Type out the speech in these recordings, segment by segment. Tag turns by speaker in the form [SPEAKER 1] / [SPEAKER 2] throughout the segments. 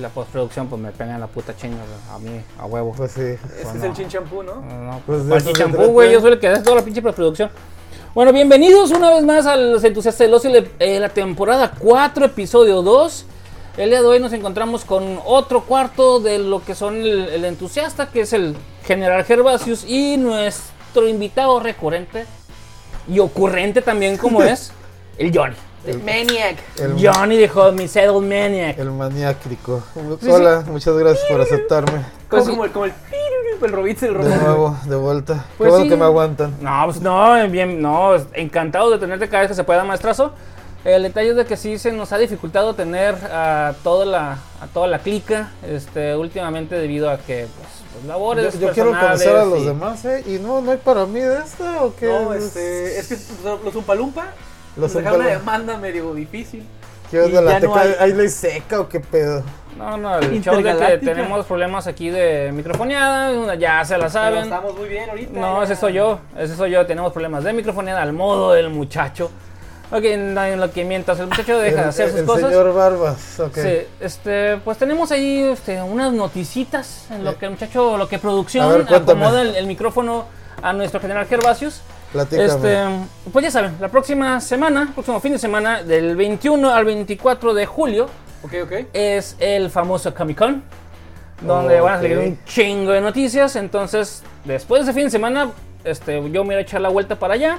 [SPEAKER 1] la postproducción pues me pegan la puta chinga güey, a mí, a huevo.
[SPEAKER 2] Pues sí.
[SPEAKER 1] Pues
[SPEAKER 3] Ese es
[SPEAKER 1] no.
[SPEAKER 3] el chinchampú, ¿no?
[SPEAKER 1] No, pues
[SPEAKER 2] Pues de
[SPEAKER 1] pa'l
[SPEAKER 2] eso se
[SPEAKER 1] chichampú,
[SPEAKER 2] trata.
[SPEAKER 1] güey, yo soy el que hace toda la pinche preproducción. Bueno, bienvenidos una vez más a los entusiastas del ocio, le- eh, la temporada 4, episodio 2. El día de hoy nos encontramos con otro cuarto de lo que son el, el entusiasta, que es el general Gervasius y nuestro invitado recurrente y ocurrente también como es, el Johnny.
[SPEAKER 2] El-
[SPEAKER 3] Maniac.
[SPEAKER 2] El,
[SPEAKER 1] Johnny de Homicidal Maniac.
[SPEAKER 2] el maniácrico. Hola, muchas gracias por aceptarme.
[SPEAKER 1] Pues sí.
[SPEAKER 3] como, el, como el, el Robitz, el
[SPEAKER 2] De
[SPEAKER 3] robot.
[SPEAKER 2] nuevo, de vuelta. Qué
[SPEAKER 1] Pues
[SPEAKER 2] bueno
[SPEAKER 1] sí.
[SPEAKER 2] que me aguantan.
[SPEAKER 1] No, pues no, bien, no, pues, encantado de tenerte cada vez que se pueda, maestrazo. El detalle es de que sí se nos ha dificultado tener a toda la, a toda la clica, este, últimamente debido a que, pues, pues, labores
[SPEAKER 2] Yo, yo quiero
[SPEAKER 1] personales
[SPEAKER 2] conocer a los
[SPEAKER 1] y-
[SPEAKER 2] demás, ¿eh? Y no, no hay para mí de esto, ¿o qué?
[SPEAKER 3] No, este, es que los Umpalumpa
[SPEAKER 2] Los
[SPEAKER 3] los dejaron una
[SPEAKER 2] Umpalumpa.
[SPEAKER 3] demanda medio difícil.
[SPEAKER 2] ¿Qué onda
[SPEAKER 3] y
[SPEAKER 2] la
[SPEAKER 3] ya no
[SPEAKER 2] teca?
[SPEAKER 3] hay-
[SPEAKER 2] ¿Hay ley seca o qué pedo?
[SPEAKER 1] No, no, el show de que
[SPEAKER 3] Intergaláctica.
[SPEAKER 1] tenemos problemas aquí de microfoneada, una- ya se la
[SPEAKER 3] Pero
[SPEAKER 1] saben.
[SPEAKER 3] estamos muy bien ahorita.
[SPEAKER 1] No,
[SPEAKER 3] ya.
[SPEAKER 1] ese soy yo, ese soy yo, tenemos problemas de microfoneada al modo del muchacho. Ok, en en lo que mientras el muchacho deja
[SPEAKER 2] el,
[SPEAKER 1] de hacer
[SPEAKER 2] el-
[SPEAKER 1] sus
[SPEAKER 2] el
[SPEAKER 1] cosas.
[SPEAKER 2] señor Barbas, ok.
[SPEAKER 1] Sí, este, pues tenemos ahí este, unas noticitas en lo
[SPEAKER 2] Eh.
[SPEAKER 1] que el muchacho, lo que producción
[SPEAKER 2] A ver, cuéntame.
[SPEAKER 1] acomoda el, el micrófono a nuestro general Gervasius.
[SPEAKER 2] Platícame.
[SPEAKER 1] Este, pues ya saben, la próxima semana, próximo fin de semana, del 21 al 24 de julio,
[SPEAKER 3] Ok, ok.
[SPEAKER 1] es el famoso Comic Con, donde van a salir
[SPEAKER 2] Ok.
[SPEAKER 1] un chingo de noticias. Entonces, después de ese fin de semana, este, yo me iré a echar la vuelta para allá,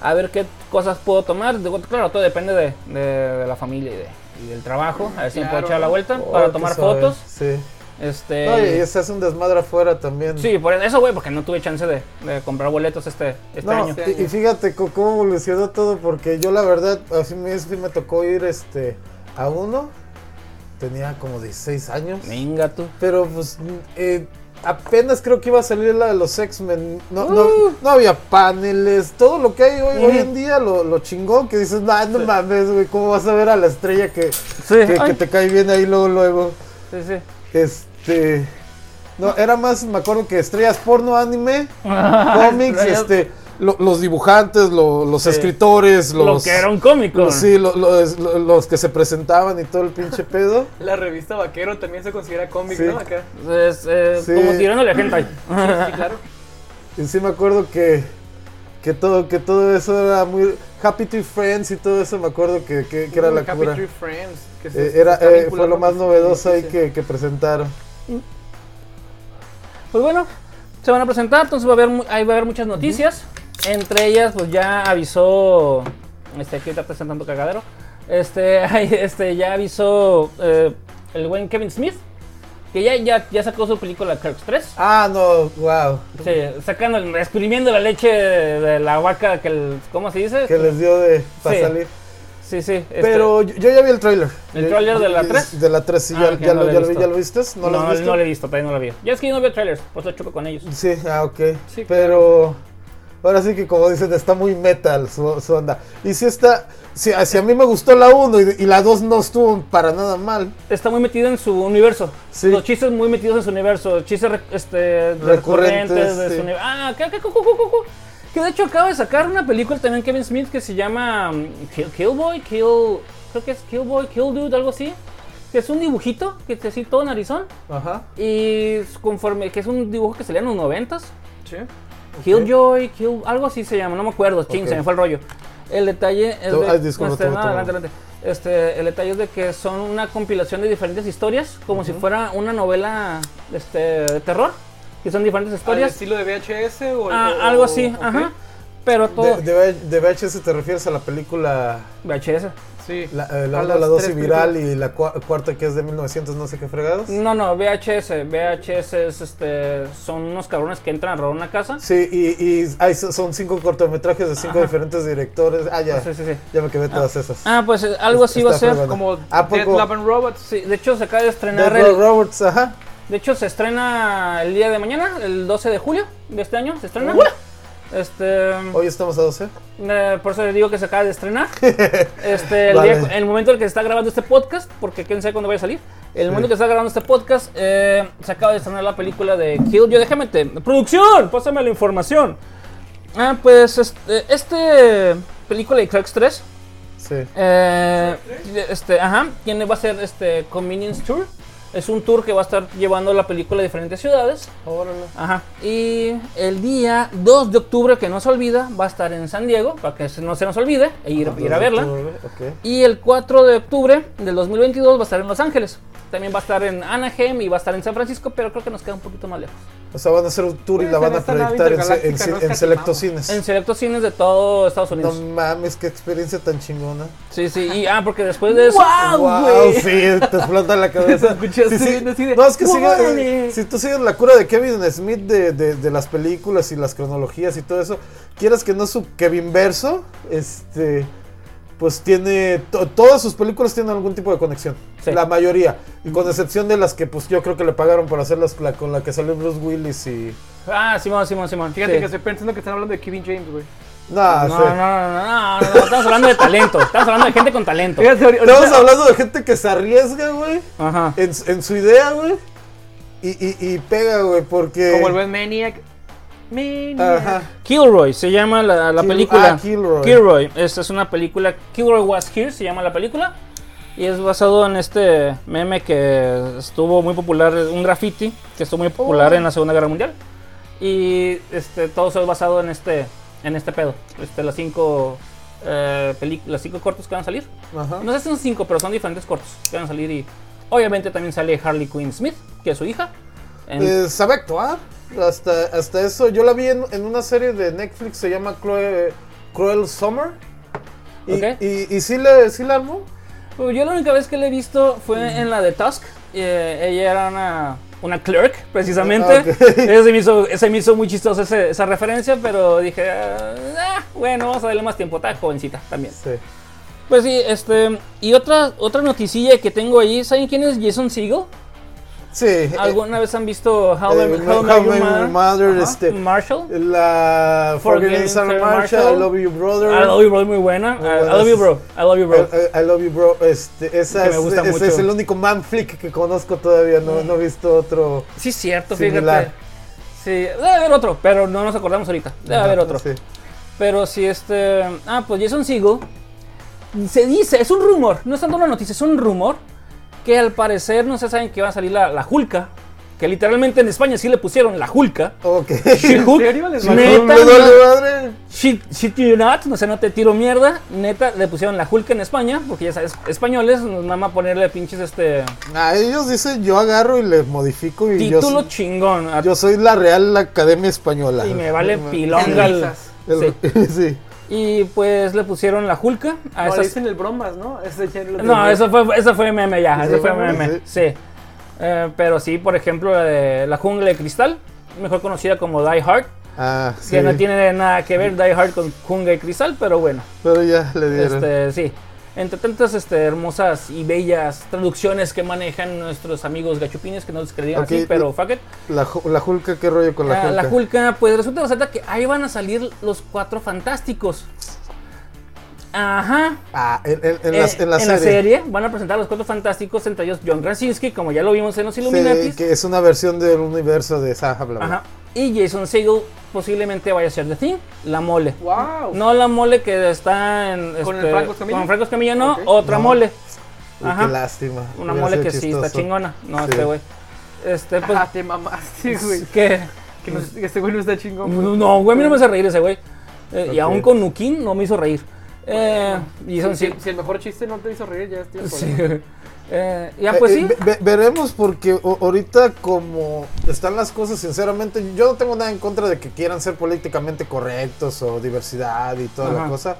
[SPEAKER 1] a ver qué cosas puedo tomar. Digo, claro, todo depende de, de- de la familia y, de- y del trabajo. A ver si me puedo
[SPEAKER 3] Claro.
[SPEAKER 1] echar la vuelta
[SPEAKER 2] Oh,
[SPEAKER 1] para
[SPEAKER 2] tú
[SPEAKER 1] tomar
[SPEAKER 2] sabes,
[SPEAKER 1] fotos.
[SPEAKER 2] Sí.
[SPEAKER 1] Este,
[SPEAKER 2] No, y se hace un desmadre afuera también.
[SPEAKER 1] sí, por eso, güey, porque no tuve chance de, de comprar boletos este, este
[SPEAKER 2] No,
[SPEAKER 1] año.
[SPEAKER 2] y, y fíjate co- cómo evolucionó todo, porque yo la verdad, así me, sí me tocó ir este a uno, tenía como 16 años,
[SPEAKER 1] Venga tú.
[SPEAKER 2] pero pues mm, eh, apenas creo que iba a salir la de los X-Men, no, no, no había paneles, todo lo que hay hoy, hoy en día, lo, lo chingón que dices, "Nah, no mames, güey, ¿cómo vas a ver a la estrella que, que- que
[SPEAKER 1] ay.
[SPEAKER 2] te cae bien ahí luego, luego?
[SPEAKER 1] Sí, sí.
[SPEAKER 2] Este. No, era más, me acuerdo que estrellas porno, anime,
[SPEAKER 1] Ah,
[SPEAKER 2] cómics,
[SPEAKER 1] estrellas.
[SPEAKER 2] este. lo- los dibujantes, lo- los escritores, los.
[SPEAKER 1] Lo que era un cómico.
[SPEAKER 2] los- sí, lo- lo- es- lo- los que se presentaban y todo el pinche pedo.
[SPEAKER 3] La revista Vaquero también se considera cómic,
[SPEAKER 2] Sí.
[SPEAKER 3] ¿no? Acá.
[SPEAKER 1] Es, eh,
[SPEAKER 2] Sí.
[SPEAKER 1] Como tirando la gente ahí.
[SPEAKER 3] Sí, claro.
[SPEAKER 2] Y sí me acuerdo que. Que todo, que todo eso era muy. Happy Tree Friends y todo eso, me acuerdo que, que- que era la
[SPEAKER 3] Happy
[SPEAKER 2] cura.
[SPEAKER 3] Tree Friends. que este se-
[SPEAKER 2] Eh, era,
[SPEAKER 3] está
[SPEAKER 2] eh,
[SPEAKER 3] vinculado
[SPEAKER 2] fue lo
[SPEAKER 3] con
[SPEAKER 2] más
[SPEAKER 3] ese
[SPEAKER 2] novedoso ahí
[SPEAKER 3] edificio.
[SPEAKER 2] que, que presentaron.
[SPEAKER 1] Pues bueno, se van a presentar, entonces va a haber, mu- ahí va a haber muchas noticias. Entre ellas, pues ya avisó. Este, aquí está presentando cagadero. Este, ahí, este ya avisó eh, el buen Kevin Smith. Que ya, ya, ya sacó su película Clerks 3.
[SPEAKER 2] Ah, no, wow.
[SPEAKER 1] Sí, sacando, el- exprimiendo la leche de la vaca que el, ¿cómo se dice?
[SPEAKER 2] Que les dio de. para
[SPEAKER 1] Sí.
[SPEAKER 2] salir.
[SPEAKER 1] Sí, sí. este,
[SPEAKER 2] Pero yo, yo ya vi el tráiler.
[SPEAKER 1] ¿El
[SPEAKER 2] Yo-
[SPEAKER 1] tráiler de la
[SPEAKER 2] yo-
[SPEAKER 1] tres?
[SPEAKER 2] De la 3, sí,
[SPEAKER 1] Ah,
[SPEAKER 2] ya,
[SPEAKER 1] ok,
[SPEAKER 2] ya
[SPEAKER 1] no
[SPEAKER 2] lo,
[SPEAKER 1] lo he
[SPEAKER 2] ya lo vi,
[SPEAKER 1] visto.
[SPEAKER 2] ya lo viste.
[SPEAKER 1] No,
[SPEAKER 2] ¿No, lo has visto?
[SPEAKER 1] no lo he visto, todavía no la vi. Ya es que yo no veo trailers, por eso choco con ellos.
[SPEAKER 2] Sí, ah, ok.
[SPEAKER 1] Sí,
[SPEAKER 2] Pero ahora sí que como dicen, está muy metal su, su onda. Y si está, si, si a mí me gustó la 1 y, y la 2 no estuvo para nada mal.
[SPEAKER 1] está muy metido en su universo.
[SPEAKER 2] Sí.
[SPEAKER 1] Los chistes muy metidos en su universo. Chistes re- este, de
[SPEAKER 2] Recurrentes,
[SPEAKER 1] recurrentes, de
[SPEAKER 2] sí.
[SPEAKER 1] su universo. Ah, que, que, cu, cu, cu, cu, cu. Que de hecho acaba de sacar una película también Kevin Smith que se llama mm, Kill, Killboy, Kill. Creo que es Killboy, Kill Dude, algo así. Que es un dibujito que es así todo narizón.
[SPEAKER 2] Ajá.
[SPEAKER 1] Y conforme, que es un dibujo que salía en los noventas.
[SPEAKER 3] Sí.
[SPEAKER 1] Killjoy, Kill, algo así se llama, no me acuerdo, ching,
[SPEAKER 2] Ok.
[SPEAKER 1] se me fue el rollo. El detalle es
[SPEAKER 2] Tú-
[SPEAKER 1] de,
[SPEAKER 2] ay, disculpa,
[SPEAKER 1] este,
[SPEAKER 2] tú,
[SPEAKER 1] no,
[SPEAKER 2] tú.
[SPEAKER 1] adelante, adelante. Este, el detalle es de que son una compilación de diferentes historias, como si fuera una novela este, de terror, que son diferentes
[SPEAKER 3] ¿Al
[SPEAKER 1] historias,
[SPEAKER 3] estilo Ah, de VHS o,
[SPEAKER 1] Ah,
[SPEAKER 3] o-
[SPEAKER 1] algo así,
[SPEAKER 3] ok.
[SPEAKER 1] ajá. Pero todo
[SPEAKER 2] De, de, V- de VHS te refieres a la película,
[SPEAKER 1] VHS.
[SPEAKER 3] Sí.
[SPEAKER 2] la, eh, la
[SPEAKER 3] A
[SPEAKER 2] una,
[SPEAKER 3] las
[SPEAKER 2] la 2 y
[SPEAKER 3] tres
[SPEAKER 2] viral
[SPEAKER 3] películas.
[SPEAKER 2] y la cua- cuarta que es de 1900, no sé qué fregados.
[SPEAKER 1] No, no, VHS, VHS es, este, son unos cabrones que entran a robar una casa.
[SPEAKER 2] Sí, y, y hay- son cinco cortometrajes de cinco diferentes directores. Ah, ya.
[SPEAKER 1] Sí, sí, sí.
[SPEAKER 2] Ya me quedé todas esas.
[SPEAKER 1] Ah, pues eh, algo así
[SPEAKER 2] Está
[SPEAKER 1] va a ser.
[SPEAKER 2] fregón.
[SPEAKER 3] Como
[SPEAKER 2] ¿A
[SPEAKER 3] Dead
[SPEAKER 2] poco?
[SPEAKER 3] Love and Robots.
[SPEAKER 1] Sí, de hecho se acaba de
[SPEAKER 2] Dead
[SPEAKER 1] estrenar
[SPEAKER 2] Roll
[SPEAKER 1] el,
[SPEAKER 2] Roberts, ajá.
[SPEAKER 1] De hecho, se estrena el día de mañana, el 12 de julio de este año. Se estrena. Este,
[SPEAKER 2] Hoy estamos a 12.
[SPEAKER 1] eh, por eso les digo que se acaba de estrenar. Este, el,
[SPEAKER 2] Vale.
[SPEAKER 1] día- el momento en el que se está grabando este podcast, porque quién sabe cuándo vaya a salir. El momento en que se está grabando este podcast, eh, se acaba de estrenar la película de Kill. Yo déjame te. ¡Producción! Pásame la información. Ah, pues este, este película de Cracks 3.
[SPEAKER 2] Sí.
[SPEAKER 1] Eh, este, ajá, tiene, va a ser este Convenience Tour. Es un tour que va a estar llevando la película a diferentes ciudades.
[SPEAKER 2] Órale.
[SPEAKER 1] Ajá. Y el día 2 de octubre, que no se olvida, va a estar en San Diego, para que no se nos olvide, e ir, ir a verla.
[SPEAKER 2] Ok.
[SPEAKER 1] Y el 4 de octubre del 2022 va a estar en Los Ángeles. También va a estar en Anaheim y va a estar en San Francisco, pero creo que nos queda un poquito más lejos.
[SPEAKER 2] O sea, van a hacer un tour y
[SPEAKER 3] Puede
[SPEAKER 2] la
[SPEAKER 3] ser
[SPEAKER 2] van a
[SPEAKER 3] esta nave
[SPEAKER 2] proyectar en, se- en
[SPEAKER 3] intergaláctica,
[SPEAKER 2] se-
[SPEAKER 3] no
[SPEAKER 2] en
[SPEAKER 3] escatimamos.
[SPEAKER 2] selectos cines.
[SPEAKER 1] En selectos cines de todo Estados
[SPEAKER 2] No
[SPEAKER 1] Unidos.
[SPEAKER 2] mames, qué experiencia tan chingona.
[SPEAKER 1] Sí, sí. Y, ah, porque después de eso.
[SPEAKER 3] ¡Guau! Ah,
[SPEAKER 2] wow,
[SPEAKER 3] güey.
[SPEAKER 2] sí, te explota la cabeza.
[SPEAKER 3] Se escucha
[SPEAKER 2] Sí,
[SPEAKER 3] así,
[SPEAKER 2] sí.
[SPEAKER 3] ¿no? Así de,
[SPEAKER 2] No, es que sigue- eh,
[SPEAKER 3] ¡Órale!
[SPEAKER 2] si tú sigues la cura de Kevin Smith de, de- de las películas y las cronologías y todo eso, quieras que no su Kevin verso, este, pues tiene, to- todas sus películas tienen algún tipo de conexión.
[SPEAKER 1] Sí.
[SPEAKER 2] La mayoría, y con excepción de las que pues yo creo que le pagaron por hacerlas la- con la que salió Bruce Willis y...
[SPEAKER 1] Ah, Simón, Simón, Simón.
[SPEAKER 3] Fíjate
[SPEAKER 1] Sí.
[SPEAKER 3] que estoy pensando que están hablando de Kevin James, güey.
[SPEAKER 2] Nah,
[SPEAKER 1] No,
[SPEAKER 2] sí.
[SPEAKER 1] no, no, no, no, no, no, estamos hablando de talento, estamos hablando de gente con talento.
[SPEAKER 3] Fíjate, ahorita-
[SPEAKER 2] Estamos hablando de gente que se arriesga, güey,
[SPEAKER 1] Ajá.
[SPEAKER 2] en, su- en su idea, güey, y, y- y pega, güey, porque...
[SPEAKER 3] Como el buen Maniac. Maniac.
[SPEAKER 2] Ajá.
[SPEAKER 1] Kilroy se llama la, la
[SPEAKER 2] Kil-
[SPEAKER 1] película.
[SPEAKER 2] ah, Kilroy.
[SPEAKER 1] Esta es una película. Kilroy Was Here se llama la película. Y es basado en este meme que estuvo muy popular, un graffiti que estuvo muy
[SPEAKER 2] Oh.
[SPEAKER 1] popular en la Segunda Guerra Mundial. Y este, todo eso es basado en este, en este pedo. Este, las cinco eh, pelic- las cinco cortos que van a salir.
[SPEAKER 2] Ajá.
[SPEAKER 1] No sé si son cinco, pero son diferentes cortos que van a salir. Y obviamente también sale Harley Quinn Smith, que es su hija. En-
[SPEAKER 2] Eh, sabe actuar. Hasta, hasta eso. Yo la vi en, en una serie de Netflix, se llama Cruel, Cruel Summer. Y,
[SPEAKER 1] Ok.
[SPEAKER 2] y, y sí, le, sí la armó.
[SPEAKER 1] Pues yo la única vez que la he visto fue en la de Tusk. Eh, ella era una, una clerk, precisamente.
[SPEAKER 2] Ah, ok.
[SPEAKER 1] Ese me hizo, ese me hizo muy chistosa ese- esa referencia, pero dije, "Ah, bueno, vamos a darle más tiempo. Está jovencita también.
[SPEAKER 2] Sí.
[SPEAKER 1] Pues sí, este. Y otra, otra noticilla que tengo ahí, ¿saben quién es Jason Segel?
[SPEAKER 2] Sí.
[SPEAKER 1] ¿Alguna vez han visto How, I-
[SPEAKER 2] eh,
[SPEAKER 1] How I Met
[SPEAKER 2] How I
[SPEAKER 1] Your
[SPEAKER 2] Met Your
[SPEAKER 1] Mother?
[SPEAKER 2] Mother,
[SPEAKER 1] Ajá,
[SPEAKER 2] este-
[SPEAKER 1] Marshall.
[SPEAKER 2] eh, la Forgetting
[SPEAKER 1] Forgetting
[SPEAKER 2] Sarah
[SPEAKER 1] Sarah
[SPEAKER 2] Marshall,
[SPEAKER 1] Marshall.
[SPEAKER 2] I Love You Brother.
[SPEAKER 1] I love you, bro, muy buena.
[SPEAKER 2] Muy
[SPEAKER 1] I- I
[SPEAKER 2] buena, Eh,
[SPEAKER 1] love you,
[SPEAKER 2] es-
[SPEAKER 1] bro. I love you, bro.
[SPEAKER 2] I- I- I Love You Bro. Este, esa
[SPEAKER 1] Que
[SPEAKER 2] es,
[SPEAKER 1] me gusta
[SPEAKER 2] ese
[SPEAKER 1] mucho. Mm.
[SPEAKER 2] es el único man flick que conozco todavía. No, no he visto otro.
[SPEAKER 1] Sí, cierto,
[SPEAKER 2] Similar.
[SPEAKER 1] fíjate. Sí, debe haber otro, pero no nos acordamos ahorita. Debe haber otro.
[SPEAKER 2] Sí.
[SPEAKER 1] Pero si este. Ah, pues Jason Segel. Se dice, es un rumor, no es tanto una noticia, es un rumor. Que al parecer no se saben que va a salir la, la Julka. Que literalmente en España sí le pusieron la Julka.
[SPEAKER 2] Ok.
[SPEAKER 1] She-Hulk,
[SPEAKER 3] serio? ¿Les
[SPEAKER 2] Me
[SPEAKER 1] neta,
[SPEAKER 2] duele madre.
[SPEAKER 1] Shit, shit you not, no sé, no te tiro mierda. Neta, le pusieron la Hulk en España, porque ya sabes, españoles nos mama ponerle pinches este
[SPEAKER 2] A ellos dicen yo agarro y les modifico y yo
[SPEAKER 1] título chingón. a-
[SPEAKER 2] Yo soy la Real Academia Española.
[SPEAKER 1] y me vale pilonga. el-
[SPEAKER 3] Analizas.
[SPEAKER 2] El-
[SPEAKER 1] sí.
[SPEAKER 2] sí.
[SPEAKER 1] Y pues le pusieron la Hulka a Ah,
[SPEAKER 3] No, le
[SPEAKER 1] esas-
[SPEAKER 3] dicen el bromas, ¿no? Ese ya lo
[SPEAKER 1] No,
[SPEAKER 3] tengo.
[SPEAKER 1] eso fue, eso fue meme ya,
[SPEAKER 2] Sí,
[SPEAKER 1] eso fue
[SPEAKER 2] sí.
[SPEAKER 1] meme, sí. Eh, pero sí, por ejemplo, la de La Jungla de Cristal, mejor conocida como Die Hard,
[SPEAKER 2] Ah, sí.
[SPEAKER 1] que no tiene nada que ver Die Hard con Jungla de Cristal, pero bueno,
[SPEAKER 2] Pero ya le dieron.
[SPEAKER 1] este, sí. Entre tantas este, hermosas y bellas traducciones que manejan nuestros amigos gachupines, que no les creían
[SPEAKER 2] Ok,
[SPEAKER 1] así, pero fuck it.
[SPEAKER 2] La, ju- la Julka, ¿qué rollo con la
[SPEAKER 1] Ah,
[SPEAKER 2] Julka?
[SPEAKER 1] La Julka, pues resulta y resalta que ahí van a salir los cuatro fantásticos. Ajá.
[SPEAKER 2] Ah, en, en- en
[SPEAKER 1] Eh,
[SPEAKER 2] la, en la serie.
[SPEAKER 1] van a presentar a los cuatro fantásticos, entre ellos John Krasinski, como ya lo vimos en los
[SPEAKER 2] Sí,
[SPEAKER 1] Illuminatis.
[SPEAKER 2] que es una versión del universo de Saja bla, bla.
[SPEAKER 1] Ajá. Y Jason Segel posiblemente vaya a ser The Thing, la mole.
[SPEAKER 3] ¡Wow!
[SPEAKER 1] No la mole que está en. este,
[SPEAKER 3] ¿Con el Franco Escamilla?
[SPEAKER 1] con Franco Escamilla, no,
[SPEAKER 3] Ok.
[SPEAKER 1] otra
[SPEAKER 2] No.
[SPEAKER 1] mole.
[SPEAKER 2] Uy,
[SPEAKER 1] Ajá.
[SPEAKER 2] Qué lástima.
[SPEAKER 1] Una
[SPEAKER 2] Hubiera
[SPEAKER 1] mole
[SPEAKER 2] sido
[SPEAKER 1] que sí está
[SPEAKER 2] chistoso.
[SPEAKER 1] chingona. No,
[SPEAKER 2] Sí.
[SPEAKER 1] este güey. Este, pues.
[SPEAKER 3] Ah, te mamaste, güey.
[SPEAKER 1] que.
[SPEAKER 3] Que no- que este güey no está chingón. güey.
[SPEAKER 1] No, güey, a mí no me hace reír ese güey. Eh,
[SPEAKER 2] Ok.
[SPEAKER 1] Y aún con Nukin no me hizo reír. Eh, Jason
[SPEAKER 3] Si,
[SPEAKER 1] Segel-
[SPEAKER 3] si el mejor chiste no te hizo reír, ya estoy.
[SPEAKER 1] Sí. Eh, ya, pues
[SPEAKER 2] Eh,
[SPEAKER 1] sí.
[SPEAKER 2] eh, ve- ve- veremos porque o- ahorita como están las cosas, sinceramente, yo no tengo nada en contra de que quieran ser políticamente correctos o diversidad y toda la
[SPEAKER 1] Ajá.
[SPEAKER 2] cosa.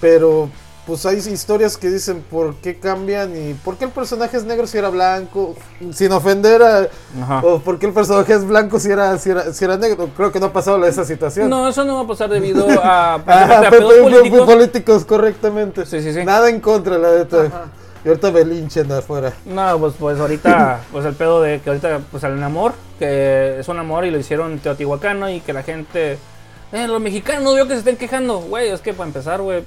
[SPEAKER 2] Pero pues hay historias que dicen por qué cambian y por qué el personaje es negro si era blanco, sin ofender a...
[SPEAKER 1] Ajá.
[SPEAKER 2] O por qué el personaje es blanco si era, si era, si era negro. Creo que no ha pasado esa situación.
[SPEAKER 1] No, eso no va a pasar debido a,
[SPEAKER 2] Ah,
[SPEAKER 1] a
[SPEAKER 2] pe-
[SPEAKER 1] pedos
[SPEAKER 2] pe- pe-
[SPEAKER 1] políticos.
[SPEAKER 2] políticos, correctamente.
[SPEAKER 1] Sí, sí, sí.
[SPEAKER 2] Nada en contra, la neta.
[SPEAKER 3] Ajá.
[SPEAKER 2] Y ahorita me linchen afuera.
[SPEAKER 1] No, pues, pues ahorita, pues el pedo de que ahorita, pues el amor, que es un amor y lo hicieron teotihuacano y que la gente, eh, los mexicanos veo que se estén quejando, güey, es que para empezar, güey,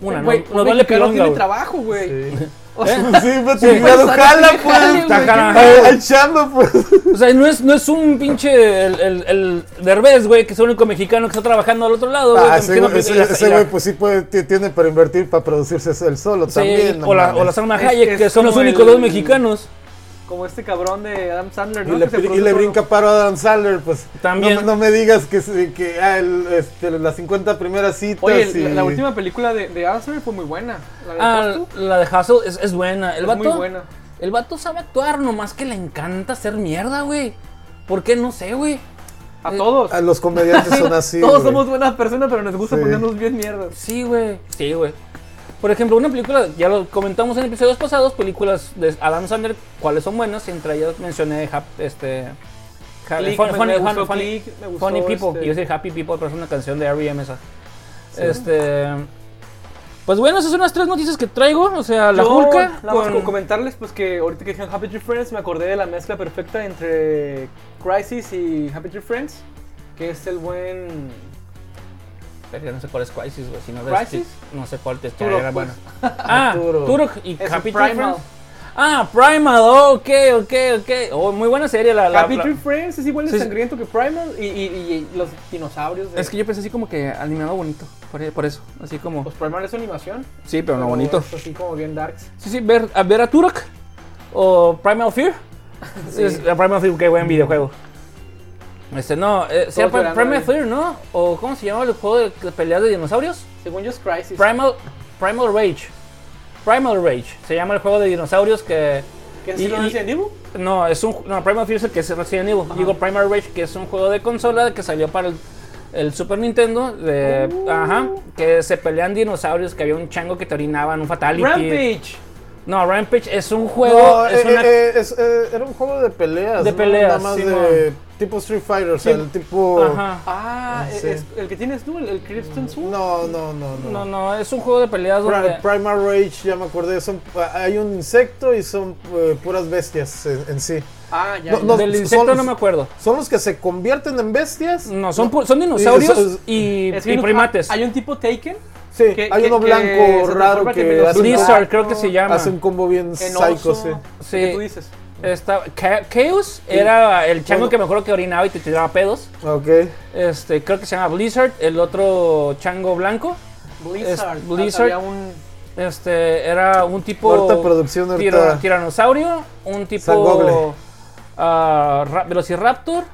[SPEAKER 1] una, no,
[SPEAKER 3] Güey,
[SPEAKER 1] no
[SPEAKER 3] un
[SPEAKER 1] vale
[SPEAKER 3] mexicano
[SPEAKER 1] pilonga,
[SPEAKER 3] tiene
[SPEAKER 1] güey.
[SPEAKER 3] trabajo, güey.
[SPEAKER 2] Sí.
[SPEAKER 3] O sea,
[SPEAKER 2] Sí, me sí, jala,
[SPEAKER 3] Jale,
[SPEAKER 2] pues.
[SPEAKER 3] güey,
[SPEAKER 1] Ajá.
[SPEAKER 3] qué-
[SPEAKER 2] ¿Eh? Ay, ay, chamba, pues.
[SPEAKER 1] O sea, no es, no es un pinche el, el, el Derbez, güey, que es el único mexicano que está trabajando al otro lado, güey.
[SPEAKER 2] Ah,
[SPEAKER 1] que
[SPEAKER 2] ese
[SPEAKER 1] mexicano-
[SPEAKER 2] güey,
[SPEAKER 1] y la-
[SPEAKER 2] ese-
[SPEAKER 1] y
[SPEAKER 2] ese
[SPEAKER 1] la-
[SPEAKER 2] güey, pues sí puede, ti- tiene para invertir, para producirse el solo
[SPEAKER 1] sí,
[SPEAKER 2] también. no
[SPEAKER 1] o, la,
[SPEAKER 2] mames.
[SPEAKER 1] o la Salma
[SPEAKER 3] Es-
[SPEAKER 1] Hayek,
[SPEAKER 3] es
[SPEAKER 1] que son los
[SPEAKER 3] como
[SPEAKER 1] únicos dos
[SPEAKER 3] el-
[SPEAKER 1] mexicanos.
[SPEAKER 3] Como este cabrón de Adam Sandler,
[SPEAKER 2] Y
[SPEAKER 3] ¿no?
[SPEAKER 2] le,
[SPEAKER 3] Que se
[SPEAKER 2] brin- y
[SPEAKER 3] produce
[SPEAKER 2] le
[SPEAKER 3] todo.
[SPEAKER 2] brinca paro a Adam Sandler, pues.
[SPEAKER 1] También.
[SPEAKER 2] No, no me digas que, se- que ah, el, este, las 50 primeras citas.
[SPEAKER 3] Oye,
[SPEAKER 2] y-
[SPEAKER 3] la, la última película de, de Adam Sandler fue muy buena. La de
[SPEAKER 1] Ah,
[SPEAKER 3] Hostel
[SPEAKER 1] la de Hustle es, es buena. El
[SPEAKER 3] es
[SPEAKER 1] vato,
[SPEAKER 3] muy buena.
[SPEAKER 1] El vato sabe actuar, nomás que le encanta hacer mierda, güey. ¿Por qué? No sé, güey.
[SPEAKER 3] A
[SPEAKER 1] Eh,
[SPEAKER 3] todos.
[SPEAKER 2] A los comediantes son así.
[SPEAKER 3] pues, todos
[SPEAKER 2] ah, güey.
[SPEAKER 3] somos buenas personas, pero nos gusta
[SPEAKER 2] Sí.
[SPEAKER 3] ponernos bien mierdas.
[SPEAKER 1] Sí, güey. Sí, güey. Por ejemplo, una película, ya lo comentamos en episodios pasados, películas de Adam Sandler, cuáles son buenas, entre ellas mencioné Hap- este, Ja-
[SPEAKER 3] Click,
[SPEAKER 1] Fun-
[SPEAKER 3] me-
[SPEAKER 1] Funny-
[SPEAKER 3] me gustó
[SPEAKER 1] Fun- Funny-
[SPEAKER 3] Click, me gustó,
[SPEAKER 1] Funny People,
[SPEAKER 3] este-
[SPEAKER 1] y yo soy Happy People, pero es una canción de R.E.M. esa. Este, pues bueno, esas son las tres noticias que traigo, o sea, la
[SPEAKER 3] Yo,
[SPEAKER 1] Hulka
[SPEAKER 3] nada más con comentarles pues que ahorita que dije Happy Tree Friends me acordé de la mezcla perfecta entre Crisis y Happy Tree Friends, que es el buen
[SPEAKER 1] Verga, no sé cuál es Crisis, güey, si no ves-
[SPEAKER 3] ¿Crisis?
[SPEAKER 1] no sé cuál te está
[SPEAKER 3] Turok,
[SPEAKER 1] era
[SPEAKER 3] pues.
[SPEAKER 1] bueno. Ah,
[SPEAKER 2] Turok.
[SPEAKER 1] Turok y
[SPEAKER 3] Es
[SPEAKER 1] Happy Tree
[SPEAKER 3] Primal.
[SPEAKER 1] Friends. Ah, Primal, oh, ok, ok, ok. Oh, muy buena serie la, la-
[SPEAKER 3] Happy
[SPEAKER 1] la-
[SPEAKER 3] Tree Friends es igual de
[SPEAKER 1] Sí, sí.
[SPEAKER 3] sangriento que Primal y, y- y los dinosaurios de-
[SPEAKER 1] Es que yo pensé así como que animado bonito, por, por eso, así como...
[SPEAKER 3] pues Primal es animación,
[SPEAKER 1] Sí, pero no bonito.
[SPEAKER 3] es así como bien darks.
[SPEAKER 1] Sí, sí, ver a, ver a Turok o Primal Fear. Es, eh, Primal Fear, qué buen videojuego. Este, no, eh, sea Pri-
[SPEAKER 3] llorando
[SPEAKER 1] Primal
[SPEAKER 3] ahí.
[SPEAKER 1] Fear, ¿no? O ¿cómo se llama el juego de que peleas de dinosaurios?
[SPEAKER 3] Según yo es Crisis.
[SPEAKER 1] Primal, Primal Rage. Primal Rage, se llama el juego de dinosaurios que...
[SPEAKER 3] ¿Qué es
[SPEAKER 1] y-
[SPEAKER 3] lo
[SPEAKER 1] y-
[SPEAKER 3] de Resident Evil?
[SPEAKER 1] No, es un no, Primal Fear es el que es Resident Evil. Digo Primal Rage, que es un juego de consola que salió para el, el Super Nintendo. De, Ajá. Que se pelean dinosaurios, que había un chango que te orinaban, un fatality.
[SPEAKER 3] Rampage.
[SPEAKER 1] No, Rampage es un juego.
[SPEAKER 2] No,
[SPEAKER 1] es
[SPEAKER 2] eh,
[SPEAKER 1] una-
[SPEAKER 2] eh, es, eh, era un juego de peleas.
[SPEAKER 1] De
[SPEAKER 2] ¿no?
[SPEAKER 1] peleas,
[SPEAKER 2] Nada más
[SPEAKER 1] sí,
[SPEAKER 2] de tipo Street Fighter, o sea,
[SPEAKER 1] Sí.
[SPEAKER 2] el tipo.
[SPEAKER 1] ajá.
[SPEAKER 3] Ah,
[SPEAKER 2] Sí.
[SPEAKER 3] es- el que tienes tú, el, el Crimson Sword.
[SPEAKER 2] No, no, no, no.
[SPEAKER 1] No, no, es un juego de peleas
[SPEAKER 2] Pri-
[SPEAKER 1] donde.
[SPEAKER 2] Primal Rage, ya me acordé, son, hay un insecto y son eh, puras bestias en, en sí.
[SPEAKER 3] Ah, ya.
[SPEAKER 2] No,
[SPEAKER 3] ya.
[SPEAKER 2] no,
[SPEAKER 1] del
[SPEAKER 2] son-
[SPEAKER 1] insecto no me acuerdo.
[SPEAKER 2] ¿Son los que se convierten en bestias?
[SPEAKER 1] No, son, pu- son dinosaurios y,
[SPEAKER 3] Es
[SPEAKER 1] y
[SPEAKER 3] que no-
[SPEAKER 1] primates.
[SPEAKER 3] Hay un tipo Taken
[SPEAKER 2] Sí,
[SPEAKER 3] que-
[SPEAKER 2] hay
[SPEAKER 3] que-
[SPEAKER 2] uno
[SPEAKER 3] que
[SPEAKER 2] blanco
[SPEAKER 3] se
[SPEAKER 2] raro
[SPEAKER 3] transforma,
[SPEAKER 2] que,
[SPEAKER 3] que medio
[SPEAKER 2] hace, un,
[SPEAKER 1] Blizzard, creo que se llama.
[SPEAKER 2] hace un combo bien
[SPEAKER 3] en
[SPEAKER 2] psycho,
[SPEAKER 3] oso.
[SPEAKER 2] sí.
[SPEAKER 1] Sí.
[SPEAKER 3] ¿Qué tú dices?
[SPEAKER 1] Estaba- Ca- Chaos era el chango
[SPEAKER 2] Bueno.
[SPEAKER 1] que me acuerdo que orinaba y te tiraba pedos.
[SPEAKER 2] Ah, Ok.
[SPEAKER 1] Este, creo que se llama Blizzard, el otro chango blanco.
[SPEAKER 3] Blizzard. ah,
[SPEAKER 1] Es Blizzard.
[SPEAKER 3] Había un-
[SPEAKER 1] Este, era un tipo
[SPEAKER 2] Ahorita producción, ahorita-
[SPEAKER 1] tira- tiranosaurio, un
[SPEAKER 2] San Google.
[SPEAKER 1] tipo ah, ra- velociraptor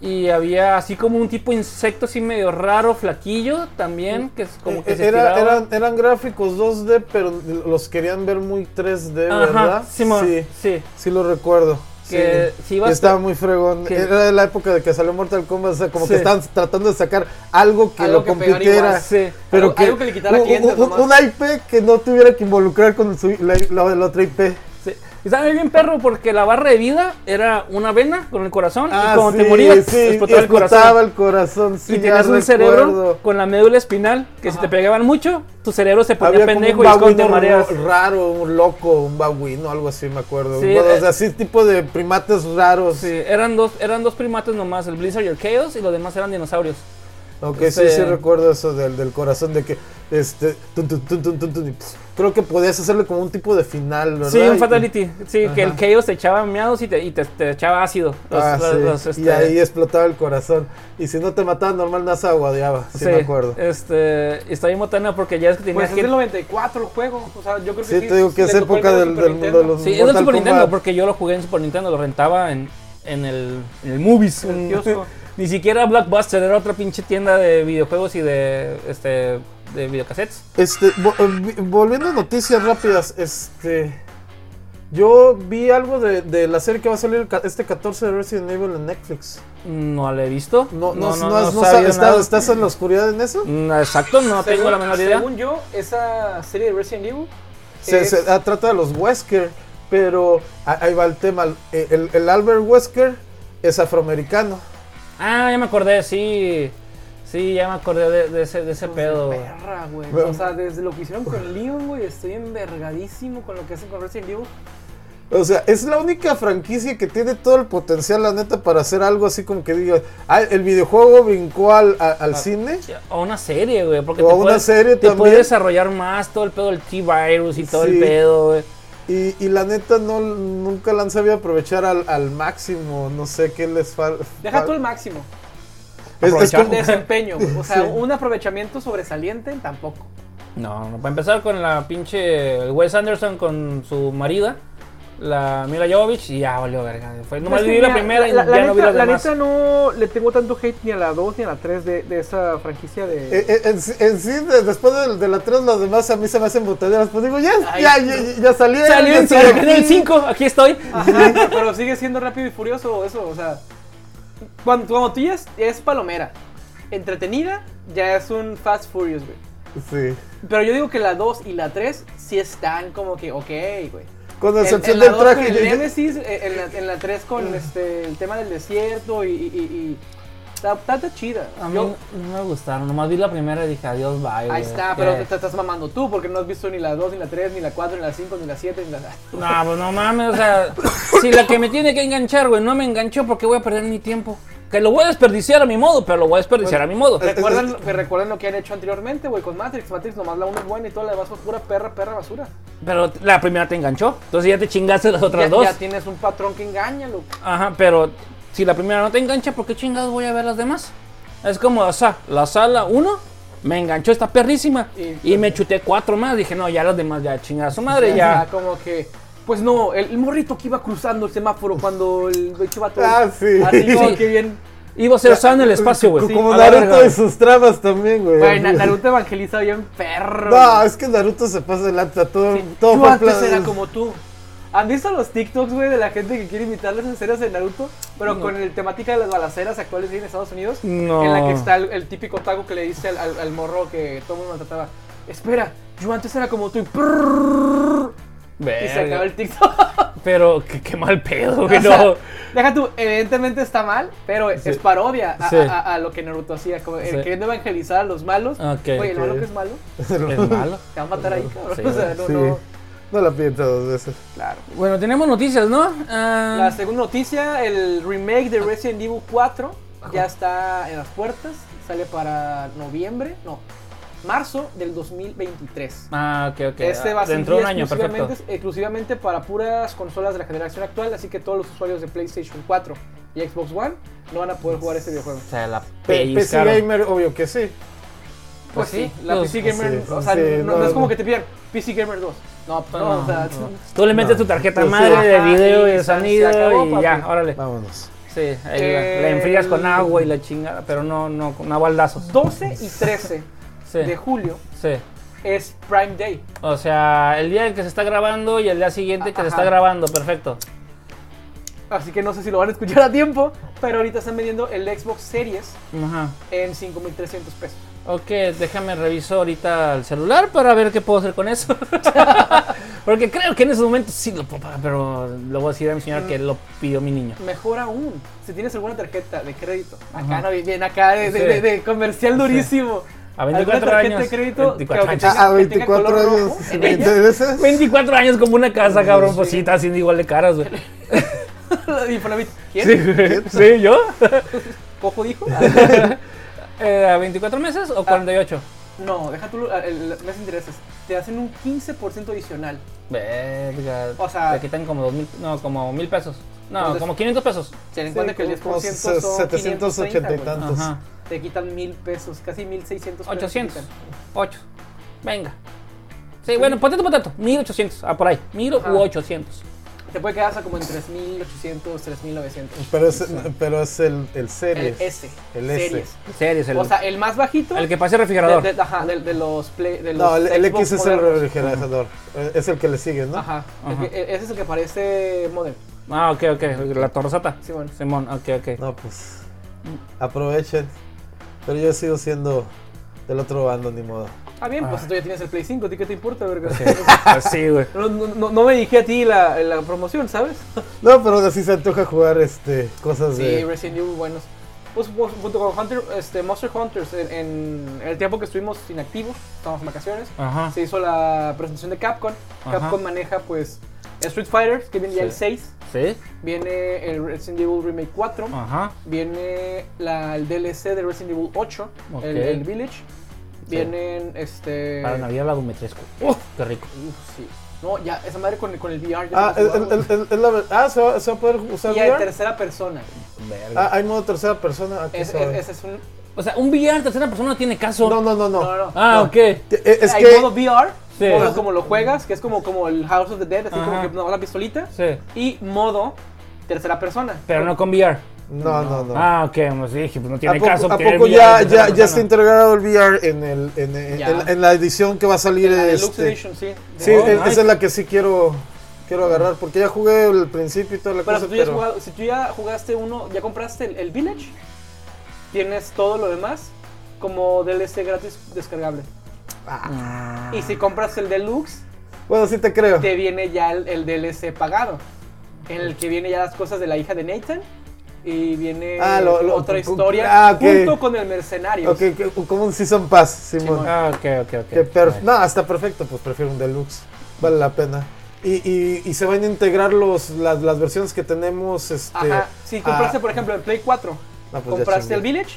[SPEAKER 1] y había así como un tipo insecto así medio raro, flaquillo también, que es como que se
[SPEAKER 2] E-, Eh, Era-
[SPEAKER 1] estiraba.
[SPEAKER 2] eran, eran gráficos 2D, pero los querían ver muy 3D,
[SPEAKER 1] Ajá,
[SPEAKER 2] ¿verdad?
[SPEAKER 1] Simón,
[SPEAKER 2] sí,
[SPEAKER 1] sí.
[SPEAKER 2] sí lo recuerdo.
[SPEAKER 1] Que
[SPEAKER 2] sí.
[SPEAKER 1] si
[SPEAKER 2] Y
[SPEAKER 1] vas-
[SPEAKER 2] estaba muy fregón.
[SPEAKER 1] que-
[SPEAKER 2] Era de la época de que salió Mortal Kombat, o sea, como
[SPEAKER 1] Sí.
[SPEAKER 2] que estaban tratando de sacar algo que
[SPEAKER 3] Algo
[SPEAKER 2] lo
[SPEAKER 3] que pegara
[SPEAKER 2] compitiera.
[SPEAKER 3] igual,
[SPEAKER 1] sí.
[SPEAKER 2] Pero
[SPEAKER 3] Algo-
[SPEAKER 2] que,
[SPEAKER 3] algo que le quitara
[SPEAKER 2] un-
[SPEAKER 3] clientes
[SPEAKER 2] un, un-
[SPEAKER 3] nomás.
[SPEAKER 2] un IP que no tuviera que involucrar con su- la, la- la otra IP.
[SPEAKER 1] Sí. Y estaba bien perro porque la barra de vida era una vena con el corazón y cuando te
[SPEAKER 2] Ah, sí,
[SPEAKER 1] morías
[SPEAKER 2] sí,
[SPEAKER 1] explotaba el
[SPEAKER 2] explotaba
[SPEAKER 1] corazón.
[SPEAKER 2] el corazón, sí,
[SPEAKER 1] y
[SPEAKER 2] ya
[SPEAKER 1] tenías un cerebro
[SPEAKER 2] recuerdo.
[SPEAKER 1] con la médula espinal que si
[SPEAKER 3] Ajá.
[SPEAKER 1] te pegaban mucho, tu cerebro se ponía
[SPEAKER 2] Había
[SPEAKER 1] pendejo y es
[SPEAKER 2] como
[SPEAKER 1] cuando
[SPEAKER 2] un
[SPEAKER 1] te
[SPEAKER 2] babuino
[SPEAKER 1] mareas.
[SPEAKER 2] ro- raro, un loco, un babuino, algo así me acuerdo.
[SPEAKER 1] Sí,
[SPEAKER 2] Bueno,
[SPEAKER 1] eh.
[SPEAKER 2] o sea, así tipo de primates raros.
[SPEAKER 1] Sí, eran dos, eran dos primates nomás, el Blizzard y el Chaos, y los demás eran dinosaurios.
[SPEAKER 2] Ok,
[SPEAKER 1] Este-
[SPEAKER 2] sí, sí recuerdo eso del, del corazón de que este tun, tun, tun, tun, tun, tun, y pss, creo que podías hacerle como un tipo de final, ¿verdad?
[SPEAKER 1] Sí, un
[SPEAKER 2] Y-
[SPEAKER 1] Fatality. Sí, que el Chaos te echaba miados y te, y te, te echaba ácido. Los-
[SPEAKER 2] Ah,
[SPEAKER 1] los-
[SPEAKER 2] sí,
[SPEAKER 1] los, este,
[SPEAKER 2] Y ahí explotaba el corazón. Y si no te mataban normal, NASA aguadeaba, sí,
[SPEAKER 1] sí,
[SPEAKER 2] me acuerdo.
[SPEAKER 1] Este, y está bien botana porque ya es que tenía
[SPEAKER 3] Pues es
[SPEAKER 1] que...
[SPEAKER 3] del 94 el juego. O sea, yo creo que
[SPEAKER 2] Sí, te digo que
[SPEAKER 3] le
[SPEAKER 2] es
[SPEAKER 3] tocó el
[SPEAKER 2] época
[SPEAKER 3] juego de
[SPEAKER 2] del,
[SPEAKER 3] Super
[SPEAKER 2] del mundo de
[SPEAKER 3] Nintendo.
[SPEAKER 2] los
[SPEAKER 1] Sí, es del
[SPEAKER 2] Mortal
[SPEAKER 1] Super Nintendo
[SPEAKER 2] Kombat.
[SPEAKER 1] porque yo lo jugué en Super Nintendo, lo rentaba en, en, el, en el Movies.
[SPEAKER 3] En el kiosco.
[SPEAKER 1] Ni siquiera Blockbuster, era otra pinche tienda de videojuegos y de, este, de videocassettes.
[SPEAKER 2] Este, vo- eh, vi- volviendo a noticias rápidas, este. Yo vi algo de, de la serie que va a salir el ca- este 14 de Resident Evil en Netflix.
[SPEAKER 1] No la he visto.
[SPEAKER 2] No, no, no, has- no
[SPEAKER 1] sabía
[SPEAKER 2] sabes-
[SPEAKER 1] nada.
[SPEAKER 2] estás, estás en la oscuridad en eso?
[SPEAKER 1] Mm, Exacto, no tengo
[SPEAKER 3] Según-
[SPEAKER 1] la menor idea.
[SPEAKER 3] Según yo, esa serie de Resident Evil.
[SPEAKER 2] Se,
[SPEAKER 3] es-
[SPEAKER 2] se- ah, trata de los Wesker, pero a- ahí va el tema. Eh, El, el Albert Wesker es afroamericano.
[SPEAKER 1] Ah, ya me acordé, sí. Sí, ya me acordé de, de ese, de ese pedo. güey.
[SPEAKER 3] pues, Perra, güey.
[SPEAKER 2] Bueno.
[SPEAKER 3] O sea, desde lo que hicieron con Leon, güey, estoy envergadísimo con lo que hacen con Resident Evil.
[SPEAKER 2] O sea, es la única franquicia que tiene todo el potencial, la neta, para hacer algo así como que diga, ah, el videojuego brincó al, a- al cine.
[SPEAKER 1] O una serie, güey. Porque
[SPEAKER 2] O
[SPEAKER 1] te
[SPEAKER 2] una
[SPEAKER 1] puedes-
[SPEAKER 2] serie
[SPEAKER 1] te
[SPEAKER 2] también.
[SPEAKER 1] puedes desarrollar más todo el pedo del T-Virus y todo el
[SPEAKER 2] Sí.
[SPEAKER 1] pedo, güey.
[SPEAKER 2] Y, y la neta no nunca la han sabido aprovechar al, al máximo, no sé qué les falta.
[SPEAKER 3] Deja todo el máximo.
[SPEAKER 1] Aprovechar.
[SPEAKER 2] como-
[SPEAKER 3] Desempeño, güey. O sea, un aprovechamiento sobresaliente tampoco.
[SPEAKER 1] No, no, para empezar con la pinche Wes Anderson con su marida. la Mila Jovovich y ya valió verga. Fue, nomás
[SPEAKER 3] Pues Es que
[SPEAKER 1] vi la
[SPEAKER 3] mira,
[SPEAKER 1] primera y
[SPEAKER 3] la-
[SPEAKER 1] ya
[SPEAKER 3] la
[SPEAKER 1] no vi
[SPEAKER 3] neta-
[SPEAKER 1] las
[SPEAKER 3] La
[SPEAKER 1] demás.
[SPEAKER 3] neta no le tengo tanto hate ni a la 2 ni a la 3 de, de esa franquicia de...
[SPEAKER 2] Eh, eh, En, sí- en sí, de- después de, de la 3, las demás a mí se me hacen botaderas. Pues digo, ya, ya, ya, ya, ya salieron,
[SPEAKER 1] Salió
[SPEAKER 2] ya
[SPEAKER 1] en
[SPEAKER 2] estoy
[SPEAKER 1] en el
[SPEAKER 2] aquí.
[SPEAKER 1] 5, aquí estoy.
[SPEAKER 3] Ajá, pero- pero sigue siendo rápido y furioso eso, o sea... Cuando, cuando tú ya es, ya es palomera, entretenida, ya es un Fast Furious, güey.
[SPEAKER 2] Sí.
[SPEAKER 3] Pero yo digo que la 2 y la 3 sí están como que, ok, güey.
[SPEAKER 2] Con
[SPEAKER 3] En-
[SPEAKER 2] excepción
[SPEAKER 3] en la
[SPEAKER 2] del
[SPEAKER 3] dos
[SPEAKER 2] traje.
[SPEAKER 3] Con
[SPEAKER 2] yo-
[SPEAKER 3] el
[SPEAKER 2] yo- Ah.
[SPEAKER 3] Nemesis, eh, en la, en la 3 con este, el tema del desierto y... y, y- y- está, está- está chida.
[SPEAKER 1] A mí
[SPEAKER 3] Yo-
[SPEAKER 1] no me gustaron, nomás vi la primera y dije adiós, bye. güey.
[SPEAKER 3] Ahí está, pero
[SPEAKER 1] Eh,
[SPEAKER 3] te, te estás mamando tú porque no has visto ni la 2, ni la 3, ni la 4, ni la 5, ni la 7, ni la...
[SPEAKER 1] No, pues no mames, o sea, si la que me tiene que enganchar, güey, no me enganchó porque voy a perder mi tiempo. Que lo voy a desperdiciar a mi modo, pero lo voy a desperdiciar a mi modo.
[SPEAKER 3] ¿Recuerdan, que recuerdan lo que han hecho anteriormente, güey, con Matrix. Matrix nomás la 1 es buena y toda la demás fue pura perra, perra basura.
[SPEAKER 1] Pero la primera te enganchó, entonces ya te chingaste las otras
[SPEAKER 3] ya,
[SPEAKER 1] dos.
[SPEAKER 3] ya tienes un patrón que engaña, loco.
[SPEAKER 1] Ajá, pero si la primera no te engancha, ¿por qué chingados voy a ver las demás? Es como, o sea, la sala 1 me enganchó, está perrísima.
[SPEAKER 3] Y-
[SPEAKER 1] Y, me chuté cuatro más, dije, no, ya las demás, ya chingada su madre,
[SPEAKER 3] Ya,
[SPEAKER 1] ya.
[SPEAKER 3] como que... Pues no, el, el morrito que iba cruzando el semáforo cuando el bicho va todo...
[SPEAKER 2] Ah, sí.
[SPEAKER 3] Así como
[SPEAKER 1] Sí.
[SPEAKER 3] que bien...
[SPEAKER 1] Iba a ser Osamu en el espacio, güey.
[SPEAKER 2] Como
[SPEAKER 1] A la
[SPEAKER 2] Naruto
[SPEAKER 1] verga.
[SPEAKER 2] y sus tramas también, güey.
[SPEAKER 3] Güey, Na- Naruto evangeliza bien perro.
[SPEAKER 2] No,
[SPEAKER 3] güey.
[SPEAKER 2] es que Naruto se pasa el lata todo,
[SPEAKER 3] Sí,
[SPEAKER 2] todo
[SPEAKER 3] Yo
[SPEAKER 2] fue
[SPEAKER 3] antes
[SPEAKER 2] plan-
[SPEAKER 3] era como tú. ¿Han visto los TikToks, güey, de la gente que quiere imitar las escenas de Naruto? Pero con el temática de las balaceras actuales en Estados Unidos.
[SPEAKER 1] No.
[SPEAKER 3] En la que está el, el típico taco que le dice al, al- al morro que todo mundo maltrataba. Espera, yo antes era como tú y, prrrr", y se
[SPEAKER 1] Verga.
[SPEAKER 3] acaba el TikTok.
[SPEAKER 1] Pero qué, qué mal pedo, güey.
[SPEAKER 3] O sea,
[SPEAKER 1] no.
[SPEAKER 3] deja tú, evidentemente está mal, pero es parodia a,
[SPEAKER 1] Sí.
[SPEAKER 3] a- a- a lo que Naruto hacía, como el
[SPEAKER 1] Sí.
[SPEAKER 3] queriendo evangelizar a los malos.
[SPEAKER 1] Ok,
[SPEAKER 3] Güey, el malo
[SPEAKER 2] ok.
[SPEAKER 3] que es malo,
[SPEAKER 1] Es malo.
[SPEAKER 3] te va a matar ahí, cabrón.
[SPEAKER 1] Sí,
[SPEAKER 3] o sea, no,
[SPEAKER 2] Sí.
[SPEAKER 3] no.
[SPEAKER 2] No la piensa dos veces.
[SPEAKER 3] Claro.
[SPEAKER 1] Bueno, tenemos noticias, ¿no? Ah,
[SPEAKER 3] La segunda noticia, el remake de Resident Evil 4 ya está en las puertas, sale para noviembre, no, marzo del 2023.
[SPEAKER 1] Ah, ok, ok.
[SPEAKER 3] Este va a ser
[SPEAKER 1] Dentro de un año,
[SPEAKER 3] exclusivamente,
[SPEAKER 1] perfecto.
[SPEAKER 3] exclusivamente para puras consolas de la generación actual, así que todos los usuarios de PlayStation 4 y Xbox One no van a poder jugar este videojuego.
[SPEAKER 1] O sea, la
[SPEAKER 2] Pe- PC
[SPEAKER 1] pellizcaron.
[SPEAKER 2] Gamer, obvio que sí.
[SPEAKER 3] Pues sí,
[SPEAKER 1] sí.
[SPEAKER 3] la
[SPEAKER 1] Pues,
[SPEAKER 3] PC Gamer,
[SPEAKER 2] sí,
[SPEAKER 3] o sea,
[SPEAKER 2] sí,
[SPEAKER 3] no, no
[SPEAKER 2] no,
[SPEAKER 3] es como
[SPEAKER 2] no.
[SPEAKER 3] que te pidan PC Gamer 2. No, pues no, o sea,
[SPEAKER 1] Tú le metes
[SPEAKER 2] No.
[SPEAKER 1] tu tarjeta
[SPEAKER 2] Pues sí.
[SPEAKER 1] madre de
[SPEAKER 3] Ajá,
[SPEAKER 1] video
[SPEAKER 3] y
[SPEAKER 1] y de
[SPEAKER 3] se- se
[SPEAKER 1] sonido
[SPEAKER 3] acabó,
[SPEAKER 1] y
[SPEAKER 3] papi.
[SPEAKER 1] ya, órale.
[SPEAKER 2] Vámonos.
[SPEAKER 1] Sí, ahí va.
[SPEAKER 3] Eh,
[SPEAKER 1] la enfrías con agua y la chingada, pero no, no, con a baldazos.
[SPEAKER 3] 12 y 13
[SPEAKER 1] Sí,
[SPEAKER 3] de julio
[SPEAKER 1] sí.
[SPEAKER 3] es Prime Day.
[SPEAKER 1] O sea, el día en que se está grabando y el día siguiente que se
[SPEAKER 3] Ajá.
[SPEAKER 1] está grabando, perfecto.
[SPEAKER 3] Así que no sé si lo van a escuchar a tiempo, pero ahorita están vendiendo el Xbox Series
[SPEAKER 1] Ajá.
[SPEAKER 3] en 5300 pesos.
[SPEAKER 1] Ok, déjame reviso ahorita el celular para ver qué puedo hacer con eso. Porque creo que en ese momento sí lo puedo pagar, pero le voy a decir a mi señora que lo pidió mi niño.
[SPEAKER 3] Mejor aún, si tienes alguna tarjeta de crédito, acá
[SPEAKER 1] Ajá.
[SPEAKER 3] no bien, acá de, de-
[SPEAKER 1] Sí.
[SPEAKER 3] de- de comercial durísimo.
[SPEAKER 1] A
[SPEAKER 3] ¿Alguna
[SPEAKER 1] 24
[SPEAKER 3] tarjeta
[SPEAKER 1] años.
[SPEAKER 3] de crédito?
[SPEAKER 1] 24
[SPEAKER 3] Creo que
[SPEAKER 1] años.
[SPEAKER 3] tenga-
[SPEAKER 2] A, a
[SPEAKER 3] que tenga
[SPEAKER 2] 24
[SPEAKER 3] color
[SPEAKER 2] años,
[SPEAKER 3] rojo
[SPEAKER 2] si
[SPEAKER 3] en
[SPEAKER 2] me
[SPEAKER 3] ella.
[SPEAKER 2] interesas.
[SPEAKER 1] 24 años como una casa, cabrón. Pues
[SPEAKER 3] Sí.
[SPEAKER 1] sí, está haciendo igual de caras, güey.
[SPEAKER 3] Y Infonavit, ¿quién?
[SPEAKER 1] Sí, güey. sí, yo.
[SPEAKER 3] ¿Cojo dijo?
[SPEAKER 1] Eh, ¿A 24 meses
[SPEAKER 3] Ah.
[SPEAKER 1] o 48?
[SPEAKER 3] no, deja tú ah, el- el- los intereses. Te hacen un 15% adicional.
[SPEAKER 1] Verga.
[SPEAKER 3] O sea-
[SPEAKER 1] Te quitan como 2000, no, como mil pesos. No,
[SPEAKER 3] Entonces-
[SPEAKER 1] como 500 pesos.
[SPEAKER 3] Ten en
[SPEAKER 2] Sí,
[SPEAKER 3] cuenta que el
[SPEAKER 2] como- como
[SPEAKER 3] 10% son
[SPEAKER 2] 780 y
[SPEAKER 3] 530, güey.
[SPEAKER 2] tanto. Entonces-
[SPEAKER 1] Ajá.
[SPEAKER 3] Te quitan mil pesos, casi 1600 pesos te
[SPEAKER 1] 800.
[SPEAKER 3] quitan.
[SPEAKER 1] 8. Venga. Sí, bueno, potato, potato. 1800. Ah, por ahí. 1000
[SPEAKER 3] Ajá.
[SPEAKER 1] u 800.
[SPEAKER 3] Te puede quedar hasta como en 3800, 3900.
[SPEAKER 2] Pero es, pero es el, el series.
[SPEAKER 3] El S.
[SPEAKER 2] El S.
[SPEAKER 3] series.
[SPEAKER 1] Serio, es el,
[SPEAKER 3] O sea, el más bajito.
[SPEAKER 1] el que pase el
[SPEAKER 3] de,
[SPEAKER 1] refrigerador.
[SPEAKER 3] de- ajá, de- de los play, de
[SPEAKER 2] No, el,
[SPEAKER 3] los
[SPEAKER 2] el
[SPEAKER 3] Xbox
[SPEAKER 2] X es el
[SPEAKER 3] modernos.
[SPEAKER 2] refrigerador. Eh, Es el que le sigue, ¿no?
[SPEAKER 3] Ajá. el
[SPEAKER 1] Ajá.
[SPEAKER 3] que- e- ese es el que parece modem.
[SPEAKER 1] Ah, ok, ok. La torzata.
[SPEAKER 3] Simón.
[SPEAKER 1] Simón, ok, ok.
[SPEAKER 2] No, pues. Aprovechen. Pero yo sigo siendo del otro bando, ni modo.
[SPEAKER 3] Ah, bien, pues
[SPEAKER 1] Ah.
[SPEAKER 3] tú ya tienes el Play 5, ¿a ti qué te importa, verga?
[SPEAKER 2] Ah,
[SPEAKER 1] Pues sí, güey.
[SPEAKER 3] No, no, no- no me dije a ti la, la promoción, ¿sabes?
[SPEAKER 2] No, pero aún así se antoja jugar este, cosas
[SPEAKER 3] Sí,
[SPEAKER 2] de.
[SPEAKER 3] Resident Evil, buenos. Pues pues, junto con Hunter, este, Monster Hunters, en, en el tiempo que estuvimos inactivos, estamos en vacaciones,
[SPEAKER 1] Ajá.
[SPEAKER 3] se hizo la presentación de Capcom.
[SPEAKER 1] Ajá.
[SPEAKER 3] Capcom maneja, pues, Street Fighter, que viene ya
[SPEAKER 1] Sí.
[SPEAKER 3] el 6,
[SPEAKER 1] Sí.
[SPEAKER 3] viene el Resident Evil Remake 4,
[SPEAKER 1] Ajá.
[SPEAKER 3] viene la, el DLC de Resident Evil 8,
[SPEAKER 1] Ok.
[SPEAKER 3] el, el Village, vienen este.
[SPEAKER 2] Eh.
[SPEAKER 1] Para Navidad la Dumetresco. qué rico.
[SPEAKER 3] Uf, sí. No, ya, esa madre con, con el VR. ya
[SPEAKER 2] Ah,
[SPEAKER 3] no
[SPEAKER 2] el,
[SPEAKER 3] jugaba,
[SPEAKER 2] el- el- el- el- la ver- ah, ¿se va, se va a poder usar
[SPEAKER 3] y en
[SPEAKER 2] VR?
[SPEAKER 3] tercera persona.
[SPEAKER 2] Ah, hay modo tercera persona. Aquí
[SPEAKER 3] Es-
[SPEAKER 2] se va.
[SPEAKER 3] es- Ese es un.
[SPEAKER 1] O sea, un billar tercera persona no tiene caso.
[SPEAKER 2] No, no, no, no.
[SPEAKER 3] No, no, no.
[SPEAKER 1] Ah,
[SPEAKER 2] No.
[SPEAKER 1] ok.
[SPEAKER 2] Eh, Es
[SPEAKER 3] Hay
[SPEAKER 2] que
[SPEAKER 3] modo VR
[SPEAKER 1] Sí. Sí.
[SPEAKER 3] modo como lo juegas, que es como, como el House of the Dead, así como
[SPEAKER 1] Ajá.
[SPEAKER 3] que no, la pistolita.
[SPEAKER 1] Sí.
[SPEAKER 3] Y modo tercera persona.
[SPEAKER 1] Pero no con VR.
[SPEAKER 2] No, no, no.
[SPEAKER 1] Ah, ok, pues dije, pues no
[SPEAKER 2] ¿A
[SPEAKER 1] tiene
[SPEAKER 2] poco,
[SPEAKER 1] caso.
[SPEAKER 2] a
[SPEAKER 1] tener
[SPEAKER 2] poco
[SPEAKER 1] VR
[SPEAKER 2] ya,
[SPEAKER 1] de
[SPEAKER 2] ya,
[SPEAKER 1] tercera
[SPEAKER 2] ya está
[SPEAKER 1] persona.
[SPEAKER 2] integrado el VR en, el, en, el-
[SPEAKER 3] Ya.
[SPEAKER 2] en- en la edición que va a salir?
[SPEAKER 3] La Deluxe
[SPEAKER 2] este?
[SPEAKER 3] Ah, Edition, sí.
[SPEAKER 2] Sí,
[SPEAKER 1] Oh,
[SPEAKER 2] es-
[SPEAKER 1] nice.
[SPEAKER 2] esa es la que sí quiero, quiero agarrar, porque ya jugué el principio y toda la
[SPEAKER 3] Pero si
[SPEAKER 2] cosa,
[SPEAKER 3] tú, ya has
[SPEAKER 2] pero-
[SPEAKER 3] jugado- si tú ya jugaste uno, ya compraste el, el Village, tienes todo lo demás como DLC gratis descargable.
[SPEAKER 1] Mm.
[SPEAKER 3] Y si compras el Deluxe,
[SPEAKER 2] Ah, Bueno, sí te creo.
[SPEAKER 3] te viene ya el, el DLC pagado, en el que viene ya las cosas de la hija de Nathan y viene
[SPEAKER 2] Ah, lo- lo-
[SPEAKER 3] otra
[SPEAKER 2] cu-
[SPEAKER 3] historia
[SPEAKER 2] ah, ok.
[SPEAKER 3] junto con el mercenario.
[SPEAKER 2] Ok, que- como un Season Pass, Simón.
[SPEAKER 3] Simón.
[SPEAKER 1] Ah, ok, ok, ok.
[SPEAKER 2] Que per- No, hasta perfecto, pues prefiero un deluxe. Vale la pena. Y, y- y se van a integrar los, las, las versiones que tenemos. Este,
[SPEAKER 3] Ajá. Si compraste,
[SPEAKER 2] a-
[SPEAKER 3] por ejemplo, el Play 4,
[SPEAKER 2] No, pues ya
[SPEAKER 3] compraste
[SPEAKER 2] chingué.
[SPEAKER 3] el Village,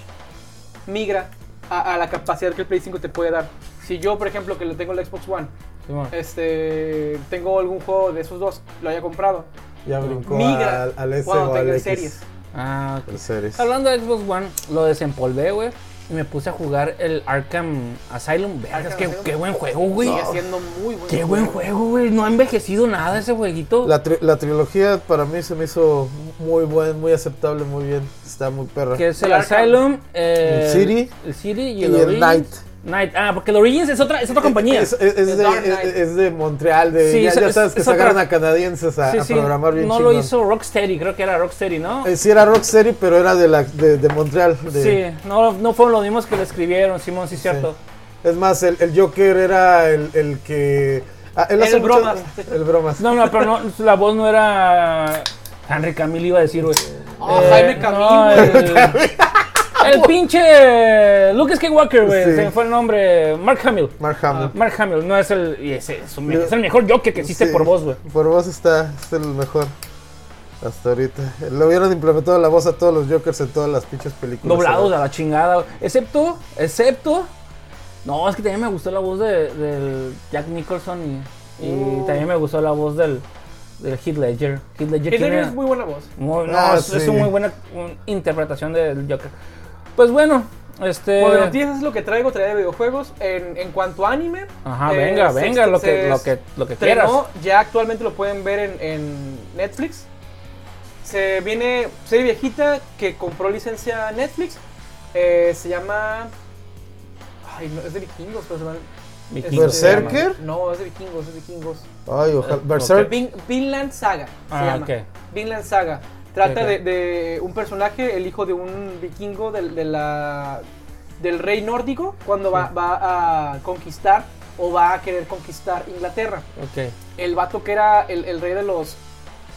[SPEAKER 3] migra a, a la capacidad que el Play 5 te puede dar. Si yo, por ejemplo, que lo tengo en la Xbox One,
[SPEAKER 1] Simón.
[SPEAKER 3] este, tengo algún juego de esos dos, lo haya comprado,
[SPEAKER 2] Ya brincó
[SPEAKER 3] migra
[SPEAKER 2] al, al S
[SPEAKER 3] cuando
[SPEAKER 2] o al
[SPEAKER 3] tenga
[SPEAKER 2] X.
[SPEAKER 3] series.
[SPEAKER 1] Ah, ok.
[SPEAKER 2] Al series.
[SPEAKER 1] Hablando de Xbox One, lo desempolvé, güey. Y me puse a jugar el Arkham Asylum. Vergas,
[SPEAKER 3] Arkham
[SPEAKER 1] qué,
[SPEAKER 3] Asylum.
[SPEAKER 1] qué buen juego, güey.
[SPEAKER 3] Sigue siendo muy bueno.
[SPEAKER 1] Qué buen juego, güey. No ha envejecido nada ese jueguito.
[SPEAKER 2] La, tri- la trilogía para mí se me hizo muy buen, muy aceptable, muy bien. Está muy perra.
[SPEAKER 1] Que es el
[SPEAKER 3] El Arkham.
[SPEAKER 1] Asylum, eh,
[SPEAKER 2] El City.
[SPEAKER 1] el City y,
[SPEAKER 2] Y
[SPEAKER 1] el,
[SPEAKER 2] el
[SPEAKER 1] Origins.
[SPEAKER 2] Knight. Eh,
[SPEAKER 1] Knight. Ah, porque el Origins es otra, es otra compañía.
[SPEAKER 2] Es, es- es
[SPEAKER 3] The
[SPEAKER 2] de,
[SPEAKER 3] Dark Knight.
[SPEAKER 2] es- es de Montreal, de,
[SPEAKER 1] Sí,
[SPEAKER 2] ya,
[SPEAKER 1] es-
[SPEAKER 2] ya
[SPEAKER 1] es-
[SPEAKER 2] sabes que
[SPEAKER 1] es
[SPEAKER 2] se
[SPEAKER 1] otra-
[SPEAKER 2] agarran a canadienses a,
[SPEAKER 1] Sí,
[SPEAKER 2] a
[SPEAKER 1] sí.
[SPEAKER 2] programar bien
[SPEAKER 1] No
[SPEAKER 2] chingón.
[SPEAKER 1] lo hizo Rocksteady, creo que era Rocksteady, ¿no?
[SPEAKER 2] Eh, sí era Rocksteady, pero era de, la, de, de Montreal. de-
[SPEAKER 1] Sí, no, no fueron los mismos que lo escribieron, Simón, sí, cierto.
[SPEAKER 2] Es más, el, el Joker era el, el que... ah, él
[SPEAKER 3] El
[SPEAKER 2] hace mucho-
[SPEAKER 3] bromas.
[SPEAKER 2] El bromas.
[SPEAKER 1] No, no, pero no, la voz no era. Henry Camil iba a decir, güey. Eh,
[SPEAKER 3] Ah, Jaime Camil, güey.
[SPEAKER 1] el, el pinche Luke Skywalker, güey.
[SPEAKER 2] Sí.
[SPEAKER 1] Se me fue el nombre. Mark Hamill.
[SPEAKER 2] Mark Hamill.
[SPEAKER 1] Mark Hamill, no es el. y ese es, un- es el mejor Joker que existe
[SPEAKER 2] Sí.
[SPEAKER 1] por voz, güey.
[SPEAKER 2] Por voz está, es el mejor. Hasta ahorita. Le hubieran implementado la voz a todos los Jokers en todas las pinches películas.
[SPEAKER 1] Doblados a la chingada, güey. excepto, excepto. No, es que también me gustó la voz de, del Jack Nicholson y, y
[SPEAKER 3] Oh.
[SPEAKER 1] también me gustó la voz del, del Heath Ledger. Heath Ledger
[SPEAKER 3] Hitler
[SPEAKER 1] tiene-
[SPEAKER 3] es muy buena voz.
[SPEAKER 1] Muy- no,
[SPEAKER 2] Ah,
[SPEAKER 1] es,
[SPEAKER 2] sí.
[SPEAKER 1] es una muy buena un- interpretación del Joker. Pues bueno, este.
[SPEAKER 3] Bueno, noticias es lo que traigo, traía de videojuegos. En, en cuanto a anime.
[SPEAKER 1] Ajá,
[SPEAKER 3] eh,
[SPEAKER 1] venga,
[SPEAKER 3] se-
[SPEAKER 1] venga, lo que,
[SPEAKER 3] se
[SPEAKER 1] lo que, lo que quieras.
[SPEAKER 3] estrenó, ya actualmente lo pueden ver en, en Netflix. Se viene serie viejita que compró licencia Netflix. eh, se llama. Ay, no, es de vikingos, pero se llama.
[SPEAKER 1] Vikingos
[SPEAKER 3] este,
[SPEAKER 1] se
[SPEAKER 2] Berserker.
[SPEAKER 1] llama.
[SPEAKER 3] No, es de vikingos, es de vikingos.
[SPEAKER 2] Ay, ojalá.
[SPEAKER 1] Eh,
[SPEAKER 2] Berserk.
[SPEAKER 3] Vin- Vinland Saga. Se
[SPEAKER 1] Ah,
[SPEAKER 3] llama.
[SPEAKER 1] ok.
[SPEAKER 3] Vinland Saga. Trata
[SPEAKER 1] Ok.
[SPEAKER 3] de, de un personaje, el hijo de un vikingo del, de la- del rey nórdico, cuando va, va a conquistar o va a querer conquistar Inglaterra.
[SPEAKER 1] Ok,
[SPEAKER 3] El vato que era el, el rey de los,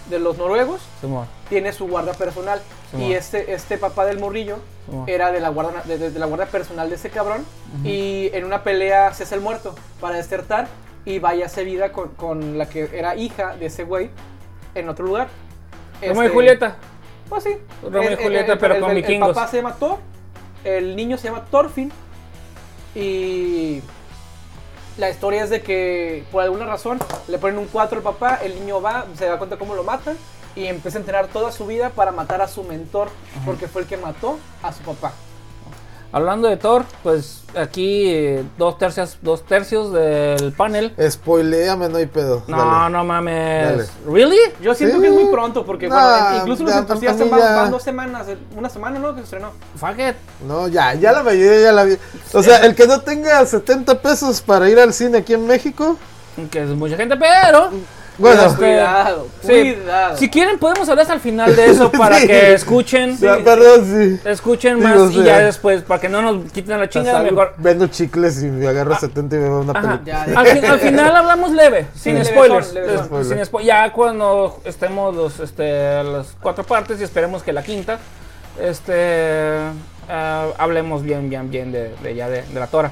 [SPEAKER 3] de los noruegos
[SPEAKER 1] Simón,
[SPEAKER 3] tiene su guarda personal.
[SPEAKER 1] Simón.
[SPEAKER 3] Y este, este papá del morrillo
[SPEAKER 1] Simón.
[SPEAKER 3] era de la guarda, de, de- de la guarda personal de ese cabrón. Y en una pelea se hace el muerto para desertar y vaya a hacer vida con, con la que era hija de ese güey en otro lugar.
[SPEAKER 1] Romeo
[SPEAKER 3] Este,
[SPEAKER 1] y Julieta.
[SPEAKER 3] Pues sí.
[SPEAKER 1] Romeo y Julieta, pero con vikingos.
[SPEAKER 3] El papá se llama Thor, el niño se llama Thorfinn y la historia es de que por alguna razón le ponen un 4 al papá, el niño va, se da cuenta cómo lo matan y empieza a entrenar toda su vida para matar a su mentor porque fue el que mató a su papá.
[SPEAKER 1] Hablando de Thor, pues aquí eh, dos tercios, dos tercios del panel.
[SPEAKER 2] Spoileame, no hay pedo.
[SPEAKER 1] No,
[SPEAKER 2] Eh, Dale.
[SPEAKER 1] no mames.
[SPEAKER 2] Dale.
[SPEAKER 1] ¿Really?
[SPEAKER 3] Yo siento
[SPEAKER 2] Sí.
[SPEAKER 3] que es muy pronto porque
[SPEAKER 2] No,
[SPEAKER 3] bueno, en- incluso los
[SPEAKER 2] ya,
[SPEAKER 3] entusiastas
[SPEAKER 2] a mí
[SPEAKER 3] van,
[SPEAKER 2] ya-
[SPEAKER 3] van dos semanas, una semana, ¿no? Que se estrenó.
[SPEAKER 1] Fuck it.
[SPEAKER 2] No, ya, ya la mayoría ya la vi. O sea, el que no tenga 70 pesos para ir al cine aquí en México.
[SPEAKER 1] Que es mucha gente, pero.
[SPEAKER 2] Bueno,
[SPEAKER 1] Este,
[SPEAKER 3] Cuidado,
[SPEAKER 1] sí,
[SPEAKER 3] cuidado.
[SPEAKER 1] Si quieren, podemos hablar hasta el final de eso para
[SPEAKER 2] Sí.
[SPEAKER 1] que escuchen.
[SPEAKER 2] ya, perdón, sí.
[SPEAKER 1] Escuchen
[SPEAKER 2] Sí,
[SPEAKER 1] más
[SPEAKER 2] o
[SPEAKER 1] y
[SPEAKER 2] sea.
[SPEAKER 1] ya después, para que no nos quiten la chingada,
[SPEAKER 2] Salgo,
[SPEAKER 1] mejor. Ah.
[SPEAKER 2] Vendo chicles y me agarro 70 y me veo una
[SPEAKER 1] Ajá.
[SPEAKER 2] película.
[SPEAKER 3] Ya, ya.
[SPEAKER 1] Al, fin- al final hablamos leve, sin
[SPEAKER 3] Levesón,
[SPEAKER 1] spoilers.
[SPEAKER 3] levesón.
[SPEAKER 1] Sin spo- ya cuando estemos los, este, las cuatro partes y esperemos que la quinta, este, ah, hablemos bien, bien, bien de, de ya de, de la tora.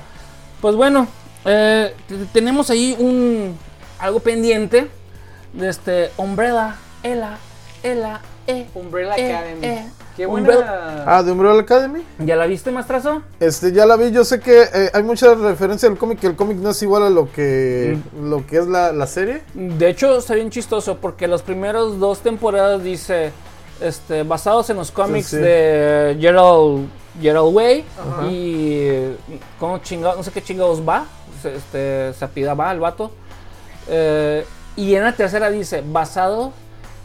[SPEAKER 1] Pues bueno, eh, t- tenemos ahí un algo pendiente de este Umbrella, Ela, Ela, E.
[SPEAKER 3] Umbrella
[SPEAKER 1] Eh,
[SPEAKER 3] Academy.
[SPEAKER 1] eh.
[SPEAKER 3] Qué
[SPEAKER 1] Umbrella-
[SPEAKER 3] buena.
[SPEAKER 2] Ah, de Umbrella Academy.
[SPEAKER 1] ¿Ya la viste, maestrazo?
[SPEAKER 2] Este, ya la vi, yo sé que eh, hay mucha referencia al cómic, que el cómic no es igual a lo que,
[SPEAKER 1] Mm.
[SPEAKER 2] lo que es la, la serie.
[SPEAKER 1] De hecho, está bien chistoso porque los primeros dos temporadas dice este, basados en los cómics
[SPEAKER 2] sí.
[SPEAKER 1] de Gerald, Gerald Way y eh, ¿cómo chingados? No sé qué chingados va. se- este, se apidaba al vato. Eh, y en la tercera dice, basado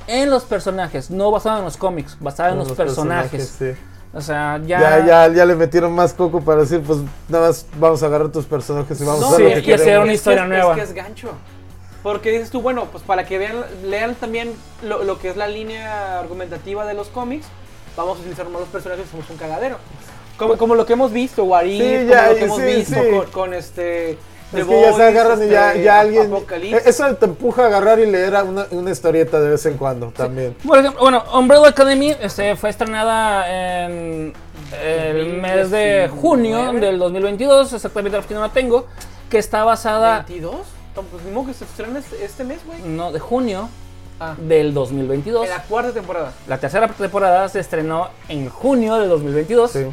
[SPEAKER 1] en los personajes, no basado en los cómics, basado en los, personajes.
[SPEAKER 2] sí.
[SPEAKER 1] O sea, ya...
[SPEAKER 2] ya. Ya, ya le metieron más coco para decir, pues nada más vamos a agarrar tus personajes y vamos
[SPEAKER 1] No,
[SPEAKER 2] a hacer
[SPEAKER 1] sí,
[SPEAKER 2] lo
[SPEAKER 1] y
[SPEAKER 2] que
[SPEAKER 1] hacer
[SPEAKER 2] queremos.
[SPEAKER 1] una historia
[SPEAKER 3] es,
[SPEAKER 1] nueva.
[SPEAKER 3] Es que es gancho. Porque dices tú, bueno, pues para que vean, lean también lo, lo que es la línea argumentativa de los cómics, vamos a utilizar malos personajes somos un cagadero. Como, como lo que hemos visto, Warí,
[SPEAKER 2] Sí,
[SPEAKER 3] como
[SPEAKER 2] ya,
[SPEAKER 3] lo que
[SPEAKER 2] y
[SPEAKER 3] hemos
[SPEAKER 2] sí,
[SPEAKER 3] visto
[SPEAKER 2] sí.
[SPEAKER 3] con, con este. The
[SPEAKER 2] Es que ya
[SPEAKER 3] Boys,
[SPEAKER 2] se agarran y ya,
[SPEAKER 3] este,
[SPEAKER 2] ya alguien. e-,
[SPEAKER 3] Apocalipsis.
[SPEAKER 2] Eso te empuja a agarrar y leer a una, una historieta de vez en cuando también.
[SPEAKER 1] Por ejemplo, bueno, Umbrella Academy este, fue estrenada en el mes de
[SPEAKER 3] 2019.
[SPEAKER 1] junio del 2022, exactamente la fecha no la tengo, que está basada...
[SPEAKER 3] ¿22? Tom, Pues mismo que se estrena este, este mes, güey.
[SPEAKER 1] No, de junio
[SPEAKER 3] Ah,
[SPEAKER 1] del 2022.
[SPEAKER 3] en la cuarta temporada.
[SPEAKER 1] La tercera temporada se estrenó en junio del 2022.
[SPEAKER 2] Sí.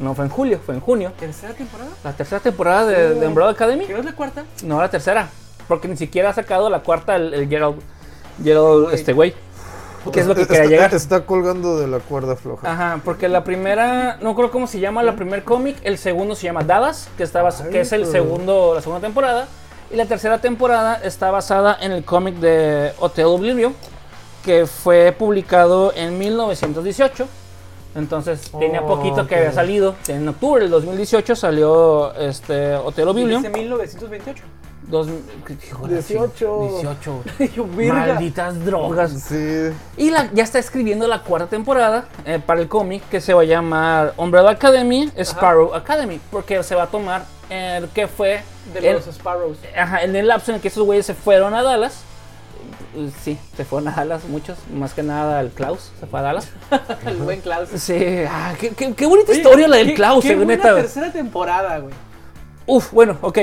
[SPEAKER 1] No fue en julio, fue en junio.
[SPEAKER 3] ¿Tercera temporada?
[SPEAKER 1] La tercera temporada de, de Umbrella Academy.
[SPEAKER 3] ¿Que no es la cuarta?
[SPEAKER 1] No, la tercera. Porque ni siquiera ha sacado la cuarta el, el Gerald, Gerald,
[SPEAKER 3] Güey.
[SPEAKER 1] este güey. ¿Qué es lo que
[SPEAKER 2] Está-
[SPEAKER 1] quería llegar? Ah,
[SPEAKER 2] Está colgando de la cuerda floja.
[SPEAKER 1] Ajá, porque la primera, no creo cómo se llama la primer cómic, el segundo se llama Dallas, que, está bas- que es el
[SPEAKER 2] hijo.
[SPEAKER 1] segundo, la segunda temporada, y la tercera temporada está basada en el cómic de Hotel Oblivion, que fue publicado en 1918, entonces tenía
[SPEAKER 2] Oh,
[SPEAKER 1] poquito que había
[SPEAKER 2] ok.
[SPEAKER 1] salido, en octubre del 2018 salió este Hotel
[SPEAKER 3] Dice
[SPEAKER 1] Oblivion,
[SPEAKER 3] 1928.
[SPEAKER 1] Dos- hijo de la chingada,
[SPEAKER 2] 18.
[SPEAKER 1] 18, güey.
[SPEAKER 3] Yo, verga.
[SPEAKER 1] malditas drogas.
[SPEAKER 2] Sí.
[SPEAKER 1] Y la- ya está escribiendo la cuarta temporada eh, para el cómic que se va a llamar Umbrella Academy, Sparrow Academy, porque se va a tomar el que fue
[SPEAKER 3] De
[SPEAKER 1] el,
[SPEAKER 3] los Sparrows.
[SPEAKER 1] ajá, en el lapso en el que esos güeyes se fueron a Dallas. Eh, Sí, se fueron a Dallas muchos, más que nada el Klaus se fue a Dallas.
[SPEAKER 3] El buen Klaus.
[SPEAKER 1] Sí, ah, qué, qué- qué bonita
[SPEAKER 3] Oye,
[SPEAKER 1] historia la del
[SPEAKER 3] qué-
[SPEAKER 1] Klaus,
[SPEAKER 3] qué
[SPEAKER 1] según
[SPEAKER 3] buena
[SPEAKER 1] esta.
[SPEAKER 3] tercera temporada, güey.
[SPEAKER 1] Uf, bueno, ok.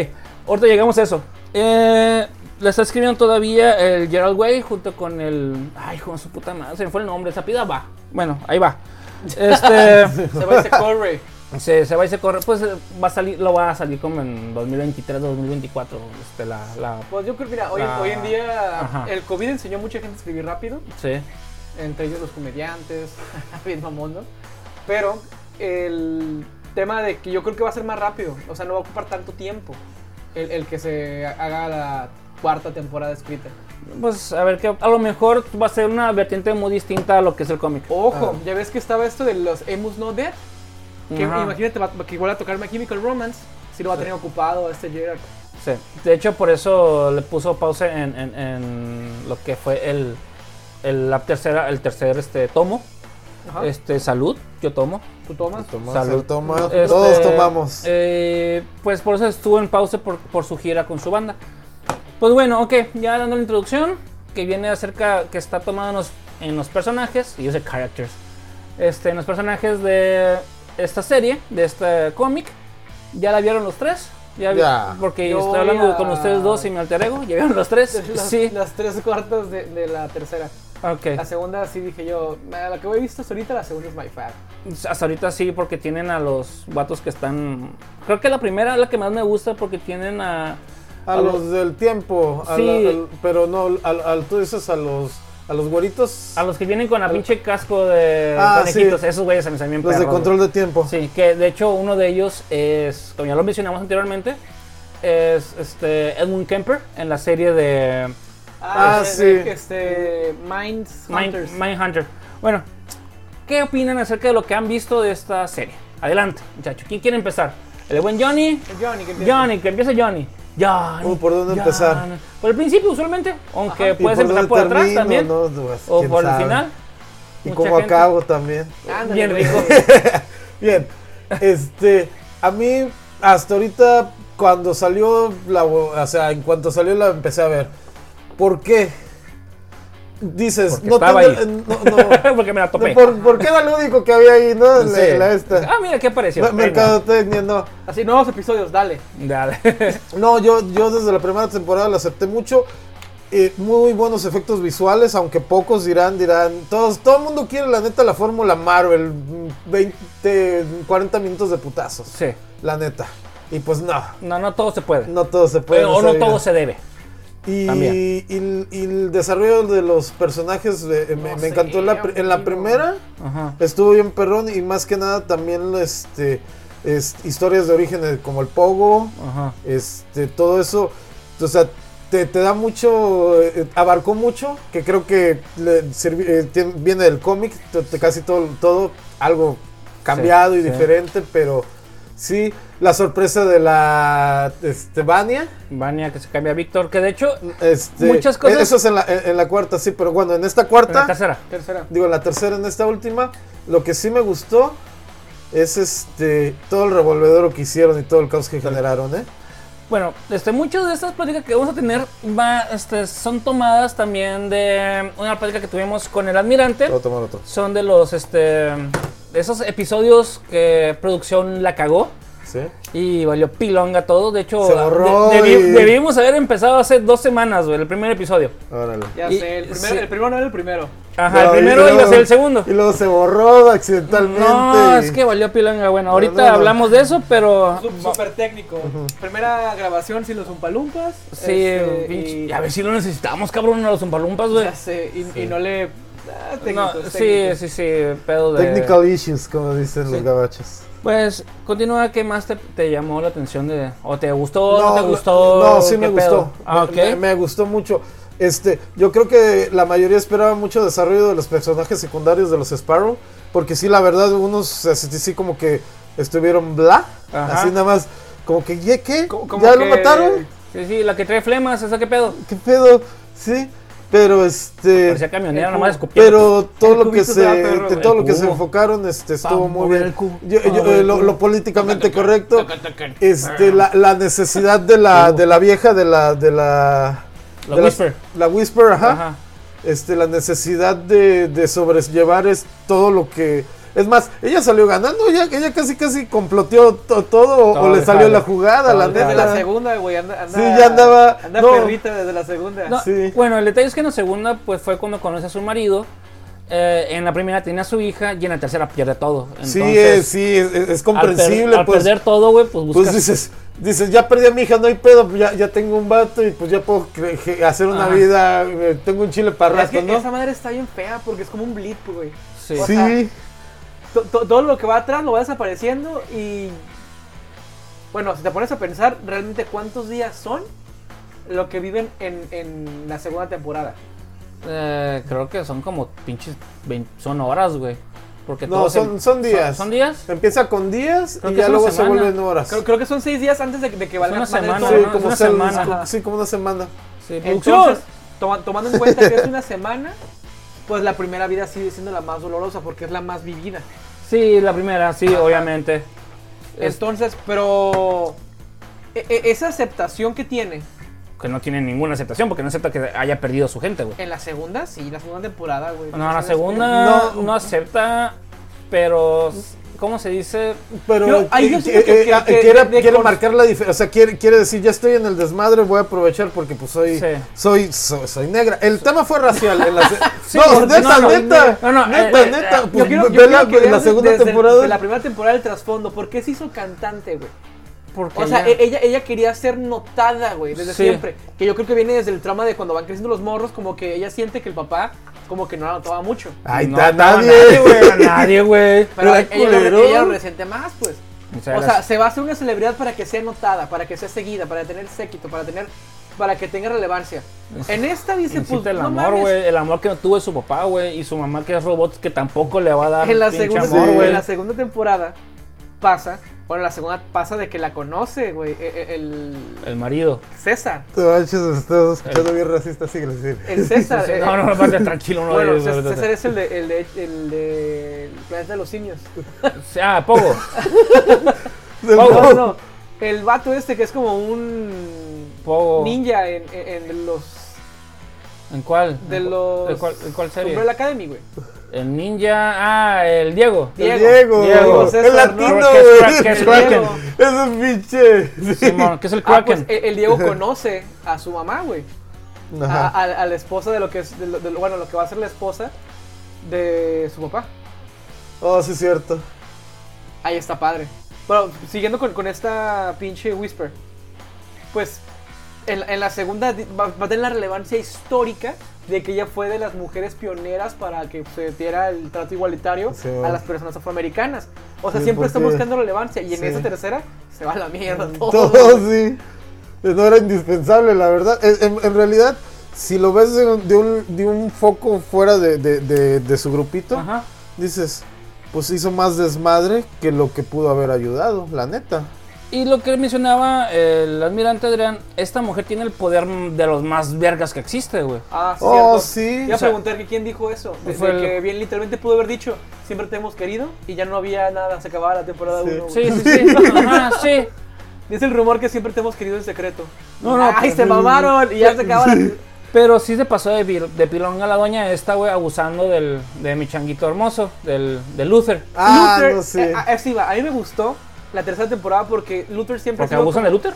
[SPEAKER 1] Ahorita llegamos a eso. Eh, la está escribiendo todavía el Gerald Way junto con el. Ay, con su puta madre. Se me fue el nombre. Esa pida va. Bueno, ahí va. Este.
[SPEAKER 3] Se va y se corre.
[SPEAKER 1] se, se va y se corre. Pues eh, va a salir, lo va a salir como en 2023, 2024. Este, la. la
[SPEAKER 3] Pues yo creo, mira, hoy,
[SPEAKER 1] Ah,
[SPEAKER 3] hoy en día
[SPEAKER 1] ajá.
[SPEAKER 3] el COVID enseñó a mucha gente a escribir rápido,
[SPEAKER 1] sí.
[SPEAKER 3] entre ellos los comediantes, bien mamón, ¿no? Pero el tema de que yo creo que va a ser más rápido, o sea, no va a ocupar tanto tiempo el, el que se haga la cuarta temporada escrita.
[SPEAKER 1] Pues a ver, que a lo mejor va a ser una vertiente muy distinta a lo que es el cómic.
[SPEAKER 3] Ojo,
[SPEAKER 1] Ah.
[SPEAKER 3] ya ves que estaba esto de los Emus No Dead, que
[SPEAKER 1] Ajá.
[SPEAKER 3] imagínate va- que igual a tocar My Chemical Romance, si lo va a tener ocupado este Gerard.
[SPEAKER 1] Sí. De hecho, por eso le puso pausa en, en- en lo que fue el, el, la tercera, el tercer este, tomo.
[SPEAKER 3] Ajá.
[SPEAKER 1] Este, salud, yo tomo.
[SPEAKER 3] ¿Tú tomas?
[SPEAKER 2] Tomás,
[SPEAKER 1] Salud.
[SPEAKER 2] él toma,
[SPEAKER 1] Este,
[SPEAKER 2] todos tomamos.
[SPEAKER 1] eh, pues por eso estuvo en pausa por, por su gira con su banda. Pues bueno, ok, ya dando la introducción, que viene acerca, que está tomada en los, en los personajes, y yo sé characters, este, en los personajes de esta serie, de este cómic. ¿Ya la vieron los tres? Ya, vi-
[SPEAKER 2] Ya.
[SPEAKER 1] Porque
[SPEAKER 3] Yo
[SPEAKER 1] estoy hablando
[SPEAKER 3] ya-
[SPEAKER 1] con ustedes dos y me alter ego. ¿Ya vieron los tres?
[SPEAKER 3] Las,
[SPEAKER 1] sí.
[SPEAKER 3] las tres cuartas de, de la tercera.
[SPEAKER 1] Ok.
[SPEAKER 3] La segunda sí dije yo, "Nah, la que he visto hasta ahorita, la segunda es My Fab.
[SPEAKER 1] Hasta ahorita sí, porque tienen a los vatos que están. Creo que la primera es la que más me gusta porque tienen a.
[SPEAKER 2] a los del tiempo. a
[SPEAKER 1] Sí.
[SPEAKER 2] la- al- pero no, al, al- tú dices a los, a los güeritos.
[SPEAKER 1] A los que vienen con la pinche casco de
[SPEAKER 2] Ah,
[SPEAKER 1] conejitos,
[SPEAKER 2] sí.
[SPEAKER 1] esos güeyes se me salen bien
[SPEAKER 2] los de
[SPEAKER 1] perros,
[SPEAKER 2] control de tiempo.
[SPEAKER 1] güey. Sí, que de hecho uno de ellos es, como ya lo mencionamos anteriormente, es este Edmund Kemper en la serie de
[SPEAKER 2] Ah,
[SPEAKER 3] es-
[SPEAKER 2] sí.
[SPEAKER 3] es que Este, Minds Hunters.
[SPEAKER 1] Mind, Hunter. Bueno, ¿qué opinan acerca de lo que han visto de esta serie? Adelante, muchachos. ¿Quién quiere empezar? ¿El buen Johnny?
[SPEAKER 3] Johnny, que empieza.
[SPEAKER 1] Johnny, que empiece Johnny. Johnny.
[SPEAKER 2] Uh, ¿por dónde
[SPEAKER 1] Johnny.
[SPEAKER 2] empezar?
[SPEAKER 1] Por el principio, usualmente. Aunque
[SPEAKER 2] ¿Y
[SPEAKER 1] puedes empezar
[SPEAKER 2] dónde
[SPEAKER 1] por atrás
[SPEAKER 2] termino?
[SPEAKER 1] también.
[SPEAKER 2] No, pues,
[SPEAKER 1] o
[SPEAKER 2] quién
[SPEAKER 1] por el
[SPEAKER 2] sabe.
[SPEAKER 1] final.
[SPEAKER 2] Y
[SPEAKER 1] Mucha
[SPEAKER 2] cómo
[SPEAKER 1] gente.
[SPEAKER 2] acabo también.
[SPEAKER 3] Ándale,
[SPEAKER 1] Bien
[SPEAKER 3] güey.
[SPEAKER 1] rico.
[SPEAKER 2] Bien, este, a mí hasta ahorita cuando salió la, o sea, en cuanto salió la empecé a ver. ¿Por qué? Dices,
[SPEAKER 1] Porque
[SPEAKER 2] no
[SPEAKER 1] estaba
[SPEAKER 2] tengo- eh,
[SPEAKER 1] ahí.
[SPEAKER 2] no, no.
[SPEAKER 1] Porque me la topé.
[SPEAKER 2] ¿Por, por qué era lo único que había ahí, no? La-
[SPEAKER 1] Sí.
[SPEAKER 2] la esta.
[SPEAKER 1] Ah, mira, ¿qué apareció?
[SPEAKER 2] No, mercadotecnia, no.
[SPEAKER 3] Así, nuevos episodios, dale.
[SPEAKER 1] Venga. Dale.
[SPEAKER 2] No, yo, yo desde la primera temporada la acepté mucho. Eh, muy buenos efectos visuales, aunque pocos dirán, dirán. Todos, todo el mundo quiere la neta la fórmula Marvel. mm, 20, 40 minutos de putazos.
[SPEAKER 1] Sí.
[SPEAKER 2] La neta. Y pues no,
[SPEAKER 1] No, no todo se puede.
[SPEAKER 2] no todo se puede.
[SPEAKER 1] Eh, o no
[SPEAKER 2] esa
[SPEAKER 1] todo
[SPEAKER 2] vida.
[SPEAKER 1] se debe.
[SPEAKER 2] Y,
[SPEAKER 1] También.
[SPEAKER 2] y, el- y el desarrollo de los personajes eh, me,
[SPEAKER 3] No
[SPEAKER 2] me
[SPEAKER 3] sé,
[SPEAKER 2] encantó. la pr- en la
[SPEAKER 3] amigo.
[SPEAKER 2] primera
[SPEAKER 1] Ajá.
[SPEAKER 2] estuvo bien perrón y más que nada también este es- historias de orígenes como el Pogo,
[SPEAKER 1] Ajá.
[SPEAKER 2] este, todo eso, o sea, te, te da mucho, eh, abarcó mucho, que creo que le sirvi- eh, tiene- viene del cómic, to- to- casi todo, todo algo cambiado y
[SPEAKER 1] sí.
[SPEAKER 2] diferente, pero sí, la sorpresa de la este, Vania.
[SPEAKER 1] Vania que se cambia a Víctor, que de hecho,
[SPEAKER 2] Este,
[SPEAKER 1] Muchas cosas-
[SPEAKER 2] Eso es en la, en- en la cuarta, sí, pero bueno, en esta
[SPEAKER 1] en la
[SPEAKER 2] cuarta,
[SPEAKER 1] tercera.
[SPEAKER 3] Tercera.
[SPEAKER 2] digo, en la tercera, en esta última, lo que sí me gustó es este todo el revolvedero que hicieron y todo el caos que generaron, ¿eh?
[SPEAKER 1] Bueno, este, muchas de estas pláticas que vamos a tener va, este, son tomadas también de una plática que tuvimos con el admirante.
[SPEAKER 2] Voy a tomar otro.
[SPEAKER 1] Son de los, este, de esos episodios que producción la cagó
[SPEAKER 2] ¿Sí?
[SPEAKER 1] y valió pilonga todo. De hecho, ah,
[SPEAKER 2] Se borró
[SPEAKER 1] de- debi-
[SPEAKER 2] y-
[SPEAKER 1] debimos haber empezado hace dos semanas, güey, el primer episodio.
[SPEAKER 2] Órale.
[SPEAKER 3] Ya
[SPEAKER 1] Y-
[SPEAKER 3] sé, el, primer-
[SPEAKER 1] sí.
[SPEAKER 3] el primero no era el primero.
[SPEAKER 1] Ajá,
[SPEAKER 2] No,
[SPEAKER 1] el primero
[SPEAKER 2] luego-
[SPEAKER 1] iba a ser el segundo.
[SPEAKER 2] Y luego se borró accidentalmente.
[SPEAKER 1] No,
[SPEAKER 2] y-
[SPEAKER 1] es que valió pilonga. Bueno, ahorita
[SPEAKER 2] no, no.
[SPEAKER 1] hablamos de eso, pero...
[SPEAKER 3] Su- Súper técnico. Primera grabación sin los umpalumpas.
[SPEAKER 1] Sí,
[SPEAKER 3] este,
[SPEAKER 1] pinche-
[SPEAKER 3] y-
[SPEAKER 1] a ver si lo necesitamos, cabrón, a los umpalumpas, güey.
[SPEAKER 3] Ya sé, y, y no le. Ah,
[SPEAKER 1] No,
[SPEAKER 3] técnico, es
[SPEAKER 1] sí,
[SPEAKER 3] técnico.
[SPEAKER 1] sí, sí, pedo de...
[SPEAKER 2] Technical issues, como dicen los gabachos.
[SPEAKER 1] Pues, continúa, ¿qué más te, te llamó la atención de... o te gustó, no, te
[SPEAKER 2] no,
[SPEAKER 1] gustó?
[SPEAKER 2] No, sí
[SPEAKER 1] qué
[SPEAKER 2] me
[SPEAKER 1] pedo?
[SPEAKER 2] gustó.
[SPEAKER 1] Ah,
[SPEAKER 2] Me-
[SPEAKER 1] ok.
[SPEAKER 2] me, me gustó mucho. Este, yo creo que la mayoría esperaba mucho desarrollo de los personajes secundarios de los Sparrow. Porque sí, la verdad, unos así, sí como que estuvieron bla.
[SPEAKER 1] Ajá.
[SPEAKER 2] Así nada más. Como que, ¿ya qué?
[SPEAKER 3] Como- como
[SPEAKER 2] ¿Ya lo
[SPEAKER 3] que-
[SPEAKER 2] mataron?
[SPEAKER 1] Sí, sí, la que trae flemas, ¿esa qué pedo?
[SPEAKER 2] ¿Qué pedo? Sí. Pero este.
[SPEAKER 1] Parecía camionera,
[SPEAKER 3] el
[SPEAKER 1] nomás
[SPEAKER 3] cubo.
[SPEAKER 1] escupiendo.
[SPEAKER 2] Pero
[SPEAKER 3] El
[SPEAKER 2] todo lo que
[SPEAKER 3] cubito
[SPEAKER 2] se
[SPEAKER 3] de la perra,
[SPEAKER 2] de
[SPEAKER 3] güey.
[SPEAKER 2] todo
[SPEAKER 1] ah, El
[SPEAKER 2] lo que se
[SPEAKER 1] cubo.
[SPEAKER 2] enfocar este estuvo
[SPEAKER 1] Vamos
[SPEAKER 2] muy
[SPEAKER 1] a ver
[SPEAKER 2] bien.
[SPEAKER 1] el cubo.
[SPEAKER 2] Yo- yo-
[SPEAKER 1] Vamos a ver el
[SPEAKER 2] lo,
[SPEAKER 1] cubo.
[SPEAKER 2] lo políticamente correcto, este la, la necesidad de la de la vieja de la de la
[SPEAKER 1] La
[SPEAKER 2] de
[SPEAKER 1] Whisper.
[SPEAKER 2] la Whisper, ajá.
[SPEAKER 1] Ajá.
[SPEAKER 2] Este la necesidad de de sobrellevar es todo lo que es más, ella salió ganando, ella, ella casi casi comploteó to- todo, o-
[SPEAKER 1] Todo
[SPEAKER 2] o le
[SPEAKER 1] el
[SPEAKER 2] salió
[SPEAKER 1] jale.
[SPEAKER 2] la jugada,
[SPEAKER 1] Todo
[SPEAKER 2] la
[SPEAKER 1] el
[SPEAKER 2] neta.
[SPEAKER 1] jale.
[SPEAKER 3] Desde la segunda, güey. Anda, anda,
[SPEAKER 2] Sí, ya andaba-
[SPEAKER 3] Anda
[SPEAKER 2] no.
[SPEAKER 3] perrita desde la segunda.
[SPEAKER 1] No,
[SPEAKER 2] Sí.
[SPEAKER 1] Bueno, el detalle es que en la segunda, pues, fue cuando conoce a su marido. eh, en la primera tenía a su hija y en la tercera pierde todo.
[SPEAKER 2] sí,
[SPEAKER 1] Entonces,
[SPEAKER 2] es, sí, es, es- es
[SPEAKER 1] al per-
[SPEAKER 2] comprensible,
[SPEAKER 1] Al,
[SPEAKER 2] pues.
[SPEAKER 1] perder todo, güey, pues buscas...
[SPEAKER 2] Pues dices, dices, ya perdí a mi hija, no hay pedo, pues ya, ya tengo un vato y pues ya puedo cre- ge- hacer una
[SPEAKER 1] Ajá.
[SPEAKER 2] vida, eh, tengo un chile para
[SPEAKER 3] Es que
[SPEAKER 2] rato, ¿no?
[SPEAKER 3] esa madre está bien fea porque es como un blip, güey.
[SPEAKER 1] Sí.
[SPEAKER 3] o sea,
[SPEAKER 2] Sí,
[SPEAKER 3] to- to- todo lo que va atrás lo va desapareciendo y bueno, si te pones a pensar realmente cuántos días son lo que viven en, en la segunda temporada.
[SPEAKER 1] Eh, creo que son como pinches 20 son horas, güey. Porque
[SPEAKER 2] no,
[SPEAKER 1] todos
[SPEAKER 2] son,
[SPEAKER 1] en-
[SPEAKER 2] son días.
[SPEAKER 1] ¿Son, son días?
[SPEAKER 2] Empieza con días
[SPEAKER 1] Creo
[SPEAKER 2] y
[SPEAKER 1] que
[SPEAKER 2] ya
[SPEAKER 1] es una
[SPEAKER 2] luego se
[SPEAKER 1] semana.
[SPEAKER 2] vuelven horas.
[SPEAKER 3] Creo, creo que son seis días antes de, que- de que valga
[SPEAKER 1] una
[SPEAKER 3] madre
[SPEAKER 1] semana,
[SPEAKER 3] todo,
[SPEAKER 2] sí,
[SPEAKER 1] ¿no?
[SPEAKER 3] ¿no?
[SPEAKER 1] Es
[SPEAKER 2] como
[SPEAKER 1] una
[SPEAKER 2] sal-
[SPEAKER 1] semana.
[SPEAKER 2] como- sí, como una semana.
[SPEAKER 1] Sí, producción.
[SPEAKER 3] Entonces, toma- tomando en cuenta que es una semana, pues la primera vida sigue siendo la más dolorosa porque es la más vivida.
[SPEAKER 1] pues, Sí, la primera, sí, obviamente. Es-
[SPEAKER 3] Entonces, pero e- e- esa aceptación que tiene
[SPEAKER 1] que no tiene ninguna aceptación porque no acepta que haya perdido a su gente, güey.
[SPEAKER 3] en la segunda, sí, la segunda temporada, güey.
[SPEAKER 1] No, la
[SPEAKER 3] Entonces,
[SPEAKER 1] segunda no,
[SPEAKER 2] No.
[SPEAKER 1] acepta, pero ¿cómo se dice?
[SPEAKER 2] Pero
[SPEAKER 3] Yo- ahí yo
[SPEAKER 2] eh,
[SPEAKER 3] siento que-
[SPEAKER 2] eh, eh,
[SPEAKER 3] que- que-
[SPEAKER 2] quiere,
[SPEAKER 3] de- de
[SPEAKER 2] quiere
[SPEAKER 3] cons-
[SPEAKER 2] marcar la diferencia, o sea, quiere, quiere decir, ya estoy en el desmadre, voy a aprovechar porque pues soy
[SPEAKER 1] Sí.
[SPEAKER 2] soy, soy, soy negra. El tema fue racial. En la se-
[SPEAKER 1] Sí,
[SPEAKER 2] no,
[SPEAKER 1] porque-
[SPEAKER 2] neta,
[SPEAKER 1] no, no,
[SPEAKER 2] neta,
[SPEAKER 1] no, no,
[SPEAKER 2] neta,
[SPEAKER 1] eh, eh, yo
[SPEAKER 2] neta, pues,
[SPEAKER 3] Yo quiero, yo
[SPEAKER 2] ve
[SPEAKER 3] quiero
[SPEAKER 2] la,
[SPEAKER 3] que veas
[SPEAKER 2] la segunda
[SPEAKER 3] desde el-
[SPEAKER 2] temporada.
[SPEAKER 3] de la primera temporada el trasfondo. ¿Por qué se hizo cantante, güey?
[SPEAKER 1] Porque
[SPEAKER 3] O sea,
[SPEAKER 1] ya-
[SPEAKER 3] e- ella, ella quería ser notada, güey, desde
[SPEAKER 1] Sí.
[SPEAKER 3] siempre. Que yo creo que viene desde el trauma de cuando van creciendo los morros, como que ella siente que el papá, como que no la notaba mucho.
[SPEAKER 2] Ay,
[SPEAKER 1] no,
[SPEAKER 2] ta-
[SPEAKER 1] no,
[SPEAKER 2] nadie.
[SPEAKER 1] güey, a nadie, güey.
[SPEAKER 3] Pero
[SPEAKER 2] ¿verdad,
[SPEAKER 3] ella, ella lo-
[SPEAKER 2] culero?
[SPEAKER 3] ella lo resiente más, pues.
[SPEAKER 1] O sea,
[SPEAKER 3] O
[SPEAKER 1] las-
[SPEAKER 3] sea, se va a hacer una celebridad para que sea notada, para que sea seguida, para tener séquito, para tener para que tenga relevancia. En esta dice, pues,
[SPEAKER 1] Necesita el
[SPEAKER 3] no
[SPEAKER 1] amor,
[SPEAKER 3] mames,
[SPEAKER 1] güey. El amor que no tuvo su papá, güey. Y su mamá que es robot que tampoco le va a dar
[SPEAKER 3] en la,
[SPEAKER 1] pinche
[SPEAKER 3] segunda,
[SPEAKER 1] amor,
[SPEAKER 2] sí,
[SPEAKER 1] güey.
[SPEAKER 3] en la segunda temporada pasa, bueno, la segunda pasa de que la conoce, güey, e- e- el,
[SPEAKER 1] El marido.
[SPEAKER 3] César.
[SPEAKER 2] Te manches, estás escuchando bien racista, síguele, síguele.
[SPEAKER 3] El César. eh,
[SPEAKER 1] No, no, no, espérate, tranquilo, no.
[SPEAKER 3] bueno,
[SPEAKER 1] eh,
[SPEAKER 3] César,
[SPEAKER 1] espérate.
[SPEAKER 3] César es el de, el de, el de el planeta de los simios.
[SPEAKER 1] Ah, Pogo.
[SPEAKER 3] No,
[SPEAKER 1] Pogo.
[SPEAKER 3] no, no. El vato este que es como un
[SPEAKER 1] Pogo.
[SPEAKER 3] ninja en, en- en los
[SPEAKER 1] ¿En cuál?
[SPEAKER 3] de
[SPEAKER 1] ¿En cu-
[SPEAKER 3] los
[SPEAKER 1] ¿En cuál, en cuál serie?
[SPEAKER 3] Umbrella Academy, güey.
[SPEAKER 1] El ninja. Ah, el Diego.
[SPEAKER 2] El
[SPEAKER 3] Diego.
[SPEAKER 2] Diego,
[SPEAKER 1] Diego
[SPEAKER 2] el
[SPEAKER 3] César, ¿no?
[SPEAKER 2] latino,
[SPEAKER 1] Que es
[SPEAKER 2] güey.
[SPEAKER 1] crack, que
[SPEAKER 3] es
[SPEAKER 2] Kraken.
[SPEAKER 3] Diego.
[SPEAKER 2] Ese es pinche. sí.
[SPEAKER 1] Simón, que es el
[SPEAKER 3] Ah, pues,
[SPEAKER 1] Kraken.
[SPEAKER 3] el, el Diego conoce a su mamá, güey. A,
[SPEAKER 2] Ajá.
[SPEAKER 3] a- a la esposa de lo que es, de lo- de lo- bueno, lo que va a ser la esposa de su papá.
[SPEAKER 2] Oh, sí, es cierto.
[SPEAKER 3] Ahí está padre. Bueno, siguiendo con, con esta pinche Whisper. Pues en, en la segunda di- va, va a tener la relevancia histórica de que ella fue de las mujeres pioneras para que se diera el trato igualitario
[SPEAKER 2] Sí.
[SPEAKER 3] a las personas afroamericanas. O sea,
[SPEAKER 2] Sí,
[SPEAKER 3] siempre está
[SPEAKER 2] porque-
[SPEAKER 3] buscando relevancia y en
[SPEAKER 2] Sí. Mm,
[SPEAKER 3] esa tercera se va a la mierda todo.
[SPEAKER 2] Todo sí. No era indispensable, la verdad. En, en- en realidad, si lo ves de un, de un- de un foco fuera de, de- de- de su grupito,
[SPEAKER 1] Ajá.
[SPEAKER 2] dices, pues hizo más desmadre que lo que pudo haber ayudado, la neta.
[SPEAKER 1] Y lo que mencionaba el almirante Adrián, esta mujer tiene el poder de los más vergas que existe, güey.
[SPEAKER 3] Ah, sí.
[SPEAKER 2] Oh,
[SPEAKER 3] cierto.
[SPEAKER 2] sí.
[SPEAKER 3] Iba
[SPEAKER 1] O
[SPEAKER 3] a
[SPEAKER 1] sea,
[SPEAKER 3] preguntar que quién dijo eso. De-
[SPEAKER 1] fue
[SPEAKER 3] de
[SPEAKER 1] el-
[SPEAKER 3] que bien literalmente pudo haber dicho, siempre te hemos querido y ya no había nada, se acababa la temporada
[SPEAKER 2] Sí.
[SPEAKER 3] 1.
[SPEAKER 1] Sí, sí, sí. Ajá, sí.
[SPEAKER 3] Dice el rumor que siempre te hemos querido en secreto.
[SPEAKER 1] No, no,
[SPEAKER 3] Ay,
[SPEAKER 2] pues,
[SPEAKER 1] pero-
[SPEAKER 2] mm,
[SPEAKER 3] se mamaron y ya se acababa la...
[SPEAKER 1] Pero sí se pasó de, vil- de pilón a la doña esta, güey, abusando del, de mi changuito hermoso, del, de Luther.
[SPEAKER 2] Ah,
[SPEAKER 3] Luther,
[SPEAKER 2] no sé.
[SPEAKER 3] eh, ah, sí, va, a mí me gustó la tercera temporada porque Luther siempre ha
[SPEAKER 1] Porque
[SPEAKER 3] sido
[SPEAKER 1] abusan de
[SPEAKER 3] como-
[SPEAKER 1] Luther.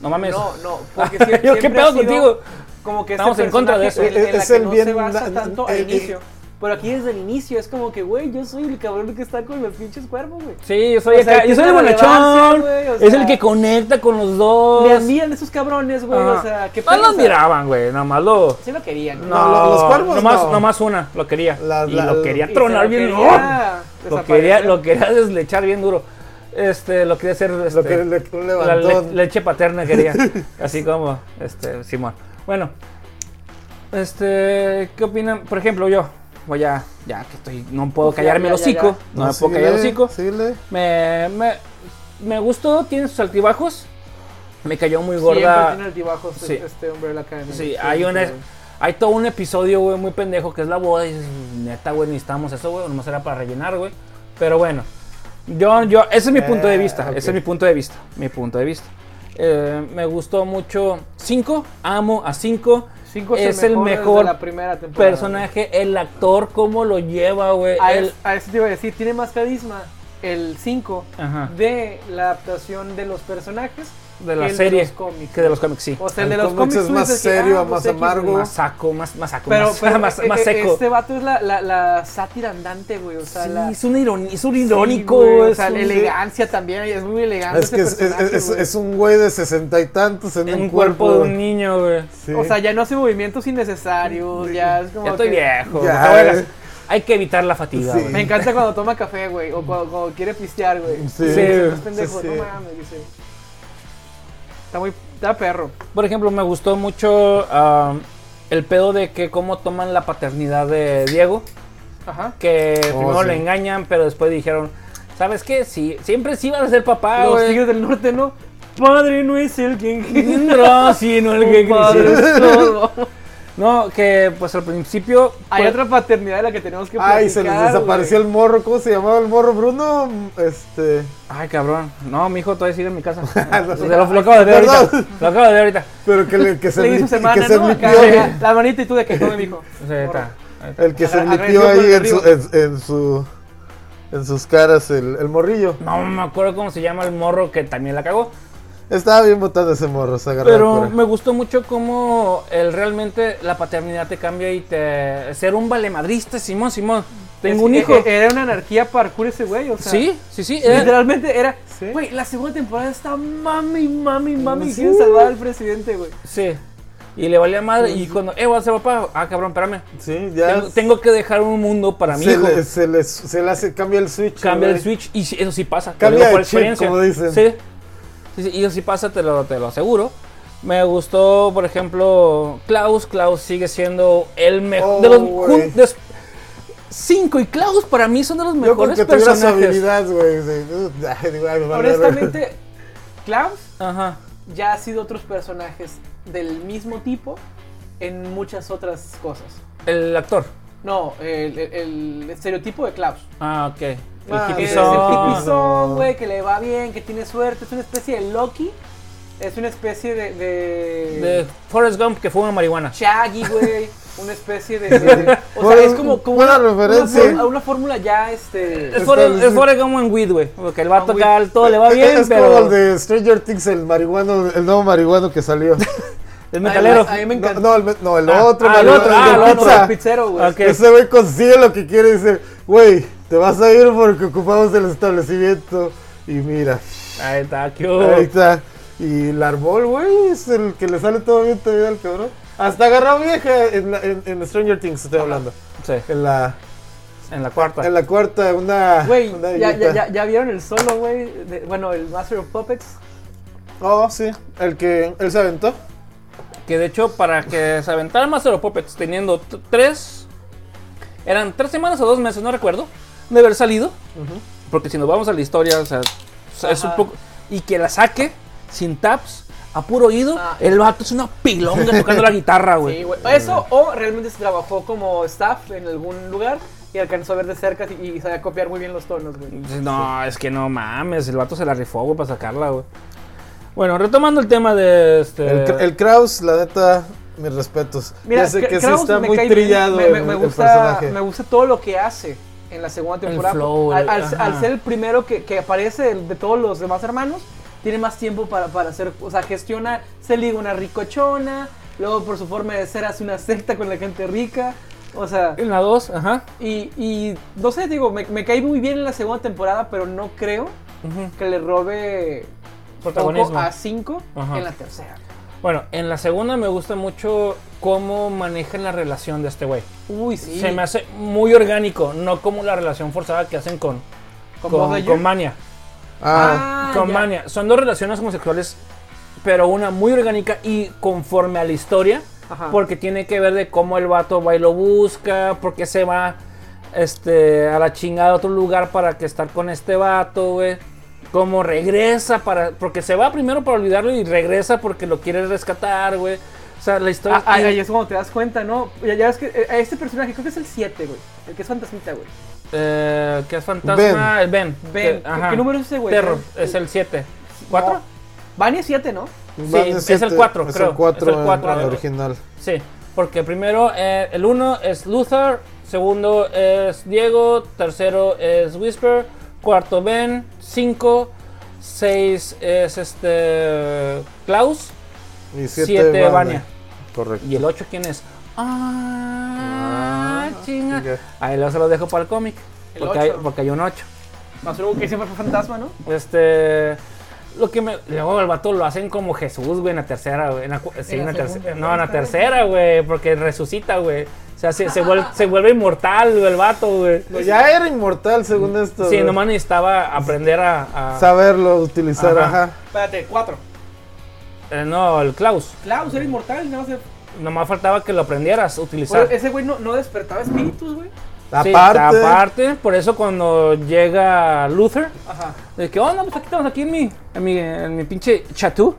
[SPEAKER 1] No mames.
[SPEAKER 3] No, no, porque siempre,
[SPEAKER 1] Yo, ¿qué
[SPEAKER 3] siempre ha
[SPEAKER 1] pedo
[SPEAKER 3] sido
[SPEAKER 1] contigo?
[SPEAKER 3] Como que
[SPEAKER 1] Estamos en contra de
[SPEAKER 3] personaje
[SPEAKER 2] eso.
[SPEAKER 3] En, en la
[SPEAKER 2] Es
[SPEAKER 3] que
[SPEAKER 2] el
[SPEAKER 3] no se
[SPEAKER 2] bien-
[SPEAKER 3] basa
[SPEAKER 2] na-
[SPEAKER 3] tanto
[SPEAKER 2] eh,
[SPEAKER 3] al
[SPEAKER 2] eh.
[SPEAKER 3] inicio. Pero aquí desde el inicio es como que, güey, yo soy el cabrón que está con los pinches cuervos, güey.
[SPEAKER 1] Sí, yo soy,
[SPEAKER 3] O sea,
[SPEAKER 1] acá- yo
[SPEAKER 3] tiene
[SPEAKER 1] soy el
[SPEAKER 3] relevancia,
[SPEAKER 1] bonachón.
[SPEAKER 3] güey, o
[SPEAKER 1] es
[SPEAKER 3] sea,
[SPEAKER 1] el que conecta con los dos.
[SPEAKER 3] Le admiran esos cabrones, güey,
[SPEAKER 1] Ajá.
[SPEAKER 3] o sea, qué
[SPEAKER 1] no
[SPEAKER 3] pedo, o
[SPEAKER 1] lo
[SPEAKER 3] sea,
[SPEAKER 1] miraban, güey, nada más lo.
[SPEAKER 3] Sí lo querían.
[SPEAKER 2] No, lo- los cuervos
[SPEAKER 1] nomás,
[SPEAKER 2] no.
[SPEAKER 1] nomás una, lo quería.
[SPEAKER 2] La-
[SPEAKER 1] y
[SPEAKER 2] la-
[SPEAKER 1] lo quería
[SPEAKER 3] Y se
[SPEAKER 1] tronar
[SPEAKER 3] lo
[SPEAKER 1] bien.
[SPEAKER 3] quería
[SPEAKER 1] ¡oh! Lo quería,
[SPEAKER 3] desaparecer.
[SPEAKER 1] lo quería deslechar bien duro. Este, lo quería hacer. Este,
[SPEAKER 2] Lo que le, un
[SPEAKER 1] la le-
[SPEAKER 2] levantón.
[SPEAKER 1] leche paterna quería. así como, este, Simón. Bueno, este, ¿qué opinan? Por ejemplo, yo, voy a, ya que estoy, no puedo
[SPEAKER 3] Uf, ya,
[SPEAKER 1] callarme
[SPEAKER 3] ya,
[SPEAKER 1] el
[SPEAKER 3] ya, ya.
[SPEAKER 1] hocico. No, me puedo callar el
[SPEAKER 2] síguele,
[SPEAKER 1] hocico.
[SPEAKER 2] síguele.
[SPEAKER 1] Me, me, me gustó, tiene sus altibajos. Me cayó muy
[SPEAKER 3] Siempre
[SPEAKER 1] gorda.
[SPEAKER 3] tiene altibajos
[SPEAKER 1] Sí.
[SPEAKER 3] este hombre de la academia.
[SPEAKER 1] Sí, hay un
[SPEAKER 3] güey.
[SPEAKER 1] hay todo un episodio, güey, muy pendejo que es la boda y dices, neta, güey, necesitamos eso, güey, nomás era para rellenar, güey. Pero bueno, yo, yo, ese es mi punto
[SPEAKER 3] Ah,
[SPEAKER 1] de
[SPEAKER 2] Eh,
[SPEAKER 1] vista,
[SPEAKER 2] ok.
[SPEAKER 1] ese es mi punto de vista, mi punto de vista. Eh, me gustó mucho 5, amo a 5.
[SPEAKER 3] Cinco
[SPEAKER 1] es el
[SPEAKER 3] desde
[SPEAKER 1] mejor
[SPEAKER 3] la primera temporada.
[SPEAKER 1] Personaje, el actor, cómo lo lleva, güey.
[SPEAKER 3] A,
[SPEAKER 1] el-
[SPEAKER 3] es- a eso te iba a decir, tiene más carisma el 5
[SPEAKER 1] Ajá.
[SPEAKER 3] de la adaptación de los personajes
[SPEAKER 1] De la
[SPEAKER 3] que el
[SPEAKER 1] serie,
[SPEAKER 3] los cómics.
[SPEAKER 1] que de los cómics, sí.
[SPEAKER 3] O sea, el,
[SPEAKER 2] El
[SPEAKER 3] de los
[SPEAKER 2] cómics
[SPEAKER 3] cómics
[SPEAKER 2] es
[SPEAKER 3] tú
[SPEAKER 2] más
[SPEAKER 3] dices que,
[SPEAKER 2] serio,
[SPEAKER 3] ah, pues,
[SPEAKER 2] más
[SPEAKER 3] X,
[SPEAKER 2] amargo.
[SPEAKER 3] güey.
[SPEAKER 1] Más saco, más, más saco,
[SPEAKER 3] Pero,
[SPEAKER 1] más,
[SPEAKER 3] pero
[SPEAKER 1] más-
[SPEAKER 3] e-
[SPEAKER 1] más
[SPEAKER 3] e-
[SPEAKER 1] seco.
[SPEAKER 3] este vato es la, la, la sátira andante, güey. O sea,
[SPEAKER 1] sí,
[SPEAKER 3] la,
[SPEAKER 1] es un, ironi- es un
[SPEAKER 3] sí,
[SPEAKER 1] irónico, es
[SPEAKER 3] güey, o sea,
[SPEAKER 1] un-
[SPEAKER 3] la elegancia también, es muy elegante.
[SPEAKER 2] Es que es,
[SPEAKER 3] ese personaje,
[SPEAKER 2] es- es-
[SPEAKER 3] güey.
[SPEAKER 2] es un güey de sesenta y tantos en,
[SPEAKER 1] en
[SPEAKER 2] un
[SPEAKER 1] un cuerpo de un
[SPEAKER 2] güey.
[SPEAKER 1] niño, güey.
[SPEAKER 2] Sí.
[SPEAKER 3] O sea, ya no hace movimientos innecesarios, ya es como
[SPEAKER 1] Ya estoy
[SPEAKER 3] que-
[SPEAKER 1] viejo.
[SPEAKER 2] Ya,
[SPEAKER 1] no te vayas.
[SPEAKER 2] eh.
[SPEAKER 1] Hay que evitar la fatiga.
[SPEAKER 2] Sí.
[SPEAKER 1] güey.
[SPEAKER 3] Me encanta cuando toma café, güey, o cuando, cuando quiere pistear, güey.
[SPEAKER 2] Sí.
[SPEAKER 1] Sí.
[SPEAKER 3] Es pendejo,
[SPEAKER 2] Sí, sí.
[SPEAKER 3] no mames, dice. Está muy, está perro.
[SPEAKER 1] Por ejemplo, me gustó mucho am, el pedo de que cómo toman la paternidad de Diego.
[SPEAKER 3] Ajá.
[SPEAKER 1] Que
[SPEAKER 2] Oh,
[SPEAKER 1] primero
[SPEAKER 2] sí.
[SPEAKER 1] le engañan, pero después dijeron, ¿sabes qué? Sí, siempre sí vas a ser papá,
[SPEAKER 3] Los
[SPEAKER 1] güey.
[SPEAKER 3] tigres del norte, ¿no? Padre no es el quien
[SPEAKER 1] No, sí, no el que
[SPEAKER 3] tu padre
[SPEAKER 1] creció.
[SPEAKER 3] es todo.
[SPEAKER 1] No, que pues al principio.
[SPEAKER 3] Hay
[SPEAKER 1] pues,
[SPEAKER 3] otra paternidad de la que tenemos que platicar,
[SPEAKER 2] Ay, se les desapareció el morro. ¿Cómo se llamaba el morro, Bruno? Este.
[SPEAKER 1] Ay, cabrón. No, mi hijo todavía sigue en mi casa.
[SPEAKER 2] No.
[SPEAKER 1] O sea, lo, lo acabo de ver
[SPEAKER 2] Perdón.
[SPEAKER 1] ahorita. Lo acabo de ver ahorita.
[SPEAKER 2] Pero que, le, que se,
[SPEAKER 3] Le
[SPEAKER 2] li-
[SPEAKER 3] hizo semana,
[SPEAKER 2] que se
[SPEAKER 3] ¿no? Acá,
[SPEAKER 2] lipió,
[SPEAKER 3] acá, la manita y tú de que todo, mijo.
[SPEAKER 1] O sea, ahí está. Ahí está.
[SPEAKER 2] El que se
[SPEAKER 3] Agra-
[SPEAKER 2] lipió
[SPEAKER 3] agradecido con
[SPEAKER 2] ahí
[SPEAKER 3] el
[SPEAKER 2] en su,
[SPEAKER 3] río.
[SPEAKER 2] en, en su. En sus caras, el, el morrillo.
[SPEAKER 1] No me acuerdo cómo se llama el morro que también la cagó.
[SPEAKER 2] Estaba bien botando ese morro, se agarraba
[SPEAKER 1] Pero
[SPEAKER 2] por ahí.
[SPEAKER 1] me gustó mucho cómo el, realmente la paternidad te cambia y te. Ser un valemadrista, Simón, Simón. Tengo
[SPEAKER 3] Es-
[SPEAKER 1] un
[SPEAKER 3] e-
[SPEAKER 1] hijo.
[SPEAKER 3] e- Era una anarquía parkour ese güey, o sea.
[SPEAKER 1] eh, sí, sí, sí. eh, era-
[SPEAKER 3] Literalmente era,
[SPEAKER 2] Sí.
[SPEAKER 3] güey, la segunda temporada está mami, mami, mami,
[SPEAKER 2] Sí.
[SPEAKER 3] quieren salvar al presidente, güey.
[SPEAKER 1] sí. Y le valía madre. Y cuando, eh, voy a ser papá. Ah, cabrón, espérame.
[SPEAKER 2] Sí, ya.
[SPEAKER 1] Tengo, tengo que dejar un mundo para mi
[SPEAKER 2] se,
[SPEAKER 1] hijo.
[SPEAKER 2] le, se, le, se le hace. Cambia el switch.
[SPEAKER 1] Cambia el
[SPEAKER 2] güey.
[SPEAKER 1] switch y sí- eso sí pasa. te lo
[SPEAKER 2] Cambia
[SPEAKER 1] digo por
[SPEAKER 2] el chip,
[SPEAKER 1] experiencia.
[SPEAKER 2] como dicen.
[SPEAKER 1] Sí. Sí, sí, y eso sí pasa, te lo, te lo aseguro. Me gustó, por ejemplo, Klaus. Klaus sigue siendo el mejor.
[SPEAKER 2] Oh,
[SPEAKER 1] de los
[SPEAKER 2] güey.
[SPEAKER 1] jun- de los- Cinco y Klaus para mí son de los
[SPEAKER 2] Yo creo
[SPEAKER 1] mejores
[SPEAKER 2] que tuviera su
[SPEAKER 1] personajes.
[SPEAKER 2] habilidad, güey. sí. Ay, digo, ay, vale, vale.
[SPEAKER 3] Honestamente, Klaus
[SPEAKER 1] Ajá.
[SPEAKER 3] ya ha sido otros personajes del mismo tipo en muchas otras cosas.
[SPEAKER 1] El actor.
[SPEAKER 3] No, el, el- el estereotipo de Klaus.
[SPEAKER 1] Ah, ok. El
[SPEAKER 2] Ah,
[SPEAKER 1] hippie
[SPEAKER 3] Es el
[SPEAKER 1] son.
[SPEAKER 3] hipizón, güey, que le va bien, que tiene suerte, es una especie de Loki, es una especie de... de...
[SPEAKER 1] De Forrest Gump que fuma marihuana.
[SPEAKER 3] Shaggy, güey, una especie de... de- o sea,
[SPEAKER 2] Buena-
[SPEAKER 3] es como, como
[SPEAKER 2] buena
[SPEAKER 3] una, una
[SPEAKER 2] referencia.
[SPEAKER 3] for- una fórmula ya, este...
[SPEAKER 1] Es
[SPEAKER 2] Está
[SPEAKER 1] Forrest,
[SPEAKER 2] bien.
[SPEAKER 1] es Forrest Gump en weed, güey. Porque el vato
[SPEAKER 3] En weed.
[SPEAKER 1] acá todo le va
[SPEAKER 2] Es-
[SPEAKER 1] bien,
[SPEAKER 2] es como
[SPEAKER 1] pero.
[SPEAKER 2] el de Stranger Things, el marihuano, el nuevo marihuano que salió.
[SPEAKER 1] El metalero.
[SPEAKER 3] A mí me
[SPEAKER 2] No,
[SPEAKER 3] encanta.
[SPEAKER 2] no, el, me- no, el
[SPEAKER 1] Ah,
[SPEAKER 2] otro.
[SPEAKER 1] ah, el
[SPEAKER 2] marihuano,
[SPEAKER 1] otro,
[SPEAKER 2] el de
[SPEAKER 1] ah, el otro,
[SPEAKER 2] pizza.
[SPEAKER 3] el pizzero, güey.
[SPEAKER 1] Ok.
[SPEAKER 2] Ese güey consigue lo que quiere y dice, güey, te vas a ir porque ocupamos el establecimiento. Y mira,
[SPEAKER 1] Ahí está, qué hubo.
[SPEAKER 2] ahí está. Y el árbol, güey, es el que le sale todo bien todavía al cabrón. Hasta agarró vieja en, la- en- en Stranger Things, estoy hablando.
[SPEAKER 1] Sí.
[SPEAKER 2] En la...
[SPEAKER 1] En la cuarta.
[SPEAKER 2] En la cuarta, una.
[SPEAKER 3] Güey,
[SPEAKER 2] una
[SPEAKER 3] ya, ya,
[SPEAKER 2] grita.
[SPEAKER 3] ya, ya vieron el solo, güey. de- Bueno, el Master of Puppets.
[SPEAKER 2] Oh, sí. El que él se aventó.
[SPEAKER 1] Que de hecho, para que se aventara Master of Puppets, teniendo t- tres. Eran tres semanas o dos meses, no recuerdo. De haber salido. Porque si nos vamos a la historia, o sea, es un
[SPEAKER 3] Ajá.
[SPEAKER 1] poco. Y que la saque sin taps, a puro oído.
[SPEAKER 3] Ah.
[SPEAKER 1] El vato es una pilonga tocando la guitarra, güey.
[SPEAKER 3] Sí, güey. Eso, o realmente se trabajó como staff en algún lugar y alcanzó a ver de cerca y, y sabía copiar muy bien los tonos, güey.
[SPEAKER 1] Dices, No, es que no mames, el vato se la rifó, güey, para sacarla, güey. Bueno, retomando el tema de este.
[SPEAKER 2] El, Kra- el Kraus, la neta, mis respetos.
[SPEAKER 3] Mira,
[SPEAKER 2] ya sé
[SPEAKER 3] Kra-
[SPEAKER 2] que sí
[SPEAKER 3] Kraus
[SPEAKER 2] está
[SPEAKER 3] me
[SPEAKER 2] muy
[SPEAKER 3] cae bien.
[SPEAKER 2] trillado
[SPEAKER 3] Me, me-
[SPEAKER 2] el-
[SPEAKER 3] me
[SPEAKER 2] el
[SPEAKER 3] gusta,
[SPEAKER 2] personaje.
[SPEAKER 3] me gusta todo lo que hace en la segunda temporada.
[SPEAKER 1] flow,
[SPEAKER 3] al,
[SPEAKER 1] el-
[SPEAKER 3] al-
[SPEAKER 1] ajá.
[SPEAKER 3] al ser el primero que, que aparece de, de todos los demás hermanos, tiene más tiempo para, para hacer, o sea, gestiona, se liga una ricochona, luego por su forma de ser hace una secta con la gente rica, o sea,
[SPEAKER 1] En la 2, ajá.
[SPEAKER 3] y, y no sé, digo, me, me cae muy bien en la segunda temporada, pero no creo
[SPEAKER 1] Ujú.
[SPEAKER 3] que le robe
[SPEAKER 1] Protagonismo.
[SPEAKER 3] foco a 5
[SPEAKER 1] Ajá.
[SPEAKER 3] en la tercera.
[SPEAKER 1] Bueno, en la segunda me gusta mucho cómo manejan la relación de este güey.
[SPEAKER 3] Uy, sí.
[SPEAKER 1] Se me hace muy orgánico, no como la relación forzada que hacen con,
[SPEAKER 3] Con
[SPEAKER 1] con,
[SPEAKER 3] Bob Iger.
[SPEAKER 1] con Mania.
[SPEAKER 2] Ah,
[SPEAKER 1] con
[SPEAKER 3] ya.
[SPEAKER 1] Mania. Son dos relaciones homosexuales, pero una muy orgánica y conforme a la historia,
[SPEAKER 3] Ajá.
[SPEAKER 1] porque tiene que ver de cómo el vato va y lo busca, por qué se va este, a la chingada a otro lugar para que estar con este vato, güey. Cómo regresa para. Porque se va primero para olvidarlo y regresa porque lo quiere rescatar, güey. O sea, la historia.
[SPEAKER 3] Ah, ah, ahí es cuando te das cuenta, ¿no? Ya, ya ves que eh, a este personaje, creo que es el 7, güey. El que es fantasmita, güey.
[SPEAKER 1] Eh, ¿Qué es fantasma? El Ben.
[SPEAKER 3] Ben.
[SPEAKER 1] Que- ajá.
[SPEAKER 3] ¿Qué número es ese, güey?
[SPEAKER 1] Terror.
[SPEAKER 3] El-
[SPEAKER 1] Es el 7. ¿Cuatro?
[SPEAKER 3] No. Vania es 7, ¿no?
[SPEAKER 2] van
[SPEAKER 1] sí,
[SPEAKER 2] en
[SPEAKER 1] es
[SPEAKER 2] siete,
[SPEAKER 1] el cuatro,
[SPEAKER 2] es
[SPEAKER 1] creo,
[SPEAKER 2] El 4
[SPEAKER 1] es el cuatro, eh.
[SPEAKER 2] original.
[SPEAKER 1] Sí. Porque primero, eh, el uno es Luther. Segundo es Diego. Tercero es Whisper. Cuarto, Ben. Cinco. Seis es este. Klaus.
[SPEAKER 2] Y 7
[SPEAKER 1] Siete,
[SPEAKER 2] Vania.
[SPEAKER 1] Vania.
[SPEAKER 2] Correcto.
[SPEAKER 1] ¿Y el ocho quién es? Ah, chinga.
[SPEAKER 2] chinga.
[SPEAKER 1] Ahí lo se lo dejo para el cómic.
[SPEAKER 3] El
[SPEAKER 1] Porque hay,
[SPEAKER 3] ocho.
[SPEAKER 1] porque hay un ocho.
[SPEAKER 3] Más luego que siempre fue fantasma, ¿no?
[SPEAKER 1] Este. Lo que me. Luego el vato lo hacen como Jesús, güey, en la tercera, güey. en la cu- sí,
[SPEAKER 3] En
[SPEAKER 1] en
[SPEAKER 3] la
[SPEAKER 1] la tercera.
[SPEAKER 3] segunda,
[SPEAKER 1] No, en la
[SPEAKER 3] ¿no?
[SPEAKER 1] tercera, güey, porque resucita, güey. O sea, se, se vuelve, se vuelve inmortal, güey, el vato, güey.
[SPEAKER 2] No, Pues ya era inmortal según esto.
[SPEAKER 1] Mm, Sí,
[SPEAKER 2] güey.
[SPEAKER 1] nomás necesitaba aprender a. a-
[SPEAKER 2] Saberlo utilizar,
[SPEAKER 1] Ajá.
[SPEAKER 2] ajá.
[SPEAKER 3] Espérate, 4.
[SPEAKER 1] eh, no, el Klaus.
[SPEAKER 3] Klaus era inmortal, nada más. de-
[SPEAKER 1] Nomás faltaba que lo aprendieras a utilizar.
[SPEAKER 3] Bueno, ese güey no, no despertaba espíritus, güey.
[SPEAKER 1] Sí,
[SPEAKER 2] e- Aparte,
[SPEAKER 1] aparte, por eso cuando llega Luther,
[SPEAKER 3] Ajá.
[SPEAKER 1] de que, oh, no, pues aquí estamos, aquí en mi, en mi, en mi pinche chatú,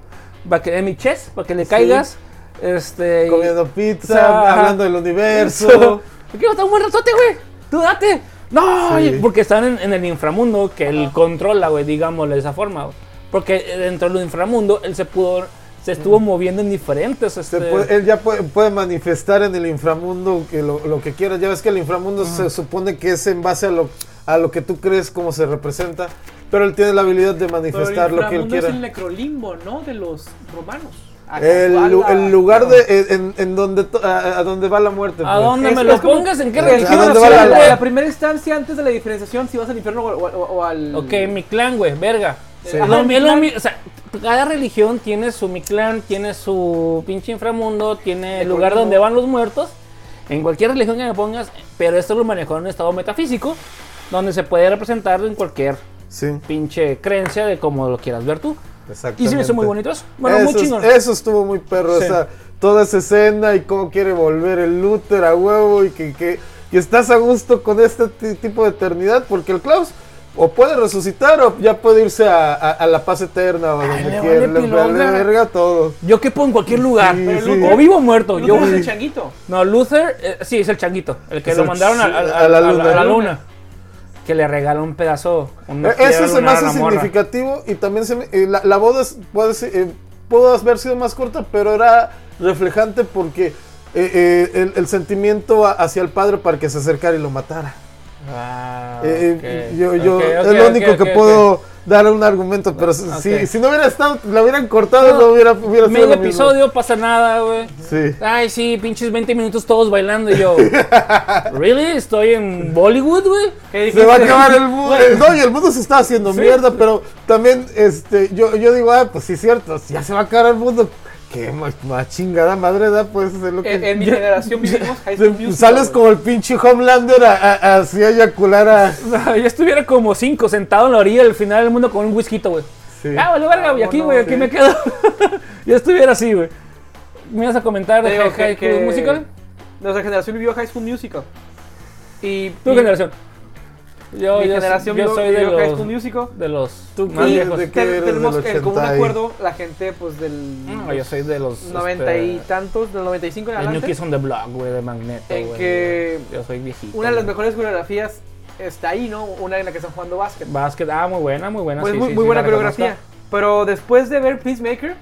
[SPEAKER 1] para que, en mi chest, para que le caigas. Este. y-
[SPEAKER 2] comiendo pizza,
[SPEAKER 1] Ajá.
[SPEAKER 2] hablando del
[SPEAKER 1] Eso.
[SPEAKER 2] universo.
[SPEAKER 1] Aquí va a estar un buen ratote, güey. Tú date. No,
[SPEAKER 2] Sí.
[SPEAKER 1] porque están en, en el inframundo que él controla, güey, digámosle de esa forma. güey. Porque eh, dentro del inframundo él se pudo, se estuvo moviendo en diferentes.
[SPEAKER 2] Se
[SPEAKER 1] Este,
[SPEAKER 2] puede- él ya puede, puede manifestar en el inframundo que lo, lo que quiera. Ya ves que el inframundo se supone que es en base a lo, a lo que tú crees como se representa, pero él tiene la habilidad de manifestar lo que él quiera.
[SPEAKER 3] es el necrolimbo, ¿no? De los romanos.
[SPEAKER 2] El, lu- el lugar de, en, en donde to- a, a donde va la muerte.
[SPEAKER 1] ¿A
[SPEAKER 2] pues.
[SPEAKER 1] dónde me
[SPEAKER 3] Es-
[SPEAKER 1] lo
[SPEAKER 3] es como-
[SPEAKER 1] pongas? ¿En qué
[SPEAKER 3] ¿A
[SPEAKER 1] religión?
[SPEAKER 2] dónde
[SPEAKER 1] nací,
[SPEAKER 2] va la-
[SPEAKER 1] güey?
[SPEAKER 3] la, la primera instancia antes de la diferenciación, si vas al infierno o, o- o- o al.
[SPEAKER 1] Ok, mi clan, güey, verga.
[SPEAKER 3] Sí.
[SPEAKER 1] Es lo-
[SPEAKER 3] Ajá, mi
[SPEAKER 1] es lo
[SPEAKER 3] clan.
[SPEAKER 1] mi- o sea, cada religión tiene su mi clan, tiene su pinche inframundo, tiene el lugar
[SPEAKER 3] colmo.
[SPEAKER 1] donde van los muertos. En cualquier religión que me pongas, pero esto lo manejó en un estado metafísico, donde se puede representar en cualquier
[SPEAKER 2] Sí,
[SPEAKER 1] pinche creencia de como lo quieras ver tú.
[SPEAKER 2] exactamente.
[SPEAKER 1] Y se me hizo muy bonito eso. Bueno, muy
[SPEAKER 2] Eso es-
[SPEAKER 1] chingón.
[SPEAKER 2] Eso estuvo muy perro.
[SPEAKER 1] Sí.
[SPEAKER 2] o sea, toda esa escena y cómo quiere volver el Luther a huevo y que, que, que estás a gusto con este ti- tipo de eternidad porque el Klaus o puede resucitar o ya puede irse a, a- a la paz eterna o donde
[SPEAKER 1] le
[SPEAKER 2] quiera.
[SPEAKER 1] vale
[SPEAKER 2] Le
[SPEAKER 1] pilonga.
[SPEAKER 2] vale verga todo.
[SPEAKER 1] Yo quepo en cualquier lugar,
[SPEAKER 2] Sí,
[SPEAKER 1] pero
[SPEAKER 2] sí.
[SPEAKER 1] Luther- o vivo o muerto.
[SPEAKER 3] Luther
[SPEAKER 1] Yo,
[SPEAKER 3] es el changuito.
[SPEAKER 1] no, Luther, eh, sí, es el changuito, el que
[SPEAKER 2] Es
[SPEAKER 1] lo
[SPEAKER 2] el-
[SPEAKER 1] mandaron a, a- a- a la luna. Que le regaló un pedazo. una
[SPEAKER 2] Eh,
[SPEAKER 1] piedra
[SPEAKER 2] Eso se me
[SPEAKER 1] lunar a
[SPEAKER 2] hace
[SPEAKER 1] la morra.
[SPEAKER 2] significativo y también se me- eh, la, la boda es- puede, ser- eh, pudo haber sido más corta, pero era reflejante porque eh, eh, el, el sentimiento a- hacia el padre para que se acercara y lo matara.
[SPEAKER 1] Ah,
[SPEAKER 2] Eh, eh,
[SPEAKER 1] ok.
[SPEAKER 2] yo, yo-
[SPEAKER 1] Ok, ok,
[SPEAKER 2] es lo
[SPEAKER 1] ok,
[SPEAKER 2] único
[SPEAKER 1] ok,
[SPEAKER 2] que
[SPEAKER 1] ok.
[SPEAKER 2] puedo dar un argumento, pero si-
[SPEAKER 1] Ok.
[SPEAKER 2] si, si no hubiera estado, la hubieran cortado,
[SPEAKER 1] No,
[SPEAKER 2] no, hubiera, hubiera sido
[SPEAKER 1] Medio
[SPEAKER 2] lo mismo.
[SPEAKER 1] episodio, pasa nada, güey.
[SPEAKER 2] Sí.
[SPEAKER 1] Ay, sí, pinches 20 minutos todos bailando y yo. ¿Really? ¿Estoy en Bollywood, güey?
[SPEAKER 3] ¿Qué
[SPEAKER 2] Se
[SPEAKER 3] dijiste?
[SPEAKER 2] va a acabar el mundo. No, y el mundo se está haciendo mierda, pero también este, yo, yo digo, ah, pues sí, cierto, ya se va a acabar el mundo. Qué ma- más chingada madre da, pues. Es lo que...
[SPEAKER 1] Eh,
[SPEAKER 3] En, en mi generación vivimos High School Musical.
[SPEAKER 2] Sales
[SPEAKER 3] güey.
[SPEAKER 2] como el pinche Homelander a, a- así a eyacular a.
[SPEAKER 1] Yo estuviera como cinco sentado en la orilla del final del mundo con un whisky, güey.
[SPEAKER 2] Sí.
[SPEAKER 1] Ah, vale, verga, güey, aquí, güey,
[SPEAKER 3] Vámonos,
[SPEAKER 1] aquí
[SPEAKER 3] sí.
[SPEAKER 1] me quedo. Yo estuviera así, güey. ¿Me vas a comentar
[SPEAKER 3] Te
[SPEAKER 1] de
[SPEAKER 3] digo
[SPEAKER 1] High High
[SPEAKER 3] que-
[SPEAKER 1] School
[SPEAKER 3] que
[SPEAKER 1] Musical?
[SPEAKER 3] Nuestra generación vivió High School Musical. Y
[SPEAKER 1] Tu
[SPEAKER 3] mi-
[SPEAKER 1] generación. Yo,
[SPEAKER 3] Mi
[SPEAKER 1] yo,
[SPEAKER 3] generación
[SPEAKER 1] yo
[SPEAKER 3] vivió,
[SPEAKER 1] soy de
[SPEAKER 3] vivió High
[SPEAKER 1] los,
[SPEAKER 3] School Musical.
[SPEAKER 1] de los
[SPEAKER 2] Tú
[SPEAKER 1] más
[SPEAKER 2] que-
[SPEAKER 1] viejos.
[SPEAKER 2] de-
[SPEAKER 3] Te-
[SPEAKER 2] eres
[SPEAKER 3] tenemos
[SPEAKER 2] del
[SPEAKER 3] el común
[SPEAKER 2] 80 y-
[SPEAKER 3] acuerdo la gente pues del
[SPEAKER 1] No, yo soy de los...
[SPEAKER 3] 90 y
[SPEAKER 1] este,
[SPEAKER 3] tantos, del 95 en
[SPEAKER 1] de New
[SPEAKER 3] adelante.
[SPEAKER 1] Kids on the Block, güey, de Magneto,
[SPEAKER 3] En
[SPEAKER 1] güey.
[SPEAKER 3] que
[SPEAKER 1] Yo soy viejito.
[SPEAKER 3] Una de las
[SPEAKER 1] güey.
[SPEAKER 3] mejores coreografías está ahí, ¿no? Una en la que están jugando básquet.
[SPEAKER 1] Básquet, ah, muy buena, muy buena.
[SPEAKER 3] Pues
[SPEAKER 1] sí,
[SPEAKER 3] muy,
[SPEAKER 1] sí,
[SPEAKER 3] muy
[SPEAKER 1] sí,
[SPEAKER 3] buena
[SPEAKER 1] la
[SPEAKER 3] coreografía.
[SPEAKER 1] reconozco.
[SPEAKER 3] Pero después de ver Peacemaker,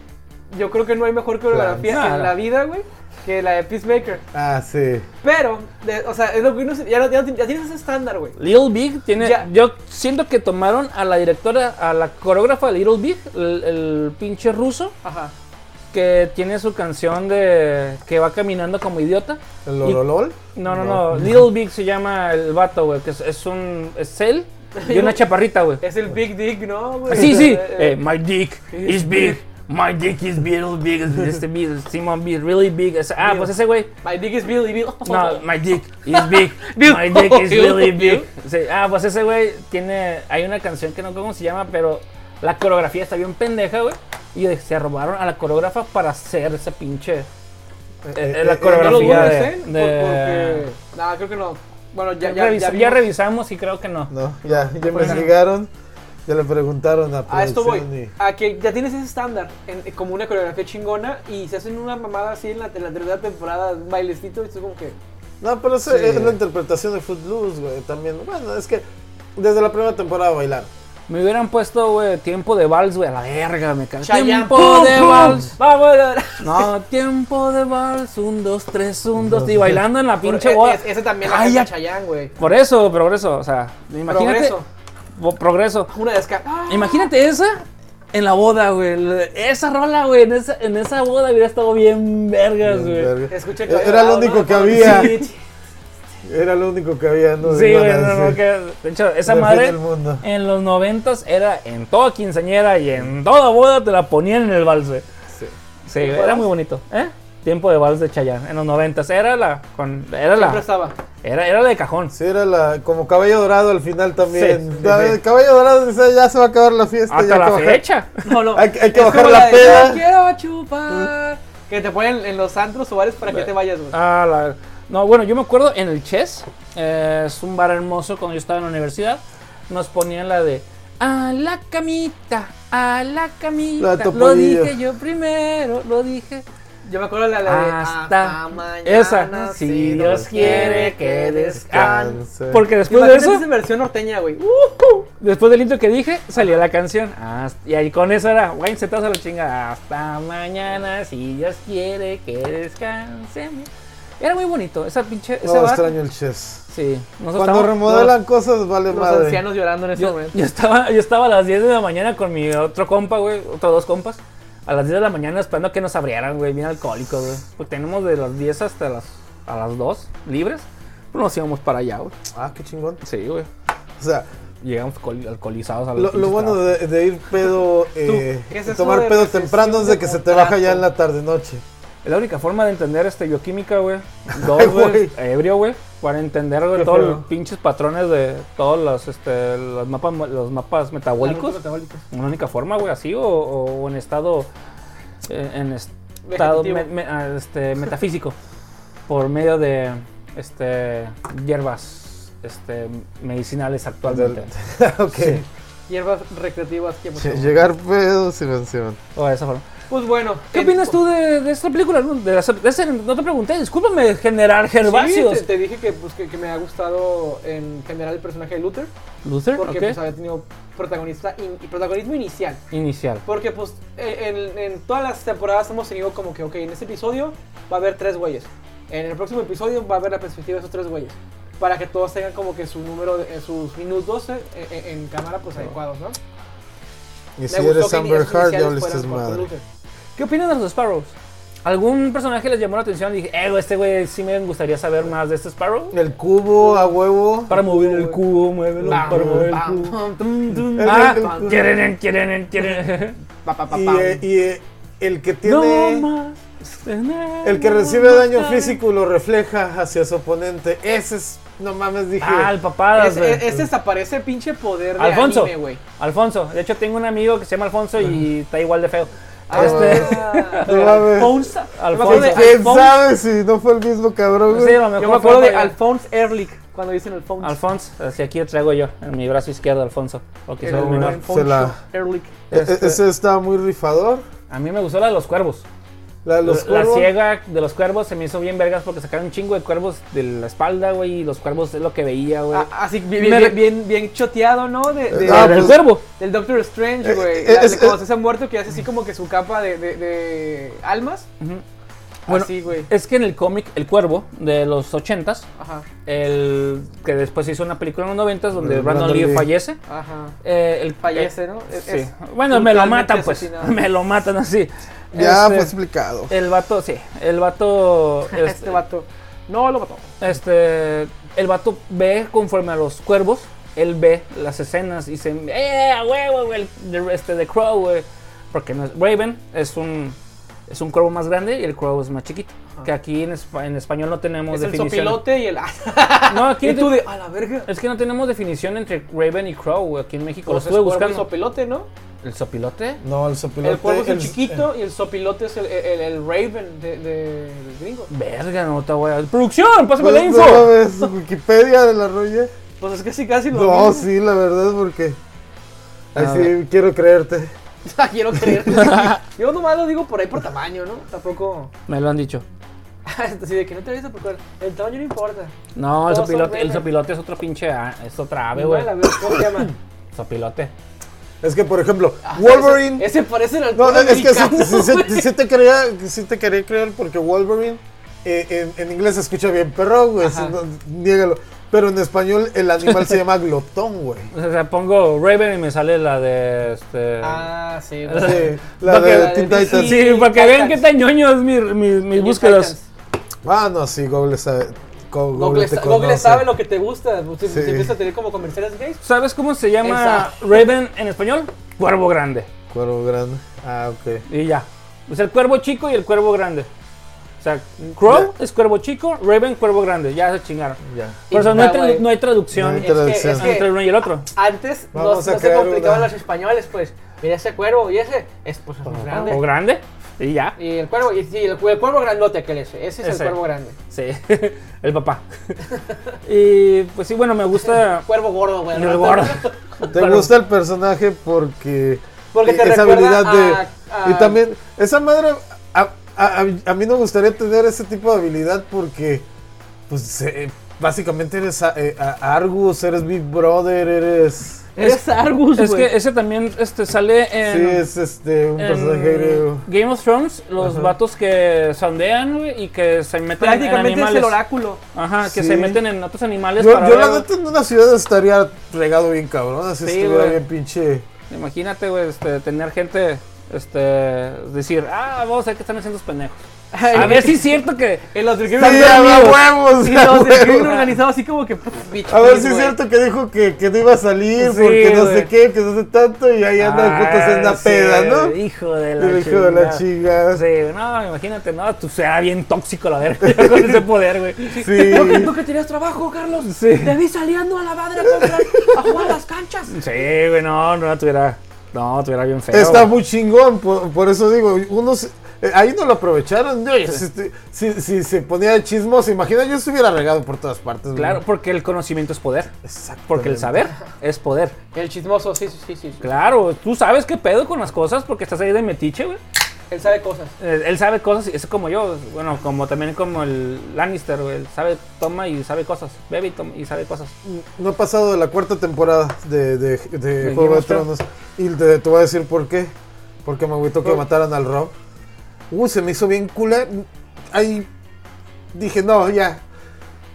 [SPEAKER 3] yo creo que no hay mejor coreografía
[SPEAKER 1] Claro.
[SPEAKER 3] en la vida, güey, que la de Peacemaker.
[SPEAKER 2] Ah, sí.
[SPEAKER 3] Pero, de- o sea, es lo que uno se- ya, no- ya no- ya tienes ese estándar, güey.
[SPEAKER 1] Little Big tiene.
[SPEAKER 3] Ya.
[SPEAKER 1] Yo siento que tomaron a la directora, a la coreógrafa de Little Big, el, el pinche ruso,
[SPEAKER 3] Ajá.
[SPEAKER 1] que tiene su canción de. que va caminando como idiota.
[SPEAKER 2] El
[SPEAKER 1] Y-
[SPEAKER 2] Lololol.
[SPEAKER 1] No, no, no. Little Big se llama el vato, güey, que es, es un. es él y una chaparrita, güey.
[SPEAKER 3] Es el Big Dick, ¿no, güey?
[SPEAKER 1] Sí, sí.
[SPEAKER 3] Eh,
[SPEAKER 1] Eh, my dick is big. My dick is little big. Este big, Simon big, really big. Es- ah, pues ese güey.
[SPEAKER 3] My Dick is Billy Bill.
[SPEAKER 1] No, my dick is big. my dick is really big. Sí, ah, pues ese güey tiene. Hay una canción que no sé cómo se llama, pero la coreografía está bien pendeja, güey. Y de- se robaron a la coreógrafa para hacer ese pinche. eh, la
[SPEAKER 3] ¿No lo
[SPEAKER 1] coreografía.
[SPEAKER 3] dudes,
[SPEAKER 1] de-
[SPEAKER 3] eh? Por-
[SPEAKER 1] de-
[SPEAKER 3] Porque... Nah, creo que no. Bueno, ya, ya,
[SPEAKER 1] Revis- ya,
[SPEAKER 3] vimos.
[SPEAKER 1] revisamos y creo que no.
[SPEAKER 2] No, Ah, ya, ya investigaron. Ya le preguntaron a
[SPEAKER 3] A esto voy.
[SPEAKER 2] producción y-
[SPEAKER 3] A que ya tienes ese estándar, en- como una coreografía chingona, y se hacen una mamada así en la, en la tercera temporada, un bailecito, y es como que.
[SPEAKER 2] No, pero eso
[SPEAKER 1] Sí.
[SPEAKER 2] es la interpretación de Footloose, güey. También. Bueno, es que desde la primera temporada bailar.
[SPEAKER 1] Me hubieran puesto, güey, tiempo de vals, güey, a la verga, me cago.
[SPEAKER 3] Chayanne,
[SPEAKER 1] Tiempo
[SPEAKER 3] pum,
[SPEAKER 1] de
[SPEAKER 3] pum.
[SPEAKER 1] vals.
[SPEAKER 3] ¡Vámonos!
[SPEAKER 1] No, tiempo de vals. Un, dos, tres, un, dos. Y bailando en la pinche boda.
[SPEAKER 3] e-, Ese, ese también la
[SPEAKER 1] Ay,
[SPEAKER 3] canta
[SPEAKER 1] ya-
[SPEAKER 3] Chayanne, güey.
[SPEAKER 1] Por eso, progreso. O sea, imagínate.
[SPEAKER 3] Progreso.
[SPEAKER 1] Bo- Progreso.
[SPEAKER 3] Una de esca- ¡Ah!
[SPEAKER 1] Imagínate esa en la boda, güey. Le- Esa rola, güey. En esa, en esa boda hubiera estado bien vergas,
[SPEAKER 2] Bien,
[SPEAKER 1] güey.
[SPEAKER 2] verga. Eh,
[SPEAKER 3] Escuché que
[SPEAKER 2] Era lo
[SPEAKER 3] hablaba,
[SPEAKER 2] único
[SPEAKER 3] ¿no?
[SPEAKER 2] que había.
[SPEAKER 3] Sí, sí.
[SPEAKER 2] Era lo único que había, ¿no?
[SPEAKER 1] Sí,
[SPEAKER 2] Iban
[SPEAKER 1] güey.
[SPEAKER 2] a
[SPEAKER 1] no, no,
[SPEAKER 2] decir,
[SPEAKER 1] que- de hecho, esa
[SPEAKER 2] "Del fin
[SPEAKER 1] madre
[SPEAKER 2] del mundo".
[SPEAKER 1] en los noventas era en toda quinceañera y en toda boda te la ponían en el vals, güey.
[SPEAKER 2] Sí.
[SPEAKER 1] Sí, era muy bonito. ¿Eh? Tiempo de vals de Chayanne. En los noventas era la... Con, era
[SPEAKER 3] Siempre
[SPEAKER 1] la...
[SPEAKER 3] estaba.
[SPEAKER 1] Era, era la de cajón.
[SPEAKER 2] Sí, era la, como Caballo Dorado al final también.
[SPEAKER 1] Sí, sí,
[SPEAKER 2] Ya,
[SPEAKER 1] sí.
[SPEAKER 2] el Caballo Dorado dice, ya se va a acabar la fiesta. ya
[SPEAKER 1] Hasta
[SPEAKER 2] hay
[SPEAKER 1] la
[SPEAKER 2] que bajar".
[SPEAKER 1] fecha.
[SPEAKER 3] No, no.
[SPEAKER 2] Hay que- hay que
[SPEAKER 3] Es
[SPEAKER 2] bajar
[SPEAKER 3] como
[SPEAKER 2] la
[SPEAKER 3] de,
[SPEAKER 2] peda.
[SPEAKER 3] "Yo quiero chupar. Que te ponen en los antros o bares para que te vayas, güey.
[SPEAKER 1] Ah, la- No, bueno, yo me acuerdo en el Chess, eh, es un bar hermoso cuando yo estaba en la universidad, nos ponían la de a la camita, a la camita,
[SPEAKER 2] La de
[SPEAKER 1] lo
[SPEAKER 2] Topolillo.
[SPEAKER 1] dije yo primero, lo dije
[SPEAKER 3] Yo me acuerdo la, la de "Ah,
[SPEAKER 1] hasta,
[SPEAKER 3] mañana.
[SPEAKER 1] esa, si Dios quiere que descanse.
[SPEAKER 2] descanse.
[SPEAKER 1] Porque después de
[SPEAKER 3] Imagínate
[SPEAKER 1] eso,
[SPEAKER 3] esa en versión norteña, güey. Uh,
[SPEAKER 1] después del intro que dije, salía la canción. Hasta- y ahí con eso era, güey, se a la chinga, hasta mañana, si Dios quiere que descanse. Era muy bonito, esa pinche, ese
[SPEAKER 2] No,
[SPEAKER 1] bar.
[SPEAKER 2] extraño el chess.
[SPEAKER 1] Sí, nosotros
[SPEAKER 2] Cuando
[SPEAKER 1] estábamos-
[SPEAKER 2] remodelan cosas, vale
[SPEAKER 3] los
[SPEAKER 2] madre.
[SPEAKER 3] ancianos llorando en ese
[SPEAKER 1] Yo,
[SPEAKER 3] momento.
[SPEAKER 1] yo estaba, yo estaba a las 10 de la mañana con mi otro compa, güey, otros dos compas. A las 10 de la mañana esperando que nos abrieran, güey, bien alcohólicos, güey. Pues tenemos de las 10 hasta las, a las 2 libres. Pues nos íbamos para allá, güey.
[SPEAKER 2] Ah, qué chingón.
[SPEAKER 1] Sí, güey.
[SPEAKER 2] O sea,
[SPEAKER 1] Llegamos col- alcoholizados a
[SPEAKER 2] lo, lo bueno de, de ir pedo, eh,
[SPEAKER 3] ¿qué es eso
[SPEAKER 2] tomar
[SPEAKER 3] de
[SPEAKER 2] pedo
[SPEAKER 3] rescisión
[SPEAKER 2] temprano es de
[SPEAKER 3] de
[SPEAKER 2] que se te baja ya
[SPEAKER 3] contrato?
[SPEAKER 2] en la tarde-noche.
[SPEAKER 1] Es la única forma de entender este bioquímica, güey. Dos,
[SPEAKER 2] Ay,
[SPEAKER 1] güey,
[SPEAKER 2] güey.
[SPEAKER 1] ebrio, güey. Para entender, güey,
[SPEAKER 2] Qué
[SPEAKER 1] todos
[SPEAKER 2] feo.
[SPEAKER 1] los pinches patrones de todos los, este, los mapas, los mapas metabólicos.
[SPEAKER 3] Metabólicos.
[SPEAKER 1] Una única forma, güey, así, o, o en estado. eh, en estado
[SPEAKER 3] Vegetativo.
[SPEAKER 1] me- me- ah, este, metafísico. por medio de este, hierbas este, medicinales actualmente.
[SPEAKER 2] Ah, ok.
[SPEAKER 3] Hierbas recreativas que hemos
[SPEAKER 2] Lle-
[SPEAKER 3] tomado.
[SPEAKER 2] Llegar pedo, Simón, Simón.
[SPEAKER 1] O de esa forma.
[SPEAKER 3] Pues bueno.
[SPEAKER 1] ¿Qué
[SPEAKER 3] en-
[SPEAKER 1] opinas tú de, de esta película? No, de la- de ese- no te pregunté, discúlpame, generar
[SPEAKER 3] Sí,
[SPEAKER 1] Gervasios.
[SPEAKER 3] te, te dije que, pues, que, que me ha gustado en general el personaje de Luther.
[SPEAKER 1] Luther,
[SPEAKER 3] Porque
[SPEAKER 1] ok.
[SPEAKER 3] pues, había tenido protagonista in- y protagonismo inicial.
[SPEAKER 1] Inicial.
[SPEAKER 3] Porque pues en, en- en todas las temporadas hemos tenido como que, ok, en este episodio va a haber tres güeyes. En el próximo episodio va a haber la perspectiva de esos tres güeyes. Para que todos tengan como que su número, de, eh, sus minutos en, en- en cámara pues adecuados, ¿no?
[SPEAKER 2] Y si
[SPEAKER 3] Me gustó
[SPEAKER 2] eres
[SPEAKER 3] que
[SPEAKER 2] Amber
[SPEAKER 3] esos
[SPEAKER 2] Hard, ya
[SPEAKER 3] iniciales
[SPEAKER 2] habliste
[SPEAKER 3] fueran con
[SPEAKER 2] madre.
[SPEAKER 3] Luther.
[SPEAKER 1] ¿Qué opinan de los Sparrows? ¿Algún personaje les llamó la atención? Dije, eh, güey, este güey sí me gustaría saber más de este Sparrow.
[SPEAKER 2] El cubo a huevo.
[SPEAKER 1] Para mover el cubo, muévelo,
[SPEAKER 3] Pam,
[SPEAKER 1] para mover el
[SPEAKER 3] pam,
[SPEAKER 1] cubo.
[SPEAKER 3] pam, tum, tum.
[SPEAKER 2] El-
[SPEAKER 1] Ah,
[SPEAKER 2] el-
[SPEAKER 1] quieren, quieren, quieren.
[SPEAKER 3] Pa, pa, pa,
[SPEAKER 2] Y,
[SPEAKER 3] pam.
[SPEAKER 2] eh, y, eh, el que tiene.
[SPEAKER 1] más. tener
[SPEAKER 2] el que
[SPEAKER 1] no
[SPEAKER 2] recibe
[SPEAKER 1] más
[SPEAKER 2] daño
[SPEAKER 1] tener.
[SPEAKER 2] físico lo refleja hacia su oponente. Ese es. No mames, dije.
[SPEAKER 1] Ah, el papá.
[SPEAKER 3] Es- es- Este desaparece pinche poder de
[SPEAKER 1] Alfonso.
[SPEAKER 3] anime, güey.
[SPEAKER 1] Alfonso. De hecho, tengo un amigo que se llama Alfonso y está igual de feo.
[SPEAKER 3] Ah,
[SPEAKER 1] Este,
[SPEAKER 2] No mames.
[SPEAKER 1] Alphonse.
[SPEAKER 3] Alphonse. Yo me acuerdo de
[SPEAKER 2] ¿Quién
[SPEAKER 3] Alphonse-
[SPEAKER 2] sabe si no fue el mismo cabrón,
[SPEAKER 1] sí,
[SPEAKER 2] güey?
[SPEAKER 1] a lo mejor
[SPEAKER 3] Yo me acuerdo
[SPEAKER 1] fue
[SPEAKER 3] de
[SPEAKER 1] Alfonso.
[SPEAKER 3] Alphonse Ehrlich cuando dicen Alphonse.
[SPEAKER 1] Alfonso. Así aquí lo traigo yo en mi brazo izquierdo, Alfonso. Porque soy
[SPEAKER 3] Era
[SPEAKER 1] el
[SPEAKER 3] un
[SPEAKER 2] bueno.
[SPEAKER 1] menor.
[SPEAKER 3] Alphonse
[SPEAKER 2] Se la-
[SPEAKER 3] Ehrlich.
[SPEAKER 2] E- e- Ese estaba muy rifador.
[SPEAKER 1] A mí me gustó la de los cuervos.
[SPEAKER 2] La de los
[SPEAKER 1] la, la
[SPEAKER 2] cuervos.
[SPEAKER 1] ciega de los cuervos se me hizo bien vergas porque sacaron un chingo de cuervos de la espalda, güey. Y los cuervos es lo que veía, güey.
[SPEAKER 3] Ah, Así bien, bien,
[SPEAKER 1] Me re-
[SPEAKER 3] bien, bien- bien choteado, ¿no? De, de-
[SPEAKER 1] Ah,
[SPEAKER 2] Ah,
[SPEAKER 1] del
[SPEAKER 2] pues-
[SPEAKER 1] cuervo.
[SPEAKER 3] del Doctor Strange,
[SPEAKER 2] Eh,
[SPEAKER 3] güey.
[SPEAKER 2] eh,
[SPEAKER 3] La-
[SPEAKER 2] es-
[SPEAKER 3] de Cuando
[SPEAKER 2] es-
[SPEAKER 3] se ha muerto que hace así como que su capa de, de- de almas.
[SPEAKER 1] Bueno,
[SPEAKER 3] así, güey.
[SPEAKER 2] eh,
[SPEAKER 1] Es que en el cómic El Cuervo de los 80s,
[SPEAKER 3] Ajá,
[SPEAKER 1] el que después se hizo una película en los 90s donde
[SPEAKER 2] El
[SPEAKER 1] Mm, Brandon
[SPEAKER 2] Brandon
[SPEAKER 1] Lee
[SPEAKER 2] Lee.
[SPEAKER 1] fallece.
[SPEAKER 3] ajá.
[SPEAKER 1] eh, el,
[SPEAKER 3] Fallece,
[SPEAKER 1] eh,
[SPEAKER 3] ¿no? Es-
[SPEAKER 1] sí.
[SPEAKER 3] es
[SPEAKER 1] Bueno, me lo
[SPEAKER 3] brutalmente
[SPEAKER 1] matan, pues.
[SPEAKER 3] asesinado.
[SPEAKER 1] Me lo matan así.
[SPEAKER 2] Ya
[SPEAKER 1] Este,
[SPEAKER 2] fue explicado.
[SPEAKER 1] El vato, sí. El vato.
[SPEAKER 3] Este,
[SPEAKER 1] este,
[SPEAKER 3] vato. No lo mató.
[SPEAKER 1] Este, el vato ve conforme a los cuervos, él ve las escenas y dice, ¡eh, a huevo, güey! el de- Este, de Crow, güey. Porque no es, Raven es un, es un cuervo más grande y el Crow es más chiquito. Que aquí en, espa- en español no tenemos
[SPEAKER 3] Es el
[SPEAKER 1] definición.
[SPEAKER 3] sopilote y el.
[SPEAKER 1] No, aquí
[SPEAKER 3] y
[SPEAKER 1] no
[SPEAKER 3] tú
[SPEAKER 1] te-
[SPEAKER 3] de. A la verga.
[SPEAKER 1] es que no tenemos definición entre Raven y Crow, güey, aquí en México. Lo
[SPEAKER 3] Pues es
[SPEAKER 1] estuve
[SPEAKER 3] cuervo y
[SPEAKER 1] buscando.
[SPEAKER 3] sopilote, ¿no?
[SPEAKER 1] ¿El sopilote?
[SPEAKER 2] No, el sopilote.
[SPEAKER 3] El cuervo es el
[SPEAKER 2] el-
[SPEAKER 3] chiquito y el sopilote es el, el, el Raven de, de- del gringo.
[SPEAKER 1] Verga, no te voy a... ¡Producción! ¡Pásame la
[SPEAKER 2] Pues,
[SPEAKER 1] info!
[SPEAKER 2] no mames, Wikipedia de la roya.
[SPEAKER 3] Pues es casi casi lo
[SPEAKER 2] No,
[SPEAKER 3] mismo.
[SPEAKER 2] sí, la verdad, porque. Ay,
[SPEAKER 1] A
[SPEAKER 2] sí, quiero creerte.
[SPEAKER 3] Quiero creer. Yo nomás lo digo por ahí por tamaño, ¿no? Tampoco.
[SPEAKER 1] Me lo han dicho.
[SPEAKER 3] Así de que no te vayas a procurar. El tamaño no importa.
[SPEAKER 1] No, el
[SPEAKER 3] Todos son
[SPEAKER 1] sopilote, el
[SPEAKER 3] Raven.
[SPEAKER 1] sopilote es otro pinche... a- Es otra ave,
[SPEAKER 3] No,
[SPEAKER 1] güey.
[SPEAKER 3] la verga, ¿Cómo se llama?
[SPEAKER 1] Sopilote.
[SPEAKER 2] Es que, por ejemplo,
[SPEAKER 3] Ah,
[SPEAKER 2] Wolverine.
[SPEAKER 3] Ese, ese parece el
[SPEAKER 2] No,
[SPEAKER 3] alcohol
[SPEAKER 2] no, es que sí,
[SPEAKER 3] americano,
[SPEAKER 2] sí- sí-
[SPEAKER 3] güey.
[SPEAKER 2] sí te quería, sí te quería creer porque Wolverine eh, en, en inglés se escucha bien perro, güey.
[SPEAKER 3] Ajá.
[SPEAKER 2] sí, no, niégalo. Pero en español el animal se llama glotón, güey.
[SPEAKER 1] O sea, pongo Raven y me sale la de este.
[SPEAKER 3] Ah, sí.
[SPEAKER 1] La-
[SPEAKER 3] güey.
[SPEAKER 2] Sí, la
[SPEAKER 1] Porque
[SPEAKER 2] de
[SPEAKER 1] la
[SPEAKER 2] Teen
[SPEAKER 3] de-
[SPEAKER 2] Titans.
[SPEAKER 1] sí, para que
[SPEAKER 3] Titans.
[SPEAKER 1] vean qué tan ñoño es mi, mi- mis búsquedas.
[SPEAKER 2] Ah, no, sí, Google sabe. co-
[SPEAKER 3] Google,
[SPEAKER 2] Google te
[SPEAKER 3] Google
[SPEAKER 2] conoce.
[SPEAKER 3] sabe lo que te gusta. Pues, Si,
[SPEAKER 2] Sí.
[SPEAKER 3] empiezas a tener como comerciales gays.
[SPEAKER 1] ¿Sabes cómo se llama
[SPEAKER 3] Exacto.
[SPEAKER 1] Raven en español? Cuervo grande.
[SPEAKER 2] Cuervo grande. Ah, ok.
[SPEAKER 1] Y ya. O sea, el cuervo chico y el cuervo grande. O sea, Crow es cuervo chico, Raven cuervo grande. Ya se chingaron.
[SPEAKER 2] Ya.
[SPEAKER 1] Por eso no hay,
[SPEAKER 3] Ya,
[SPEAKER 1] tra-
[SPEAKER 3] güey.
[SPEAKER 1] no hay traducción
[SPEAKER 2] No hay traducción.
[SPEAKER 3] Es que, es
[SPEAKER 1] entre
[SPEAKER 3] que
[SPEAKER 1] uno y el otro.
[SPEAKER 3] antes no, no
[SPEAKER 2] Vamos a
[SPEAKER 3] se
[SPEAKER 2] crear
[SPEAKER 3] complicaban
[SPEAKER 2] una.
[SPEAKER 3] los españoles, pues. Mira ese cuervo y ese es pues es más grande.
[SPEAKER 1] O grande. Y ya.
[SPEAKER 3] Y el cuervo, y sí, el, el cuervo grandote aquel ese. Ese
[SPEAKER 1] Ese.
[SPEAKER 3] es el cuervo grande.
[SPEAKER 1] Sí. el papá. y pues sí, bueno, me gusta.
[SPEAKER 3] Cuervo gordo, güey.
[SPEAKER 1] el gordo.
[SPEAKER 2] Te
[SPEAKER 1] Pero-
[SPEAKER 2] gusta el personaje porque,
[SPEAKER 3] Porque te
[SPEAKER 2] esa
[SPEAKER 3] recuerda
[SPEAKER 2] habilidad de
[SPEAKER 3] a- a-
[SPEAKER 2] y también esa madre a, a- a- a mí no gustaría tener ese tipo de habilidad porque pues eh, básicamente eres a- eh, a- Argus, eres Big Brother, eres
[SPEAKER 3] Eres Argus,
[SPEAKER 1] Es
[SPEAKER 3] güey.
[SPEAKER 1] que ese también este, sale en.
[SPEAKER 3] Eh,
[SPEAKER 2] sí es este un
[SPEAKER 1] en
[SPEAKER 2] personaje griego.
[SPEAKER 1] Game of Thrones, los
[SPEAKER 2] Ajá.
[SPEAKER 1] vatos que sondean güey, y que se meten en
[SPEAKER 3] Prácticamente es
[SPEAKER 1] animales.
[SPEAKER 3] el oráculo.
[SPEAKER 1] Ajá, que
[SPEAKER 2] Sí.
[SPEAKER 1] se meten en otros animales
[SPEAKER 2] Yo,
[SPEAKER 1] para
[SPEAKER 2] yo
[SPEAKER 1] ver-
[SPEAKER 2] la neta en una ciudad estaría regado bien cabrón, así
[SPEAKER 1] Sí,
[SPEAKER 2] estuviera
[SPEAKER 1] güey.
[SPEAKER 2] bien pinche.
[SPEAKER 1] Imagínate, güey, este, tener gente este, decir, ah, vamos a ver qué están haciendo esos pendejos. A ver si es cierto que...
[SPEAKER 3] Y los del
[SPEAKER 2] Sí,
[SPEAKER 3] crimen-
[SPEAKER 2] a
[SPEAKER 1] huevo.
[SPEAKER 2] huevos,
[SPEAKER 3] y
[SPEAKER 2] a
[SPEAKER 3] los del crimen
[SPEAKER 2] huevo.
[SPEAKER 3] organizado así como que. pff, bitch,
[SPEAKER 2] A ver
[SPEAKER 3] please,
[SPEAKER 2] si es
[SPEAKER 3] güey.
[SPEAKER 2] cierto que dijo que, que no iba a salir
[SPEAKER 1] Sí,
[SPEAKER 2] porque no
[SPEAKER 1] güey.
[SPEAKER 2] sé qué, que no sé tanto y ahí andan juntos en una
[SPEAKER 1] Ah, sí,
[SPEAKER 2] peda, ¿no?
[SPEAKER 1] Hijo de la
[SPEAKER 2] El hijo de la
[SPEAKER 1] chingada.
[SPEAKER 2] chica. Sí.
[SPEAKER 1] Sí, no, imagínate, no, tú será bien tóxico la verga con ese poder, güey.
[SPEAKER 3] Creo que tú que tenías trabajo, Carlos.
[SPEAKER 1] Sí.
[SPEAKER 3] Te vi saliendo a la madre a comprar, a jugar a las canchas.
[SPEAKER 1] Sí, güey, no, no, tuviera... No, tuviera bien feo.
[SPEAKER 2] Está
[SPEAKER 1] güey.
[SPEAKER 2] muy chingón, por, por eso digo, unos... eh, ahí no lo aprovecharon. ¿no? Si, este- si- si se ponía de chismos, imagina yo estuviera regado por todas partes. güey.
[SPEAKER 1] Claro, porque el conocimiento es poder.
[SPEAKER 2] Exacto.
[SPEAKER 1] Porque el saber es poder.
[SPEAKER 3] El chismoso, sí, sí, sí. sí.
[SPEAKER 1] Claro, tú sabes qué pedo con las cosas porque estás ahí de metiche, güey.
[SPEAKER 3] Él sabe cosas.
[SPEAKER 1] Eh, Él sabe cosas, y es como yo, bueno, como también como el Lannister, güey. Él sabe, toma y sabe cosas, bebe y, toma y sabe cosas.
[SPEAKER 2] No ha pasado de la cuarta temporada de, de- de
[SPEAKER 1] ¿De Game
[SPEAKER 2] Juego de
[SPEAKER 1] of Thrones? Oh.
[SPEAKER 2] Tronos. Y te, te voy a decir por qué. Porque me agüitó que
[SPEAKER 1] Por-
[SPEAKER 2] mataran al Rob. Uh, se me hizo bien culé. Ahí dije, no, ya.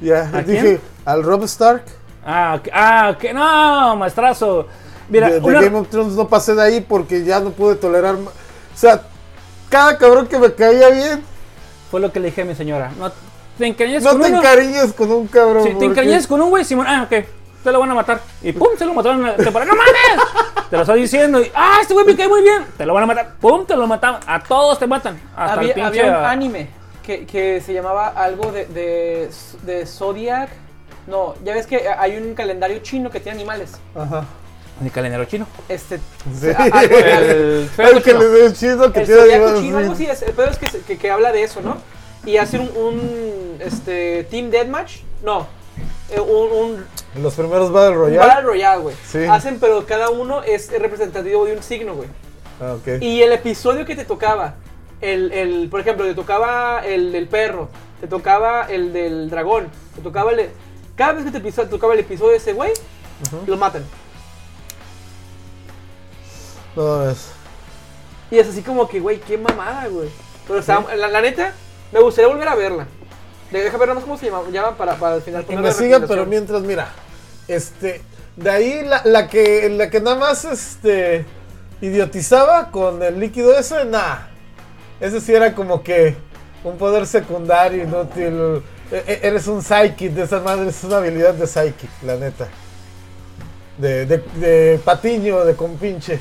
[SPEAKER 2] Ya.
[SPEAKER 1] ¿A
[SPEAKER 2] dije,
[SPEAKER 1] quién?
[SPEAKER 2] al Rob Stark.
[SPEAKER 1] Ah, que- ah, que no, maestrazo. Mira,
[SPEAKER 2] de, de
[SPEAKER 1] una-
[SPEAKER 2] Game of Thrones no pasé de ahí porque ya no pude tolerar. ma- O sea, cada cabrón que me caía bien,
[SPEAKER 1] fue lo que le dije a mi señora. No te encariñes
[SPEAKER 2] no
[SPEAKER 1] con
[SPEAKER 2] te
[SPEAKER 1] uno.
[SPEAKER 2] encariñas con un cabrón.
[SPEAKER 1] Si te
[SPEAKER 2] porque-
[SPEAKER 1] encariñas con un güey, Simón, ah, ok. te lo van a matar. Y pum, se lo mataron. a- Te pararon, ¡No mames! Te lo estoy diciendo. Y, ¡Ah, este güey me cae muy bien! Te lo van a matar. ¡Pum! Te lo mataban. A todos te matan. Hasta el
[SPEAKER 3] Había,
[SPEAKER 1] pinche.
[SPEAKER 3] había un anime que, que se llamaba algo de, de, de Zodiac. No, ya ves que hay un calendario chino que tiene animales.
[SPEAKER 2] Ajá.
[SPEAKER 1] El calendario chino.
[SPEAKER 3] Este.
[SPEAKER 2] Sí.
[SPEAKER 3] a- algo-
[SPEAKER 1] El
[SPEAKER 2] El que
[SPEAKER 1] chino.
[SPEAKER 2] le el chido que
[SPEAKER 3] el
[SPEAKER 2] tiene
[SPEAKER 3] zodiaco
[SPEAKER 2] animales,
[SPEAKER 3] chino, algo así,
[SPEAKER 2] sí.
[SPEAKER 3] es- el pedo es que, se- que, que habla de eso, ¿no? Y hacen un, un, este, Team Deathmatch, no, eh, un, un,
[SPEAKER 2] Los primeros Battle
[SPEAKER 3] un
[SPEAKER 2] Royale.
[SPEAKER 3] Battle Royale, güey.
[SPEAKER 2] Sí.
[SPEAKER 3] Hacen, pero cada uno es representativo de un signo, güey.
[SPEAKER 2] Ah, ok.
[SPEAKER 3] Y el episodio que te tocaba, el, el, por ejemplo, te tocaba el del perro, te tocaba el del dragón, te tocaba el... de- Cada vez que te piso- tocaba el episodio de ese güey, lo matan.
[SPEAKER 2] No es.
[SPEAKER 3] Y es así como que, güey, qué mamada, güey. Pero o sea, la, la neta, me gustaría volver a verla. De- Deja ver nomás cómo se llama, llaman para, para al final.
[SPEAKER 2] Que
[SPEAKER 3] poner
[SPEAKER 2] me
[SPEAKER 3] la
[SPEAKER 2] sigan, pero
[SPEAKER 3] recomendación.
[SPEAKER 2] mientras, mira. Este. De ahí la, la que la que nada más este idiotizaba con el líquido ese, nada. Ese sí era como que un poder secundario inútil. E- e- Eres un psychic de esa madre, es una habilidad de psychic, la neta. De, de, de patiño, de compinche.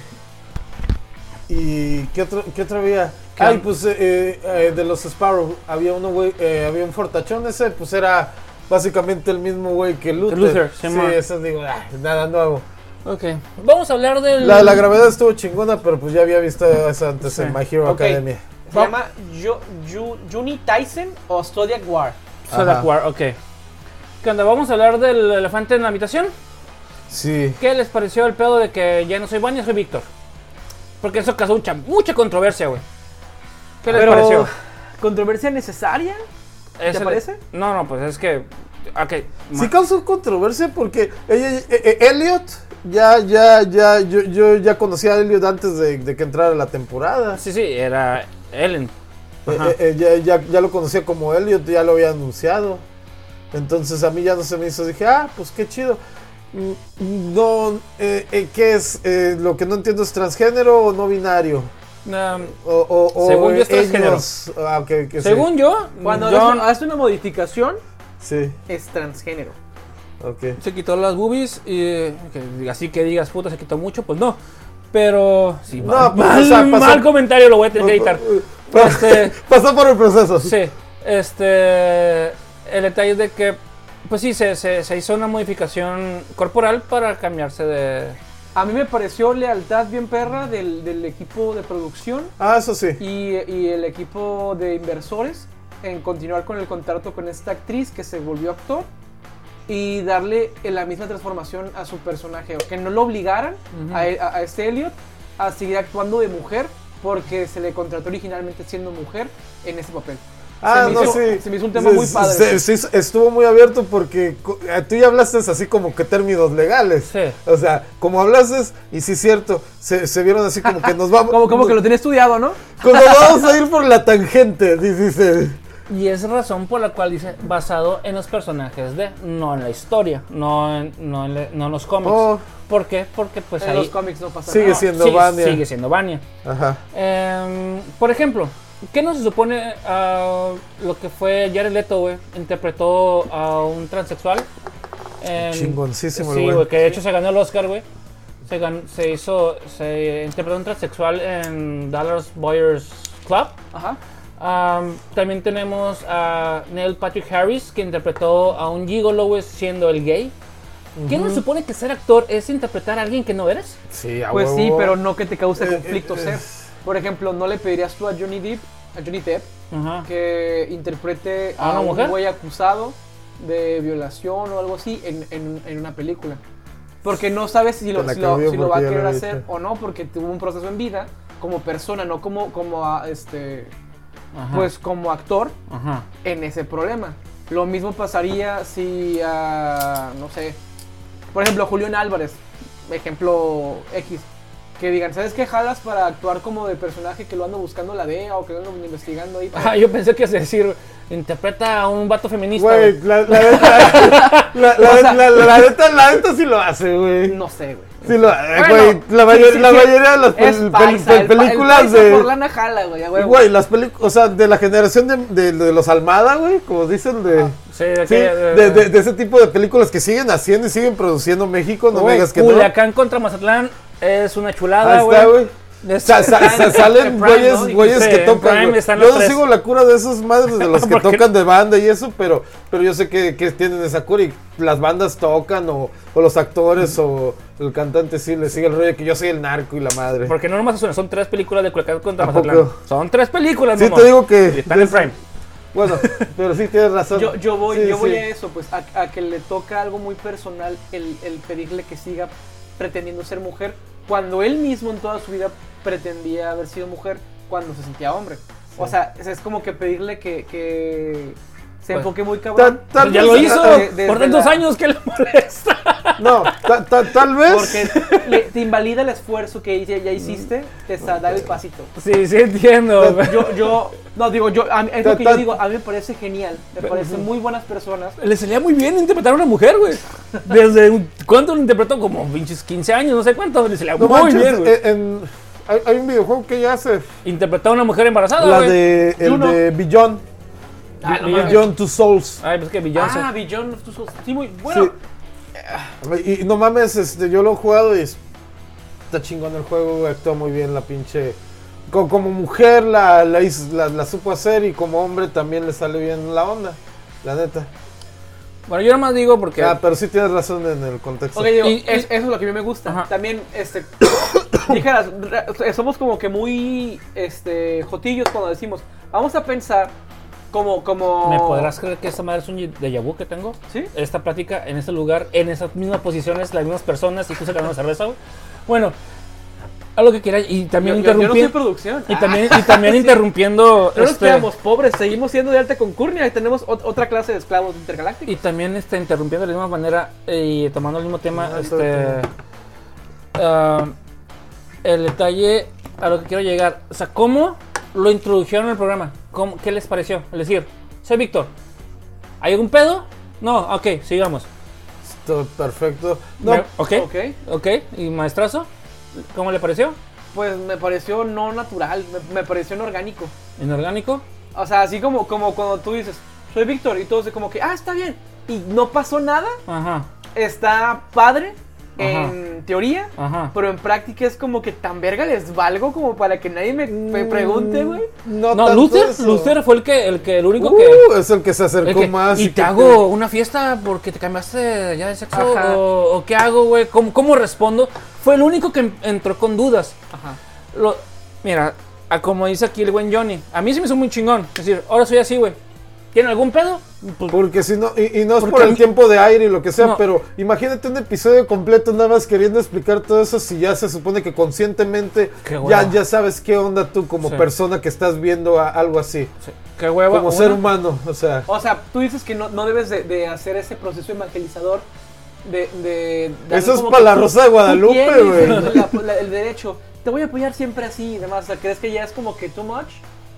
[SPEAKER 2] ¿Y qué otro, qué otro había?
[SPEAKER 1] ¿Qué?
[SPEAKER 2] Ay, pues eh, eh, eh, de los Sparrow había uno, güey, eh, había un fortachón ese, pues era básicamente el mismo güey que Luther.
[SPEAKER 1] Luther, sí,
[SPEAKER 2] sí,
[SPEAKER 1] ma.
[SPEAKER 2] eso digo, ah, nada nuevo.
[SPEAKER 1] Ok. Vamos a hablar del.
[SPEAKER 2] La, la gravedad estuvo chingona, pero pues ya había visto eso antes
[SPEAKER 1] Sí.
[SPEAKER 2] en My Hero
[SPEAKER 3] Ok.
[SPEAKER 2] Academia.
[SPEAKER 3] Se llama Yo- Yu- Juni Tyson o Zodiac War.
[SPEAKER 1] Soda
[SPEAKER 2] Ajá.
[SPEAKER 1] Quar, ok. ¿Qué onda? Vamos a hablar del elefante en la habitación.
[SPEAKER 2] Sí.
[SPEAKER 1] ¿Qué les pareció el pedo de que ya no soy Vania, soy Víctor? Porque eso causó mucha, mucha controversia, güey. ¿Qué les pareció?
[SPEAKER 3] ¿Controversia necesaria?
[SPEAKER 1] Es el-
[SPEAKER 3] parece?
[SPEAKER 1] No, no, pues es que. Ok. ma-
[SPEAKER 2] Sí causó controversia porque ella, eh, eh, Elliot, ya, ya, ya, yo, yo ya conocía a Elliot antes de, de que entrara la temporada.
[SPEAKER 1] sí, sí, era Ellen. Ajá.
[SPEAKER 2] Eh, eh, ya, ya- ya lo conocía como Elliot, ya lo había anunciado. Entonces a mí ya no se me hizo, dije, ah, pues qué chido. Mm, No, eh, eh, ¿qué es? Eh, lo que no entiendo es transgénero o no binario.
[SPEAKER 1] Um,
[SPEAKER 2] O, o- o
[SPEAKER 1] Según yo es
[SPEAKER 2] ellos.
[SPEAKER 1] transgénero.
[SPEAKER 2] Ah, ok, que sí.
[SPEAKER 1] según yo,
[SPEAKER 3] Cuando
[SPEAKER 1] John
[SPEAKER 3] hace, hace una modificación,
[SPEAKER 2] Sí,
[SPEAKER 3] es transgénero.
[SPEAKER 2] ok.
[SPEAKER 1] se quitó las boobies y eh, que- así que digas, puta, se quitó mucho, pues no. Pero. Sí,
[SPEAKER 2] No,
[SPEAKER 1] mal,
[SPEAKER 2] pues, o
[SPEAKER 1] mal-
[SPEAKER 2] sea, pasó- pues,
[SPEAKER 1] mal comentario lo voy a tener que editar. Este-
[SPEAKER 2] Pasó por el proceso.
[SPEAKER 1] Sí, este. El detalle es de que, pues sí, se, se- se hizo una modificación corporal para cambiarse de.
[SPEAKER 3] A mí me pareció lealtad bien perra del, del equipo de producción
[SPEAKER 2] Ah, eso sí.
[SPEAKER 3] y, y el equipo de inversores en continuar con el contrato con esta actriz que se volvió actor y darle eh, la misma transformación a su personaje, o que no lo obligaran a él- a, a este Elliot a seguir actuando de mujer porque se le contrató originalmente siendo mujer en ese papel.
[SPEAKER 2] Ah,
[SPEAKER 3] se me
[SPEAKER 2] no,
[SPEAKER 3] hizo,
[SPEAKER 2] sí.
[SPEAKER 3] Se me hizo un tema
[SPEAKER 2] Se-
[SPEAKER 3] muy
[SPEAKER 2] se-
[SPEAKER 3] padre.
[SPEAKER 2] se- se hizo- estuvo muy abierto porque co- eh, tú ya hablaste así como que términos legales.
[SPEAKER 1] Sí.
[SPEAKER 2] O sea, como hablaste, y sí es cierto, se, se vieron así como que nos vamos.
[SPEAKER 3] como, como que lo tenía estudiado, ¿no?
[SPEAKER 2] como vamos a ir por la tangente, di- dice.
[SPEAKER 1] Y es razón por la cual dice basado en los personajes de, no en la historia, no en, no en, le- no en los cómics.
[SPEAKER 2] Oh.
[SPEAKER 1] ¿Por qué? Porque pues
[SPEAKER 3] En
[SPEAKER 1] ahí
[SPEAKER 3] los cómics no pasa
[SPEAKER 2] Sigue
[SPEAKER 3] nada.
[SPEAKER 2] siendo- Vania.
[SPEAKER 1] sigue siendo Vania.
[SPEAKER 2] Ajá.
[SPEAKER 1] Em, por ejemplo, ¿qué no se supone ah, lo que fue Jared Leto, güey? Interpretó a un transexual. en-
[SPEAKER 2] Chingoncísimo el
[SPEAKER 1] Sí,
[SPEAKER 2] güey.
[SPEAKER 1] güey, que de hecho se ganó el Oscar, güey. Se, gan- se hizo, se interpretó a un transexual en Dallas Boyers Club.
[SPEAKER 3] Ajá.
[SPEAKER 1] Am, también tenemos a Neil Patrick Harris, que interpretó a un gigolo, güey, siendo el gay. ¿Qué no se supone que ser actor es interpretar a alguien que no eres?
[SPEAKER 2] Sí, a
[SPEAKER 3] Pues sí,
[SPEAKER 2] huevo.
[SPEAKER 3] pero no que te cause
[SPEAKER 2] Eh,
[SPEAKER 3] conflicto
[SPEAKER 2] eh,
[SPEAKER 3] ser.
[SPEAKER 2] eh.
[SPEAKER 3] Por ejemplo, no le pedirías tú a Johnny Depp, a Johnny Depp
[SPEAKER 1] Ajá.
[SPEAKER 3] que interprete
[SPEAKER 1] Ah. ¿A
[SPEAKER 3] a,
[SPEAKER 1] una mujer?
[SPEAKER 3] un güey acusado de violación o algo así en, en- en una película. Porque no sabes si lo,
[SPEAKER 2] Te la
[SPEAKER 3] si lo-
[SPEAKER 2] cambió
[SPEAKER 3] si lo
[SPEAKER 2] porque
[SPEAKER 3] va a
[SPEAKER 2] ya la
[SPEAKER 3] querer
[SPEAKER 2] viste.
[SPEAKER 3] hacer o no, porque tuvo un proceso en vida como persona, no como, como a, este,
[SPEAKER 1] Ajá.
[SPEAKER 3] pues como actor
[SPEAKER 1] Ajá.
[SPEAKER 3] en ese problema. Lo mismo pasaría si, ah, no sé, por ejemplo, Julián Álvarez, ejemplo X, que digan, ¿sabes qué jalas para actuar como de personaje que lo ando buscando la DEA o que lo ando investigando ahí? para-"
[SPEAKER 1] Ah, yo pensé que es decir, interpreta a un vato feminista.
[SPEAKER 2] Güey,
[SPEAKER 1] güey.
[SPEAKER 2] la la neta. La la-
[SPEAKER 3] O sea-
[SPEAKER 2] la- la neta, la neta sí lo hace, güey.
[SPEAKER 3] No sé, güey.
[SPEAKER 2] Sí lo eh,
[SPEAKER 3] Bueno,
[SPEAKER 2] güey, la,
[SPEAKER 3] sí,
[SPEAKER 2] mayor-
[SPEAKER 3] sí,
[SPEAKER 2] la
[SPEAKER 3] sí,
[SPEAKER 2] mayoría de las
[SPEAKER 3] Es
[SPEAKER 2] pel- pel-
[SPEAKER 3] paisa,
[SPEAKER 2] pel-
[SPEAKER 3] el pa- el
[SPEAKER 2] películas
[SPEAKER 3] paisa
[SPEAKER 2] de.
[SPEAKER 3] por lana jala, güey, a huevo.
[SPEAKER 2] Güey, las películas, o sea, de la generación de, de- de los Almada, güey, como dicen de...
[SPEAKER 1] Ah, Sí, de eh,
[SPEAKER 2] Sí,
[SPEAKER 1] aquella-
[SPEAKER 2] de, de- de ese tipo de películas que siguen haciendo y siguen produciendo en México, no
[SPEAKER 1] Güey,
[SPEAKER 2] me digas que no.
[SPEAKER 1] Culiacán contra Mazatlán es una chulada,
[SPEAKER 2] Ahí está,
[SPEAKER 1] güey.
[SPEAKER 2] güey. O sea, sa-
[SPEAKER 1] Está en-
[SPEAKER 2] sa- salen
[SPEAKER 1] en Prime,
[SPEAKER 2] güeyes,
[SPEAKER 1] ¿no?
[SPEAKER 2] güeyes
[SPEAKER 1] Sí,
[SPEAKER 2] que
[SPEAKER 1] en
[SPEAKER 2] tocan.
[SPEAKER 1] Prime
[SPEAKER 2] güey.
[SPEAKER 1] están los
[SPEAKER 2] Yo no
[SPEAKER 1] tres.
[SPEAKER 2] sigo la cura de esas madres de los que
[SPEAKER 1] ¿Por qué?
[SPEAKER 2] tocan de banda y eso, pero, pero yo sé que, que tienen esa cura y las bandas tocan o, o los actores o el cantante sí le sigue el rollo que yo soy el narco y la madre.
[SPEAKER 1] Porque no nomás es una, son tres películas de Culiacán contra
[SPEAKER 2] ¿A poco?
[SPEAKER 1] Mazatlán. Son tres películas,
[SPEAKER 2] Sí,
[SPEAKER 1] mamón.
[SPEAKER 2] te digo que-
[SPEAKER 1] Y Están en Prime.
[SPEAKER 2] Bueno, pero sí tienes razón.
[SPEAKER 3] Yo, yo voy,
[SPEAKER 2] Sí,
[SPEAKER 3] yo voy
[SPEAKER 2] sí.
[SPEAKER 3] a eso, pues, a, a que le toca algo muy personal el, el pedirle que siga pretendiendo ser mujer, cuando él mismo en toda su vida pretendía haber sido mujer cuando se sentía hombre. O sea, es, es como que pedirle que, que se
[SPEAKER 1] Pues,
[SPEAKER 3] enfoque muy cabrón.
[SPEAKER 2] Tal- tal
[SPEAKER 1] Ya
[SPEAKER 2] vez-
[SPEAKER 1] lo hizo
[SPEAKER 2] eh,
[SPEAKER 3] Ah, de-
[SPEAKER 1] por
[SPEAKER 3] desde
[SPEAKER 1] tantos
[SPEAKER 3] la-
[SPEAKER 1] años que le molesta.
[SPEAKER 2] No, ta- ta- tal vez.
[SPEAKER 3] Porque le- te invalida el esfuerzo que ya, ya hiciste, te sa- da el pasito.
[SPEAKER 1] Sí, sí entiendo. güey.
[SPEAKER 3] Yo, yo, no, digo, yo, a mí- es lo que
[SPEAKER 2] Ta-
[SPEAKER 3] yo
[SPEAKER 2] ta-
[SPEAKER 3] digo, a mí me parece genial, me parecen muy buenas personas.
[SPEAKER 1] Le salía muy bien interpretar a una mujer, güey. Desde un- cuánto lo interpretó, como pinches 15 años, no sé cuánto, le salía
[SPEAKER 2] No
[SPEAKER 1] muy
[SPEAKER 2] manches,
[SPEAKER 1] bien, güey.
[SPEAKER 2] eh, en- hay, hay un videojuego que ya hace.
[SPEAKER 1] Interpretó a una mujer embarazada,
[SPEAKER 2] La
[SPEAKER 1] Ah, güey.
[SPEAKER 2] de. El
[SPEAKER 3] Juno.
[SPEAKER 2] de Beyond.
[SPEAKER 3] Ah, no mames.
[SPEAKER 2] Beyond Two Souls.
[SPEAKER 1] Ay, pues que Beyoncé.
[SPEAKER 3] Ah, Beyond of Two Souls. Sí, muy bueno.
[SPEAKER 2] Sí. Y, y no mames, este, yo lo he jugado y es- está chingón el juego, güey, actúa muy bien la pinche. co- como mujer la, la, hizo- la- la supo hacer y como hombre también le sale bien la onda, la neta.
[SPEAKER 1] Bueno, yo nomás digo porque.
[SPEAKER 2] Ah, pero sí tienes razón en el contexto.
[SPEAKER 3] Ok, digo,
[SPEAKER 1] Y- y-
[SPEAKER 3] es- eso es lo que a mí me gusta.
[SPEAKER 1] Ajá.
[SPEAKER 3] También, este, dijeras, re- somos como que muy, este, jotillos cuando decimos, vamos a pensar como, como...
[SPEAKER 1] ¿Me podrás creer que esta madre es un déjà vu que tengo?
[SPEAKER 3] ¿Sí?
[SPEAKER 1] Esta plática en este lugar, en esas mismas posiciones, las mismas personas y tú sacando una cerveza, güey. Bueno, a lo que quieras. Y
[SPEAKER 3] Yo,
[SPEAKER 1] también
[SPEAKER 3] yo- yo no
[SPEAKER 1] interrumpí.
[SPEAKER 3] soy producción. Ah,
[SPEAKER 1] y también, y también interrumpiendo.
[SPEAKER 3] No nos
[SPEAKER 1] este,
[SPEAKER 3] quedamos pobres, seguimos siendo de alta concurnia y tenemos ot- otra clase de esclavos intergalácticos.
[SPEAKER 1] Y también está interrumpiendo de la misma manera y tomando el mismo tema,
[SPEAKER 2] No, sobre
[SPEAKER 1] este, ah, el detalle a lo que quiero llegar. O sea, ¿cómo lo introdujeron al programa? ¿Cómo- ¿Qué les pareció? Es decir, soy Víctor. ¿Hay algún pedo? No, ok, sigamos.
[SPEAKER 2] Está perfecto. No,
[SPEAKER 1] Me- ok,
[SPEAKER 3] Ok.
[SPEAKER 1] ok. ¿Y maestrazo? ¿Cómo le pareció?
[SPEAKER 3] Pues me pareció no natural, me, me pareció inorgánico.
[SPEAKER 1] ¿Inorgánico?
[SPEAKER 3] O sea, así como, como cuando tú dices, soy Víctor, y todos de como que, ah, está bien. Y no pasó nada,
[SPEAKER 1] Ajá,
[SPEAKER 3] está padre en teoría,
[SPEAKER 1] ajá.
[SPEAKER 3] pero en práctica es como que tan verga les valgo como para que nadie me, me pregunte, güey.
[SPEAKER 2] no,
[SPEAKER 1] No,
[SPEAKER 2] tanto
[SPEAKER 1] Luther,
[SPEAKER 2] eso.
[SPEAKER 1] Luther fue el que, el que, el único
[SPEAKER 2] Uh,
[SPEAKER 1] que...
[SPEAKER 2] es el que se
[SPEAKER 1] El
[SPEAKER 2] acercó
[SPEAKER 1] que,
[SPEAKER 2] más.
[SPEAKER 1] y
[SPEAKER 2] que
[SPEAKER 1] te hago una fiesta porque te cambiaste ya de sexo
[SPEAKER 3] Ajá.
[SPEAKER 1] o, o qué hago, güey, ¿Cómo, cómo respondo. Fue el único que en- entró con dudas.
[SPEAKER 3] Ajá.
[SPEAKER 1] Lo, mira, a como dice aquí el buen Johnny, a mí se me hizo muy chingón. Es decir, ahora soy así, güey. ¿Tiene algún pedo? Pues,
[SPEAKER 2] Porque si no, y, y no es
[SPEAKER 1] Porque
[SPEAKER 2] por
[SPEAKER 1] a
[SPEAKER 2] el
[SPEAKER 1] mí-
[SPEAKER 2] tiempo de aire y lo que sea,
[SPEAKER 1] No.
[SPEAKER 2] pero imagínate un episodio completo nada más queriendo explicar todo eso si ya se supone que conscientemente
[SPEAKER 1] Qué
[SPEAKER 2] ya,
[SPEAKER 1] hueva.
[SPEAKER 2] ya sabes qué onda tú como
[SPEAKER 1] Sí.
[SPEAKER 2] persona que estás viendo a- algo así.
[SPEAKER 1] qué hueva.
[SPEAKER 2] Como
[SPEAKER 1] una.
[SPEAKER 2] ser humano, o sea.
[SPEAKER 3] O sea, tú dices que no, no debes de, de hacer ese proceso evangelizador de... de- de-
[SPEAKER 2] Eso es
[SPEAKER 3] como
[SPEAKER 2] pa'
[SPEAKER 3] que
[SPEAKER 2] la
[SPEAKER 3] tú-
[SPEAKER 2] Rosa de
[SPEAKER 3] tú
[SPEAKER 2] Guadalupe,
[SPEAKER 3] tienes
[SPEAKER 2] güey.
[SPEAKER 3] El, la- la- el derecho, te voy a apoyar siempre así y demás. O sea, ¿crees que ya es como que too much?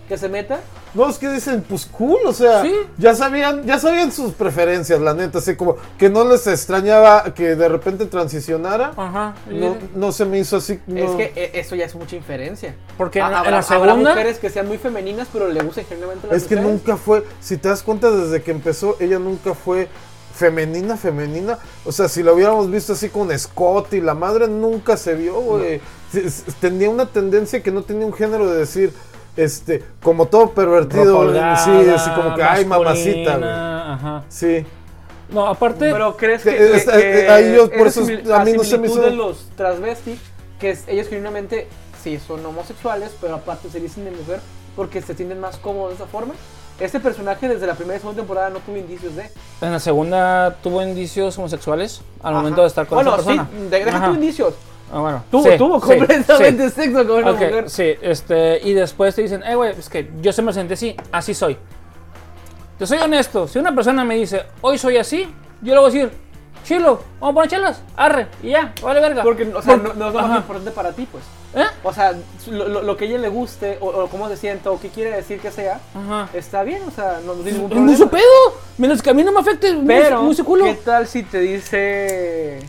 [SPEAKER 3] Que se meta.
[SPEAKER 2] No, es que dicen, pues cool, o sea,
[SPEAKER 1] Sí.
[SPEAKER 2] ya sabían, ya sabían sus preferencias, la neta, así como que no les extrañaba que de repente transicionara.
[SPEAKER 1] Ajá.
[SPEAKER 2] No, no se me hizo así.
[SPEAKER 3] Es
[SPEAKER 2] no.
[SPEAKER 3] que eh, eso ya es mucha inferencia.
[SPEAKER 1] Porque en,
[SPEAKER 3] Ha-
[SPEAKER 1] en
[SPEAKER 3] habrá,
[SPEAKER 1] la
[SPEAKER 3] habrá
[SPEAKER 1] segunda...
[SPEAKER 3] mujeres que sean muy femeninas, pero le gusten generalmente las
[SPEAKER 2] Es que
[SPEAKER 3] mujeres.
[SPEAKER 2] nunca fue, si te das cuenta desde que empezó, ella nunca fue femenina, femenina. O sea, si lo hubiéramos visto así con Scott y la madre nunca se vio, güey. Se- se- Tenía una tendencia que no tenía un género de decir, este, como todo pervertido,
[SPEAKER 1] ropa
[SPEAKER 2] sí,
[SPEAKER 1] holgada,
[SPEAKER 2] así como que, ay, mamacita, güey.
[SPEAKER 1] masculina, Ajá.
[SPEAKER 2] Sí.
[SPEAKER 1] No, aparte...
[SPEAKER 3] Pero crees que,
[SPEAKER 2] Que- es-
[SPEAKER 3] que- que
[SPEAKER 2] eh, ahí yo, por
[SPEAKER 3] es
[SPEAKER 2] eso,
[SPEAKER 3] simil-
[SPEAKER 2] a
[SPEAKER 3] la
[SPEAKER 2] mí no se me
[SPEAKER 3] similitud
[SPEAKER 2] hizo-
[SPEAKER 3] de los transvestis, que es- ellos genuinamente sí son homosexuales, pero aparte se dicen de mujer porque se sienten más cómodos de esa forma. Este personaje desde la primera y segunda temporada no tuvo indicios de.
[SPEAKER 1] En la segunda tuvo indicios homosexuales al
[SPEAKER 3] Ajá.
[SPEAKER 1] momento de estar con
[SPEAKER 3] bueno,
[SPEAKER 1] esa persona.
[SPEAKER 3] sí, de- deja
[SPEAKER 1] Ajá.
[SPEAKER 3] tuvo indicios.
[SPEAKER 1] Ah, bueno.
[SPEAKER 3] Tuvo,
[SPEAKER 1] Sí,
[SPEAKER 3] tuvo
[SPEAKER 1] sí,
[SPEAKER 3] completamente
[SPEAKER 1] sí.
[SPEAKER 3] sexo con una
[SPEAKER 1] Ok,
[SPEAKER 3] mujer.
[SPEAKER 1] sí, este, y después te dicen, eh, güey, es que yo se me senté así, así soy. Te soy honesto, si una persona me dice, hoy soy así, yo le voy a decir, chilo, vamos a poner chelas, arre, y ya, vale verga.
[SPEAKER 3] Porque, o sea,
[SPEAKER 1] Porque-
[SPEAKER 3] no, no es lo más
[SPEAKER 1] ajá.
[SPEAKER 3] importante para ti, pues.
[SPEAKER 1] ¿Eh?
[SPEAKER 3] O sea, lo, lo- lo que a ella le guste, o, o cómo se sienta, o qué quiere decir que sea,
[SPEAKER 1] Ajá.
[SPEAKER 3] está bien, o sea, no, no tiene ningún
[SPEAKER 1] Es muy
[SPEAKER 3] problema.
[SPEAKER 1] su pedo, menos que a mí no me afecte, muy-
[SPEAKER 3] Pero,
[SPEAKER 1] muy su culo.
[SPEAKER 3] ¿qué tal si te dice.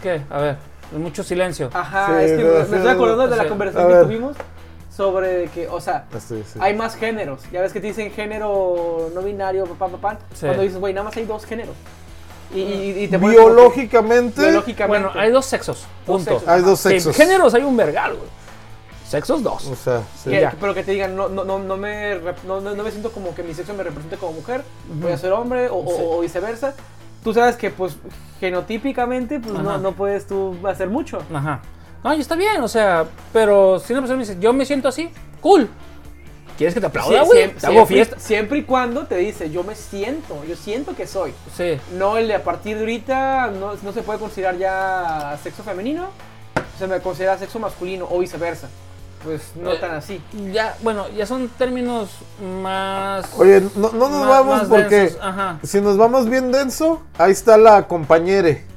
[SPEAKER 1] Ok, A ver, mucho silencio.
[SPEAKER 3] Ajá,
[SPEAKER 2] Sí,
[SPEAKER 3] es
[SPEAKER 2] no,
[SPEAKER 3] que me, me
[SPEAKER 2] sí,
[SPEAKER 3] estoy
[SPEAKER 2] no,
[SPEAKER 3] acordando de
[SPEAKER 1] o
[SPEAKER 3] la
[SPEAKER 1] sea,
[SPEAKER 3] conversación
[SPEAKER 2] a
[SPEAKER 3] que
[SPEAKER 2] ver.
[SPEAKER 3] tuvimos. sobre de que, o sea,
[SPEAKER 2] Así, sí.
[SPEAKER 3] hay más géneros. Ya ves que te dicen género no binario, papá, papá.
[SPEAKER 1] Sí.
[SPEAKER 3] Cuando dices, güey, nada más hay dos géneros. Y, y- y te ponen como que-
[SPEAKER 2] Biológicamente,
[SPEAKER 3] biológicamente.
[SPEAKER 1] Bueno, hay dos sexos.
[SPEAKER 3] Dos
[SPEAKER 1] Punto.
[SPEAKER 3] sexos.
[SPEAKER 2] hay dos
[SPEAKER 1] En
[SPEAKER 2] sexos.
[SPEAKER 1] géneros hay un vergal, güey. Sexos dos.
[SPEAKER 2] O sea, sí.
[SPEAKER 3] Que-
[SPEAKER 1] Ya.
[SPEAKER 3] pero que te digan, no, no, no, no me, rep- no, no- no me siento como que mi sexo me represente como mujer, voy a ser hombre o, o-
[SPEAKER 1] Sí.
[SPEAKER 3] o viceversa. Tú sabes que, pues, genotípicamente, pues
[SPEAKER 1] Ajá.
[SPEAKER 3] no, no puedes tú hacer mucho.
[SPEAKER 1] Ajá. No, y está bien, o sea, pero si una persona me dice, yo me siento así, cool. ¿Quieres que te aplauda,
[SPEAKER 3] Sie-
[SPEAKER 1] güey?
[SPEAKER 3] siem-
[SPEAKER 1] Te hago
[SPEAKER 3] siempre-
[SPEAKER 1] fiesta.
[SPEAKER 3] Siempre y cuando te dice, yo me siento, yo siento que soy.
[SPEAKER 1] Sí.
[SPEAKER 3] No, el de a partir de ahorita no, no se puede considerar ya sexo femenino, se me considera sexo masculino o viceversa. Pues no
[SPEAKER 1] Eh,
[SPEAKER 3] tan así.
[SPEAKER 1] Ya, bueno, ya son términos más.
[SPEAKER 2] Oye, no, no nos
[SPEAKER 1] más-
[SPEAKER 2] vamos
[SPEAKER 1] más
[SPEAKER 2] porque
[SPEAKER 1] densos, Ajá.
[SPEAKER 2] si nos vamos bien denso, ahí está la compañere.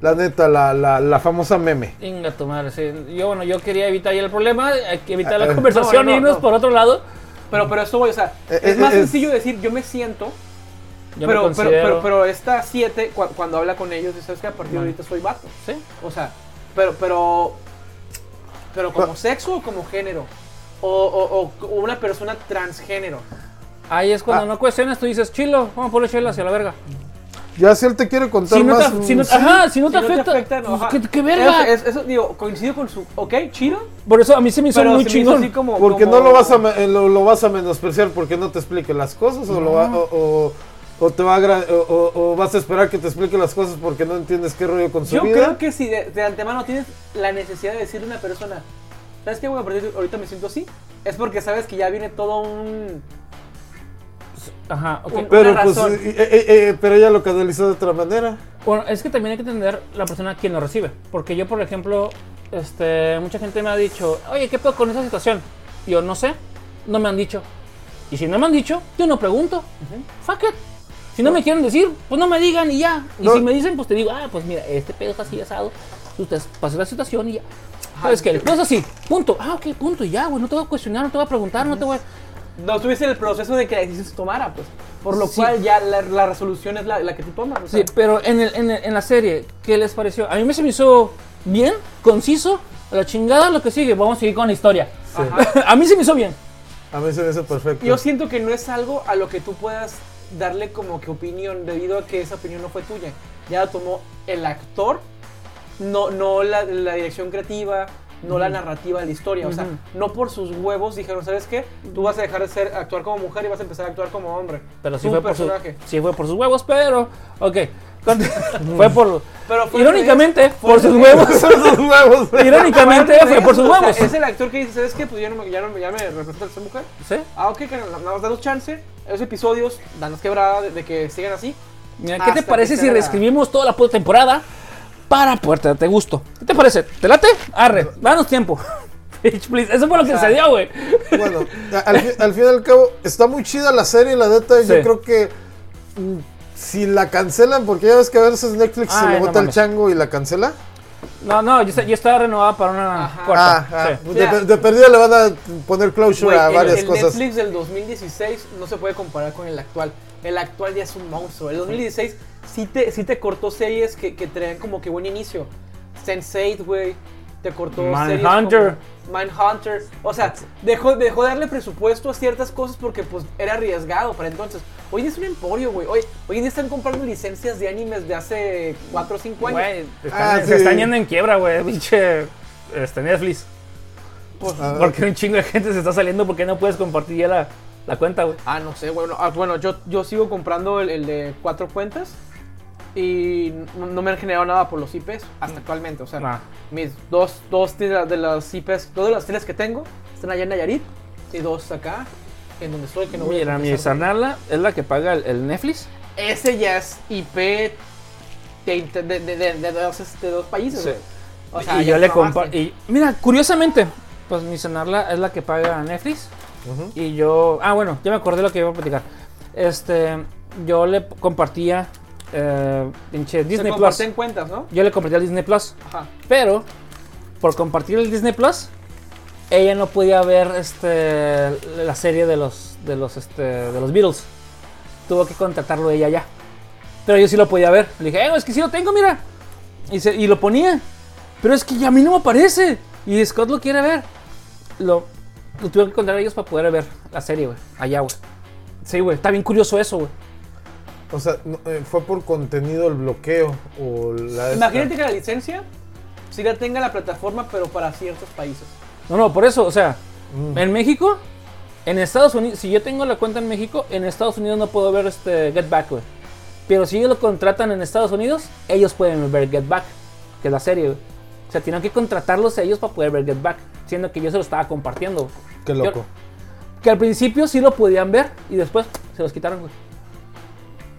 [SPEAKER 2] La neta, la, la, la famosa meme.
[SPEAKER 1] Inga tu madre, sí. Yo, bueno, yo quería evitar ya el problema, hay que evitar
[SPEAKER 2] Ah,
[SPEAKER 1] la
[SPEAKER 2] ah.
[SPEAKER 1] conversación
[SPEAKER 3] No, no,
[SPEAKER 1] e irnos
[SPEAKER 3] no.
[SPEAKER 1] por otro lado.
[SPEAKER 3] Pero, pero eso, güey, o sea,
[SPEAKER 2] Eh,
[SPEAKER 3] es
[SPEAKER 2] eh,
[SPEAKER 3] más
[SPEAKER 2] es-
[SPEAKER 3] sencillo decir, yo me siento,
[SPEAKER 1] Yo me
[SPEAKER 3] pero, pero,
[SPEAKER 1] considero...
[SPEAKER 3] pero, pero esta 7, cuando habla con ellos, dice, sabes que a partir de
[SPEAKER 1] Ajá.
[SPEAKER 3] ahorita soy vato.
[SPEAKER 1] Sí.
[SPEAKER 3] O sea, pero, pero, pero como
[SPEAKER 2] Pero-
[SPEAKER 3] sexo o como género. O, o- o- o una persona transgénero.
[SPEAKER 1] Ahí es cuando
[SPEAKER 2] Ah.
[SPEAKER 1] no cuestionas, tú dices, chilo, vamos a poner chela hacia la verga.
[SPEAKER 2] Ya si él te quiere contar
[SPEAKER 1] Si no,
[SPEAKER 2] más.
[SPEAKER 1] te, si no-
[SPEAKER 2] mm,
[SPEAKER 1] ajá, si no te
[SPEAKER 3] Si
[SPEAKER 1] afecta,
[SPEAKER 3] no,
[SPEAKER 1] pues,
[SPEAKER 3] ajá.
[SPEAKER 1] ¿qué, qué verga.
[SPEAKER 3] Eso, eso, digo, coincido con su, ok, chido,
[SPEAKER 1] Por eso a mí se me hizo
[SPEAKER 3] pero
[SPEAKER 1] muy
[SPEAKER 3] se me hizo
[SPEAKER 1] chingón.
[SPEAKER 3] así como-
[SPEAKER 2] Porque
[SPEAKER 3] como-
[SPEAKER 2] no lo vas a me- eh, lo, lo vas a menospreciar porque no te explique las cosas o, lo va- o, o- o te va a agra- o, o- o vas a esperar que te explique las cosas porque no entiendes qué rollo con su
[SPEAKER 3] Yo
[SPEAKER 2] vida.
[SPEAKER 3] creo que si de, de antemano tienes la necesidad de decirle a una persona, ¿sabes qué? Bueno, a partir de ahorita me siento así. Es porque sabes que ya viene todo un...
[SPEAKER 1] Ajá, ok.
[SPEAKER 3] Un-
[SPEAKER 2] pero
[SPEAKER 3] una
[SPEAKER 2] pues
[SPEAKER 3] razón.
[SPEAKER 2] eh, eh, eh, pero ella lo canalizó de otra manera.
[SPEAKER 1] Bueno, es que también hay que entender la persona quien lo recibe. Porque yo, por ejemplo, este, mucha gente me ha dicho, oye, ¿qué puedo con esa situación? Yo no sé, no me han dicho. Y si no me han dicho, yo no pregunto. Fuck it. Si no, me quieren decir, pues no me digan y ya. Y
[SPEAKER 2] No.
[SPEAKER 1] si me dicen, pues te digo, ah, pues mira, este pedo es así asado. Usted pasó la situación y ya. ¿Sabes qué? El pedo es así, punto. Ah, ok, punto, y ya, güey. No te voy a cuestionar, no te voy a preguntar, no te voy a.
[SPEAKER 3] No estuviste en el proceso de que la decisión se tomara, pues. Por lo
[SPEAKER 1] Sí.
[SPEAKER 3] cual ya la, la resolución es la, la que tú tomas. o sea.
[SPEAKER 1] Sí, pero en, el- en el- en la serie, ¿qué les pareció? A mí me se me hizo bien, conciso, a la chingada lo que sigue, vamos a seguir con la historia.
[SPEAKER 3] Ajá.
[SPEAKER 1] a mí se me hizo bien.
[SPEAKER 2] A mí se me hizo perfecto.
[SPEAKER 1] Pues-
[SPEAKER 3] Yo siento que no es algo a lo que tú puedas darle como que opinión, debido a que esa opinión no fue tuya. Ya la tomó el actor, no, no la, la dirección creativa, no la narrativa de la historia. O sea,
[SPEAKER 1] Ujú.
[SPEAKER 3] no por sus huevos dijeron, ¿sabes qué? Tú vas a dejar de ser, actuar como mujer y vas a empezar a actuar como hombre.
[SPEAKER 1] Pero sí
[SPEAKER 3] Tu
[SPEAKER 1] fue, por su-
[SPEAKER 3] personaje.
[SPEAKER 1] sí fue por sus huevos, pero. Ok. Cont- fue por.
[SPEAKER 3] Pero fue
[SPEAKER 1] irónicamente,
[SPEAKER 3] al revés, fue
[SPEAKER 1] por
[SPEAKER 3] al
[SPEAKER 1] sus
[SPEAKER 3] revés.
[SPEAKER 1] huevos.
[SPEAKER 2] Esos huevos.
[SPEAKER 1] irónicamente,
[SPEAKER 3] Aparte de
[SPEAKER 1] fue por
[SPEAKER 3] eso,
[SPEAKER 1] sus
[SPEAKER 3] o sea,
[SPEAKER 1] huevos.
[SPEAKER 3] es el actor que dice, ¿sabes qué? Pues ya no me, ya no me- ya me representa ser mujer.
[SPEAKER 1] ¿Sí?
[SPEAKER 3] Ah, ok, carnal, nada más danos chance. Esos episodios, danos quebrada de, de que sigan así.
[SPEAKER 1] Mira, ¿qué
[SPEAKER 3] Hasta
[SPEAKER 1] te
[SPEAKER 3] que
[SPEAKER 1] parece si
[SPEAKER 3] sea-
[SPEAKER 1] reescribimos toda la puta temporada para poder darte gusto? ¿Qué te parece? ¿Te late? Arre, danos tiempo. Bitch, please. Eso fue lo que
[SPEAKER 3] sea,
[SPEAKER 1] se dio, güey.
[SPEAKER 2] Bueno, a- al, fi- al fin y al cabo, está muy chida la serie, la neta.
[SPEAKER 1] Sí.
[SPEAKER 2] Yo creo que mm, si la cancelan, porque ya ves que a veces Netflix se
[SPEAKER 1] Ay,
[SPEAKER 2] le
[SPEAKER 1] no
[SPEAKER 2] bota el
[SPEAKER 1] mames.
[SPEAKER 2] chango y la cancela.
[SPEAKER 1] No, no, yo, está- yo estaba renovada para una
[SPEAKER 3] Ajá.
[SPEAKER 1] cuarta.
[SPEAKER 2] Ah, ah,
[SPEAKER 1] sí.
[SPEAKER 2] pues
[SPEAKER 3] Mira.
[SPEAKER 2] de, de perdida le van a poner closure
[SPEAKER 3] Güey,
[SPEAKER 2] a
[SPEAKER 3] el-
[SPEAKER 2] varias
[SPEAKER 3] el,
[SPEAKER 2] cosas.
[SPEAKER 3] Netflix del 2016 no se puede comparar con el actual. El actual ya es un monstruo. El 2016 sí te, sí te cortó series que, que traían como que buen inicio. Sense8, güey. Te cortó
[SPEAKER 1] Mindhunter.
[SPEAKER 3] series como Mindhunter. O sea, dejó, dejó de darle presupuesto a ciertas cosas porque pues era arriesgado para entonces. Hoy en día es un emporio, güey. Hoy, hoy en día están comprando licencias de animes de hace 4 o 5 años.
[SPEAKER 1] Güey,
[SPEAKER 2] Ah,
[SPEAKER 1] están- se
[SPEAKER 2] sí.
[SPEAKER 1] están yendo en quiebra, güey, pinche este, Netflix.
[SPEAKER 3] Pues,
[SPEAKER 2] Ah,
[SPEAKER 1] Porque un chingo de gente se está saliendo porque no puedes compartir ya la, la cuenta, güey.
[SPEAKER 3] Ah, no sé, bueno, ah, bueno yo, yo sigo comprando el, el de cuatro cuentas y no, no me han generado nada por los IPs
[SPEAKER 1] Mm.
[SPEAKER 3] hasta actualmente. O sea,
[SPEAKER 1] Nah.
[SPEAKER 3] mis dos, dos de, la- de las IPs, dos de las teles que tengo están allá en Nayarit y dos acá, en donde estoy, que no voy a
[SPEAKER 1] Mira, mi
[SPEAKER 3] confesar.
[SPEAKER 1] Sarnala es la que paga el, el Netflix.
[SPEAKER 3] Ese ya es IP de, inter- de, de, de- de dos, este, dos países.
[SPEAKER 1] Sí.
[SPEAKER 3] güey. O sea,
[SPEAKER 1] y
[SPEAKER 3] ya
[SPEAKER 1] yo le
[SPEAKER 3] te
[SPEAKER 1] compa-
[SPEAKER 3] mamaste.
[SPEAKER 1] y Mira, curiosamente, pues mi Sarnala es la que paga Netflix.
[SPEAKER 2] Ujú.
[SPEAKER 1] Y yo. Ah, bueno, ya me acordé lo que iba a platicar. Este. Yo le p- compartía. eh, pinche Disney
[SPEAKER 3] Se
[SPEAKER 1] Plus.
[SPEAKER 3] comparten cuentas, ¿no?
[SPEAKER 1] Yo le compartía el Disney Plus.
[SPEAKER 3] Ajá.
[SPEAKER 1] Pero, por compartir el Disney Plus, ella no podía ver este, la serie de los, de, los, este, de los Beatles. Tuvo que contactarlo ella ya. Pero yo sí lo podía ver. Le dije, "Eh, es que sí lo tengo, mira. Y, se- y lo ponía. Pero es que ya a mí no me aparece. Y Scott lo quiere ver. Lo, lo tuvieron que encontrar ellos para poder ver la serie, güey. Allá, güey. Sí, güey. Está bien curioso eso, güey.
[SPEAKER 2] O sea, no, eh, fue por contenido el bloqueo o la... esta.
[SPEAKER 3] Imagínate que la licencia sí la tenga la plataforma, pero para ciertos países.
[SPEAKER 1] No, no, por eso, o sea,
[SPEAKER 2] Mm.
[SPEAKER 1] en México, en Estados Unidos, si yo tengo la cuenta en México, en Estados Unidos no puedo ver este Get Back, güey. Pero si ellos lo contratan en Estados Unidos, ellos pueden ver Get Back, que es la serie, güey. O sea, tienen que contratarlos a ellos para poder ver Get Back, siendo que yo se lo estaba compartiendo, güey.
[SPEAKER 2] Qué
[SPEAKER 1] Yo-
[SPEAKER 2] loco.
[SPEAKER 1] Que al principio sí lo podían ver y después se los quitaron, güey.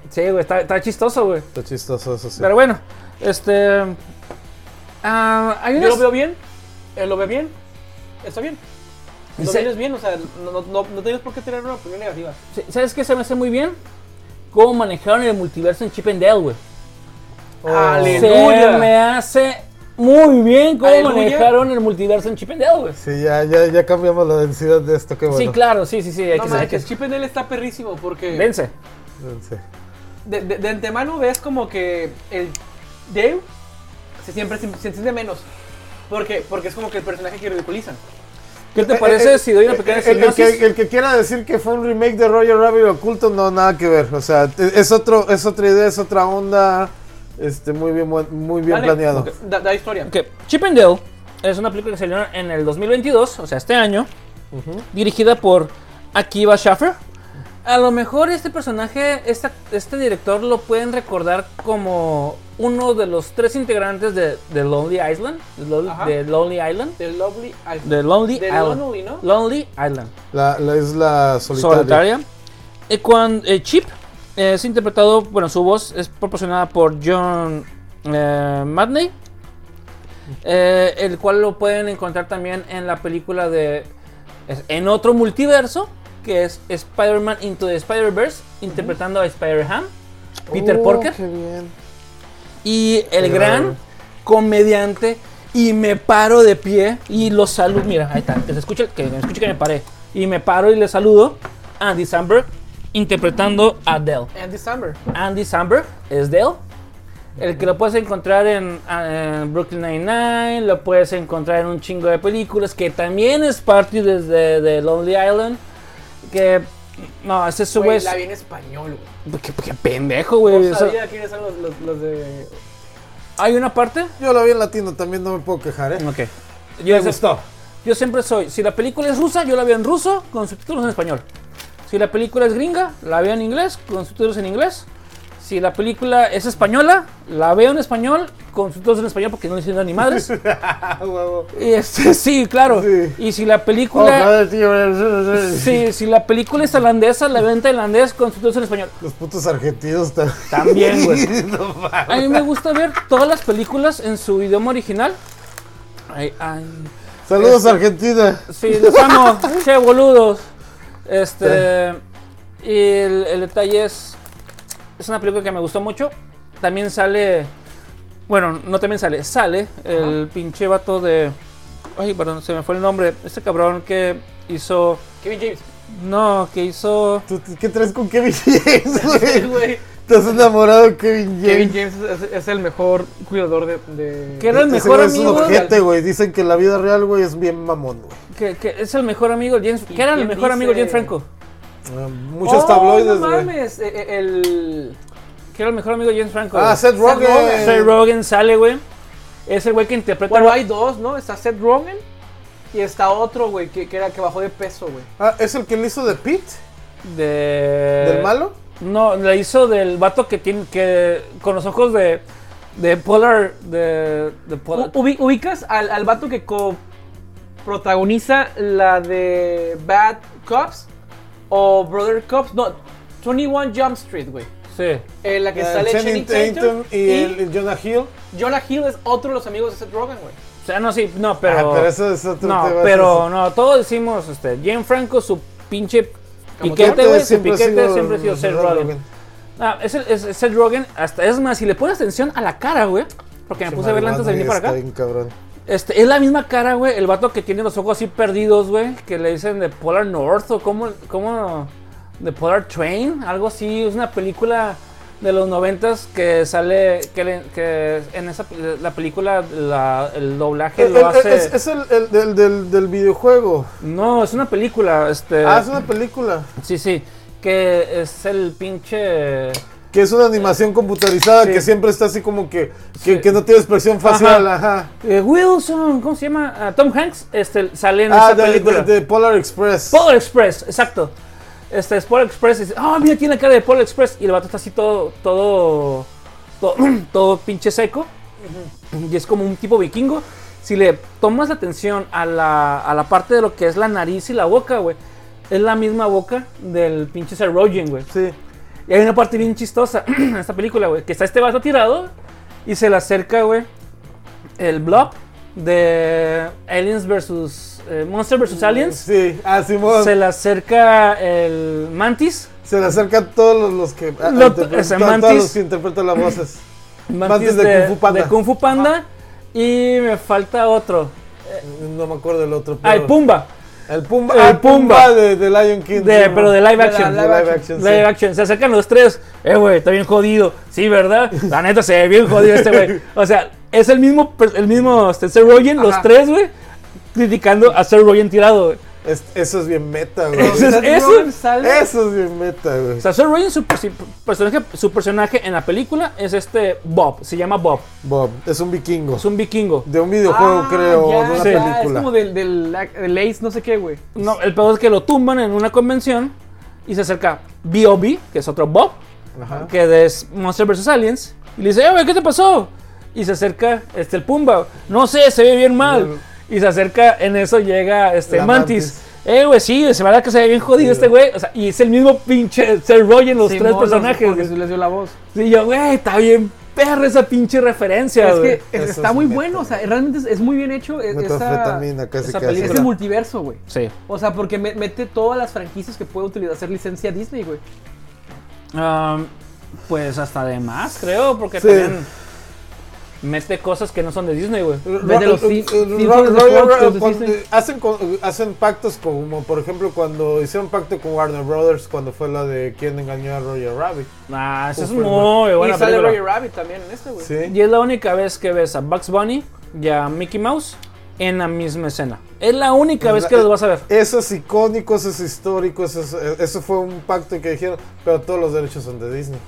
[SPEAKER 1] Sí, güey, está, está chistoso, güey.
[SPEAKER 2] Está chistoso eso sí.
[SPEAKER 1] Pero bueno, este. ah, hay
[SPEAKER 3] Yo
[SPEAKER 1] unas-
[SPEAKER 3] lo veo bien, él lo ve bien, está bien. Lo
[SPEAKER 1] Se-
[SPEAKER 3] vienes bien, o sea, no, no, no, no tienes por qué tener una opinión negativa.
[SPEAKER 1] se- ¿Sabes qué se me hace muy bien? Cómo manejaron el multiverso en Chip and Dale, güey.
[SPEAKER 3] Aleluya.
[SPEAKER 1] Oh. Se me hace muy bien cómo
[SPEAKER 3] Aleluya.
[SPEAKER 1] manejaron el multiverso en Chip and Dale, güey.
[SPEAKER 2] Sí, ya, ya, ya cambiamos la densidad de esto, qué bueno.
[SPEAKER 1] Sí, claro, sí, sí, sí. hay
[SPEAKER 3] No
[SPEAKER 1] que ser-
[SPEAKER 3] manches, Chip and Dale está perrísimo porque
[SPEAKER 1] Vence.
[SPEAKER 2] Sí.
[SPEAKER 3] de, de- de antemano ves como que el Dave se siempre se, se entiende menos. Porque, porque es como que el personaje que ridiculizan.
[SPEAKER 1] ¿Qué te parece
[SPEAKER 2] Eh, eh,
[SPEAKER 1] si doy una
[SPEAKER 2] eh,
[SPEAKER 1] pequeña
[SPEAKER 2] eh, el,
[SPEAKER 1] sinopsis?
[SPEAKER 2] que, el que quiera decir que fue un remake de Roger Rabbit oculto, no, nada que ver. O sea, te- es, otro, es otra idea, es otra onda. Este, muy bien, buen- muy bien
[SPEAKER 3] Dale,
[SPEAKER 2] planeado.
[SPEAKER 3] ok, Da, da historia.
[SPEAKER 1] Ok, Chip and Dale es una película que salió en el 2022, o sea, este año, dirigida por Akiva Schaffer. A lo mejor este personaje, esta- este director lo pueden recordar como uno de los tres integrantes de, de Lonely Island, de Lon-
[SPEAKER 3] Ajá.
[SPEAKER 1] de Lonely Island,
[SPEAKER 3] The Lovely Island.
[SPEAKER 1] de Lonely
[SPEAKER 3] De
[SPEAKER 1] Island,
[SPEAKER 3] Lonely, ¿no?
[SPEAKER 1] Lonely Island,
[SPEAKER 2] La, la isla solitaria.
[SPEAKER 1] solitaria. Eh, cuan- eh, Chip eh, es interpretado, bueno, su voz es proporcionada por John eh, Madney, eh, el cual lo pueden encontrar también en la película de es- en otro multiverso que es Spider-Man Into the Spider-Verse interpretando a Spider-Ham, Peter
[SPEAKER 2] Oh,
[SPEAKER 1] Parker
[SPEAKER 2] qué bien.
[SPEAKER 1] y
[SPEAKER 2] qué
[SPEAKER 1] el gran
[SPEAKER 2] bárbaro.
[SPEAKER 1] comediante y me paro de pie y lo saludo, mira, ahí está, que se escuche que, me escuche que me paré y me paro y le saludo a Andy Samberg interpretando a Dell.
[SPEAKER 3] Andy Samberg.
[SPEAKER 1] Andy Samberg es Dale. El que lo puedes encontrar en, eh, en Brooklyn Nine-Nine, lo puedes encontrar en un chingo de películas, que también es parte desde de Lonely Island. Que. No, ese es su
[SPEAKER 3] Güey,
[SPEAKER 1] güey.
[SPEAKER 3] la vi en español, güey.
[SPEAKER 1] Qué, qué pendejo, güey.
[SPEAKER 3] No
[SPEAKER 1] Eso-
[SPEAKER 3] sabía quiénes son los, los, los de.
[SPEAKER 1] Hay una parte.
[SPEAKER 2] Yo la vi en latino también, no me puedo quejar, ¿eh?
[SPEAKER 1] Ok. Yo,
[SPEAKER 2] Me
[SPEAKER 1] ese-
[SPEAKER 2] gustó.
[SPEAKER 1] yo siempre soy. Si la película es rusa, yo la veo en ruso con subtítulos en español. Si la película es gringa, la veo en inglés con subtítulos en inglés. Si la película es española, la veo en español con subtítulos en español porque no le entiendo ni madres.
[SPEAKER 2] Ah, huevo.
[SPEAKER 1] Y este, sí, claro.
[SPEAKER 2] Sí.
[SPEAKER 1] Y si la
[SPEAKER 2] Oh,
[SPEAKER 1] película.
[SPEAKER 2] joder, tío.
[SPEAKER 1] sí, si la película es holandesa, la veo en tailandés con subtítulos en español.
[SPEAKER 2] Los putos argentinos tam-
[SPEAKER 1] También, güey.
[SPEAKER 2] No mames.
[SPEAKER 1] A mí me gusta ver todas las películas en su idioma original. Ay, ay.
[SPEAKER 2] Saludos, Argentina.
[SPEAKER 1] Sí, los amo. che, boludos. Este. Y el, el detalle es. Es una película que me gustó mucho. También sale. Bueno, no también sale. Sale el pinche vato de. Ay, perdón, se me fue el nombre. Este cabrón que hizo.
[SPEAKER 3] Kevin James.
[SPEAKER 1] No, que hizo.
[SPEAKER 2] ¿Tú- tú- ¿Qué traes con Kevin James,
[SPEAKER 3] Sí,
[SPEAKER 2] güey?
[SPEAKER 3] güey.
[SPEAKER 2] Estás enamorado de Kevin
[SPEAKER 3] Kevin
[SPEAKER 2] James.
[SPEAKER 3] James es, es- es el mejor cuidador de. de-
[SPEAKER 1] ¿Qué era el
[SPEAKER 2] Ese
[SPEAKER 1] mejor
[SPEAKER 2] güey es un
[SPEAKER 1] amigo?
[SPEAKER 2] ojete, güey. Dicen que en la vida real, güey, es bien mamón, güey.
[SPEAKER 1] Que, que es el mejor amigo de James.
[SPEAKER 3] ¿Y
[SPEAKER 1] Que era el
[SPEAKER 3] quién
[SPEAKER 1] mejor amigo de James
[SPEAKER 3] dice?
[SPEAKER 1] Franco.
[SPEAKER 2] Ah, Muchos
[SPEAKER 3] Oh,
[SPEAKER 2] tabloides,
[SPEAKER 3] No
[SPEAKER 2] güey.
[SPEAKER 3] mames. eh, eh, El.
[SPEAKER 1] Que era el mejor amigo de James Franco.
[SPEAKER 2] ah,
[SPEAKER 1] güey.
[SPEAKER 2] Seth Rogen.
[SPEAKER 3] Rogen.
[SPEAKER 1] Seth Rogen sale, güey. Es el güey que interpreta.
[SPEAKER 3] Bueno, hay dos, ¿no? Está Seth Rogen y está otro, güey, que, que era que bajó de peso, güey.
[SPEAKER 2] Ah, ¿es el que le hizo de Pete?
[SPEAKER 1] de... Eh,
[SPEAKER 2] ¿Del malo?
[SPEAKER 1] No, la hizo del vato que tiene. que Con los ojos de. De Polar. De. de Polar.
[SPEAKER 3] U- ubi- ubicas al, al vato que co protagoniza la de Bad Cops o Brother Cops. No, 21 Jump Street, güey.
[SPEAKER 1] Sí.
[SPEAKER 3] En la que
[SPEAKER 2] Ah,
[SPEAKER 3] sale Channing
[SPEAKER 2] Channing
[SPEAKER 3] Tatum
[SPEAKER 2] y, el, el Jonah Hill.
[SPEAKER 3] Jonah Hill es otro de los amigos de Seth Rogen, güey.
[SPEAKER 1] O sea, no, sí, no, pero.
[SPEAKER 2] Ah, pero eso es otro
[SPEAKER 1] no,
[SPEAKER 2] tema, eso
[SPEAKER 1] pero
[SPEAKER 2] es-
[SPEAKER 1] no, todos decimos, este, James Franco, su pinche
[SPEAKER 3] Como
[SPEAKER 1] piquete,
[SPEAKER 2] Siempre-
[SPEAKER 1] este güey, su
[SPEAKER 2] siempre ha
[SPEAKER 1] piquete
[SPEAKER 2] sido
[SPEAKER 1] siempre ha sido Seth Rogen. Ah, es, el- es Seth Rogen, hasta es más, si le pones atención a la cara, güey, porque me puse a verla antes de venir para
[SPEAKER 2] Está
[SPEAKER 1] acá.
[SPEAKER 2] bien cabrón.
[SPEAKER 1] Este, es la misma cara, güey, el vato que tiene los ojos así perdidos, güey, que le dicen de Polar North o como, como, de Polar Train, algo así, es una película de los noventas que sale que, le- que en esa pe- la película la- el doblaje
[SPEAKER 2] El-
[SPEAKER 1] lo
[SPEAKER 2] el-
[SPEAKER 1] hace
[SPEAKER 2] Eh, es, es el, el del, del- del videojuego.
[SPEAKER 1] no es una película este
[SPEAKER 2] Ah, es una película.
[SPEAKER 1] sí sí que es el pinche eh,
[SPEAKER 2] Que es una animación computarizada
[SPEAKER 1] Sí.
[SPEAKER 2] que siempre está así como que, que,
[SPEAKER 1] Sí.
[SPEAKER 2] que no tiene expresión facial. Ajá.
[SPEAKER 1] eh, Wilson cómo se llama Ah, Tom Hanks este sale en
[SPEAKER 2] Ah,
[SPEAKER 1] esa
[SPEAKER 2] de,
[SPEAKER 1] película
[SPEAKER 2] de- de Polar Express.
[SPEAKER 1] Polar Express exacto este es Polar Express y dice ah mira tiene cara de Polar Express y el vato está así todo todo todo, todo pinche seco y es como un tipo vikingo. Si le tomas la atención a la, a la parte de lo que es la nariz y la boca, güey, es la misma boca del pinche Saroyan, güey.
[SPEAKER 2] Sí.
[SPEAKER 1] Y hay una parte bien chistosa en esta película, güey, que está este vato tirado y se le acerca, güey, el blob de Aliens versus eh, Monster versus Aliens.
[SPEAKER 2] Sí, ah, Simón.
[SPEAKER 1] Se
[SPEAKER 2] Se,
[SPEAKER 1] le acerca el Mantis.
[SPEAKER 2] le acercan todos los, los que. ah,
[SPEAKER 1] Lo-
[SPEAKER 2] interpretan-
[SPEAKER 1] ese
[SPEAKER 2] todos- todos
[SPEAKER 1] Mantis-
[SPEAKER 2] los que interpretan las voces.
[SPEAKER 1] Mantis
[SPEAKER 2] de Kung Fu Panda.
[SPEAKER 1] de Kung Fu Panda. Y me falta otro.
[SPEAKER 2] No me acuerdo del otro.
[SPEAKER 1] Ah, el
[SPEAKER 2] pero-
[SPEAKER 1] Pumba.
[SPEAKER 2] El Pumba.
[SPEAKER 1] El
[SPEAKER 2] ah, el Pumba,
[SPEAKER 1] Pumba.
[SPEAKER 2] de, de Lion King.
[SPEAKER 1] De-
[SPEAKER 2] sí,
[SPEAKER 1] pero de live
[SPEAKER 3] De la
[SPEAKER 1] action.
[SPEAKER 2] De live action.
[SPEAKER 1] Live
[SPEAKER 2] sí.
[SPEAKER 1] action, se acercan los tres. Eh, güey, está bien jodido. Sí, ¿verdad? La neta se ve bien jodido este güey. O sea, es el mismo, per- el mismo este, Seth Rogen, los
[SPEAKER 3] Ajá.
[SPEAKER 1] tres, güey, criticando a Seth Rogen tirado. güey.
[SPEAKER 2] Es- eso es bien meta, güey.
[SPEAKER 1] Eso es-
[SPEAKER 3] Seth
[SPEAKER 1] eso-
[SPEAKER 3] Rogen sale-
[SPEAKER 2] Eso es bien meta, güey.
[SPEAKER 1] O sea, Seth Rogen, su, per- si- personaje, su personaje en la película es este Bob, se llama Bob.
[SPEAKER 2] Bob, es un vikingo.
[SPEAKER 1] Es un vikingo.
[SPEAKER 2] De un videojuego,
[SPEAKER 3] Ah,
[SPEAKER 2] creo,
[SPEAKER 3] ya,
[SPEAKER 2] o de una
[SPEAKER 3] ya,
[SPEAKER 2] película.
[SPEAKER 3] Es como del, del, del Ace, no sé qué, güey.
[SPEAKER 1] No, el peor es que lo tumban en una convención y se acerca B.O.B., que es otro Bob,
[SPEAKER 2] Ajá.
[SPEAKER 1] que es Monster vs. Aliens, y le dice, eh, güey, ¿qué te pasó? Y se acerca este, el Pumba, no sé, se ve bien mal. Y se acerca, en eso llega este
[SPEAKER 2] La
[SPEAKER 1] Mantis. Eh, güey, sí, se me da que se ve bien jodido
[SPEAKER 2] Sí.
[SPEAKER 1] este güey. O sea, y es el mismo pinche Seth Rogen, los
[SPEAKER 3] Sí,
[SPEAKER 1] tres
[SPEAKER 3] monos,
[SPEAKER 1] personajes.
[SPEAKER 3] porque se les dio la voz.
[SPEAKER 1] Y yo, güey, está bien perra esa pinche referencia,
[SPEAKER 3] es
[SPEAKER 1] güey.
[SPEAKER 3] que es-
[SPEAKER 2] Eso
[SPEAKER 3] está
[SPEAKER 2] es
[SPEAKER 3] muy
[SPEAKER 2] meta.
[SPEAKER 3] bueno, o sea, realmente es, es muy bien hecho. e- Esa,
[SPEAKER 2] Metanfetamina, casi
[SPEAKER 1] esa
[SPEAKER 2] casi.
[SPEAKER 1] película.
[SPEAKER 3] ese multiverso, güey.
[SPEAKER 1] Sí.
[SPEAKER 3] O sea, porque me- mete todas las franquicias que puede utilizar, hacer licencia Disney, güey.
[SPEAKER 1] Am, pues hasta de más, creo, porque
[SPEAKER 2] Sí.
[SPEAKER 1] también mete cosas que no son de Disney, güey.
[SPEAKER 3] Vete los Sim-
[SPEAKER 2] Ro-
[SPEAKER 3] Simpsons,
[SPEAKER 2] Ro-
[SPEAKER 3] los
[SPEAKER 2] Ro-
[SPEAKER 3] Fox,
[SPEAKER 2] Ro-
[SPEAKER 3] los
[SPEAKER 2] cuando-
[SPEAKER 3] Disney.
[SPEAKER 2] hacen, con- hacen pactos como, por ejemplo, cuando hicieron pacto con Warner Brothers cuando fue la de quién engañó a Roger Rabbit.
[SPEAKER 1] Ah, esa es
[SPEAKER 2] Uf,
[SPEAKER 1] muy buena
[SPEAKER 3] y sale
[SPEAKER 1] película.
[SPEAKER 3] Roger Rabbit también en este, güey.
[SPEAKER 2] Sí.
[SPEAKER 1] Y es la única vez que ves a Bugs Bunny y a Mickey Mouse en la misma escena. Es la única vez que los vas a ver.
[SPEAKER 2] Eso es icónico, eso es histórico, eso, es- eso fue un pacto que dijeron, pero todos los derechos son de Disney.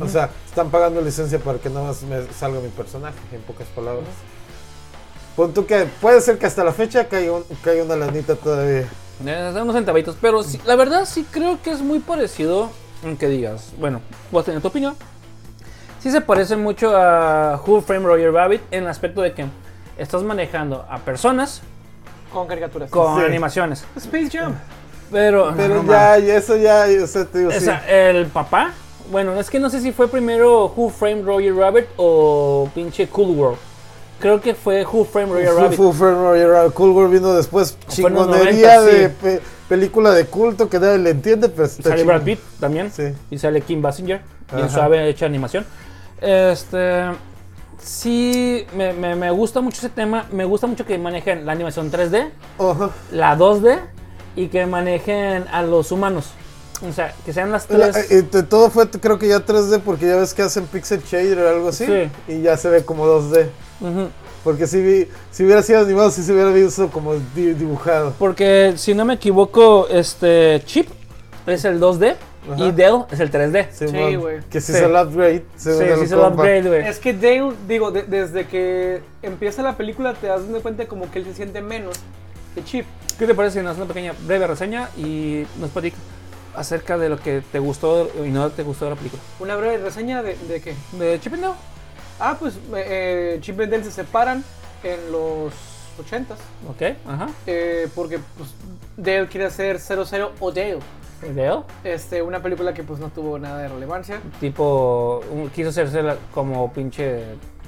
[SPEAKER 2] O sea, están pagando licencia para que nada más me salga mi personaje, en pocas palabras. Punto que puede ser que hasta la fecha caiga, un- caiga una lanita todavía.
[SPEAKER 1] Eh, da unos centavitos. Pero sí, la verdad sí creo que es muy parecido. Aunque digas, bueno, voy a tener tu opinión. Sí se parece mucho a Who Frame Roger Rabbit en el aspecto de que estás manejando a personas
[SPEAKER 3] Con caricaturas.
[SPEAKER 1] con
[SPEAKER 2] Sí.
[SPEAKER 1] animaciones.
[SPEAKER 3] Space Jam.
[SPEAKER 1] Pero,
[SPEAKER 2] Pero
[SPEAKER 1] no, no,
[SPEAKER 2] ya, ya, eso ya, o sea, te digo, sí.
[SPEAKER 1] O sea, el papá. Bueno, es que no sé si fue primero Who Framed Roger Rabbit o pinche Cool World. Creo que fue Who Framed Roger
[SPEAKER 2] Fu-
[SPEAKER 1] Rabbit.
[SPEAKER 2] Fu- Fu- Roger Rabbit. Cool World vino después.
[SPEAKER 1] Fue en los
[SPEAKER 2] Chingonería
[SPEAKER 1] 90,
[SPEAKER 2] de
[SPEAKER 1] sí.
[SPEAKER 2] pe- película de culto que nadie le entiende, pero está
[SPEAKER 1] Sale
[SPEAKER 2] chingón.
[SPEAKER 1] Brad Pitt también.
[SPEAKER 2] Sí.
[SPEAKER 1] Y sale Kim Basinger. Bien
[SPEAKER 2] Ajá.
[SPEAKER 1] suave, hecha animación. Este. Sí, me, me- me gusta mucho ese tema. Me gusta mucho que manejen la animación 3D,
[SPEAKER 2] Ajá.
[SPEAKER 1] la 2D y que manejen a los humanos. O sea, que sean las
[SPEAKER 2] La-
[SPEAKER 1] tres.
[SPEAKER 2] eh, te- todo fue, t- creo que ya 3D, porque ya ves que hacen pixel shader o algo así.
[SPEAKER 1] Sí.
[SPEAKER 2] Y ya se ve como 2D.
[SPEAKER 1] Ujú.
[SPEAKER 2] Porque si, vi- si hubiera sido animado, sí se hubiera visto como di- dibujado.
[SPEAKER 1] Porque si no me equivoco, este chip es el 2D
[SPEAKER 2] Ajá.
[SPEAKER 1] y Dell es el 3D.
[SPEAKER 2] Simón.
[SPEAKER 3] güey.
[SPEAKER 2] Que si
[SPEAKER 1] Sí.
[SPEAKER 2] se lo upgrade, se
[SPEAKER 1] Sí,
[SPEAKER 2] ve
[SPEAKER 1] sí
[SPEAKER 2] el
[SPEAKER 1] se lo
[SPEAKER 2] compa.
[SPEAKER 1] upgrade, güey.
[SPEAKER 3] Es que Dale, digo, de- desde que empieza la película te das dando cuenta como que él se siente menos de chip.
[SPEAKER 1] ¿Qué te parece si nos haces una pequeña breve reseña y nos platicas acerca de lo que te gustó y no te gustó de la película?
[SPEAKER 3] Una breve reseña de, de que,
[SPEAKER 1] ¿De Chip and Dale?
[SPEAKER 3] ah, pues eh, eh, Chip y Dale se separan en los 80s.
[SPEAKER 1] Ok, ajá.
[SPEAKER 3] eh, porque pues, Dale quiere hacer 00 o Dale.
[SPEAKER 1] Dell,
[SPEAKER 3] Este, una película que pues no tuvo nada de relevancia.
[SPEAKER 1] tipo, un- quiso hacerse la- como pinche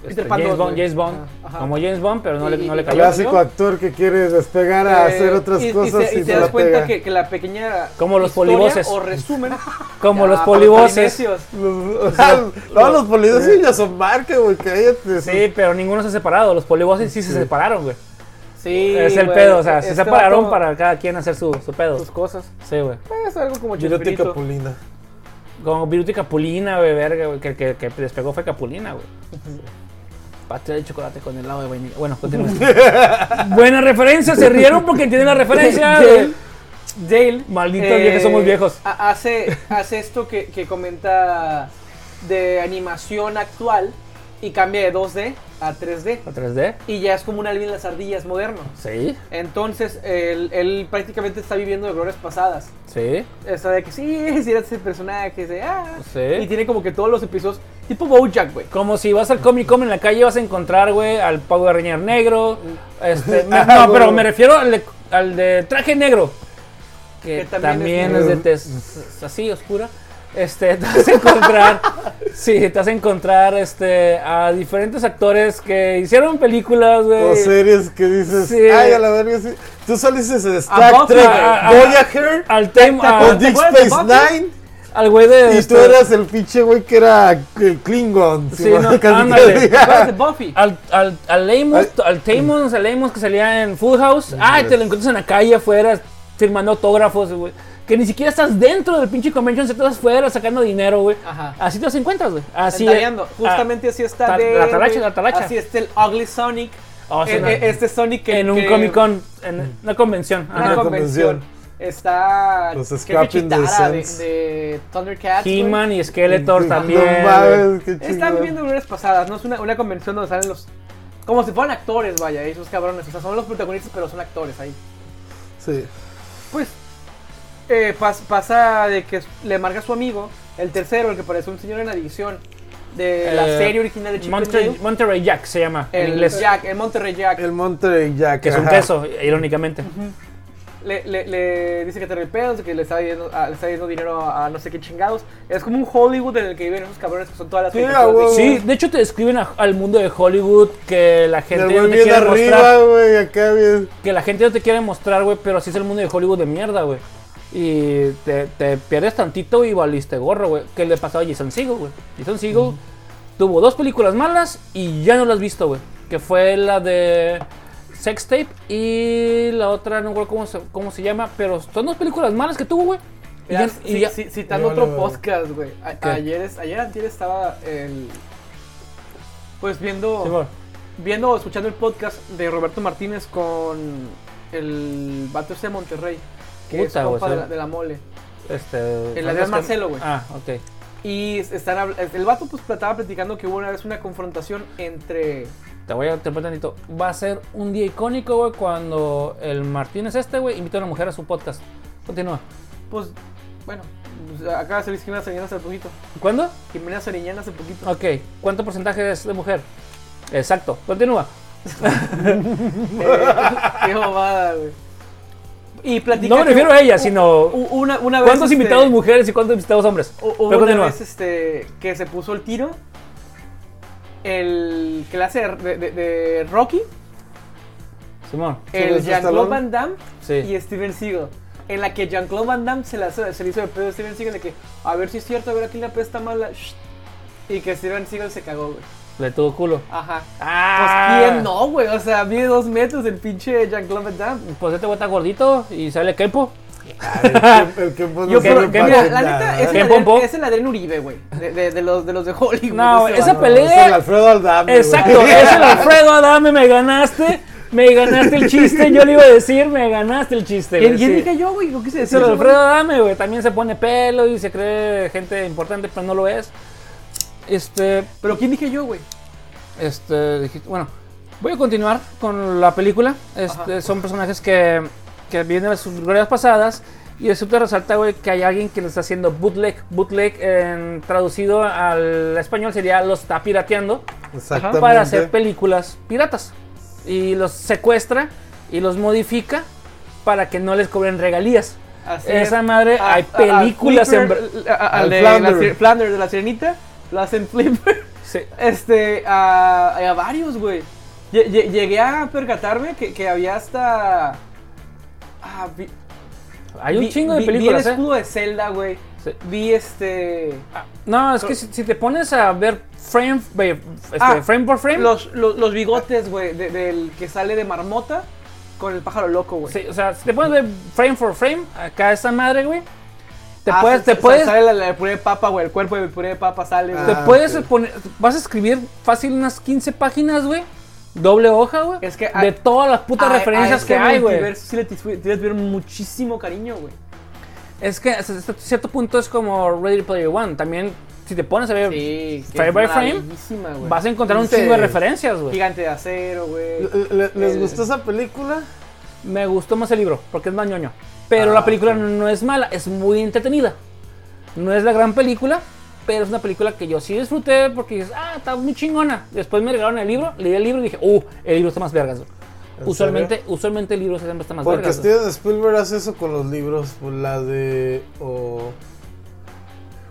[SPEAKER 1] este,
[SPEAKER 3] Pan
[SPEAKER 1] James
[SPEAKER 3] dos,
[SPEAKER 1] Bond,
[SPEAKER 3] güey. Ah,
[SPEAKER 1] James Bond,
[SPEAKER 3] Ajá.
[SPEAKER 1] como James Bond, pero no, le,
[SPEAKER 3] Y-
[SPEAKER 1] no le
[SPEAKER 3] y-
[SPEAKER 1] cayó.
[SPEAKER 2] Clásico actor que quiere despegar a
[SPEAKER 3] Eh,
[SPEAKER 2] hacer otras
[SPEAKER 3] y- y
[SPEAKER 2] cosas
[SPEAKER 3] se-
[SPEAKER 2] y,
[SPEAKER 3] y,
[SPEAKER 2] se
[SPEAKER 3] te
[SPEAKER 2] la
[SPEAKER 3] das cuenta
[SPEAKER 2] pega.
[SPEAKER 3] que, que la pequeña
[SPEAKER 1] Como los
[SPEAKER 3] historia
[SPEAKER 1] polivoces.
[SPEAKER 3] o resumen
[SPEAKER 1] Como
[SPEAKER 3] Ya,
[SPEAKER 1] los
[SPEAKER 3] para
[SPEAKER 1] polivoces.
[SPEAKER 3] polinesios.
[SPEAKER 2] Los, no, los polinesios ya son marca, güey. Cállate.
[SPEAKER 1] Sí, pero ninguno se ha separado. Los polivoces sí se separaron, güey.
[SPEAKER 3] Sí,
[SPEAKER 1] es el
[SPEAKER 3] güey,
[SPEAKER 1] pedo, o sea, se
[SPEAKER 3] este
[SPEAKER 1] separaron
[SPEAKER 3] vato,
[SPEAKER 1] para cada quien hacer su, su pedo.
[SPEAKER 3] sus cosas.
[SPEAKER 1] Sí, güey.
[SPEAKER 3] Es algo como
[SPEAKER 2] Virote
[SPEAKER 3] Chespirito.
[SPEAKER 2] Capulina.
[SPEAKER 1] Como Viruta y Capulina, güey, verga, güey. Que, que, que despegó fue Capulina, güey. Pastel de chocolate con helado de vainilla. Bueno, continuemos. Buena referencia, se rieron porque entienden la referencia.
[SPEAKER 3] Dale. Dale.
[SPEAKER 1] Maldito viejo, somos viejos.
[SPEAKER 3] Eh, ha- Hace, hace esto que, que comenta de animación actual y cambia de 2D a 3D.
[SPEAKER 1] ¿A 3D?
[SPEAKER 3] Y ya es como un Alvin y las ardillas moderno.
[SPEAKER 1] Sí,
[SPEAKER 3] Entonces, él, él prácticamente está viviendo de glorias pasadas.
[SPEAKER 1] sí.
[SPEAKER 3] Esa de que sí, sí era ese personaje, de, ah.
[SPEAKER 1] Sí.
[SPEAKER 3] Y tiene como que todos los episodios, tipo Bojack, güey.
[SPEAKER 1] Como si vas al Comic Con en la calle vas a encontrar, güey, al Power Ranger negro. Este,
[SPEAKER 2] Ah,
[SPEAKER 1] no,
[SPEAKER 2] güey.
[SPEAKER 1] pero me refiero al de, al de traje negro. Que,
[SPEAKER 3] Que
[SPEAKER 1] también,
[SPEAKER 3] también
[SPEAKER 1] es,
[SPEAKER 2] es
[SPEAKER 1] de
[SPEAKER 2] negro.
[SPEAKER 1] tez así, oscura. Este, te vas a encontrar, sí, te vas a encontrar este, a diferentes actores que hicieron películas, güey.
[SPEAKER 2] O series que dices,
[SPEAKER 1] Sí.
[SPEAKER 2] ay, a la verga, sí. Tú solo dices
[SPEAKER 3] Buffy,
[SPEAKER 2] Star Trek,
[SPEAKER 1] a- a-
[SPEAKER 2] Voyager,
[SPEAKER 1] al tema,
[SPEAKER 2] o
[SPEAKER 3] ¿te
[SPEAKER 2] Deep
[SPEAKER 3] acuerdas de
[SPEAKER 2] Space
[SPEAKER 3] Buffy?
[SPEAKER 2] Nine,
[SPEAKER 1] al güey de...
[SPEAKER 2] Oh, y
[SPEAKER 1] este,
[SPEAKER 2] tú eras el pinche güey que era eh, Klingon.
[SPEAKER 1] Sí,
[SPEAKER 2] si
[SPEAKER 1] no,
[SPEAKER 2] casi
[SPEAKER 1] ándale.
[SPEAKER 2] que-
[SPEAKER 3] ¿Cuál es de Buffy?
[SPEAKER 1] Al, al, al Amos, al Tamons, al Amos que salía en Full House. Ay, te lo encuentras en la calle afuera firmando autógrafos, güey. Que ni siquiera estás dentro del pinche convention, estás afuera sacando dinero, güey.
[SPEAKER 3] Ajá.
[SPEAKER 1] Así te los encuentras, güey. Así.
[SPEAKER 3] Ventaneando.
[SPEAKER 1] eh,
[SPEAKER 3] Justamente así está
[SPEAKER 1] ta-
[SPEAKER 3] de.
[SPEAKER 1] la talacha, la talacha.
[SPEAKER 3] Así está el Ugly Sonic.
[SPEAKER 1] Oh, sí,
[SPEAKER 3] Eh,
[SPEAKER 1] no.
[SPEAKER 3] eh, este Sonic
[SPEAKER 1] ah,
[SPEAKER 3] que.
[SPEAKER 1] en un
[SPEAKER 3] que-
[SPEAKER 1] Comic Con, en una convención.
[SPEAKER 3] Una
[SPEAKER 1] Ajá.
[SPEAKER 2] con-
[SPEAKER 3] Ah, convención.
[SPEAKER 2] convención.
[SPEAKER 3] Está.
[SPEAKER 2] Los
[SPEAKER 3] creo que
[SPEAKER 2] Scrapping the
[SPEAKER 3] Chitara de,
[SPEAKER 2] Sense.
[SPEAKER 3] de Thundercats. güey.
[SPEAKER 1] He-Man y Skeletor también.
[SPEAKER 2] No
[SPEAKER 1] güey.
[SPEAKER 2] mames, qué
[SPEAKER 3] Están
[SPEAKER 2] chingón.
[SPEAKER 3] viviendo glorias pasadas, ¿no? Es una, una convención donde salen los. Como si fueran actores, vaya, esos cabrones. O sea, son los protagonistas, pero son actores ahí.
[SPEAKER 2] Sí.
[SPEAKER 3] Pues. eh, pas- pasa de que le marca a su amigo, el tercero, el que parece un señor en adicción, de la
[SPEAKER 1] Eh,
[SPEAKER 3] serie original de Chip and
[SPEAKER 1] Monterey,
[SPEAKER 3] Dale,
[SPEAKER 1] Monterey Jack se llama en
[SPEAKER 3] el
[SPEAKER 1] inglés.
[SPEAKER 3] Jack, el Monterrey Jack.
[SPEAKER 2] El Monterey Jack.
[SPEAKER 1] Que es un
[SPEAKER 2] ajá.
[SPEAKER 1] queso, irónicamente.
[SPEAKER 3] le, le- le dice que te repedas, que le está, yendo, a- le está yendo dinero a, a no sé qué chingados. Es como un Hollywood en el que viven esos cabrones que son todas las
[SPEAKER 2] Sí,
[SPEAKER 3] caricaturas
[SPEAKER 2] a huevo.
[SPEAKER 1] Sí, de hecho te describen a- al mundo de Hollywood que la
[SPEAKER 2] El
[SPEAKER 1] gente no
[SPEAKER 2] güey
[SPEAKER 1] te
[SPEAKER 2] bien
[SPEAKER 1] quiere mostrar.
[SPEAKER 2] arriba, güey, acá bien.
[SPEAKER 1] que la gente no te quiere mostrar, güey, pero así es el mundo de Hollywood de mierda, güey. Y te, te pierdes tantito y valiste gorro, güey. ¿Qué le pasó a Jason Segel, güey? Jason Segel tuvo dos películas malas y ya no las has visto, güey. Que fue la de Sex Tape y la otra, no recuerdo cómo se, cómo se llama, pero son dos películas malas que tuvo, güey. Y
[SPEAKER 3] Ya,
[SPEAKER 1] ya- y
[SPEAKER 3] ci-
[SPEAKER 1] ya-
[SPEAKER 3] ci- citando
[SPEAKER 2] Ya,
[SPEAKER 3] otro
[SPEAKER 2] la verdad.
[SPEAKER 3] podcast, güey. A-
[SPEAKER 1] ¿Qué?
[SPEAKER 3] Ayer, es- ayer antier estaba el, pues viendo,
[SPEAKER 1] Simón.
[SPEAKER 3] viendo, o escuchando el podcast de Roberto Martínez con el vato ese de Monterrey, que
[SPEAKER 1] Puta,
[SPEAKER 3] es
[SPEAKER 1] güey,
[SPEAKER 3] compa de
[SPEAKER 1] sí.
[SPEAKER 3] la, de la mole.
[SPEAKER 1] Este,
[SPEAKER 3] El Adrián Marcelo, güey.
[SPEAKER 1] Ah, ok.
[SPEAKER 3] Y es- están, habl- el vato pues estaba platicando que hubo una vez una confrontación entre
[SPEAKER 1] Te voy a interpretar tantito. Va a ser un día icónico, güey, cuando el Martínez este, güey, invita a una mujer a su podcast. Continúa.
[SPEAKER 3] Pues, bueno, pues, acaba de salir Jimena Sariñana hace poquito.
[SPEAKER 1] ¿Cuándo?
[SPEAKER 3] Jimena Sariñana hace poquito.
[SPEAKER 1] Ok, ¿cuánto porcentaje es de mujer? Exacto, continúa.
[SPEAKER 3] Eh, qué bobada, güey. Y platicé.
[SPEAKER 1] pues. No me refiero a ella, sino
[SPEAKER 3] Una, una vez,
[SPEAKER 1] cuántos
[SPEAKER 3] este,
[SPEAKER 1] invitados mujeres y cuántos invitados hombres.
[SPEAKER 3] hu-
[SPEAKER 1] Pero
[SPEAKER 3] Hubo una
[SPEAKER 1] continúa.
[SPEAKER 3] vez este, que se puso el tiro. El que la hace de, de- de Rocky.
[SPEAKER 1] Simón,
[SPEAKER 3] El
[SPEAKER 2] Sylvester
[SPEAKER 3] Jean-Claude
[SPEAKER 2] Stallone.
[SPEAKER 3] Van Damme
[SPEAKER 1] sí.
[SPEAKER 3] y Steven Seagal. En la que Jean-Claude Van Damme se, la, hace- se le hizo de pedo a Steven Seagal de que a ver si es cierto, a ver aquí la pesta mala. shh. Y que Steven Seagal se cagó, güey.
[SPEAKER 1] Le tuvo culo.
[SPEAKER 3] Ajá. Pues
[SPEAKER 1] Ah,
[SPEAKER 3] quién no, güey. O sea, mide dos metros el pinche Jean-Claude Van Damme.
[SPEAKER 1] Pues este güey está gordito y sale Kepo.
[SPEAKER 2] El que- el que pone
[SPEAKER 3] Yo
[SPEAKER 2] su
[SPEAKER 3] creo que,
[SPEAKER 2] ropa
[SPEAKER 3] mira,
[SPEAKER 2] sin
[SPEAKER 3] la
[SPEAKER 2] nada.
[SPEAKER 3] neta es
[SPEAKER 1] ¿Quién,
[SPEAKER 3] el, Adrián,
[SPEAKER 1] Pompo?
[SPEAKER 3] es el Adrián Uribe, güey. De, de- de los, de los de Hollywood.
[SPEAKER 1] No,
[SPEAKER 3] ese
[SPEAKER 1] esa
[SPEAKER 3] vato.
[SPEAKER 1] pelea-
[SPEAKER 2] Es el Alfredo Aldame. güey.
[SPEAKER 1] Exacto, es el Alfredo Adame, me ganaste. Me ganaste el chiste, yo le iba a decir, me ganaste el chiste.
[SPEAKER 3] ¿Quién,
[SPEAKER 1] güey,
[SPEAKER 3] quién
[SPEAKER 1] sí.
[SPEAKER 3] dije yo, güey? ¿No quise
[SPEAKER 1] Es
[SPEAKER 3] decir
[SPEAKER 1] el
[SPEAKER 3] eso,
[SPEAKER 1] Alfredo Adame, güey. También se pone pelo y se cree gente importante, pero no lo es. Este,
[SPEAKER 3] güey? Pero ¿quién dije yo, güey?
[SPEAKER 1] Este, dijiste- bueno, voy a continuar con la película. Este,
[SPEAKER 3] Ajá.
[SPEAKER 1] son personajes que, que vienen de las glorias pasadas. Y resulta resalta, güey, que hay alguien que le está haciendo bootleg. Bootleg, en- traducido al español, sería lo está pirateando
[SPEAKER 2] Exactamente.
[SPEAKER 1] para hacer películas piratas. Y los secuestra y los modifica para que no les cobren regalías.
[SPEAKER 3] Así
[SPEAKER 1] Esa
[SPEAKER 3] es. Ah,
[SPEAKER 1] madre,
[SPEAKER 3] A-
[SPEAKER 1] hay
[SPEAKER 3] a-
[SPEAKER 1] películas
[SPEAKER 3] a
[SPEAKER 1] en...
[SPEAKER 3] Flipper,
[SPEAKER 1] br-
[SPEAKER 3] a- a- Al
[SPEAKER 2] Al
[SPEAKER 3] de la
[SPEAKER 2] Flounder.
[SPEAKER 3] sir- Flounder de la sirenita. Lo hacen Flipper.
[SPEAKER 1] Sí.
[SPEAKER 3] Este, a, a varios, güey. Lle- lle- Llegué a percatarme que, que había hasta. ah, vi-
[SPEAKER 1] Hay un
[SPEAKER 3] Vi-
[SPEAKER 1] chingo de
[SPEAKER 3] vi-
[SPEAKER 1] películas,
[SPEAKER 3] Vi el
[SPEAKER 1] ¿eh?
[SPEAKER 3] escudo de Zelda, güey.
[SPEAKER 1] Sí.
[SPEAKER 3] Vi este.
[SPEAKER 1] No, es que si, si te pones a ver frame, by- este,
[SPEAKER 3] Ah,
[SPEAKER 1] frame por frame,
[SPEAKER 3] Los, los, los bigotes, güey, de- del que sale de marmota con el pájaro loco, güey.
[SPEAKER 1] sí, o sea, si te pones a ver frame por frame, acá esta madre, güey, Te
[SPEAKER 3] Ah,
[SPEAKER 1] puedes,
[SPEAKER 3] sa-
[SPEAKER 1] te
[SPEAKER 3] sa-
[SPEAKER 1] puedes,
[SPEAKER 3] Sale la- la- el puré de papa, güey. El cuerpo del puré de papa sale, güey.
[SPEAKER 1] te
[SPEAKER 2] Ah,
[SPEAKER 1] puedes
[SPEAKER 2] ok.
[SPEAKER 1] poner, vas a escribir fácil unas 15 páginas, güey. Doble hoja, güey.
[SPEAKER 3] Es que
[SPEAKER 1] de
[SPEAKER 3] hay-
[SPEAKER 1] todas las putas
[SPEAKER 3] A- a
[SPEAKER 1] referencias
[SPEAKER 3] este
[SPEAKER 1] que hay, güey.
[SPEAKER 3] multiverso Sí, le tis- le tuvieron muchísimo cariño, güey.
[SPEAKER 1] Es que hasta hasta cierto punto es como Ready Player One. También, si te pones a ver
[SPEAKER 3] que
[SPEAKER 1] frame
[SPEAKER 3] es
[SPEAKER 1] by frame,
[SPEAKER 3] maravillísima, güey.
[SPEAKER 1] vas a encontrar un
[SPEAKER 2] Sí.
[SPEAKER 1] chingo de referencias, güey.
[SPEAKER 3] Gigante de acero, güey.
[SPEAKER 2] ¿Le- le- ¿Les
[SPEAKER 3] El-
[SPEAKER 2] gustó esa película?
[SPEAKER 1] Me gustó más el libro, porque es más ñoño. Pero
[SPEAKER 2] Ah,
[SPEAKER 1] la película no es mala, es muy entretenida. No es la gran película, pero es una película que yo sí disfruté porque dices, ah, está muy chingona. Después me regalaron el libro, leí el libro y dije, uh, el libro está más vergas. güey".
[SPEAKER 2] ¿En
[SPEAKER 1] Usualmente, usualmente el libro siempre está más
[SPEAKER 2] Porque
[SPEAKER 1] vergas. güey.
[SPEAKER 2] Steven Spielberg hace eso con los libros, pues, la de o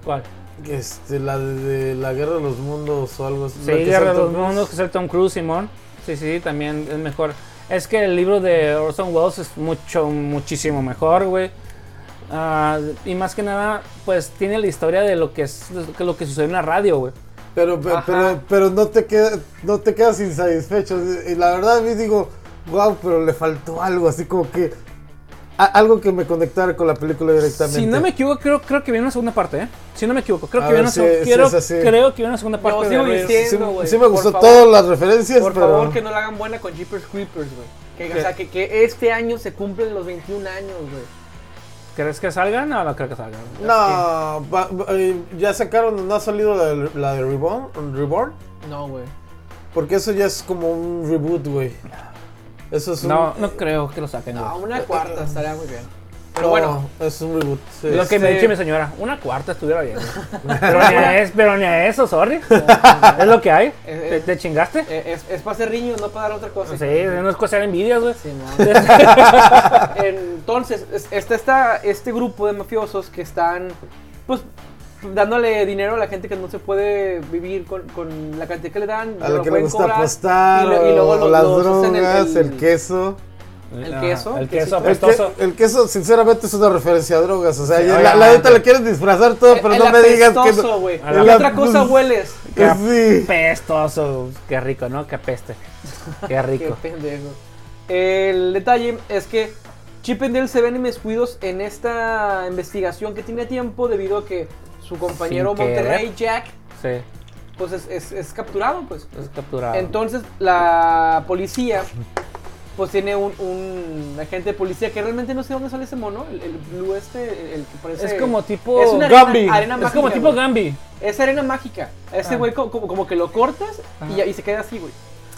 [SPEAKER 1] ¿Cuál?
[SPEAKER 2] este la de, de la Guerra de los Mundos o algo así.
[SPEAKER 1] Sí,
[SPEAKER 2] la que
[SPEAKER 1] Guerra de
[SPEAKER 2] salta
[SPEAKER 1] los
[SPEAKER 2] un-
[SPEAKER 1] Mundos, que es el Tom Cruise, Simón. Sí, sí, también es mejor. Es que el libro de Orson Welles es mucho, muchísimo mejor, güey. Ah, y más que nada, pues tiene la historia de lo que es de lo que sucedió en la radio, güey.
[SPEAKER 2] Pero pe-
[SPEAKER 3] Ajá.
[SPEAKER 2] pero pero no te queda no te quedas insatisfecho y la verdad a mí digo, wow, pero le faltó algo así como que a- algo que me conectara con la película directamente.
[SPEAKER 1] Si no me equivoco, creo, creo que viene una segunda parte, ¿eh? Si no me equivoco, creo
[SPEAKER 2] A
[SPEAKER 1] que viene una
[SPEAKER 2] ver si-
[SPEAKER 1] segunda
[SPEAKER 2] si
[SPEAKER 1] creo,
[SPEAKER 2] es así.
[SPEAKER 1] creo que viene una segunda parte.
[SPEAKER 3] sigo
[SPEAKER 1] de-
[SPEAKER 3] insistiendo.
[SPEAKER 2] Sí,
[SPEAKER 3] entiendo, güey.
[SPEAKER 2] sí me
[SPEAKER 3] Por
[SPEAKER 2] gustó
[SPEAKER 3] favor.
[SPEAKER 2] todas las referencias,
[SPEAKER 3] Por
[SPEAKER 2] pero
[SPEAKER 3] favor, que no la hagan buena con Jeepers Creepers, güey. Que, o
[SPEAKER 1] ¿Qué?
[SPEAKER 3] sea, que, que este año se cumplen los 21 años, güey.
[SPEAKER 1] ¿Crees que salgan o no creo que salgan?
[SPEAKER 2] No, va- va- eh, ya sacaron, no ha salido la, de- la de Reborn, Reborn,
[SPEAKER 3] No, güey.
[SPEAKER 2] porque eso ya es como un reboot, güey. Eso es un
[SPEAKER 1] No, no creo que lo saquen.
[SPEAKER 3] No,
[SPEAKER 1] güey.
[SPEAKER 3] una cuarta estaría muy bien. Pero
[SPEAKER 2] no,
[SPEAKER 3] bueno,
[SPEAKER 2] es un reboot. sí.
[SPEAKER 1] Lo que me
[SPEAKER 3] Este-
[SPEAKER 1] dice mi señora, una cuarta estuviera bien. güey. Pero ni, a es- pero ni a eso, sorry. Es lo que hay.
[SPEAKER 3] Eh,
[SPEAKER 1] ¿Te,
[SPEAKER 3] eh.
[SPEAKER 1] te chingaste?
[SPEAKER 3] eh, es, es para hacer riño, no para dar otra cosa.
[SPEAKER 1] Sí, no es cosa de envidias, güey. Ah,
[SPEAKER 3] Sí, no. Entonces, es- está, está este grupo de mafiosos que están, pues, dándole dinero a la gente que no se puede vivir con, con la cantidad que le dan.
[SPEAKER 2] a
[SPEAKER 3] no
[SPEAKER 2] lo que le
[SPEAKER 3] pueden
[SPEAKER 2] gusta
[SPEAKER 3] cobrar,
[SPEAKER 2] apostar,
[SPEAKER 3] y lo- y luego
[SPEAKER 2] o
[SPEAKER 3] los-
[SPEAKER 2] las
[SPEAKER 3] los hacen el-
[SPEAKER 2] drogas, el,
[SPEAKER 3] el-
[SPEAKER 2] queso.
[SPEAKER 3] El
[SPEAKER 1] Ajá,
[SPEAKER 3] queso,
[SPEAKER 1] El
[SPEAKER 3] que sí,
[SPEAKER 1] queso
[SPEAKER 2] El, que-
[SPEAKER 1] apestoso.
[SPEAKER 2] el queso, sinceramente, es una referencia a drogas. O sea,
[SPEAKER 1] Sí,
[SPEAKER 2] ya- la,
[SPEAKER 1] obviamente.
[SPEAKER 2] la neta le quieren disfrazar todo, pero
[SPEAKER 3] El
[SPEAKER 2] no me digas que.
[SPEAKER 3] apestoso,
[SPEAKER 2] no-
[SPEAKER 3] güey.
[SPEAKER 1] A
[SPEAKER 3] ¿Qué
[SPEAKER 1] la-
[SPEAKER 3] otra cosa hueles?
[SPEAKER 1] Qué
[SPEAKER 2] Sí.
[SPEAKER 1] apestoso. Qué rico, ¿no? Qué peste. Qué
[SPEAKER 3] Qué
[SPEAKER 1] rico.
[SPEAKER 3] pendejo. El detalle es que Chip and Dale se ven inmiscuidos en esta investigación que tiene tiempo debido a que su compañero
[SPEAKER 1] Sin querer.
[SPEAKER 3] Monterrey Jack
[SPEAKER 1] Sí,
[SPEAKER 3] pues es, es- es capturado pues.
[SPEAKER 1] es capturado.
[SPEAKER 3] Entonces la policía pues tiene un, un agente de policía que realmente no sé dónde sale ese mono, el, el blue este, el, el que parece...
[SPEAKER 1] es como tipo
[SPEAKER 3] es una
[SPEAKER 1] Gambi.
[SPEAKER 3] arena- arena
[SPEAKER 1] es como
[SPEAKER 3] mágica,
[SPEAKER 1] tipo
[SPEAKER 3] güey.
[SPEAKER 1] Gambi.
[SPEAKER 3] Es arena mágica. A ese
[SPEAKER 1] Ah.
[SPEAKER 3] güey co- como, como que lo cortas
[SPEAKER 1] Ajá.
[SPEAKER 3] y, ya- y se queda así, güey.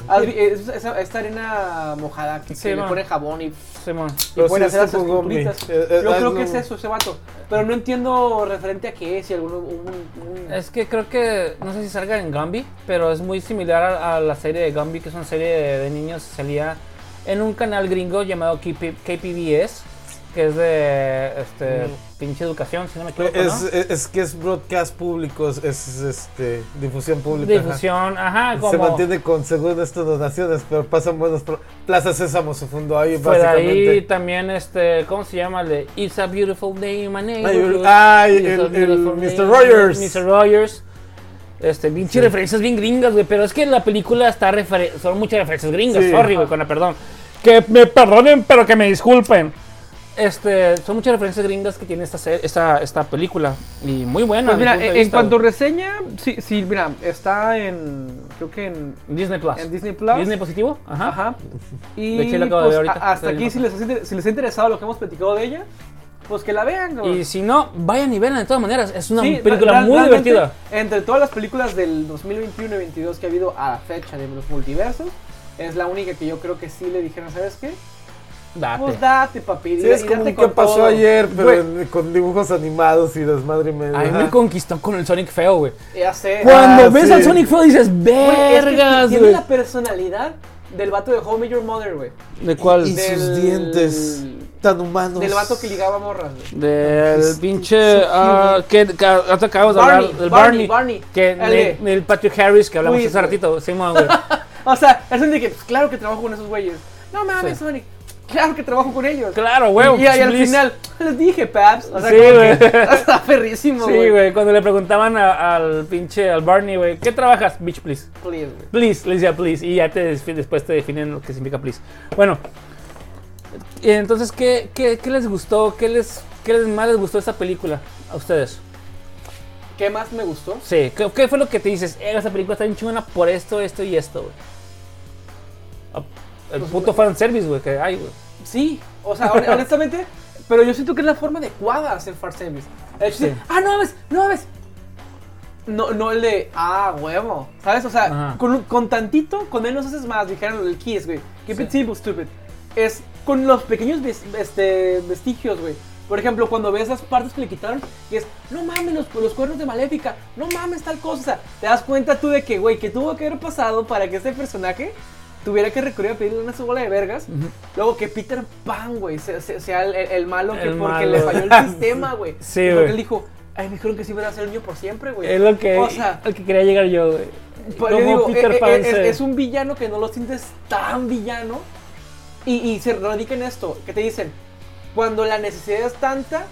[SPEAKER 3] Haz vi- es- esa- esta arena mojada que,
[SPEAKER 1] Sí,
[SPEAKER 3] que le
[SPEAKER 1] man.
[SPEAKER 3] pone jabón y
[SPEAKER 1] Simón.
[SPEAKER 3] Y
[SPEAKER 2] Pero
[SPEAKER 3] pueden
[SPEAKER 2] sí
[SPEAKER 3] hacer
[SPEAKER 2] está
[SPEAKER 3] esas
[SPEAKER 2] poco
[SPEAKER 3] esculturitas.
[SPEAKER 2] gombi. Eh, eh,
[SPEAKER 3] Yo
[SPEAKER 2] ah,
[SPEAKER 3] creo que
[SPEAKER 2] no.
[SPEAKER 3] es eso, ese vato. Pero no entiendo referente a qué es, si alguno... un- un-
[SPEAKER 1] Es pues que creo que, no sé si salga en Gambi, pero es muy similar a, a la serie de Gambi, que es una serie de, de niños que salía en un canal gringo llamado KP KPBS, que es de este, pinche educación, si no me equivoco. ¿no?
[SPEAKER 2] Es, es- es que es broadcast público, es, es, este, difusión pública. ajá.
[SPEAKER 1] Difusión, ajá, como.
[SPEAKER 2] Se mantiene con según estas donaciones, pero pasan buenos pro- Plaza Sésamo se fundó ahí
[SPEAKER 1] Fue de
[SPEAKER 2] básicamente.
[SPEAKER 1] ahí también, este, ¿cómo se llama? El de It's a Beautiful Day in My Neighborhood.
[SPEAKER 2] ay,
[SPEAKER 1] It's a
[SPEAKER 2] el- el
[SPEAKER 1] Beautiful Day
[SPEAKER 2] Mr.
[SPEAKER 1] in-
[SPEAKER 2] Rogers.
[SPEAKER 1] Mr. Rogers. Este, pinche referencias bien gringas, güey. Pero es que la película está refer- son muchas referencias gringas.
[SPEAKER 2] Sí.
[SPEAKER 1] Sorry, güey, con la perdón. Que me perdonen, pero que me disculpen. Este, son muchas referencias gringas que tiene esta, se- esta, esta película. Y muy buena.
[SPEAKER 3] Pues
[SPEAKER 1] desde mi
[SPEAKER 3] mira,
[SPEAKER 1] punto
[SPEAKER 3] en,
[SPEAKER 1] de
[SPEAKER 3] en
[SPEAKER 1] vista,
[SPEAKER 3] cuanto
[SPEAKER 1] güey.
[SPEAKER 3] reseña, sí, sí, mira, está en... Creo que en...
[SPEAKER 1] Disney Plus.
[SPEAKER 3] en Disney Plus.
[SPEAKER 1] Disney positivo. Ajá.
[SPEAKER 3] Ajá. ¿Ah? Y
[SPEAKER 1] De hecho, la acabo de
[SPEAKER 3] pues,
[SPEAKER 1] ver ahorita.
[SPEAKER 3] a- hasta
[SPEAKER 1] Estoy
[SPEAKER 3] aquí, si les, ha inter- si les ha interesado lo que hemos platicado de ella, pues que la vean. cabrón.
[SPEAKER 1] Y si no, vayan y veanla de todas maneras. Es una
[SPEAKER 3] Sí,
[SPEAKER 1] película
[SPEAKER 3] ra-
[SPEAKER 1] muy
[SPEAKER 3] realmente,
[SPEAKER 1] divertida.
[SPEAKER 3] Entre todas las películas del 2021 y 22 que ha habido a la fecha de los multiversos, es la única que yo creo que sí le dijeron, ¿sabes qué?
[SPEAKER 1] Date.
[SPEAKER 3] Pues date, papi.
[SPEAKER 2] Sí,
[SPEAKER 3] y-
[SPEAKER 2] es
[SPEAKER 3] y
[SPEAKER 2] como
[SPEAKER 3] date
[SPEAKER 2] un qué
[SPEAKER 3] con
[SPEAKER 2] pasó
[SPEAKER 3] todo".
[SPEAKER 2] ayer, pero
[SPEAKER 3] Güey,
[SPEAKER 2] en- con dibujos animados y desmadre y medio.
[SPEAKER 1] Ahí me
[SPEAKER 2] Ajá.
[SPEAKER 1] conquistó con el Sonic feo, güey.
[SPEAKER 3] Ya sé. Ah,
[SPEAKER 1] Cuando
[SPEAKER 2] Ah,
[SPEAKER 1] ves
[SPEAKER 2] sí.
[SPEAKER 1] al Sonic feo dices,
[SPEAKER 3] Güey, es que
[SPEAKER 1] vergas,
[SPEAKER 3] tiene
[SPEAKER 1] güey.
[SPEAKER 3] la personalidad del vato de Home Your Mother, güey.
[SPEAKER 1] ¿De cuál?
[SPEAKER 2] Y sus
[SPEAKER 3] del-
[SPEAKER 2] dientes tan humanos.
[SPEAKER 3] Del vato que ligaba morras, güey.
[SPEAKER 1] Del
[SPEAKER 2] Es-
[SPEAKER 1] pinche.
[SPEAKER 2] es
[SPEAKER 1] ah, que, que ahorita acabamos de hablar.
[SPEAKER 3] Barney,
[SPEAKER 1] Del Barney.
[SPEAKER 3] Barney, Barney.
[SPEAKER 1] Que
[SPEAKER 3] El
[SPEAKER 1] de-
[SPEAKER 3] de-
[SPEAKER 1] del Patrick Harris que hablamos
[SPEAKER 3] Luis,
[SPEAKER 1] hace
[SPEAKER 3] güey.
[SPEAKER 1] ratito. Simón, güey.
[SPEAKER 3] O sea, es un de que, pues, claro que trabajo con esos güeyes. No mames,
[SPEAKER 1] Sí.
[SPEAKER 3] Sonic. Claro que trabajo con ellos.
[SPEAKER 1] claro, güey.
[SPEAKER 3] Y, y al
[SPEAKER 1] please.
[SPEAKER 3] final, les dije, Paps. O sea,
[SPEAKER 1] Sí,
[SPEAKER 3] como
[SPEAKER 1] güey.
[SPEAKER 3] que está perrísimo, güey.
[SPEAKER 1] Sí, güey. Cuando le preguntaban a- al pinche, al Barney, güey, ¿qué trabajas? Bitch, please.
[SPEAKER 3] Please, güey.
[SPEAKER 1] Please, le decía please. Y ya te, desfi- después te definen lo que eh, significa please. Bueno. y Entonces, ¿qué, qué, qué les gustó? ¿Qué les, ¿Qué les- más les gustó de esta película a ustedes?
[SPEAKER 3] ¿Qué más me gustó?
[SPEAKER 1] Sí, ¿qué, qué fue lo que te dices? Eh, esta película está bien chingona por esto, esto y esto, güey. Ah, El
[SPEAKER 3] Pues,
[SPEAKER 1] puto fanservice, güey, que hay, güey.
[SPEAKER 3] Sí, o sea, hon- honestamente, pero yo siento que es la forma adecuada de hacer fanservice. El hecho de,
[SPEAKER 1] Sí.
[SPEAKER 3] ah, no mames, no mames. No, no el de, ah, huevo. ¿Sabes? O sea,
[SPEAKER 1] Ajá.
[SPEAKER 3] con, un- con tantito, con menos haces más, dijeron el Kiss, güey. Keep it
[SPEAKER 1] Sí.
[SPEAKER 3] simple, stupid. Es con los pequeños ves- este, vestigios, güey. Por ejemplo, cuando ves las partes que le quitaron, y es, no mames, los, los cuernos de Maléfica, no mames, tal cosa. O sea, te das cuenta tú de que, güey, que tuvo que haber pasado para que este personaje tuviera que recurrir a pedirle una su bola de vergas. Luego que Peter Pan, güey, se- se- sea el, el- el malo que
[SPEAKER 1] El
[SPEAKER 3] porque le
[SPEAKER 1] malo.
[SPEAKER 3] falló el sistema, güey.
[SPEAKER 1] Sí,
[SPEAKER 3] Porque
[SPEAKER 1] güey.
[SPEAKER 3] él dijo, ay, me dijeron que sí iba a ser el niño por siempre, güey.
[SPEAKER 1] Es lo que,
[SPEAKER 3] O sea,
[SPEAKER 1] al que quería llegar yo, güey.
[SPEAKER 3] pues, yo
[SPEAKER 1] Como
[SPEAKER 3] digo,
[SPEAKER 1] Peter
[SPEAKER 3] eh, eh,
[SPEAKER 1] Pan
[SPEAKER 3] es,
[SPEAKER 1] se-
[SPEAKER 3] es un villano que no lo sientes tan villano. Y, y se radica en esto, que te dicen, cuando la necesidad es tanta,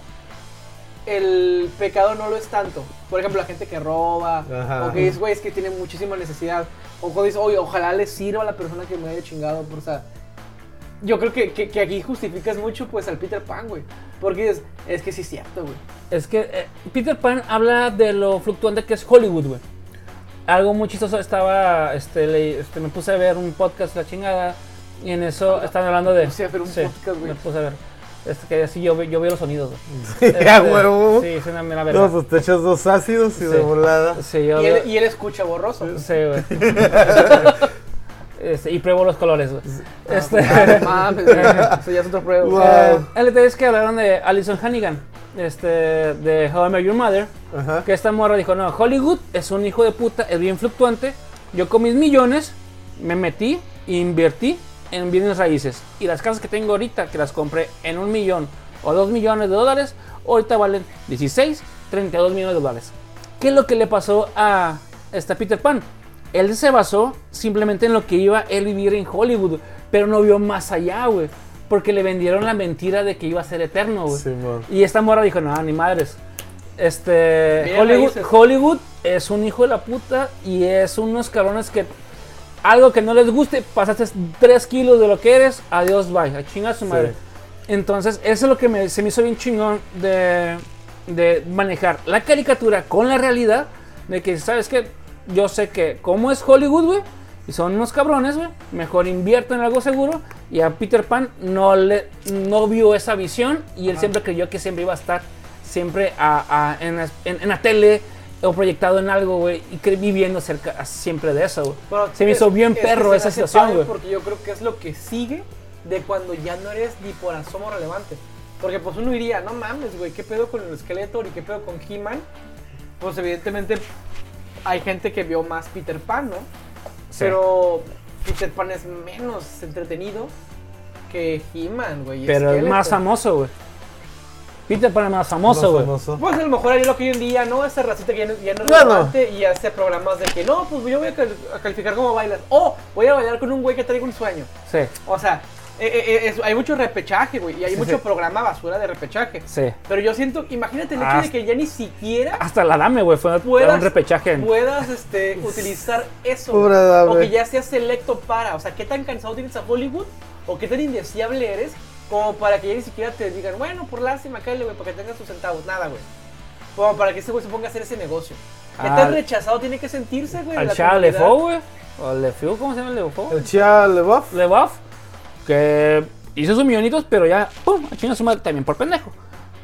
[SPEAKER 3] el pecado no lo es tanto. Por ejemplo, la gente que roba,
[SPEAKER 2] Ajá.
[SPEAKER 3] o que dice, güey, es que tiene muchísima necesidad. O cuando dice, oye, ojalá le sirva a la persona que me haya chingado. Por, o sea, yo creo que, que- que aquí justificas mucho pues al Peter Pan, güey. Porque es, es que sí es cierto, güey.
[SPEAKER 1] Es que eh, Peter Pan habla de lo fluctuante que es Hollywood, güey. Algo muy chistoso estaba, este, le- este, me puse a ver un podcast la chingada y en eso están hablando de.
[SPEAKER 3] Ah, Me puse a ver un podcast, güey.
[SPEAKER 1] Me puse a ver. Este, que así yo, ve- yo veo los sonidos, güey.
[SPEAKER 2] Sí, a
[SPEAKER 1] Este,
[SPEAKER 2] huevo.
[SPEAKER 1] Sí, es una mera
[SPEAKER 2] No,
[SPEAKER 1] verga.
[SPEAKER 2] pues te echas dos ácidos y de
[SPEAKER 1] Sí.
[SPEAKER 2] volada.
[SPEAKER 1] Sí, yo
[SPEAKER 3] Y
[SPEAKER 1] veo-
[SPEAKER 3] él, y él escucha borroso.
[SPEAKER 1] Sí, güey. Este, y pruebo los colores, güey. Este.
[SPEAKER 2] pues,
[SPEAKER 3] Ah, no mames, güey. eso ya es otro prueba.
[SPEAKER 2] Wow.
[SPEAKER 1] eh, el detalle es que hablaron de Alison Hannigan, este, de How I Met Your Mother,
[SPEAKER 2] Ajá.
[SPEAKER 1] que esta morra dijo, no, Hollywood es un hijo de puta, es bien fluctuante, yo con mis millones me metí e invertí en bienes raíces y las casas que tengo ahorita, que las compré en un millón o dos millones de dólares, ahorita valen 16, 32 millones de dólares. ¿Qué es lo que le pasó a esta Peter Pan? Él se basó simplemente en lo que iba él vivir en Hollywood, pero no vio más allá, güey. Porque le vendieron la mentira de que iba a ser eterno, güey.
[SPEAKER 2] Simón.
[SPEAKER 1] Y esta morra dijo, no, ni madres. Este,
[SPEAKER 3] Mira,
[SPEAKER 1] Hollywood,
[SPEAKER 3] raíces.
[SPEAKER 1] Hollywood es un hijo de la puta y es unos cabrones que algo que no les guste, pasaste 3 kilos de lo que eres, adiós, bye, a chinga su madre. Entonces, eso es lo que me- se me hizo bien chingón de, de manejar la caricatura con la realidad, de que, ¿sabes qué? Yo sé que como es Hollywood, güey, y son unos cabrones, güey, mejor invierto en algo seguro, y a Peter Pan no, le, no vio esa visión, y él siempre creyó que siempre iba a estar siempre a- a- en, las- en- en la tele o proyectado en algo, güey, y cre- viviendo cerca siempre de eso, güey.
[SPEAKER 3] Pero
[SPEAKER 1] Se me
[SPEAKER 3] es-
[SPEAKER 1] hizo bien
[SPEAKER 3] es que
[SPEAKER 1] perro
[SPEAKER 3] se
[SPEAKER 1] esa
[SPEAKER 3] me hace
[SPEAKER 1] situación,
[SPEAKER 3] padre
[SPEAKER 1] güey.
[SPEAKER 3] Porque yo creo que es lo que sigue de cuando ya no eres ni por asomo relevante. Porque pues uno diría, no mames, güey, ¿qué pedo con el Skeletor y qué pedo con He-Man? Pues evidentemente hay gente que vio más Peter Pan, ¿no?
[SPEAKER 1] Sí.
[SPEAKER 3] Pero Peter Pan es menos entretenido que He-Man, güey. y
[SPEAKER 1] Pero es más
[SPEAKER 3] Skeletor.
[SPEAKER 1] famoso, güey. Peter Pan es más famoso,
[SPEAKER 2] Más
[SPEAKER 1] güey.
[SPEAKER 2] famoso.
[SPEAKER 3] Pues a lo mejor hay lo que hoy en día, ¿no? Esa racita que ya no, ya no es
[SPEAKER 2] Bueno.
[SPEAKER 3] relevante y hace programas de que no, pues yo voy a, cal- a calificar cómo bailas. O voy a bailar con un güey que traiga un sueño.
[SPEAKER 1] Sí,
[SPEAKER 3] O sea, eh, eh, es- hay mucho repechaje, güey, y hay
[SPEAKER 1] Sí,
[SPEAKER 3] mucho
[SPEAKER 1] sí.
[SPEAKER 3] programa basura de repechaje.
[SPEAKER 1] sí.
[SPEAKER 3] Pero yo siento, imagínate el hecho
[SPEAKER 1] Ah.
[SPEAKER 3] de que ya ni siquiera
[SPEAKER 1] Hasta la dame, güey. Fue
[SPEAKER 3] puedas,
[SPEAKER 1] un repechaje. en-
[SPEAKER 3] puedas este, utilizar eso.
[SPEAKER 2] Pobre
[SPEAKER 3] güey,
[SPEAKER 2] Adame.
[SPEAKER 3] o que ya seas selecto para. O sea, ¿qué tan cansado tienes a Hollywood? ¿O qué tan indeseable eres? Como para que ya ni siquiera te digan, bueno, por lástima, cállate, güey, para que tengas tus centavos. Nada, güey. Como para que ese güey se ponga a hacer ese negocio. ¿Qué tan
[SPEAKER 1] Al-
[SPEAKER 3] rechazado tiene que sentirse, güey?
[SPEAKER 1] Al
[SPEAKER 3] la
[SPEAKER 1] Shia
[SPEAKER 3] comunidad?
[SPEAKER 1] Lefou, güey. O Lefou, ¿cómo se llama el Lefou?
[SPEAKER 2] El Chia Leboff.
[SPEAKER 1] Leboff, que hizo sus millonitos, pero ya, pum, a China su madre también por pendejo.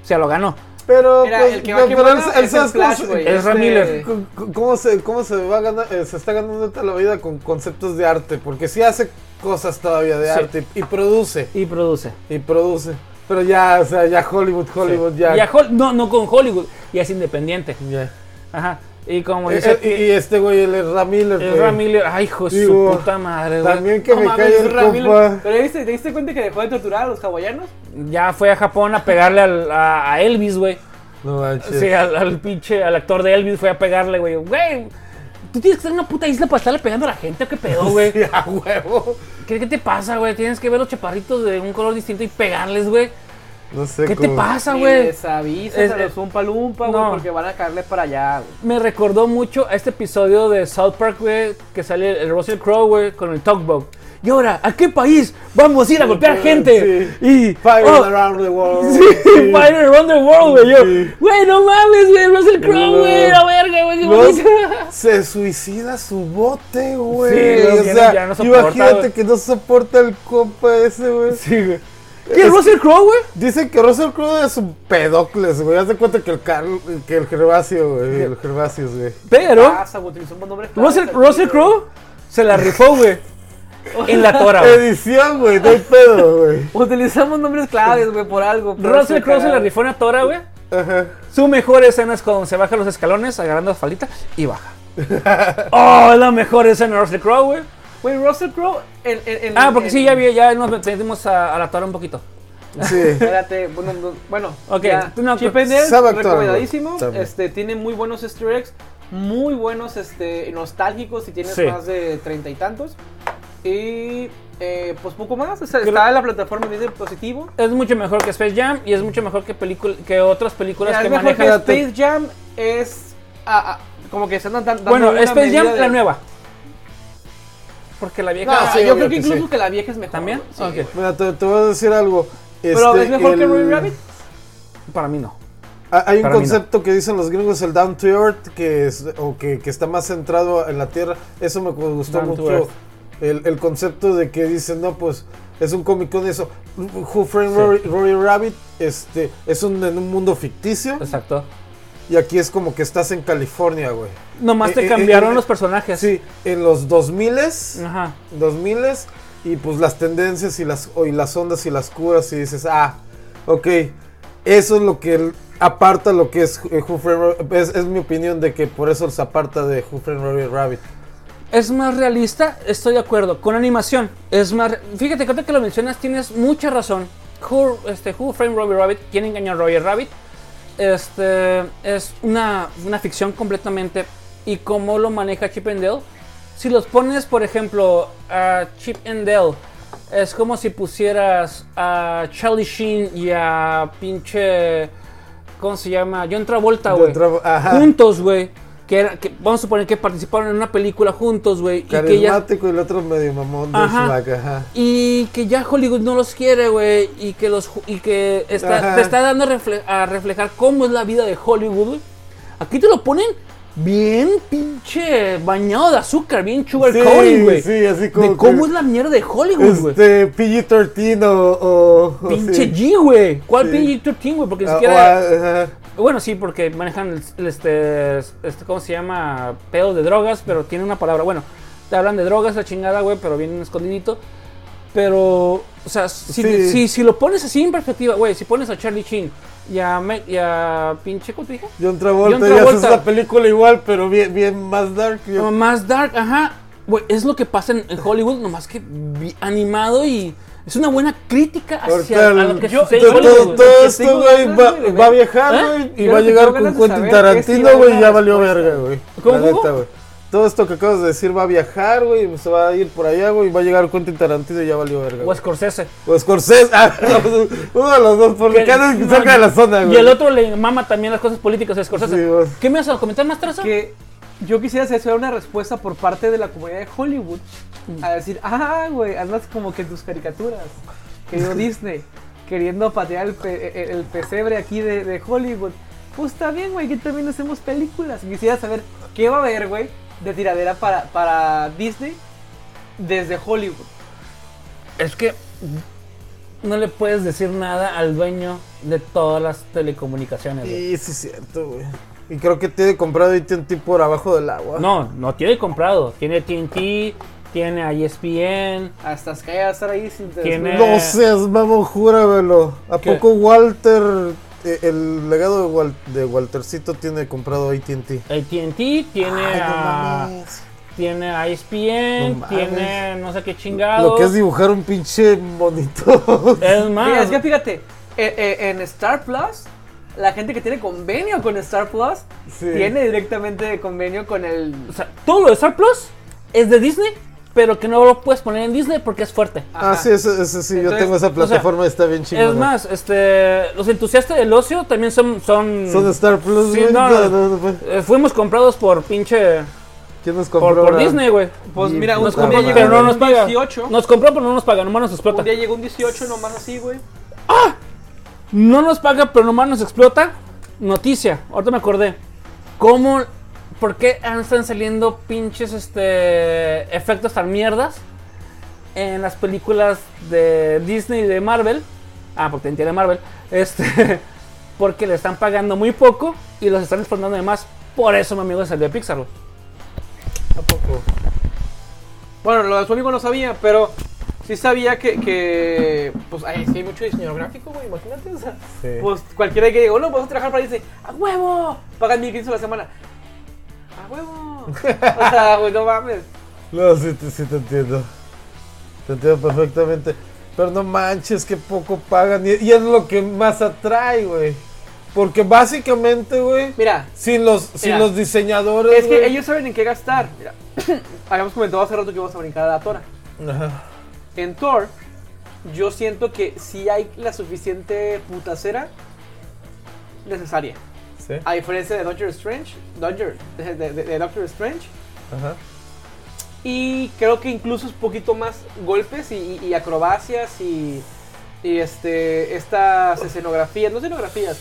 [SPEAKER 1] Se lo ganó.
[SPEAKER 2] Pero,
[SPEAKER 3] Mira,
[SPEAKER 2] pues,
[SPEAKER 3] el que
[SPEAKER 2] no,
[SPEAKER 3] va que
[SPEAKER 2] pero
[SPEAKER 3] vuela
[SPEAKER 2] él- él
[SPEAKER 3] es el
[SPEAKER 2] sabe cómo
[SPEAKER 3] Flash,
[SPEAKER 2] se-
[SPEAKER 3] güey.
[SPEAKER 1] Es Ram Miller.
[SPEAKER 2] c- c- Este, ¿Cómo se, cómo se va a ganar, eh, se está ganando ahorita la vida con conceptos de arte? Porque sí hace cosas todavía de
[SPEAKER 1] Sí.
[SPEAKER 2] arte y, y produce,
[SPEAKER 1] Y produce.
[SPEAKER 2] y produce. Pero ya, o sea, ya Hollywood, Hollywood, ya.
[SPEAKER 1] Y a Hol- no, no con Hollywood, ya es independiente.
[SPEAKER 2] ya.
[SPEAKER 1] Ajá. Y como
[SPEAKER 2] Eh,
[SPEAKER 1] dice
[SPEAKER 2] eh, y, y este güey, el Ezra Miller,
[SPEAKER 1] el
[SPEAKER 2] güey.
[SPEAKER 1] Ram Miller, ay, hijo de su
[SPEAKER 2] Digo,
[SPEAKER 1] puta madre, güey.
[SPEAKER 2] También que
[SPEAKER 3] No
[SPEAKER 2] me
[SPEAKER 3] mames,
[SPEAKER 2] cae
[SPEAKER 3] Ezra
[SPEAKER 2] el
[SPEAKER 3] Miller.
[SPEAKER 2] compa.
[SPEAKER 3] Pero ¿te diste- ¿te diste cuenta que dejó de torturar a los hawaianos?
[SPEAKER 1] Ya fue a Japón a pegarle al- a- a Elvis, güey.
[SPEAKER 2] No manches.
[SPEAKER 1] Sí, al, al pinche, al actor de Elvis fue a pegarle, güey. Güey, tú tienes que estar en una puta isla para estarle pegando a la gente, ¿o qué pedo, güey?
[SPEAKER 2] Sí, a huevo.
[SPEAKER 1] ¿Qué, qué te pasa, güey? Tienes que ver los chaparritos de un color distinto y pegarles, güey.
[SPEAKER 2] No sé
[SPEAKER 1] ¿Qué te
[SPEAKER 2] cómo-
[SPEAKER 1] pasa,
[SPEAKER 3] Ni
[SPEAKER 1] güey?
[SPEAKER 3] Les avisas
[SPEAKER 1] Es-
[SPEAKER 3] a los Zumpa Lumpa, güey,
[SPEAKER 1] no.
[SPEAKER 3] porque van a caerle para allá, güey.
[SPEAKER 1] Me recordó mucho a este episodio de South Park, güey, que sale el Russell Crowe, güey, con el Talkboat. Y ahora, ¿a qué país vamos a ir a golpear gente? Y.
[SPEAKER 2] Fire
[SPEAKER 1] oh,
[SPEAKER 2] around the world.
[SPEAKER 1] Sí, Fire Around the World, güey.
[SPEAKER 2] Sí.
[SPEAKER 1] Yo, güey, no mames, güey, Russell Crowe,
[SPEAKER 2] No.
[SPEAKER 1] güey, la verga, güey, qué
[SPEAKER 2] Los-
[SPEAKER 1] bonito.
[SPEAKER 2] se suicida su bote, güey.
[SPEAKER 1] Sí, güey,
[SPEAKER 2] o
[SPEAKER 1] ya no-
[SPEAKER 2] sea,
[SPEAKER 1] ya no soporta,
[SPEAKER 2] imagínate
[SPEAKER 1] güey.
[SPEAKER 2] que no soporta el copa ese, güey.
[SPEAKER 1] Sí, güey. ¿Y el Russell Crowe, güey?
[SPEAKER 2] Dicen que Russell Crowe es un pedocles, güey. Haz de cuenta que el Carl, que el Gervasio, güey. El Gervasio, güey.
[SPEAKER 1] Pero,
[SPEAKER 3] Pasa, güey, utilizó un buen nombre.
[SPEAKER 1] Russell,
[SPEAKER 3] Pasa,
[SPEAKER 1] Russell
[SPEAKER 3] güey.
[SPEAKER 1] Crowe se la rifó, güey. En la tora, Ah,
[SPEAKER 2] Eh,
[SPEAKER 1] güey.
[SPEAKER 2] Edición, güey, no hay pedo, güey.
[SPEAKER 3] Utilizamos nombres claves, güey, por algo. pero
[SPEAKER 1] Russell
[SPEAKER 3] se
[SPEAKER 1] Crowe se la
[SPEAKER 3] cagaron.
[SPEAKER 1] rifó en la tora, güey.
[SPEAKER 2] Ajá.
[SPEAKER 1] Su mejor escena es cuando se baja los escalones agarrando asfalita y baja. Oh, es la mejor escena de Russell Crowe, güey.
[SPEAKER 3] Güey, Russell Crowe. en- en- en-
[SPEAKER 1] Ah, porque sí,
[SPEAKER 3] en-
[SPEAKER 1] ya, vi- ya nos metimos a, a la tora un poquito.
[SPEAKER 2] Sí.
[SPEAKER 3] Espérate, bueno, no- bueno.
[SPEAKER 1] Ok,
[SPEAKER 3] ya.
[SPEAKER 1] tú no-
[SPEAKER 3] Chip and Dale,
[SPEAKER 2] Sabe actuar,
[SPEAKER 3] recomendadísimo.
[SPEAKER 2] güey, sabe.
[SPEAKER 3] Este, tiene muy buenos easter eggs, muy buenos este, nostálgicos si tienes
[SPEAKER 1] Sí.
[SPEAKER 3] más de treinta y tantos. Y eh, pues poco más, o sea, está en la plataforma de positivo.
[SPEAKER 1] Es mucho mejor que Space Jam y es mucho mejor que, película- que otras películas
[SPEAKER 3] Mira,
[SPEAKER 1] que
[SPEAKER 3] es mejor que
[SPEAKER 1] manejan.
[SPEAKER 3] Space Jam es ah, ah, como que se andan tan- dando
[SPEAKER 1] Bueno,
[SPEAKER 3] una
[SPEAKER 1] Space Jam,
[SPEAKER 3] medida de-
[SPEAKER 1] la nueva. Porque la vieja.
[SPEAKER 2] No,
[SPEAKER 3] Ah,
[SPEAKER 2] sí,
[SPEAKER 3] yo
[SPEAKER 2] obvio
[SPEAKER 3] creo que
[SPEAKER 2] que
[SPEAKER 3] incluso
[SPEAKER 2] sí.
[SPEAKER 3] que la vieja es mejor.
[SPEAKER 1] ¿También?
[SPEAKER 3] güey, sí,
[SPEAKER 1] Ok.
[SPEAKER 3] güey.
[SPEAKER 2] Mira, te, te voy a decir algo.
[SPEAKER 3] Pero
[SPEAKER 2] Este,
[SPEAKER 3] es mejor que
[SPEAKER 2] el-
[SPEAKER 3] Roy Rabbit.
[SPEAKER 1] Para mí no.
[SPEAKER 2] Ah, Hay un
[SPEAKER 1] Para mí no.
[SPEAKER 2] concepto que dicen los gringos, el down to earth, que, es, o que, que está más centrado en la tierra. Eso me gustó
[SPEAKER 1] Down to
[SPEAKER 2] mucho.
[SPEAKER 1] earth.
[SPEAKER 2] El, el concepto de que dicen, no, pues es un cómic con eso. Who Framed Rory, Rory Rabbit este, es un, en un mundo ficticio.
[SPEAKER 1] Exacto.
[SPEAKER 2] Y aquí es como que estás en California, güey.
[SPEAKER 1] Nomás
[SPEAKER 2] Eh,
[SPEAKER 1] te
[SPEAKER 2] eh,
[SPEAKER 1] cambiaron
[SPEAKER 2] eh,
[SPEAKER 1] los personajes.
[SPEAKER 2] Sí, en los 2000s.
[SPEAKER 1] Ajá.
[SPEAKER 2] 2000 y pues las tendencias y las, o- y las ondas y las curas y dices, ah, ok, eso es lo que el- aparta lo que es eh, Who Framed Roger- es, es mi opinión de que por eso se aparta de Who Framed Roger Rabbit.
[SPEAKER 1] Es más realista, estoy de acuerdo. Con animación, es más. re- Fíjate que ahorita que lo mencionas, tienes mucha razón. Who, este, Who Framed Roger Rabbit? ¿Quién engañó a Roger Rabbit? Este, es una, una ficción completamente. Y cómo lo maneja Chip and Dale. Si los pones, por ejemplo, a Chip and Dale, es como si pusieras a Charlie Sheen y a pinche. ¿Cómo se llama? John Travolta, güey
[SPEAKER 2] John Trav- ajá.
[SPEAKER 1] juntos, güey. Que, era- que vamos a suponer que participaron en una película juntos, güey. Y que ya.
[SPEAKER 2] Carismático y el otro medio mamón de
[SPEAKER 1] Ajá.
[SPEAKER 2] Smack, ajá.
[SPEAKER 1] Y que ya Hollywood no los quiere, güey. Y que los ju- y que está,
[SPEAKER 2] Ajá.
[SPEAKER 1] te está dando a, refle- a reflejar cómo es la vida de Hollywood, güey. Aquí te lo ponen bien pinche bañado de azúcar, bien sugar
[SPEAKER 2] Sí,
[SPEAKER 1] coating, güey.
[SPEAKER 2] sí, así como
[SPEAKER 1] De
[SPEAKER 2] que-
[SPEAKER 1] cómo es la mierda de Hollywood, güey.
[SPEAKER 2] Este, PG-13 o... o- o
[SPEAKER 1] pinche
[SPEAKER 2] sí.
[SPEAKER 1] G, güey. ¿Cuál
[SPEAKER 2] Sí.
[SPEAKER 1] pinche G, güey? Porque ni
[SPEAKER 2] Ah, o
[SPEAKER 1] siquiera.
[SPEAKER 2] a- ajá.
[SPEAKER 1] Bueno, sí, porque manejan el- el este, este, ¿cómo se llama? Pedo de drogas, pero tiene una palabra. Bueno, te hablan de drogas, la chingada, güey, pero vienen escondidito. Pero, o sea, si,
[SPEAKER 2] Sí.
[SPEAKER 1] si, si lo pones así en perspectiva, güey, si pones a Charlie Chin y a, Me- y a pinche, ¿cómo te dije?
[SPEAKER 2] John Travolta,
[SPEAKER 1] John
[SPEAKER 2] ya haces
[SPEAKER 1] Travolta.
[SPEAKER 2] la película igual, pero bien, bien más dark. yo-
[SPEAKER 1] No, Más dark, ajá. Güey, es lo que pasa en, en Hollywood, nomás que vi- animado y es una buena crítica hacia
[SPEAKER 2] Ahorita
[SPEAKER 1] a
[SPEAKER 2] el-
[SPEAKER 1] lo que
[SPEAKER 2] yo-
[SPEAKER 1] sucede en
[SPEAKER 2] todo,
[SPEAKER 1] Hollywood,
[SPEAKER 2] todo,
[SPEAKER 1] güey.
[SPEAKER 2] todo
[SPEAKER 3] Porque
[SPEAKER 2] esto,
[SPEAKER 3] tengo
[SPEAKER 2] güey,
[SPEAKER 3] ganas,
[SPEAKER 2] va,
[SPEAKER 3] güey, de
[SPEAKER 2] va a
[SPEAKER 3] ver.
[SPEAKER 2] viajar,
[SPEAKER 1] ¿Eh?
[SPEAKER 2] güey, y
[SPEAKER 3] Yo
[SPEAKER 2] va a
[SPEAKER 3] tengo
[SPEAKER 2] llegar
[SPEAKER 3] ganas
[SPEAKER 2] con
[SPEAKER 3] de
[SPEAKER 2] Quentin
[SPEAKER 3] saber qué es que va a
[SPEAKER 2] Tarantino, güey,
[SPEAKER 3] dar
[SPEAKER 2] y ya
[SPEAKER 3] la
[SPEAKER 2] valió
[SPEAKER 3] respuesta.
[SPEAKER 2] verga, güey.
[SPEAKER 1] pues. ¿Cómo,
[SPEAKER 2] La
[SPEAKER 1] cómo?
[SPEAKER 2] neta, güey. Todo esto que acabas de decir va a viajar, güey, se va a ir por allá, güey, y va a llegar Quentin Tarantino y ya valió verga.
[SPEAKER 1] O
[SPEAKER 2] güey.
[SPEAKER 1] Scorsese.
[SPEAKER 2] O Scorsese, ah, uno de los dos, porque cada vez que
[SPEAKER 1] no,
[SPEAKER 2] saca de la zona,
[SPEAKER 1] Y
[SPEAKER 2] güey.
[SPEAKER 1] el otro le mama también las cosas políticas a Scorsese.
[SPEAKER 2] Sí, güey.
[SPEAKER 1] ¿Qué me vas a comentar más trazo?
[SPEAKER 3] que yo quisiera hacer una respuesta por parte de la comunidad de Hollywood a decir, ah, güey, andas como que en tus caricaturas, querido Disney, queriendo patear el, pe- e, el pesebre aquí de, de Hollywood. Pues está bien, güey, que también hacemos películas. Quisiera saber qué va a haber, güey, de tiradera para, para Disney desde Hollywood.
[SPEAKER 1] Es que no le puedes decir nada al dueño de todas las telecomunicaciones. güey.
[SPEAKER 2] Sí, sí, es cierto, güey. Y creo que tiene comprado AT&T por abajo del agua.
[SPEAKER 1] No, no tiene comprado. Tiene TNT, tiene a E ESPN.
[SPEAKER 3] Hasta Sky va a estar ahí sin
[SPEAKER 1] Tiene-
[SPEAKER 2] No seas mamón, júramelo. ¿A
[SPEAKER 1] ¿Qué?
[SPEAKER 2] poco Walter, eh, el legado de, Wal- de Waltercito tiene comprado AT&T?
[SPEAKER 1] ATT tiene
[SPEAKER 2] Ay, no
[SPEAKER 1] a.
[SPEAKER 2] mames.
[SPEAKER 1] Tiene a E ESPN,
[SPEAKER 2] No mames.
[SPEAKER 1] tiene no sé qué chingado.
[SPEAKER 2] Lo que es dibujar un pinche monito.
[SPEAKER 1] Es más,
[SPEAKER 3] Mira, es que fíjate, eh, eh, en Star Plus, la gente que tiene convenio con Star Plus
[SPEAKER 2] Sí.
[SPEAKER 3] tiene directamente convenio con el.
[SPEAKER 1] o sea, todo lo de Star Plus es de Disney pero que no lo puedes poner en Disney porque es fuerte.
[SPEAKER 2] Ah,
[SPEAKER 3] Ajá.
[SPEAKER 2] sí, ese, ese sí, yo
[SPEAKER 3] Entonces,
[SPEAKER 2] tengo esa
[SPEAKER 1] o sea,
[SPEAKER 2] plataforma, está bien chingona.
[SPEAKER 1] Es más, este, los entusiastas del ocio también son... Son,
[SPEAKER 2] Son Star Plus,
[SPEAKER 1] Sí,
[SPEAKER 2] güey.
[SPEAKER 1] no,
[SPEAKER 2] No,
[SPEAKER 1] no.
[SPEAKER 2] no, no, güey.
[SPEAKER 1] eh, fuimos comprados por pinche...
[SPEAKER 2] ¿Quién nos compró?
[SPEAKER 1] Por, por
[SPEAKER 2] ahora?
[SPEAKER 1] Disney, güey.
[SPEAKER 3] Pues
[SPEAKER 2] Y
[SPEAKER 3] mira, un,
[SPEAKER 1] Nos
[SPEAKER 2] puta
[SPEAKER 3] un día
[SPEAKER 1] compró,
[SPEAKER 2] madre.
[SPEAKER 1] pero no
[SPEAKER 3] llegó un
[SPEAKER 1] nos paga.
[SPEAKER 3] 18.
[SPEAKER 1] Nos compró, pero no nos paga, nomás nos explota.
[SPEAKER 3] Un día llegó un 18 nomás así, güey.
[SPEAKER 1] No nos paga, pero nomás nos explota. Noticia, ahorita me acordé. ¿Cómo, por qué están saliendo pinches este, efectos tan mierdas en las películas de Disney y de Marvel? Ah, porque entiende Marvel. Este, porque le están pagando muy poco y los están explotando de más. Por eso, mi amigo, es el de Pixar. güey.
[SPEAKER 3] ¿A poco? Bueno, lo de su amigo no sabía, pero sí sabía que. que pues ay, sí hay mucho diseñador gráfico, güey, imagínate. O sea,
[SPEAKER 2] Sí.
[SPEAKER 3] pues cualquiera que diga, no, vas a trabajar para dice, ¡a huevo! Pagan 1500 a la semana. ¡A huevo! o sea, güey, no mames.
[SPEAKER 2] No, sí, te- sí te entiendo. Te entiendo perfectamente. Pero no manches, que poco pagan. Y, y es lo que más atrae, güey. Porque básicamente, güey,
[SPEAKER 3] Mira,
[SPEAKER 2] sin los, sin
[SPEAKER 3] Mira.
[SPEAKER 2] los diseñadores.
[SPEAKER 3] es que
[SPEAKER 2] güey-
[SPEAKER 3] ellos saben en qué gastar. Mira, habíamos comentado hace rato que íbamos a brincar a la Tora.
[SPEAKER 2] Ajá.
[SPEAKER 3] en Thor, yo siento que sí hay la suficiente putacera necesaria.
[SPEAKER 2] Sí.
[SPEAKER 3] A diferencia de Doctor Strange, Doctor, de, de- de Doctor Strange.
[SPEAKER 2] Ajá.
[SPEAKER 3] Y creo que incluso es poquito más golpes y, y- y acrobacias y, y, este estas escenografías, no escenografías,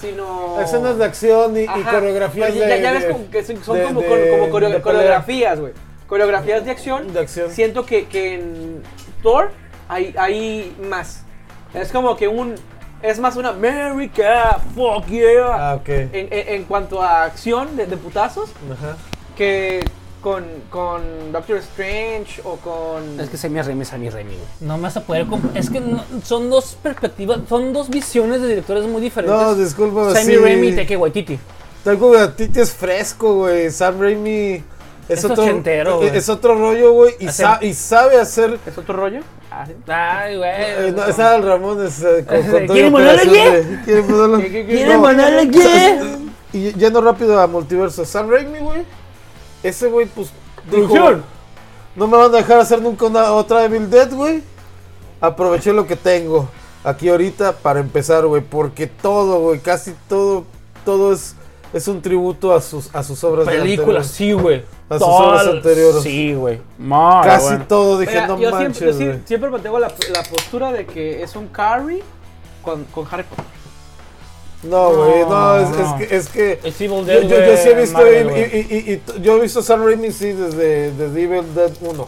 [SPEAKER 3] sino...
[SPEAKER 2] Escenas de acción y, y
[SPEAKER 3] Ajá,
[SPEAKER 2] coreografías
[SPEAKER 3] pero ya,
[SPEAKER 2] de.
[SPEAKER 3] ya ves
[SPEAKER 2] de-
[SPEAKER 3] como que son, son
[SPEAKER 2] de-
[SPEAKER 3] como,
[SPEAKER 2] de-
[SPEAKER 3] core- como coreo-
[SPEAKER 2] de pelea.
[SPEAKER 3] coreografías, güey. Coreografías de acción.
[SPEAKER 2] De acción.
[SPEAKER 3] Siento que, que en Thor hay, hay más. Es como que un. Es más una America, fuck yeah.
[SPEAKER 2] Ah, ok.
[SPEAKER 3] En, en- en cuanto a acción de, de putazos,
[SPEAKER 2] Ajá.
[SPEAKER 3] que con, con Doctor Strange o con.
[SPEAKER 1] Es que se me remi, se me remi, güey. No me vas a poder. comp- Es que no- son dos perspectivas, son dos visiones de directores muy diferentes.
[SPEAKER 2] No, disculpa,
[SPEAKER 1] Sammy
[SPEAKER 2] sí.
[SPEAKER 1] Raimi y Taika Waititi.
[SPEAKER 2] Taco Gatiti es fresco, güey. Sam Raimi es,
[SPEAKER 1] Es
[SPEAKER 2] otro, e,
[SPEAKER 1] ochentero, güey.
[SPEAKER 2] es otro rollo, güey. Y,
[SPEAKER 1] Hacer-
[SPEAKER 2] sa- y sabe hacer.
[SPEAKER 3] ¿Es otro rollo? Ah, sí.
[SPEAKER 1] Ay, güey.
[SPEAKER 2] Eh, no, esa del Ramón es eh, con, con
[SPEAKER 1] ¿Quiere
[SPEAKER 2] todo y
[SPEAKER 1] monólogo?
[SPEAKER 2] operación de- ¿Quiere monólogo?
[SPEAKER 3] ¿Qué, qué, qué?
[SPEAKER 1] ¿Tiene
[SPEAKER 2] No.
[SPEAKER 1] monólogo?
[SPEAKER 2] Y yendo rápido a multiverso, Sam Raimi, güey. Ese güey, pues. Dijo,
[SPEAKER 1] Producción.
[SPEAKER 2] no me van a dejar hacer nunca una, otra Evil Dead, güey. Aproveché lo que tengo aquí ahorita para empezar, güey. Porque todo, güey, casi todo, todo es, es un tributo a sus, a sus obras de
[SPEAKER 1] Películas,
[SPEAKER 2] anteriores.
[SPEAKER 1] sí, güey.
[SPEAKER 2] Las
[SPEAKER 1] Todas-
[SPEAKER 2] obras anteriores.
[SPEAKER 1] Sí, güey. Mara,
[SPEAKER 2] Casi
[SPEAKER 1] bueno.
[SPEAKER 2] todo, dije,
[SPEAKER 3] Mira,
[SPEAKER 2] no
[SPEAKER 3] Ah, yo
[SPEAKER 2] manches,
[SPEAKER 3] siempre, yo sí-
[SPEAKER 2] güey.
[SPEAKER 3] siempre mantengo la, la postura de que es un carry con, con Harry Potter.
[SPEAKER 2] No, güey, no, es,
[SPEAKER 1] No.
[SPEAKER 2] es que. Es que
[SPEAKER 1] Es Evil
[SPEAKER 2] yo,
[SPEAKER 1] Dead,
[SPEAKER 2] yo- yo
[SPEAKER 1] güey,
[SPEAKER 2] sí he visto
[SPEAKER 1] Marvel,
[SPEAKER 2] y-
[SPEAKER 1] güey.
[SPEAKER 2] y, y- y t- yo he visto Sam Raimi sí desde, desde Evil Dead 1.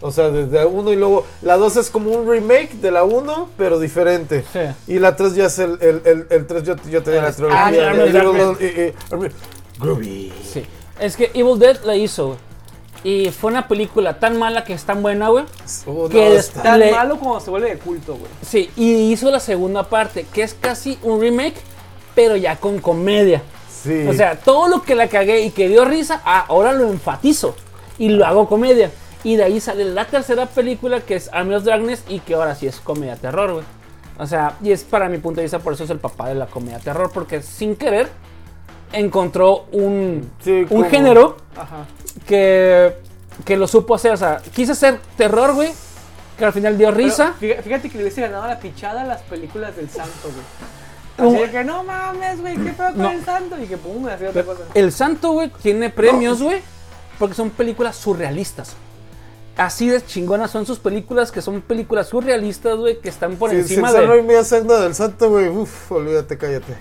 [SPEAKER 2] O sea, desde 1 y luego la 2 es como un remake de la 1, pero diferente.
[SPEAKER 1] Sí.
[SPEAKER 2] Y la 3 ya es el, el, el, el 3 yo, yo tenía la
[SPEAKER 1] Es
[SPEAKER 2] trilogía
[SPEAKER 1] Army-
[SPEAKER 2] de
[SPEAKER 1] Army of
[SPEAKER 2] Evil
[SPEAKER 1] Darkness.
[SPEAKER 2] Dead, eh, eh, Army- Groovy.
[SPEAKER 1] Sí. Es que Evil Dead la hizo, güey. Y fue una película tan mala que es tan buena, güey.
[SPEAKER 2] Oh,
[SPEAKER 1] Que
[SPEAKER 2] no,
[SPEAKER 1] es-
[SPEAKER 2] está-
[SPEAKER 3] Tan
[SPEAKER 1] Le-
[SPEAKER 3] malo como se vuelve de culto, güey.
[SPEAKER 1] Sí, y hizo la segunda parte, que es casi un remake, pero ya con comedia.
[SPEAKER 2] sí.
[SPEAKER 1] O sea, todo lo que la cagué y que dio risa, ah, ahora lo enfatizo y lo hago comedia. Y de ahí sale la tercera película que es Army of Darkness y que ahora sí es comedia terror, güey. O sea, y es para mi punto de vista, por eso es el papá de la comedia terror, porque sin querer encontró un,
[SPEAKER 2] Sí,
[SPEAKER 1] un
[SPEAKER 2] como-
[SPEAKER 1] género
[SPEAKER 3] Ajá.
[SPEAKER 1] que, que lo supo hacer. O sea, quise hacer terror, güey, que al final dio risa.
[SPEAKER 3] Pero fija- Fíjate que le hubiese ganado la pichada a las películas del santo, güey. Así de que no mames, güey, qué pedo con
[SPEAKER 1] No.
[SPEAKER 3] el santo. Y que pum, así otra cosa.
[SPEAKER 1] El Santo, güey, tiene premios, güey, porque son películas surrealistas. Así de chingonas son sus películas, que son películas surrealistas, güey, que están por
[SPEAKER 2] Sí,
[SPEAKER 1] encima
[SPEAKER 2] sin Sam
[SPEAKER 1] de...
[SPEAKER 2] Raimi hace una del santo, güey. Uf, olvídate, cállate.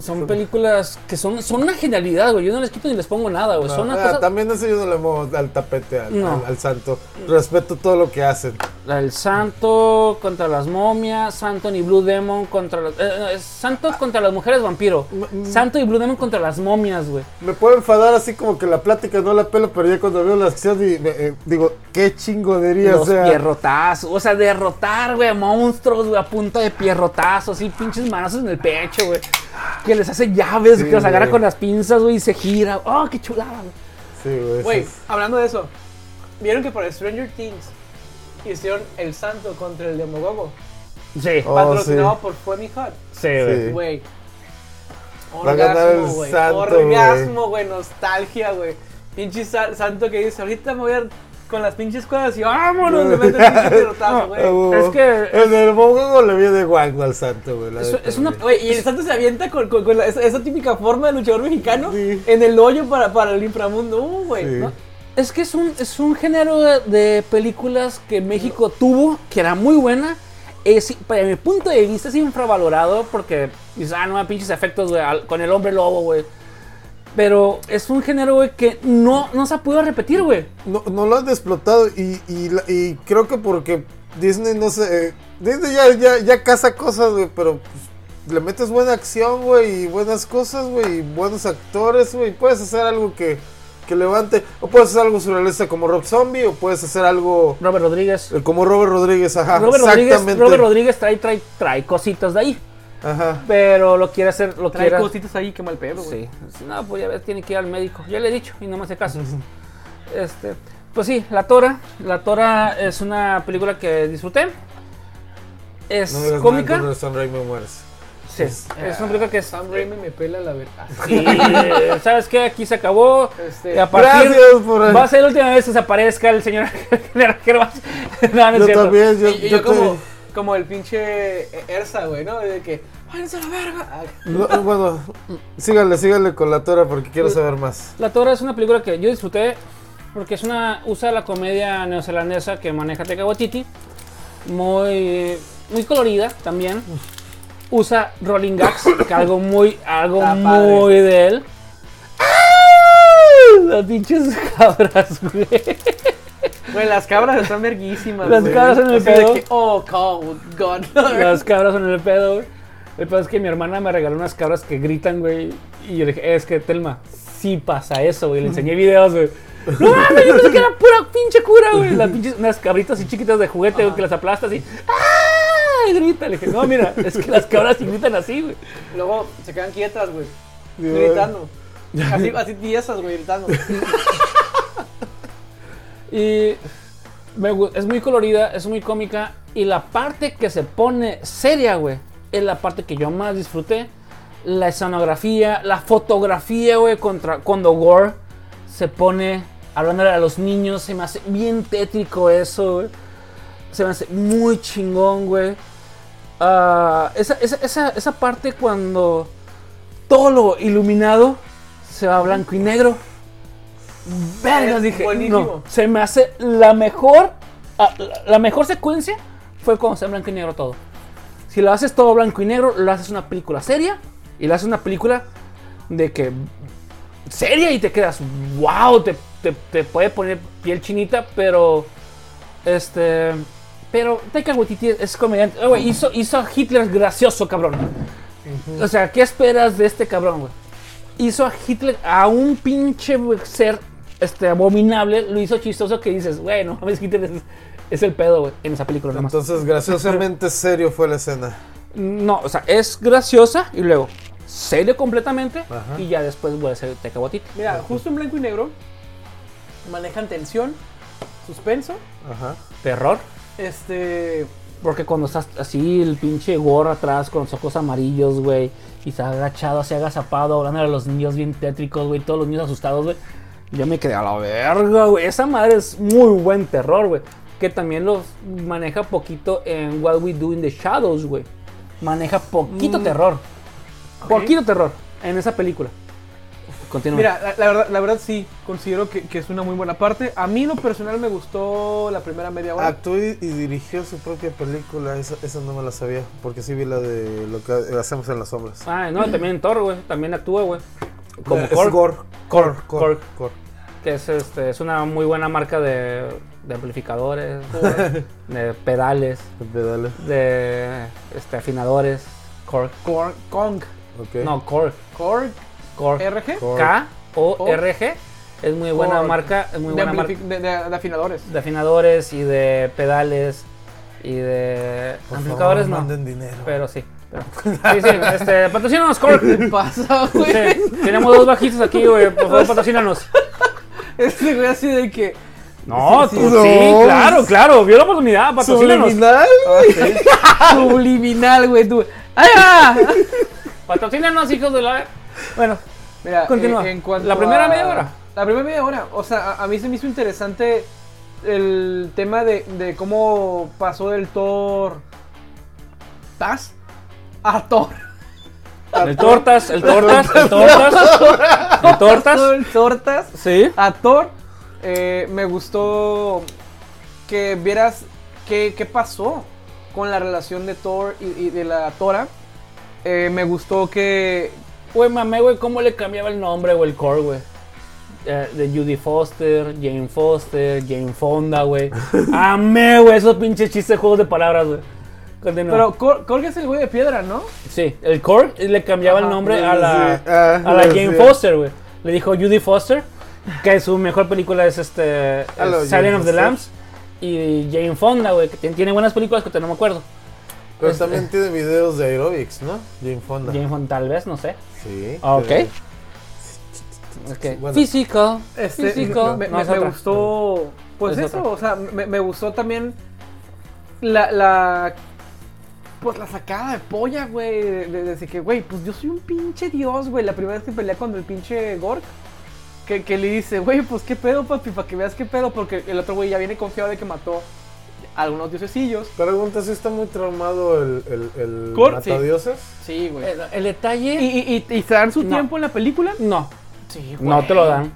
[SPEAKER 1] Son películas que son, son una genialidad, güey. Yo no les quito ni les pongo nada, güey. Pues son
[SPEAKER 2] No,
[SPEAKER 1] una
[SPEAKER 2] ah,
[SPEAKER 1] cosa...
[SPEAKER 2] También eso yo no le muevo al tapete al,
[SPEAKER 1] No.
[SPEAKER 2] al- al santo. Respeto todo lo que hacen.
[SPEAKER 1] La del Santo contra las momias, Santo y Blue Demon contra... las- eh, no, es Santo contra las mujeres vampiro. Santo y Blue Demon contra las momias, güey.
[SPEAKER 2] Me puedo enfadar así como que la plática no la pelo, pero ya cuando veo la acción y me, eh, digo, qué chingonería, o
[SPEAKER 1] Los
[SPEAKER 2] sea.
[SPEAKER 1] pierrotazos, o sea, derrotar, güey, a monstruos, güey, a punta de pierrotazos, y pinches manazos en el pecho, güey. Que les hace llaves,
[SPEAKER 2] Sí,
[SPEAKER 1] que los agarra
[SPEAKER 2] güey.
[SPEAKER 1] con las pinzas, güey, y se gira. ¡Oh, qué chulada, güey!
[SPEAKER 2] Sí, güey.
[SPEAKER 3] Güey,
[SPEAKER 2] sí.
[SPEAKER 3] hablando de eso, ¿vieron que por Stranger Things hicieron el santo contra el demogogo?
[SPEAKER 1] Sí,
[SPEAKER 2] Oh,
[SPEAKER 3] patrocinado
[SPEAKER 2] sí.
[SPEAKER 3] por Femi Hot.
[SPEAKER 1] sí,
[SPEAKER 2] güey. Sí.
[SPEAKER 3] Güey.
[SPEAKER 2] Va a ganar el
[SPEAKER 3] Orgasmo, güey.
[SPEAKER 2] santo,
[SPEAKER 3] Orgasmo, güey. Nostalgia, güey. Pinche sa- santo que dice, ahorita me voy a con las pinches cosas y vámonos, le mete un pinche pelotazo, güey.
[SPEAKER 1] Es que-
[SPEAKER 2] Ah, En el mongo le viene guango al santo, güey. la
[SPEAKER 1] Es-
[SPEAKER 2] neta,
[SPEAKER 1] es una-
[SPEAKER 2] güey.
[SPEAKER 3] Güey, y el santo se avienta con, con- con la- esa, esa típica forma de luchador mexicano
[SPEAKER 2] Sí.
[SPEAKER 3] en el hoyo para, para el inframundo, Uh, güey.
[SPEAKER 2] Sí.
[SPEAKER 3] ¿no?
[SPEAKER 1] Es que es un, es un género de, de películas que México tuvo, que era muy buena. Es, para mi punto de vista es infravalorado porque dices, ah, no, pinches efectos, güey, al- con el hombre lobo, güey. Pero es un género, güey, que no, no se ha podido repetir, güey.
[SPEAKER 2] No, no lo han explotado y, y, la- y creo que porque Disney no sé. eh, Disney ya, ya, ya caza cosas, güey, pero pues, le metes buena acción, güey, y buenas cosas, güey, y buenos actores, güey. Puedes hacer algo que, que levante. O puedes hacer algo surrealista como Rob Zombie, o puedes hacer algo
[SPEAKER 1] Robert Rodríguez.
[SPEAKER 2] eh, como Robert Rodríguez, ajá.
[SPEAKER 1] Robert
[SPEAKER 2] exactamente.
[SPEAKER 1] Rodríguez, Robert Rodríguez trae, trae, trae cositas de ahí.
[SPEAKER 2] Ajá.
[SPEAKER 1] Pero lo quiere hacer, lo
[SPEAKER 3] Trae
[SPEAKER 1] quiere
[SPEAKER 3] cositas ahí, qué mal pedo, güey.
[SPEAKER 1] Sí, sí, no, pues ya ves, tiene que ir al médico. Ya le he dicho y no me hace caso. Este, pues sí, La Tora. La Tora es una película que disfruté. Es
[SPEAKER 2] No digas
[SPEAKER 1] cómica.
[SPEAKER 2] nada, pues, ah. Sam Raimi mueres.
[SPEAKER 1] sí, es una película que es.
[SPEAKER 3] Sam Raimi me pela la verdad.
[SPEAKER 1] Sí, ¿Sabes qué? Aquí se acabó.
[SPEAKER 3] Este,
[SPEAKER 1] Y a partir-
[SPEAKER 2] Gracias por el-
[SPEAKER 1] Va a ser la última vez que se aparezca el señor General Gervas. No, no es
[SPEAKER 2] Yo
[SPEAKER 1] cierto.
[SPEAKER 2] también, yo,
[SPEAKER 3] Y- y
[SPEAKER 2] yo
[SPEAKER 3] yo,
[SPEAKER 2] te-
[SPEAKER 3] como, como el pinche Ersa, güey, ¿no? De que, váyanse a la verga. Ah,
[SPEAKER 2] No, bueno, sígale, sígale con la tora porque quiero saber más.
[SPEAKER 1] La Torre es una película que yo disfruté porque es una usa la comedia neozelandesa que maneja Taika Waititi, muy muy colorida también. Usa rolling gags, que algo muy algo
[SPEAKER 3] Está padre.
[SPEAKER 1] muy de él. Las pinches cabras, güey.
[SPEAKER 3] Güey, las cabras están verguísimas,
[SPEAKER 1] Las
[SPEAKER 3] güey.
[SPEAKER 1] cabras en el
[SPEAKER 3] Así de
[SPEAKER 1] pedo.
[SPEAKER 3] que, oh, God, God.
[SPEAKER 1] Las cabras son el pedo, güey. El pedo es que mi hermana me regaló unas cabras que gritan, güey. Y yo le dije, es que Telma, sí pasa eso, güey. Le enseñé videos, güey. No mames, yo pensé que era pura pinche cura, güey. Las pinches, unas cabritas así chiquitas de juguete, güey, que las aplastas y. ¡Ah! Y grita. Le dije, no, mira, es que las cabras sí gritan así, güey.
[SPEAKER 3] Luego se quedan quietas, güey.
[SPEAKER 2] Dios.
[SPEAKER 3] Gritando. Así, así tiesas, güey, gritando.
[SPEAKER 1] Y. me gu- es muy colorida, es muy cómica. Y la parte que se pone seria, güey, es la parte que yo más disfruté. La escenografía, la fotografía, güey, contra, cuando Gore se pone hablando a los niños. Se me hace bien tétrico eso, güey. Se me hace muy chingón, güey. Ah, esa, esa, esa, esa parte cuando todo lo iluminado se va a blanco y negro. Vergas,
[SPEAKER 3] Es
[SPEAKER 1] dije.
[SPEAKER 3] buenísimo.
[SPEAKER 1] No, se me hace la mejor. ah, la- La mejor secuencia fue cuando está en blanco y negro todo. Si lo haces todo blanco y negro, lo haces una película seria. Y lo haces una película de que. seria y te quedas. ¡Wow! Te, te- te puede poner piel chinita, pero. Este. Pero Taika Waititi es comediante. Eh, güey, hizo, hizo a Hitler gracioso, cabrón. O sea, ¿qué esperas de este cabrón, güey? Hizo a Hitler, a un pinche güey, ser este, abominable, lo hizo chistoso que dices, güey, no mames, Hitler es, es el pedo, güey, en esa película nomás.
[SPEAKER 2] Entonces, graciosamente serio fue la escena.
[SPEAKER 1] No, o sea, es graciosa y luego serio completamente
[SPEAKER 2] Ajá.
[SPEAKER 1] y ya después vuelve a ser Taika Waititi.
[SPEAKER 3] Mira, justo en blanco y negro manejan tensión, suspenso,
[SPEAKER 2] Ajá.
[SPEAKER 1] Terror.
[SPEAKER 3] este...
[SPEAKER 1] Porque cuando estás así, el pinche gorro atrás con los ojos amarillos, güey, y está agachado, así agazapado, hablando a los niños bien tétricos, güey, todos los niños asustados, güey. Yo me quedé a la verga, güey. Esa madre es muy buen terror, güey. Que también los maneja poquito en What We Do in the Shadows, güey. Maneja poquito terror. Poquito terror en esa película. Continúa.
[SPEAKER 3] Mira, la, la verdad, la verdad sí, considero que, que es una muy buena parte. A mí en lo personal me gustó la primera media hora.
[SPEAKER 1] Ah,
[SPEAKER 2] Actuó y, y dirigió su propia película. Esa, esa no me la sabía. Porque sí vi la de lo que hacemos en las sombras.
[SPEAKER 1] Ah, no, también Thor, güey. También actúa, güey. Como
[SPEAKER 2] Eh, es
[SPEAKER 1] Korg,
[SPEAKER 2] Gore. Gore. Gore.
[SPEAKER 1] Korg.
[SPEAKER 2] Gore.
[SPEAKER 1] que es, este, es una muy buena marca de, de amplificadores, de pedales,
[SPEAKER 2] Dale,
[SPEAKER 1] de este, afinadores. Korg.
[SPEAKER 3] Korg, Kong,
[SPEAKER 2] ok.
[SPEAKER 1] No, Korg.
[SPEAKER 3] Korg,
[SPEAKER 1] Korg.
[SPEAKER 3] RG,
[SPEAKER 2] Korg.
[SPEAKER 1] K-O-R-G. Es muy buena
[SPEAKER 3] Korg.
[SPEAKER 1] marca. Es muy
[SPEAKER 3] de,
[SPEAKER 1] buena marca
[SPEAKER 3] amplific- de- de- de afinadores.
[SPEAKER 1] de afinadores y de pedales y de
[SPEAKER 2] Por
[SPEAKER 1] amplificadores,
[SPEAKER 2] favor,
[SPEAKER 1] no.
[SPEAKER 2] manden dinero.
[SPEAKER 1] Pero sí. pero- Sí, sí, este, patrocínanos, Korg.
[SPEAKER 3] pasa, güey?
[SPEAKER 1] Sí, tenemos dos bajistas aquí, güey. Por favor, patrocínanos.
[SPEAKER 3] Este güey así de que.
[SPEAKER 1] No,
[SPEAKER 2] Sí,
[SPEAKER 1] tú-
[SPEAKER 2] sí.
[SPEAKER 1] sí,
[SPEAKER 2] No.
[SPEAKER 1] claro, claro. Vio la oportunidad, patrocínanos.
[SPEAKER 2] ¿Subliminal?
[SPEAKER 1] Ah,
[SPEAKER 3] Subliminal, güey, tú. ¡Ahí va!
[SPEAKER 1] Patrocínanos, hijos de la. Bueno,
[SPEAKER 3] Mira, eh,
[SPEAKER 1] Continúa.
[SPEAKER 3] En, en cuanto
[SPEAKER 1] La primera
[SPEAKER 3] a-
[SPEAKER 1] media hora.
[SPEAKER 3] La primera media hora. O sea, a, a mí se me hizo interesante el tema de, de cómo pasó del Thor Taz a Thor.
[SPEAKER 2] Ah,
[SPEAKER 1] El tortas, el tortas, el tortas. El
[SPEAKER 3] Pasó
[SPEAKER 1] tortas.
[SPEAKER 3] del Thor Taz
[SPEAKER 1] Sí.
[SPEAKER 3] a Thor. Eh, me gustó que vieras qué, qué pasó con la relación de Thor y, y de la Tora. Eh, me gustó que
[SPEAKER 1] Güey, mamé, güey, ¿cómo le cambiaba el nombre, güey, el core, güey? Eh, de Judy Foster, Jane Foster, Jane Fonda, güey. Amé, güey, esos pinches chistes de juegos de palabras, güey. Continúa.
[SPEAKER 3] Pero Cor- Korg es el güey de piedra, ¿no?
[SPEAKER 1] sí, el core le cambiaba el
[SPEAKER 3] Ajá,
[SPEAKER 1] nombre
[SPEAKER 2] sí,
[SPEAKER 1] a la,
[SPEAKER 2] sí, ah,
[SPEAKER 1] a la
[SPEAKER 2] sí.
[SPEAKER 1] Jane Foster, güey. Le dijo Judy Foster, que su mejor película es este
[SPEAKER 2] A la
[SPEAKER 1] es
[SPEAKER 2] Jane
[SPEAKER 1] Silent of the
[SPEAKER 2] Foster.
[SPEAKER 1] Lambs. Y Jane Fonda, güey, que tien- tiene buenas películas que te- no me acuerdo.
[SPEAKER 2] Pero también tiene videos de aerobics, ¿no? Jane Fonda.
[SPEAKER 1] Jane Fonda, tal vez, no sé.
[SPEAKER 2] Sí.
[SPEAKER 1] Ah, ok.
[SPEAKER 2] pero-
[SPEAKER 1] Okay.
[SPEAKER 2] Bueno.
[SPEAKER 1] Físico.
[SPEAKER 2] Este,
[SPEAKER 1] físico.
[SPEAKER 3] Este, me,
[SPEAKER 1] No,
[SPEAKER 3] me-
[SPEAKER 1] es
[SPEAKER 3] me
[SPEAKER 1] otra.
[SPEAKER 3] gustó. Pues
[SPEAKER 1] Es
[SPEAKER 3] eso,
[SPEAKER 1] otra.
[SPEAKER 3] o sea, me, me gustó también la. la pues la sacada de polla, güey. de- de- Desde que, güey, pues yo soy un pinche dios, güey. La primera vez que peleé contra el pinche Gork. Que, que le dice, güey, pues qué pedo, papi, para que veas qué pedo. Porque el otro güey ya viene confiado de que mató a algunos diosesillos.
[SPEAKER 2] Pregunta si está muy traumado el, el, el
[SPEAKER 3] Cor- sí.
[SPEAKER 2] matadioses.
[SPEAKER 3] Sí, güey.
[SPEAKER 1] El, el detalle.
[SPEAKER 3] Eh, ¿Y, y, y- y se dan su
[SPEAKER 1] No.
[SPEAKER 3] tiempo en la película?
[SPEAKER 1] no,
[SPEAKER 3] Sí,
[SPEAKER 1] no te lo dan.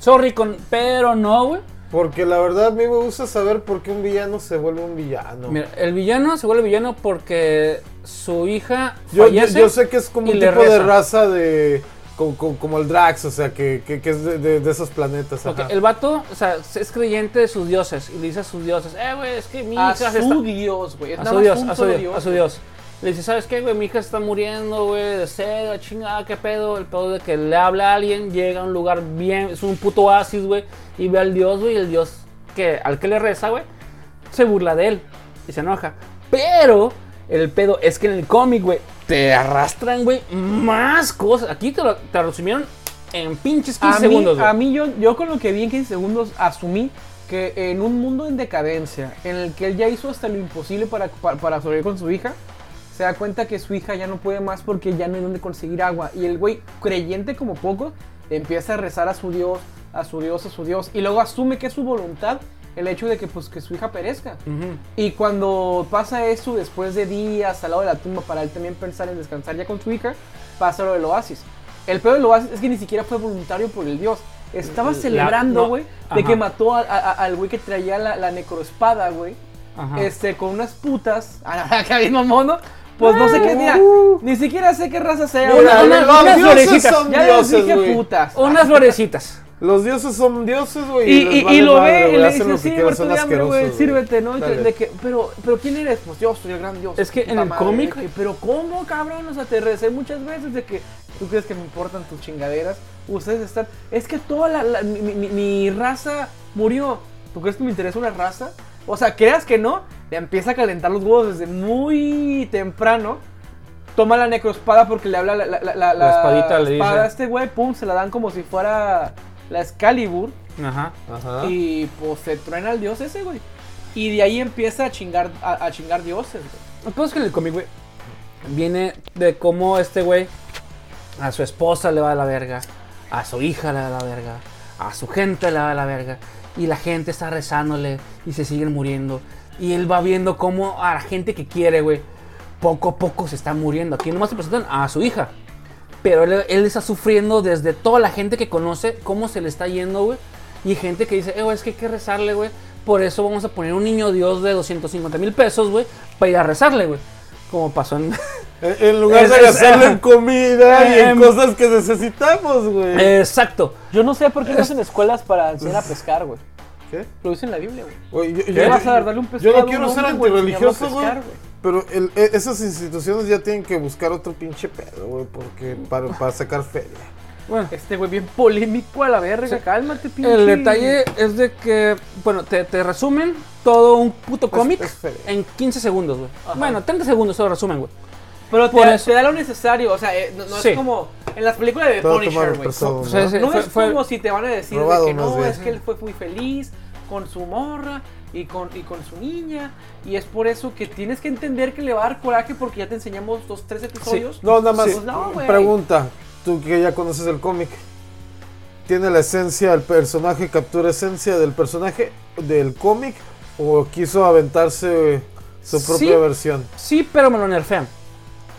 [SPEAKER 1] Sorry, con, pero no, güey.
[SPEAKER 2] Porque la verdad a mí me gusta saber por qué un villano se vuelve un villano.
[SPEAKER 1] Mira, el villano se vuelve villano porque su hija
[SPEAKER 2] yo, yo,
[SPEAKER 1] fallece.
[SPEAKER 2] yo sé que es como
[SPEAKER 1] y
[SPEAKER 2] un
[SPEAKER 1] le
[SPEAKER 2] tipo de
[SPEAKER 1] reza.
[SPEAKER 2] raza de. Como, como- como el Drax, o sea, que, que, que es de, de- de esos planetas.
[SPEAKER 1] Ok,
[SPEAKER 2] ajá.
[SPEAKER 1] el vato, o sea, es creyente de sus dioses y le dice a sus dioses, eh, güey, es que mi hija
[SPEAKER 3] A
[SPEAKER 1] se está...
[SPEAKER 3] su dios, güey. Es
[SPEAKER 1] A
[SPEAKER 3] nada
[SPEAKER 1] su
[SPEAKER 3] más
[SPEAKER 1] dios,
[SPEAKER 3] un
[SPEAKER 1] a su
[SPEAKER 3] solo
[SPEAKER 1] dios, a su
[SPEAKER 3] güey.
[SPEAKER 1] dios. Le dice, ¿sabes qué, güey? Mi hija se está muriendo, güey, de sed, la chingada, qué pedo. El pedo de que le habla a alguien, llega a un lugar bien, es un puto oasis, güey, y ve al dios, güey, y el dios que, al que le reza, güey, se burla de él y se enoja. Pero el pedo es que en el cómic, güey, te arrastran, güey, más cosas. Aquí te lo te resumieron en pinches 15
[SPEAKER 3] a mí,
[SPEAKER 1] segundos, güey.
[SPEAKER 3] a mí yo, yo con lo que vi en 15 segundos asumí que en un mundo en decadencia, en el que él ya hizo hasta lo imposible para, para, para sobrevivir con su hija, se da cuenta que su hija ya no puede más porque ya no hay donde conseguir agua. Y el güey, creyente como poco, empieza a rezar a su Dios, a su Dios, a su Dios. Y luego asume que es su voluntad el hecho de que, pues, que su hija perezca.
[SPEAKER 1] Ujú.
[SPEAKER 3] Y cuando pasa eso, después de días al lado de la tumba, para él también pensar en descansar ya con su hija, pasa lo del oasis. El peor del oasis es que ni siquiera fue voluntario por el dios. Estaba
[SPEAKER 1] La-
[SPEAKER 3] celebrando,
[SPEAKER 1] no,
[SPEAKER 3] güey, de
[SPEAKER 1] ajá.
[SPEAKER 3] que mató a- a- a- al güey que traía la, la necroespada, güey.
[SPEAKER 1] Ajá.
[SPEAKER 3] Este, con unas putas. Acá mismo mono. Pues no sé qué, mira, ni siquiera sé qué raza sea. güey.
[SPEAKER 2] Mira,
[SPEAKER 1] una-
[SPEAKER 2] los
[SPEAKER 1] unas
[SPEAKER 2] dioses
[SPEAKER 1] florecitas.
[SPEAKER 2] son
[SPEAKER 3] ya les
[SPEAKER 2] dioses,
[SPEAKER 3] dije
[SPEAKER 2] güey.
[SPEAKER 3] putas.
[SPEAKER 1] Unas florecitas.
[SPEAKER 2] Los dioses son dioses, güey.
[SPEAKER 3] Y,
[SPEAKER 2] les
[SPEAKER 3] y- y
[SPEAKER 2] vale
[SPEAKER 3] lo
[SPEAKER 2] madre,
[SPEAKER 3] ve y
[SPEAKER 2] güey,
[SPEAKER 3] le
[SPEAKER 2] hacen
[SPEAKER 3] dice,
[SPEAKER 2] lo que
[SPEAKER 3] sí,
[SPEAKER 2] quieran,
[SPEAKER 3] muerto
[SPEAKER 2] son
[SPEAKER 3] de hambre, güey,
[SPEAKER 2] asquerosos,
[SPEAKER 3] sírvete, ¿no? Y que-
[SPEAKER 2] Dale.
[SPEAKER 3] de que, pero, pero ¿quién eres? Pues yo soy el gran dios.
[SPEAKER 1] Es que
[SPEAKER 3] puta
[SPEAKER 1] en el
[SPEAKER 3] madre,
[SPEAKER 1] cómic-
[SPEAKER 3] de que, pero ¿cómo, cabrón? O sea, te recé muchas veces de que tú crees que me importan tus chingaderas. Ustedes están... Es que toda la... la- mi, mi- mi- mi raza murió. ¿Tú crees que me interesa una raza? O sea, creas que no, le empieza a calentar los huevos desde muy temprano. Toma la necroespada porque le habla la, la, la, la-
[SPEAKER 1] La espadita le dice.
[SPEAKER 3] espada a este güey, pum, se la dan como si fuera la Excalibur.
[SPEAKER 1] Ajá.
[SPEAKER 2] Ajá.
[SPEAKER 3] Y pues se truena al dios ese, güey. Y de ahí empieza a chingar, a, a chingar dioses, güey.
[SPEAKER 1] Lo que pasa es que en el cómic, güey, viene de cómo este güey a su esposa le va a la verga, a su hija le va a la verga, a su gente le va a la verga, y la gente está rezándole y se siguen muriendo. Y él va viendo cómo a la gente que quiere, güey, poco a poco se está muriendo. Aquí nomás se presentan a su hija. Pero él, él está sufriendo desde toda la gente que conoce cómo se le está yendo, güey. Y gente que dice, eh, güey, es que hay que rezarle, güey. Por eso vamos a poner un niño Dios de 250 mil pesos, güey, para ir a rezarle, güey. Como pasó en...
[SPEAKER 2] En- E, En lugar de
[SPEAKER 1] Es- es-
[SPEAKER 2] gastarlo en comida y en
[SPEAKER 1] Em.
[SPEAKER 2] cosas que necesitamos, güey.
[SPEAKER 3] Em.
[SPEAKER 1] Exacto.
[SPEAKER 3] Yo no sé por qué no hacen escuelas para enseñar a pescar, güey.
[SPEAKER 2] ¿Qué?
[SPEAKER 3] Pues Lo dice en la Biblia, güey.
[SPEAKER 2] Güey, yo,
[SPEAKER 3] ¿Qué vas a darle un
[SPEAKER 2] yo
[SPEAKER 3] pescado a
[SPEAKER 2] no
[SPEAKER 3] un
[SPEAKER 2] quiero ser
[SPEAKER 3] hombre, güey,
[SPEAKER 2] antirreligioso,
[SPEAKER 3] enseñarlo a
[SPEAKER 2] güey.
[SPEAKER 3] pescar, güey?
[SPEAKER 2] Pero el- e- esas instituciones ya tienen que buscar otro pinche pedo, güey, porque para, para sacar feria.
[SPEAKER 1] Bueno,
[SPEAKER 3] Este güey bien polémico a la verga. Cálmate, pinche.
[SPEAKER 1] el detalle es de que, bueno, te, te resumen todo un puto cómic
[SPEAKER 2] es feria.
[SPEAKER 1] en 15 segundos, güey.
[SPEAKER 3] Pues, Ajá.
[SPEAKER 1] Bueno, 30 segundos todo resumen, güey.
[SPEAKER 3] Pero te,
[SPEAKER 1] por
[SPEAKER 3] da-
[SPEAKER 1] eso.
[SPEAKER 3] te da lo necesario. O sea, eh, no, no
[SPEAKER 1] Sí.
[SPEAKER 3] es como en las películas de
[SPEAKER 2] Todo
[SPEAKER 3] Punisher,
[SPEAKER 2] tomado
[SPEAKER 3] güey.
[SPEAKER 2] prestado,
[SPEAKER 1] Sí, sí,
[SPEAKER 2] ¿no?
[SPEAKER 3] No
[SPEAKER 1] fue-
[SPEAKER 3] es
[SPEAKER 1] fue-
[SPEAKER 3] como si te van a decir de
[SPEAKER 2] robado,
[SPEAKER 3] que
[SPEAKER 2] más
[SPEAKER 3] no,
[SPEAKER 2] bien.
[SPEAKER 3] es que él fue muy feliz con su morra y con, y con su niña. Y es por eso que tienes que entender que le va a dar coraje porque ya te enseñamos dos, tres episodios.
[SPEAKER 2] No, nada más.
[SPEAKER 3] Pues no, güey.
[SPEAKER 2] pregunta, tú que ya conoces el cómic. tiene la esencia del personaje, captura esencia del personaje del cómic o quiso aventarse su propia
[SPEAKER 1] Sí.
[SPEAKER 2] versión.
[SPEAKER 1] Sí, pero me lo nerfean.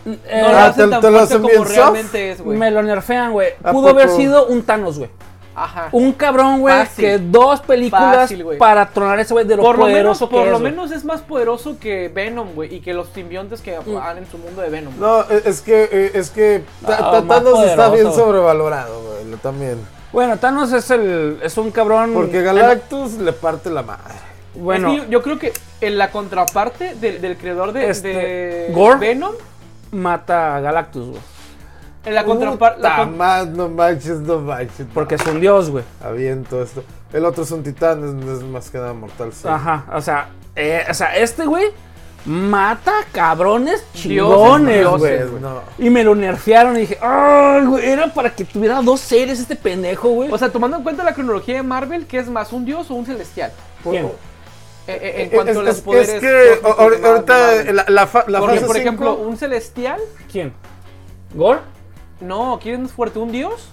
[SPEAKER 1] Mm, eh,
[SPEAKER 3] No lo
[SPEAKER 2] Ah,
[SPEAKER 3] hacen
[SPEAKER 2] ¿te-
[SPEAKER 3] tan
[SPEAKER 2] te lo
[SPEAKER 3] fuerte
[SPEAKER 2] hacen
[SPEAKER 3] como
[SPEAKER 2] bien soft?
[SPEAKER 3] realmente es, güey.
[SPEAKER 1] me lo nerfean, güey.
[SPEAKER 2] ¿A
[SPEAKER 1] Pudo haber
[SPEAKER 2] poco?
[SPEAKER 1] sido un Thanos, güey.
[SPEAKER 3] Ajá.
[SPEAKER 1] Un cabrón, güey,
[SPEAKER 3] Fácil.
[SPEAKER 1] que dos películas
[SPEAKER 3] Fácil, güey.
[SPEAKER 1] para tronar ese güey de lo
[SPEAKER 3] por lo menos,
[SPEAKER 1] poderoso
[SPEAKER 3] por
[SPEAKER 1] que
[SPEAKER 3] lo
[SPEAKER 1] es, güey.
[SPEAKER 3] menos es más poderoso que Venom, güey, y que los simbiontes que
[SPEAKER 1] Mm.
[SPEAKER 3] han en su mundo de Venom. güey.
[SPEAKER 2] No, e- es que eh, es que Ta-
[SPEAKER 1] Ah,
[SPEAKER 2] Ta-
[SPEAKER 1] más
[SPEAKER 2] Thanos está
[SPEAKER 1] poderoso,
[SPEAKER 2] bien
[SPEAKER 1] güey.
[SPEAKER 2] sobrevalorado, güey, lo- también.
[SPEAKER 1] Bueno, Thanos es el es un cabrón
[SPEAKER 2] Porque Galactus le parte la madre.
[SPEAKER 1] Bueno,
[SPEAKER 3] Es que yo, yo creo que en la contraparte del, del creador de,
[SPEAKER 1] Este,
[SPEAKER 3] de
[SPEAKER 1] Gore.
[SPEAKER 3] Venom,
[SPEAKER 1] mata a Galactus, güey,
[SPEAKER 3] en
[SPEAKER 2] Uh,
[SPEAKER 3] la contraparte.
[SPEAKER 2] Puta madre, no manches, no manches.
[SPEAKER 1] porque es un dios, güey.
[SPEAKER 2] Aviento esto. El otro es un titán, es, es más que nada mortal. sí.
[SPEAKER 1] Ajá, o sea, eh, o sea, este güey mata cabrones
[SPEAKER 3] Dioses,
[SPEAKER 1] chingones,
[SPEAKER 3] dioses,
[SPEAKER 1] güey.
[SPEAKER 2] Pues, no.
[SPEAKER 1] Y me lo nerfearon y dije, ay, güey, era para que tuviera dos series este pendejo, güey.
[SPEAKER 3] o sea, tomando en cuenta la cronología de Marvel, ¿qué es más, un dios o un celestial?
[SPEAKER 1] ¿Quién?
[SPEAKER 3] Eh, eh, en
[SPEAKER 2] Es,
[SPEAKER 3] cuanto a
[SPEAKER 2] es-
[SPEAKER 3] los
[SPEAKER 2] es
[SPEAKER 3] poderes.
[SPEAKER 2] que
[SPEAKER 3] cósmicos
[SPEAKER 2] ahor-
[SPEAKER 3] de Marvel.
[SPEAKER 2] ahorita la, la, fa- la
[SPEAKER 3] Porque,
[SPEAKER 2] fase
[SPEAKER 3] por ejemplo,
[SPEAKER 2] cinco-
[SPEAKER 3] un celestial.
[SPEAKER 1] ¿Quién? ¿Gore?
[SPEAKER 3] No, ¿quién es fuerte? ¿Un dios?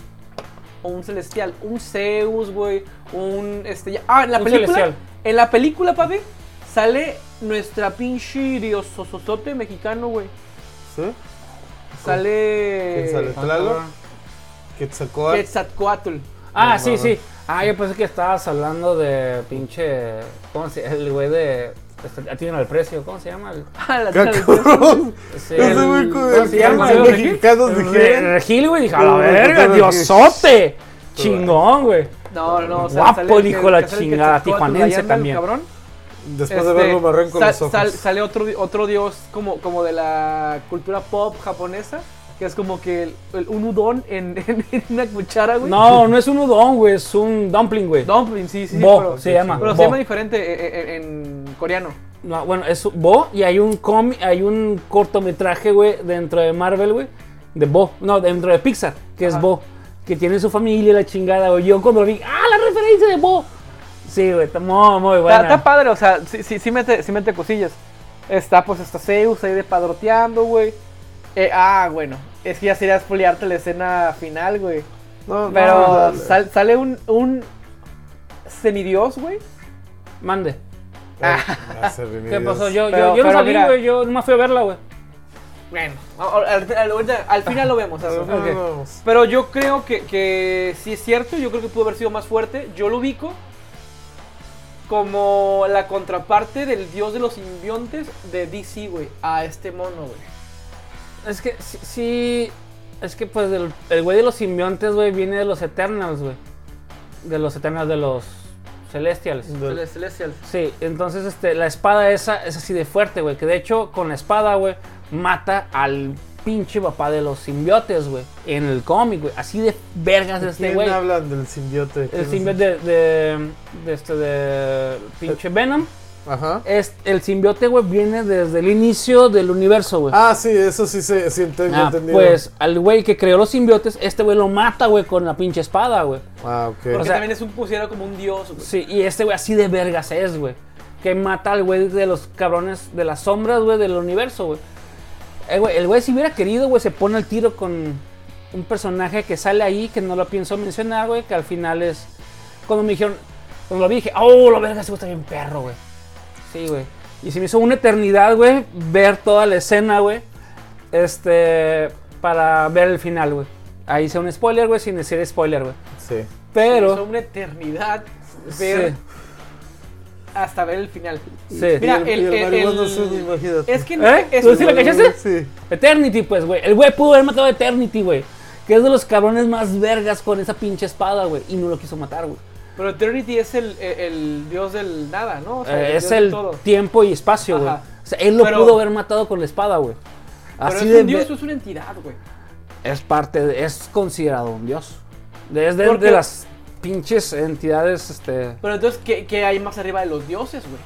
[SPEAKER 3] ¿O un celestial? ¿Un Zeus, güey? ¿Un este ya- Ah, en la
[SPEAKER 1] Un
[SPEAKER 3] película.
[SPEAKER 1] celestial.
[SPEAKER 3] En la película, papi, sale nuestra pinche diososote mexicano, güey.
[SPEAKER 2] ¿sí?
[SPEAKER 3] Sale.
[SPEAKER 2] ¿Quién sale? ¿Tlaloc? Quetzalcóatl.
[SPEAKER 3] Quetzalcoatl.
[SPEAKER 1] Ah,
[SPEAKER 2] No,
[SPEAKER 1] sí,
[SPEAKER 2] mames.
[SPEAKER 1] sí. Ah, yo pensé que estabas hablando de pinche. ¿Cómo se El güey de. este, Atienden al precio, ¿cómo se llama? El,
[SPEAKER 3] Ah, la
[SPEAKER 2] Ah, cabrón.
[SPEAKER 1] ese-
[SPEAKER 2] Ese güey con
[SPEAKER 1] ¿Cómo
[SPEAKER 2] el
[SPEAKER 1] se
[SPEAKER 2] que
[SPEAKER 1] llama?
[SPEAKER 2] los mexicanos
[SPEAKER 1] El
[SPEAKER 2] dijeron.
[SPEAKER 1] Regil, güey, dije, a la
[SPEAKER 2] El
[SPEAKER 1] verga,
[SPEAKER 2] Regil.
[SPEAKER 1] diosote. Chingón, güey.
[SPEAKER 3] No, no, o sea,
[SPEAKER 1] Guapo
[SPEAKER 3] sale
[SPEAKER 1] el hijo de la
[SPEAKER 3] sale el
[SPEAKER 1] chingada,
[SPEAKER 3] Quetzalcóatl,
[SPEAKER 1] tijuanense
[SPEAKER 3] ahí anda el
[SPEAKER 1] también.
[SPEAKER 3] Cabrón.
[SPEAKER 2] Después de
[SPEAKER 3] Este,
[SPEAKER 2] verlo me arranco
[SPEAKER 3] sal-
[SPEAKER 2] los ojos.
[SPEAKER 3] sal- sale otro, di- otro dios como, como de la cultura pop japonesa, que es como que el- el- un udon en, en- en una cuchara, güey.
[SPEAKER 1] No, no es un udon, güey, es un dumpling, güey.
[SPEAKER 3] Dumpling, pues, sí, sí, sí,
[SPEAKER 1] Bo,
[SPEAKER 3] pero,
[SPEAKER 1] se llama,
[SPEAKER 3] pero
[SPEAKER 1] bo.
[SPEAKER 3] se llama diferente eh, eh, en, coreano.
[SPEAKER 1] No, bueno, es un- Bo y hay un comi, hay un cortometraje, güey, dentro de Marvel, güey, de Bo, no, dentro de Pixar, que es
[SPEAKER 3] Ajá.
[SPEAKER 1] Bo, que tiene su familia y la chingada, güey. Yo cuando lo vi, ah, la referencia de Bo. Sí, güey, está muy, muy
[SPEAKER 3] Está,
[SPEAKER 1] buena.
[SPEAKER 3] está padre, o sea, sí, sí, sí, mete, sí mete cosillas. Está, pues, está Zeus ahí de padroteando, güey. Eh, ah, bueno, es que ya sería espoliarte la escena final, güey.
[SPEAKER 2] No, no,
[SPEAKER 3] Pero
[SPEAKER 2] dale.
[SPEAKER 3] sal- sale un, un semidios, güey.
[SPEAKER 1] Mande.
[SPEAKER 2] Ah, se ríe,
[SPEAKER 1] ¿Qué
[SPEAKER 2] Dios.
[SPEAKER 1] pasó? Yo, yo-
[SPEAKER 3] Pero-
[SPEAKER 1] yo, no
[SPEAKER 3] pero
[SPEAKER 1] salí,
[SPEAKER 3] mira.
[SPEAKER 1] güey, yo nomás fui a verla, güey.
[SPEAKER 3] Bueno, al, al- al- ahorita- al final lo vemos.
[SPEAKER 2] No,
[SPEAKER 3] eso.
[SPEAKER 2] no,
[SPEAKER 1] Ok.
[SPEAKER 2] no.
[SPEAKER 3] Pero yo creo que, que sí es cierto, yo creo que pudo haber sido más fuerte. Yo lo ubico como la contraparte del dios de los simbiontes de DC, güey, a este mono, güey.
[SPEAKER 1] Es que sí, sí, es que pues el, el güey de los simbiontes, güey, viene de los Eternals, güey. De los Eternals, de los Celestials.
[SPEAKER 3] El Celestial.
[SPEAKER 1] Sí, entonces este, la espada esa es así de fuerte, güey. Que de hecho, con la espada, güey, mata al pinche papá de los simbiotes, güey. En el cómic, güey. Así de vergas
[SPEAKER 2] ¿De
[SPEAKER 1] este
[SPEAKER 2] quién
[SPEAKER 1] güey.
[SPEAKER 2] hablan del simbiote? ¿Quién
[SPEAKER 1] El
[SPEAKER 2] es
[SPEAKER 1] simbiote de, de, de este, de pinche Venom.
[SPEAKER 2] Ajá.
[SPEAKER 1] Es, el simbiote, güey, viene desde el inicio del universo, güey.
[SPEAKER 2] Ah, sí, eso sí se sí, enten-
[SPEAKER 1] Ah,
[SPEAKER 2] entendido.
[SPEAKER 1] pues al güey que creó los simbiotes, este güey lo mata, güey, con la pinche espada, güey.
[SPEAKER 2] Ah,
[SPEAKER 1] o
[SPEAKER 2] ok.
[SPEAKER 1] sea-
[SPEAKER 3] que también es un considerado como un dios, güey.
[SPEAKER 1] Sí, y este güey así de vergas es, güey. Que mata al güey de los cabrones de las sombras, güey, del universo, güey. Eh, güey, El güey, si hubiera querido, güey, se pone al tiro con un personaje que sale ahí, que no lo pienso mencionar, güey, que al final es. Cuando me dijeron, cuando lo vi, dije, oh, la verga, ese güey está bien perro, güey. Sí, güey. Y se me hizo una eternidad, güey, ver toda la escena, güey. Este. Para ver el final, güey. Ahí hice un spoiler, güey, sin decir spoiler, güey.
[SPEAKER 2] Sí.
[SPEAKER 1] Pero.
[SPEAKER 3] Es una eternidad ver
[SPEAKER 1] sí.
[SPEAKER 3] hasta ver el final.
[SPEAKER 1] Sí.
[SPEAKER 3] Mira,
[SPEAKER 2] Y
[SPEAKER 3] el-
[SPEAKER 2] y
[SPEAKER 3] el-
[SPEAKER 2] marihuana
[SPEAKER 3] el-
[SPEAKER 2] azul, imagínate.
[SPEAKER 3] Es que no-
[SPEAKER 1] ¿Eh?
[SPEAKER 3] es
[SPEAKER 1] ¿Tú sí la
[SPEAKER 3] un-
[SPEAKER 1] cachaste?
[SPEAKER 2] Sí.
[SPEAKER 1] Eternity, pues, güey. El güey pudo haber matado a Eternity, güey. Que es de los cabrones más vergas con esa pinche espada, güey. Y no lo quiso matar, güey.
[SPEAKER 3] Pero Eternity es el, el- el dios del nada, ¿no? O sea,
[SPEAKER 1] Eh,
[SPEAKER 3] el
[SPEAKER 1] es
[SPEAKER 3] dios de
[SPEAKER 1] el
[SPEAKER 3] todo.
[SPEAKER 1] tiempo y espacio, güey.
[SPEAKER 3] Ajá.
[SPEAKER 1] O sea, él lo
[SPEAKER 3] Pero-
[SPEAKER 1] pudo haber matado con la espada, güey.
[SPEAKER 3] Pero
[SPEAKER 1] Así
[SPEAKER 3] es
[SPEAKER 1] de.
[SPEAKER 3] un dios,
[SPEAKER 1] ve-
[SPEAKER 3] es una entidad, güey.
[SPEAKER 1] Es parte de- Es considerado un dios. Es de,
[SPEAKER 3] Porque-
[SPEAKER 1] de las pinches entidades, este.
[SPEAKER 3] Pero entonces, ¿qué, qué hay más arriba de los dioses, güey?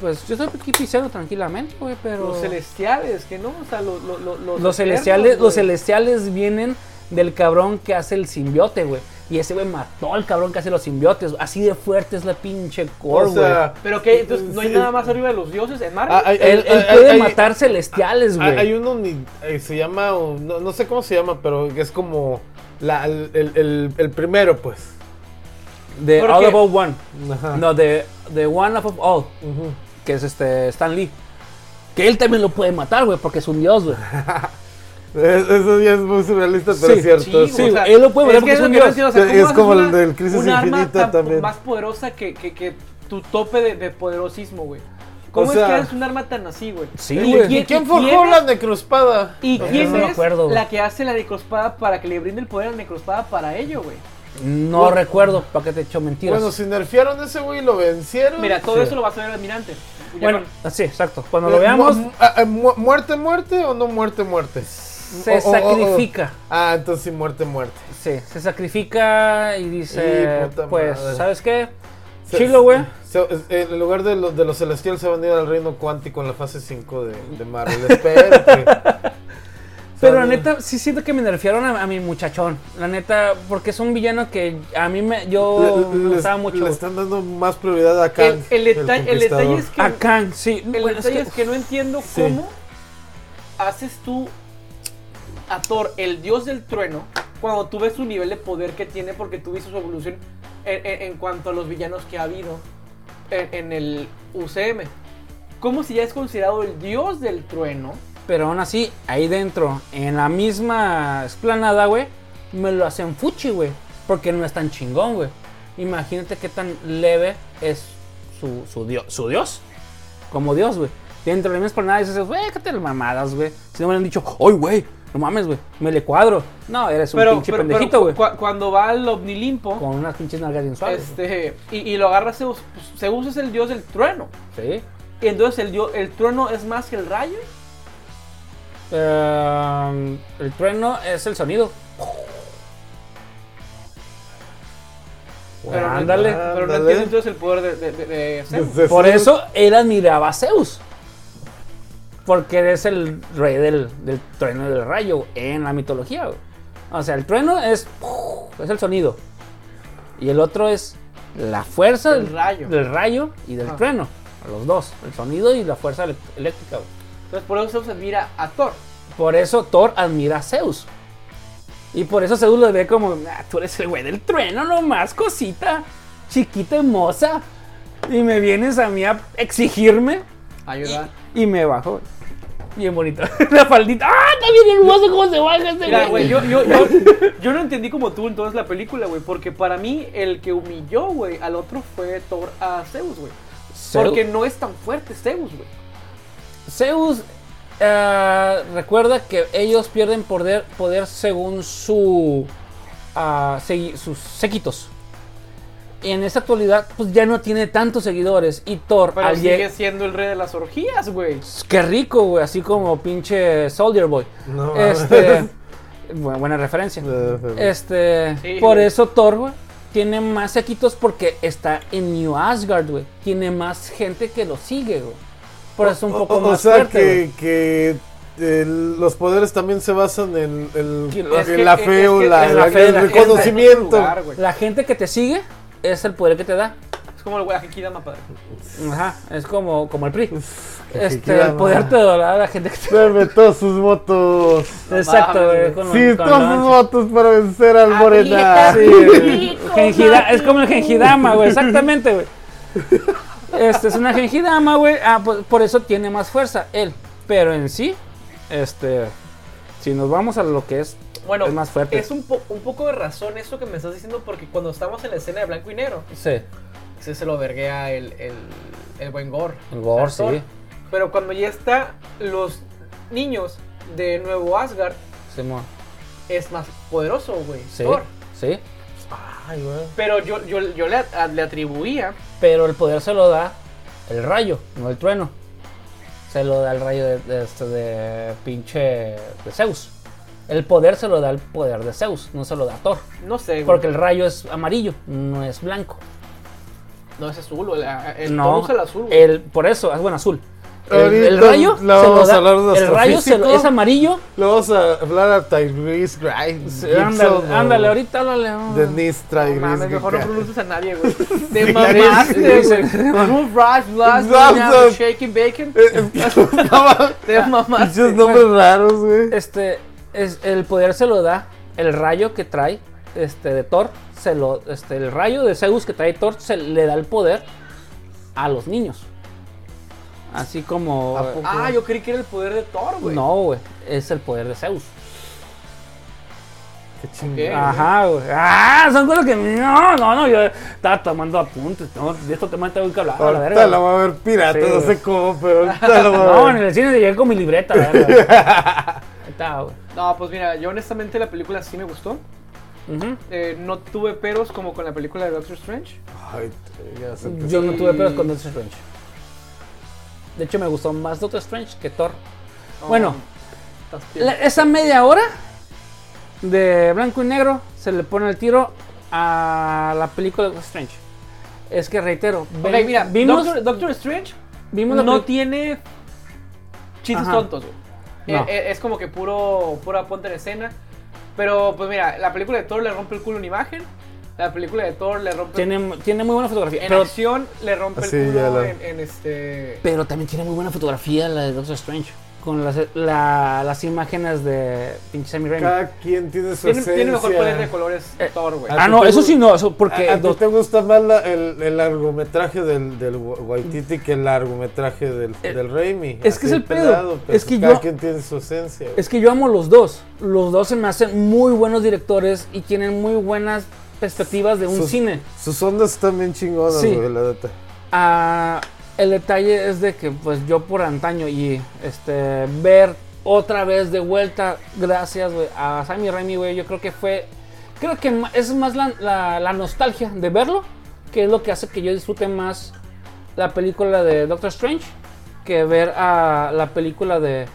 [SPEAKER 1] Pues yo estoy aquí pisando tranquilamente, güey, pero.
[SPEAKER 3] Los celestiales, que no, o sea, los, los, los,
[SPEAKER 1] Los celestiales, los celestiales vienen del cabrón que hace el simbiote, güey. Y ese güey mató al cabrón que hace los simbiotes. güey. Así de fuerte es la pinche core,
[SPEAKER 2] O
[SPEAKER 1] güey.
[SPEAKER 2] sea,
[SPEAKER 3] Pero que entonces no hay
[SPEAKER 2] sí.
[SPEAKER 3] nada más arriba de los dioses en Marvel.
[SPEAKER 2] Ah, hay-
[SPEAKER 1] él
[SPEAKER 2] hay-
[SPEAKER 1] él
[SPEAKER 2] hay-
[SPEAKER 1] puede
[SPEAKER 2] hay-
[SPEAKER 1] matar celestiales,
[SPEAKER 2] Hay,
[SPEAKER 1] güey.
[SPEAKER 2] hay uno, ni- eh, se llama, o no, no sé cómo se llama, pero es como La- el, el- el- el primero, pues.
[SPEAKER 1] De
[SPEAKER 3] ¿Por
[SPEAKER 1] All
[SPEAKER 3] qué?
[SPEAKER 1] About One.
[SPEAKER 2] Ajá.
[SPEAKER 1] No, de, de One of All. Que es este Stan Lee. Que él también lo puede matar, güey, porque es un dios, güey.
[SPEAKER 2] Es- Eso ya es muy surrealista, pero
[SPEAKER 1] Sí,
[SPEAKER 2] es cierto.
[SPEAKER 1] sí, güey, él lo puede matar porque es
[SPEAKER 3] lo
[SPEAKER 1] un
[SPEAKER 3] que no
[SPEAKER 1] dios.
[SPEAKER 3] entiendo,
[SPEAKER 2] Es
[SPEAKER 3] ¿cómo haces
[SPEAKER 2] como el
[SPEAKER 3] una-
[SPEAKER 2] del Crisis
[SPEAKER 3] un arma
[SPEAKER 2] Infinita
[SPEAKER 3] tan po-
[SPEAKER 2] también.
[SPEAKER 3] más poderosa que, que, que tu tope de, de poderosismo, güey. ¿Cómo
[SPEAKER 2] sea-
[SPEAKER 3] es que eres un arma tan así, güey?
[SPEAKER 1] Sí,
[SPEAKER 2] ¿Y,
[SPEAKER 1] güey.
[SPEAKER 2] y
[SPEAKER 1] ¿Y
[SPEAKER 2] quién
[SPEAKER 3] y
[SPEAKER 2] forjó
[SPEAKER 3] quién
[SPEAKER 2] la
[SPEAKER 3] es-
[SPEAKER 2] necrospada?
[SPEAKER 3] ¿Y
[SPEAKER 1] Yo
[SPEAKER 3] quién
[SPEAKER 1] no me
[SPEAKER 3] es
[SPEAKER 1] acuerdo, güey.
[SPEAKER 3] la que hace la necrospada para que le brinde el poder a la necrospada para ello, güey?
[SPEAKER 1] No recuerdo, para que te echo mentiras.
[SPEAKER 2] Bueno, si nerfearon a ese güey y lo vencieron.
[SPEAKER 3] Mira, todo
[SPEAKER 1] Sí.
[SPEAKER 3] eso lo vas a ver el almirante. Ya
[SPEAKER 1] Bueno,
[SPEAKER 3] con-
[SPEAKER 1] sí, exacto. Cuando lo veamos,
[SPEAKER 2] Mu- ah, ah, mu- ¿Muerte, muerte o no muerte, muerte?
[SPEAKER 1] se
[SPEAKER 2] o- o- o-
[SPEAKER 1] sacrifica.
[SPEAKER 2] Ah, entonces sí, muerte, muerte.
[SPEAKER 1] Sí, se sacrifica y dice,
[SPEAKER 2] Y puta
[SPEAKER 1] pues,
[SPEAKER 2] madre.
[SPEAKER 1] ¿sabes qué?
[SPEAKER 2] Se-
[SPEAKER 1] Chilo, güey.
[SPEAKER 2] se- se- en lugar de los, de los celestiales se van a ir al reino cuántico en la fase 5 de, de Marvel. Espero que-
[SPEAKER 1] Pero la
[SPEAKER 2] Sabe.
[SPEAKER 1] neta, sí siento que me nerfearon a, a mi muchachón. La neta, porque es un villano que a mí me, yo
[SPEAKER 2] le-
[SPEAKER 1] me
[SPEAKER 2] le-
[SPEAKER 1] gustaba mucho.
[SPEAKER 2] le
[SPEAKER 1] güey.
[SPEAKER 2] están dando más prioridad a Kang.
[SPEAKER 3] El, el detalle, el detalle
[SPEAKER 2] conquistador.
[SPEAKER 3] es que...
[SPEAKER 1] A Kang, sí.
[SPEAKER 3] El
[SPEAKER 1] Bueno, es
[SPEAKER 3] detalle
[SPEAKER 1] que-
[SPEAKER 3] es que no entiendo
[SPEAKER 2] Sí.
[SPEAKER 3] cómo haces tú a Thor, el dios del trueno, cuando tú ves su nivel de poder que tiene, porque tú viste su evolución en, en- en cuanto a los villanos que ha habido en, en el UCM. Como si ya es considerado el dios del trueno?
[SPEAKER 1] Pero aún así, ahí dentro, en la misma explanada, güey, me lo hacen fuchi, güey. Porque no es tan chingón, güey. Imagínate qué tan leve es su, su, dio- su dios. Como dios, güey. Dentro de la misma explanada dices, güey, qué te mamadas, güey. Si no me hubieran dicho, ¡ay, güey! No mames, güey. Me le cuadro. No, eres un
[SPEAKER 3] Pero,
[SPEAKER 1] pinche
[SPEAKER 3] pero- pero
[SPEAKER 1] pendejito, güey.
[SPEAKER 3] cu- cu- cuando va al Omnilimpo,
[SPEAKER 1] Con unas pinches nalgas bien suaves.
[SPEAKER 3] este, y, y lo agarra Zeus, pues, Zeus es el dios del trueno.
[SPEAKER 1] Sí.
[SPEAKER 3] Y entonces el, dio- el trueno es más que el rayo.
[SPEAKER 1] Ehm, el trueno es el sonido.
[SPEAKER 3] Pero no-
[SPEAKER 1] ándale.
[SPEAKER 3] Pero no
[SPEAKER 2] Ándale.
[SPEAKER 3] entiendo entonces el poder de, de, de- de Zeus.
[SPEAKER 2] Desde
[SPEAKER 1] Por
[SPEAKER 2] Zeus.
[SPEAKER 1] eso él admiraba a Zeus. Porque es el rey del, del trueno y del rayo en la mitología. güey. O sea, el trueno es, es el sonido. Y el otro es la fuerza
[SPEAKER 3] Del
[SPEAKER 1] del
[SPEAKER 3] rayo.
[SPEAKER 1] del rayo y del
[SPEAKER 3] Ajá.
[SPEAKER 1] trueno. Los dos, el sonido y la fuerza elec- eléctrica. güey.
[SPEAKER 3] Entonces por eso Zeus admira a Thor.
[SPEAKER 1] Por eso Thor admira a Zeus. Y por eso Zeus lo ve como, "Ah, tú eres el güey del trueno nomás, cosita, chiquita, hermosa. Y me vienes a mí a exigirme.
[SPEAKER 3] Ayuda.
[SPEAKER 1] Y me bajo. Bien bonito. La faldita. ¡Ah! Está bien hermoso cómo se baja este
[SPEAKER 3] Mira,
[SPEAKER 1] güey.
[SPEAKER 3] güey, yo, yo, yo, yo no entendí como tú entonces la película, güey, porque para mí el que humilló, güey, al otro fue Thor a Zeus, güey.
[SPEAKER 1] Zeus-
[SPEAKER 3] Porque no es tan fuerte Zeus, güey.
[SPEAKER 1] Zeus eh, recuerda que ellos pierden poder, poder según su ah, segui- sus séquitos. Y en esta actualidad, pues ya no tiene tantos seguidores. Y Thor,
[SPEAKER 3] Pero
[SPEAKER 1] al
[SPEAKER 3] sigue
[SPEAKER 1] lleg-
[SPEAKER 3] siendo el rey de las orgías, güey.
[SPEAKER 1] Qué rico, güey, así como pinche Soldier Boy.
[SPEAKER 2] No,
[SPEAKER 1] este, bu- buena referencia. Este,
[SPEAKER 3] Sí,
[SPEAKER 1] por
[SPEAKER 3] güey.
[SPEAKER 1] eso Thor, güey, tiene más sequitos porque está en New Asgard, güey. Tiene más gente que lo sigue, güey. Por eso es un
[SPEAKER 2] O-
[SPEAKER 1] poco
[SPEAKER 2] o,
[SPEAKER 1] más
[SPEAKER 2] sea
[SPEAKER 1] fuerte, güey.
[SPEAKER 2] que, que eh, los poderes también se basan en, en-
[SPEAKER 1] Que-
[SPEAKER 2] en
[SPEAKER 1] es
[SPEAKER 3] que-
[SPEAKER 2] la
[SPEAKER 3] es
[SPEAKER 2] fe o
[SPEAKER 3] que-
[SPEAKER 2] la,
[SPEAKER 1] es la
[SPEAKER 2] la-
[SPEAKER 1] fe de la
[SPEAKER 2] el
[SPEAKER 1] gente.
[SPEAKER 2] reconocimiento.
[SPEAKER 3] Lugar, güey.
[SPEAKER 1] La gente que te sigue es el poder que te da.
[SPEAKER 3] Es como el güey Akikidama, padre.
[SPEAKER 1] Ajá, es como, como el PRI.
[SPEAKER 2] que
[SPEAKER 1] Este,
[SPEAKER 2] quiera,
[SPEAKER 1] el poder
[SPEAKER 2] no.
[SPEAKER 1] te da a la gente que te
[SPEAKER 2] Dame todos sus votos.
[SPEAKER 1] Exacto,
[SPEAKER 3] mames,
[SPEAKER 1] güey.
[SPEAKER 3] güey.
[SPEAKER 1] con- con
[SPEAKER 2] Sí, todos
[SPEAKER 1] Lance.
[SPEAKER 2] sus votos para vencer al Morena.
[SPEAKER 1] Sí, güey. Gengida- es como el gengidama, güey, exactamente, güey. Este es una gengidama, güey. Ah, pues, por eso tiene más fuerza él. Pero en sí, este, si nos vamos a lo que es,
[SPEAKER 3] Bueno,
[SPEAKER 1] es más fuerte.
[SPEAKER 3] es un, po- un poco de razón eso que me estás diciendo, porque cuando estamos en la escena de blanco y negro,
[SPEAKER 1] Sí.
[SPEAKER 3] se, se lo verguea el, el, el buen Gore.
[SPEAKER 1] El Gore,
[SPEAKER 3] Thor.
[SPEAKER 1] sí.
[SPEAKER 3] Pero cuando ya está los niños de Nuevo Asgard,
[SPEAKER 1] Simón,
[SPEAKER 3] es más poderoso, güey.
[SPEAKER 1] sí,
[SPEAKER 3] Thor.
[SPEAKER 1] sí.
[SPEAKER 2] Ay, güey.
[SPEAKER 3] Pero yo, yo, yo le, a- le atribuía.
[SPEAKER 1] Pero el poder se lo da el rayo, no el trueno. Se lo da el rayo de, de este, de pinche de Zeus. El poder se lo da el poder de Zeus, no se lo da Thor.
[SPEAKER 3] No sé, güey.
[SPEAKER 1] Porque el rayo es amarillo, no es blanco.
[SPEAKER 3] No es azul, güey. la- El
[SPEAKER 1] no,
[SPEAKER 3] Thor usa el azul, güey.
[SPEAKER 1] el- por eso, es bueno, azul. El,
[SPEAKER 2] Ahorita
[SPEAKER 1] el rayo,
[SPEAKER 2] la
[SPEAKER 1] se lo
[SPEAKER 2] vamos a
[SPEAKER 1] da-
[SPEAKER 2] hablar de
[SPEAKER 1] el rayo se lo-
[SPEAKER 2] astrofísico.
[SPEAKER 1] es amarillo.
[SPEAKER 2] Le vamos a hablar a Tyrese Grimes.
[SPEAKER 1] Sí, ándale, ándale, ahorita háblale. vamos.
[SPEAKER 2] Denise
[SPEAKER 3] No
[SPEAKER 2] Tyrese.
[SPEAKER 3] mames, mejor no
[SPEAKER 2] Grimes.
[SPEAKER 3] pronuncias a nadie, güey. Te
[SPEAKER 2] Sí,
[SPEAKER 3] mamaste,
[SPEAKER 1] sí,
[SPEAKER 3] güey.
[SPEAKER 1] sí.
[SPEAKER 3] No rush, last,
[SPEAKER 2] No, no.
[SPEAKER 3] shaking bacon.
[SPEAKER 2] Eh, es que- no mames,
[SPEAKER 3] Te mamaste.
[SPEAKER 2] Pinches nombres raros, güey.
[SPEAKER 1] Este, es, el poder se lo da el rayo que trae este, de Thor, se lo, este, el rayo de Zeus que trae Thor se le da el poder a los niños. Así como...
[SPEAKER 2] ¿A poco?
[SPEAKER 3] Ah, yo creí que era el poder de Thor, güey.
[SPEAKER 1] No, güey, es el poder de Zeus.
[SPEAKER 2] Qué chingada.
[SPEAKER 1] Ajá, güey. Ah, son cosas que no, no, no, yo estaba tomando apuntes. No, de esto te tengo que hablar. a la verga.
[SPEAKER 2] Ahorita lo va a ver pirata,
[SPEAKER 1] Sí,
[SPEAKER 2] no
[SPEAKER 1] güey.
[SPEAKER 2] sé cómo, pero ahorita lo
[SPEAKER 1] No,
[SPEAKER 2] va a
[SPEAKER 1] en
[SPEAKER 2] ver.
[SPEAKER 1] el cine llegué con mi libreta. la verga. Ahí está, güey.
[SPEAKER 3] No, pues mira, yo honestamente la película sí me gustó.
[SPEAKER 1] Ujú.
[SPEAKER 3] Eh, no tuve peros como con la película de Doctor Strange.
[SPEAKER 2] Ay, ya se te-
[SPEAKER 1] Yo no tuve pedos con
[SPEAKER 3] Y-
[SPEAKER 1] Doctor Strange. De hecho, me gustó más Doctor Strange que Thor. Bueno,
[SPEAKER 3] estás bien.
[SPEAKER 1] la- esa media hora de blanco y negro se le pone el tiro a la película de Doctor Strange. Es que reitero,
[SPEAKER 3] Ok,
[SPEAKER 1] ven-
[SPEAKER 3] mira,
[SPEAKER 1] vimos,
[SPEAKER 3] Doctor, Doctor Strange
[SPEAKER 1] vimos la
[SPEAKER 3] no
[SPEAKER 1] peli-
[SPEAKER 3] tiene chistes
[SPEAKER 1] Ajá.
[SPEAKER 3] tontos, güey.
[SPEAKER 1] No.
[SPEAKER 3] Eh, eh, es como que puro, pura ponte en escena. Pero pues mira, la película de Thor le rompe el culo en imagen. La película de Thor le rompe
[SPEAKER 1] tiene, tiene muy buena fotografía.
[SPEAKER 3] en
[SPEAKER 1] Pero,
[SPEAKER 3] acción, le rompe el
[SPEAKER 2] Sí, ya
[SPEAKER 3] culo
[SPEAKER 2] la-
[SPEAKER 3] en, en este.
[SPEAKER 1] pero también tiene muy buena fotografía la de Doctor Strange. Con las, la- las imágenes de pinche Sammy Raimi.
[SPEAKER 2] Cada quien tiene su
[SPEAKER 3] Tiene,
[SPEAKER 2] esencia.
[SPEAKER 3] tiene mejor poder de colores
[SPEAKER 1] Eh,
[SPEAKER 3] Thor, güey.
[SPEAKER 1] Ah,
[SPEAKER 2] ¿A ti
[SPEAKER 1] no,
[SPEAKER 2] te
[SPEAKER 1] eso
[SPEAKER 2] gu-
[SPEAKER 1] sí no, eso porque...
[SPEAKER 2] ¿A,
[SPEAKER 3] Ah,
[SPEAKER 2] a ti
[SPEAKER 1] Doc-
[SPEAKER 2] te gusta más la- el, el largometraje del, del Wa- Waititi que el largometraje del,
[SPEAKER 1] Eh,
[SPEAKER 2] del Raimi?
[SPEAKER 1] es que es
[SPEAKER 2] Así
[SPEAKER 1] el pedo.
[SPEAKER 2] pero
[SPEAKER 1] Es que
[SPEAKER 2] cada
[SPEAKER 1] yo-
[SPEAKER 2] quien tiene su esencia. güey.
[SPEAKER 1] Es que yo amo los dos. Los dos se me hacen muy buenos directores y tienen muy buenas perspectivas de un
[SPEAKER 2] Sus-
[SPEAKER 1] cine.
[SPEAKER 2] Sus ondas están bien chingonas,
[SPEAKER 1] Sí.
[SPEAKER 2] güey, la neta.
[SPEAKER 1] Ah, el detalle es de que pues yo por antaño y este ver otra vez de vuelta, gracias güey, a Sammy Raimi, güey, yo creo que fue, creo que ma- es más la, la- la nostalgia de verlo, que es lo que hace que yo disfrute más la película de Doctor Strange que ver a la película de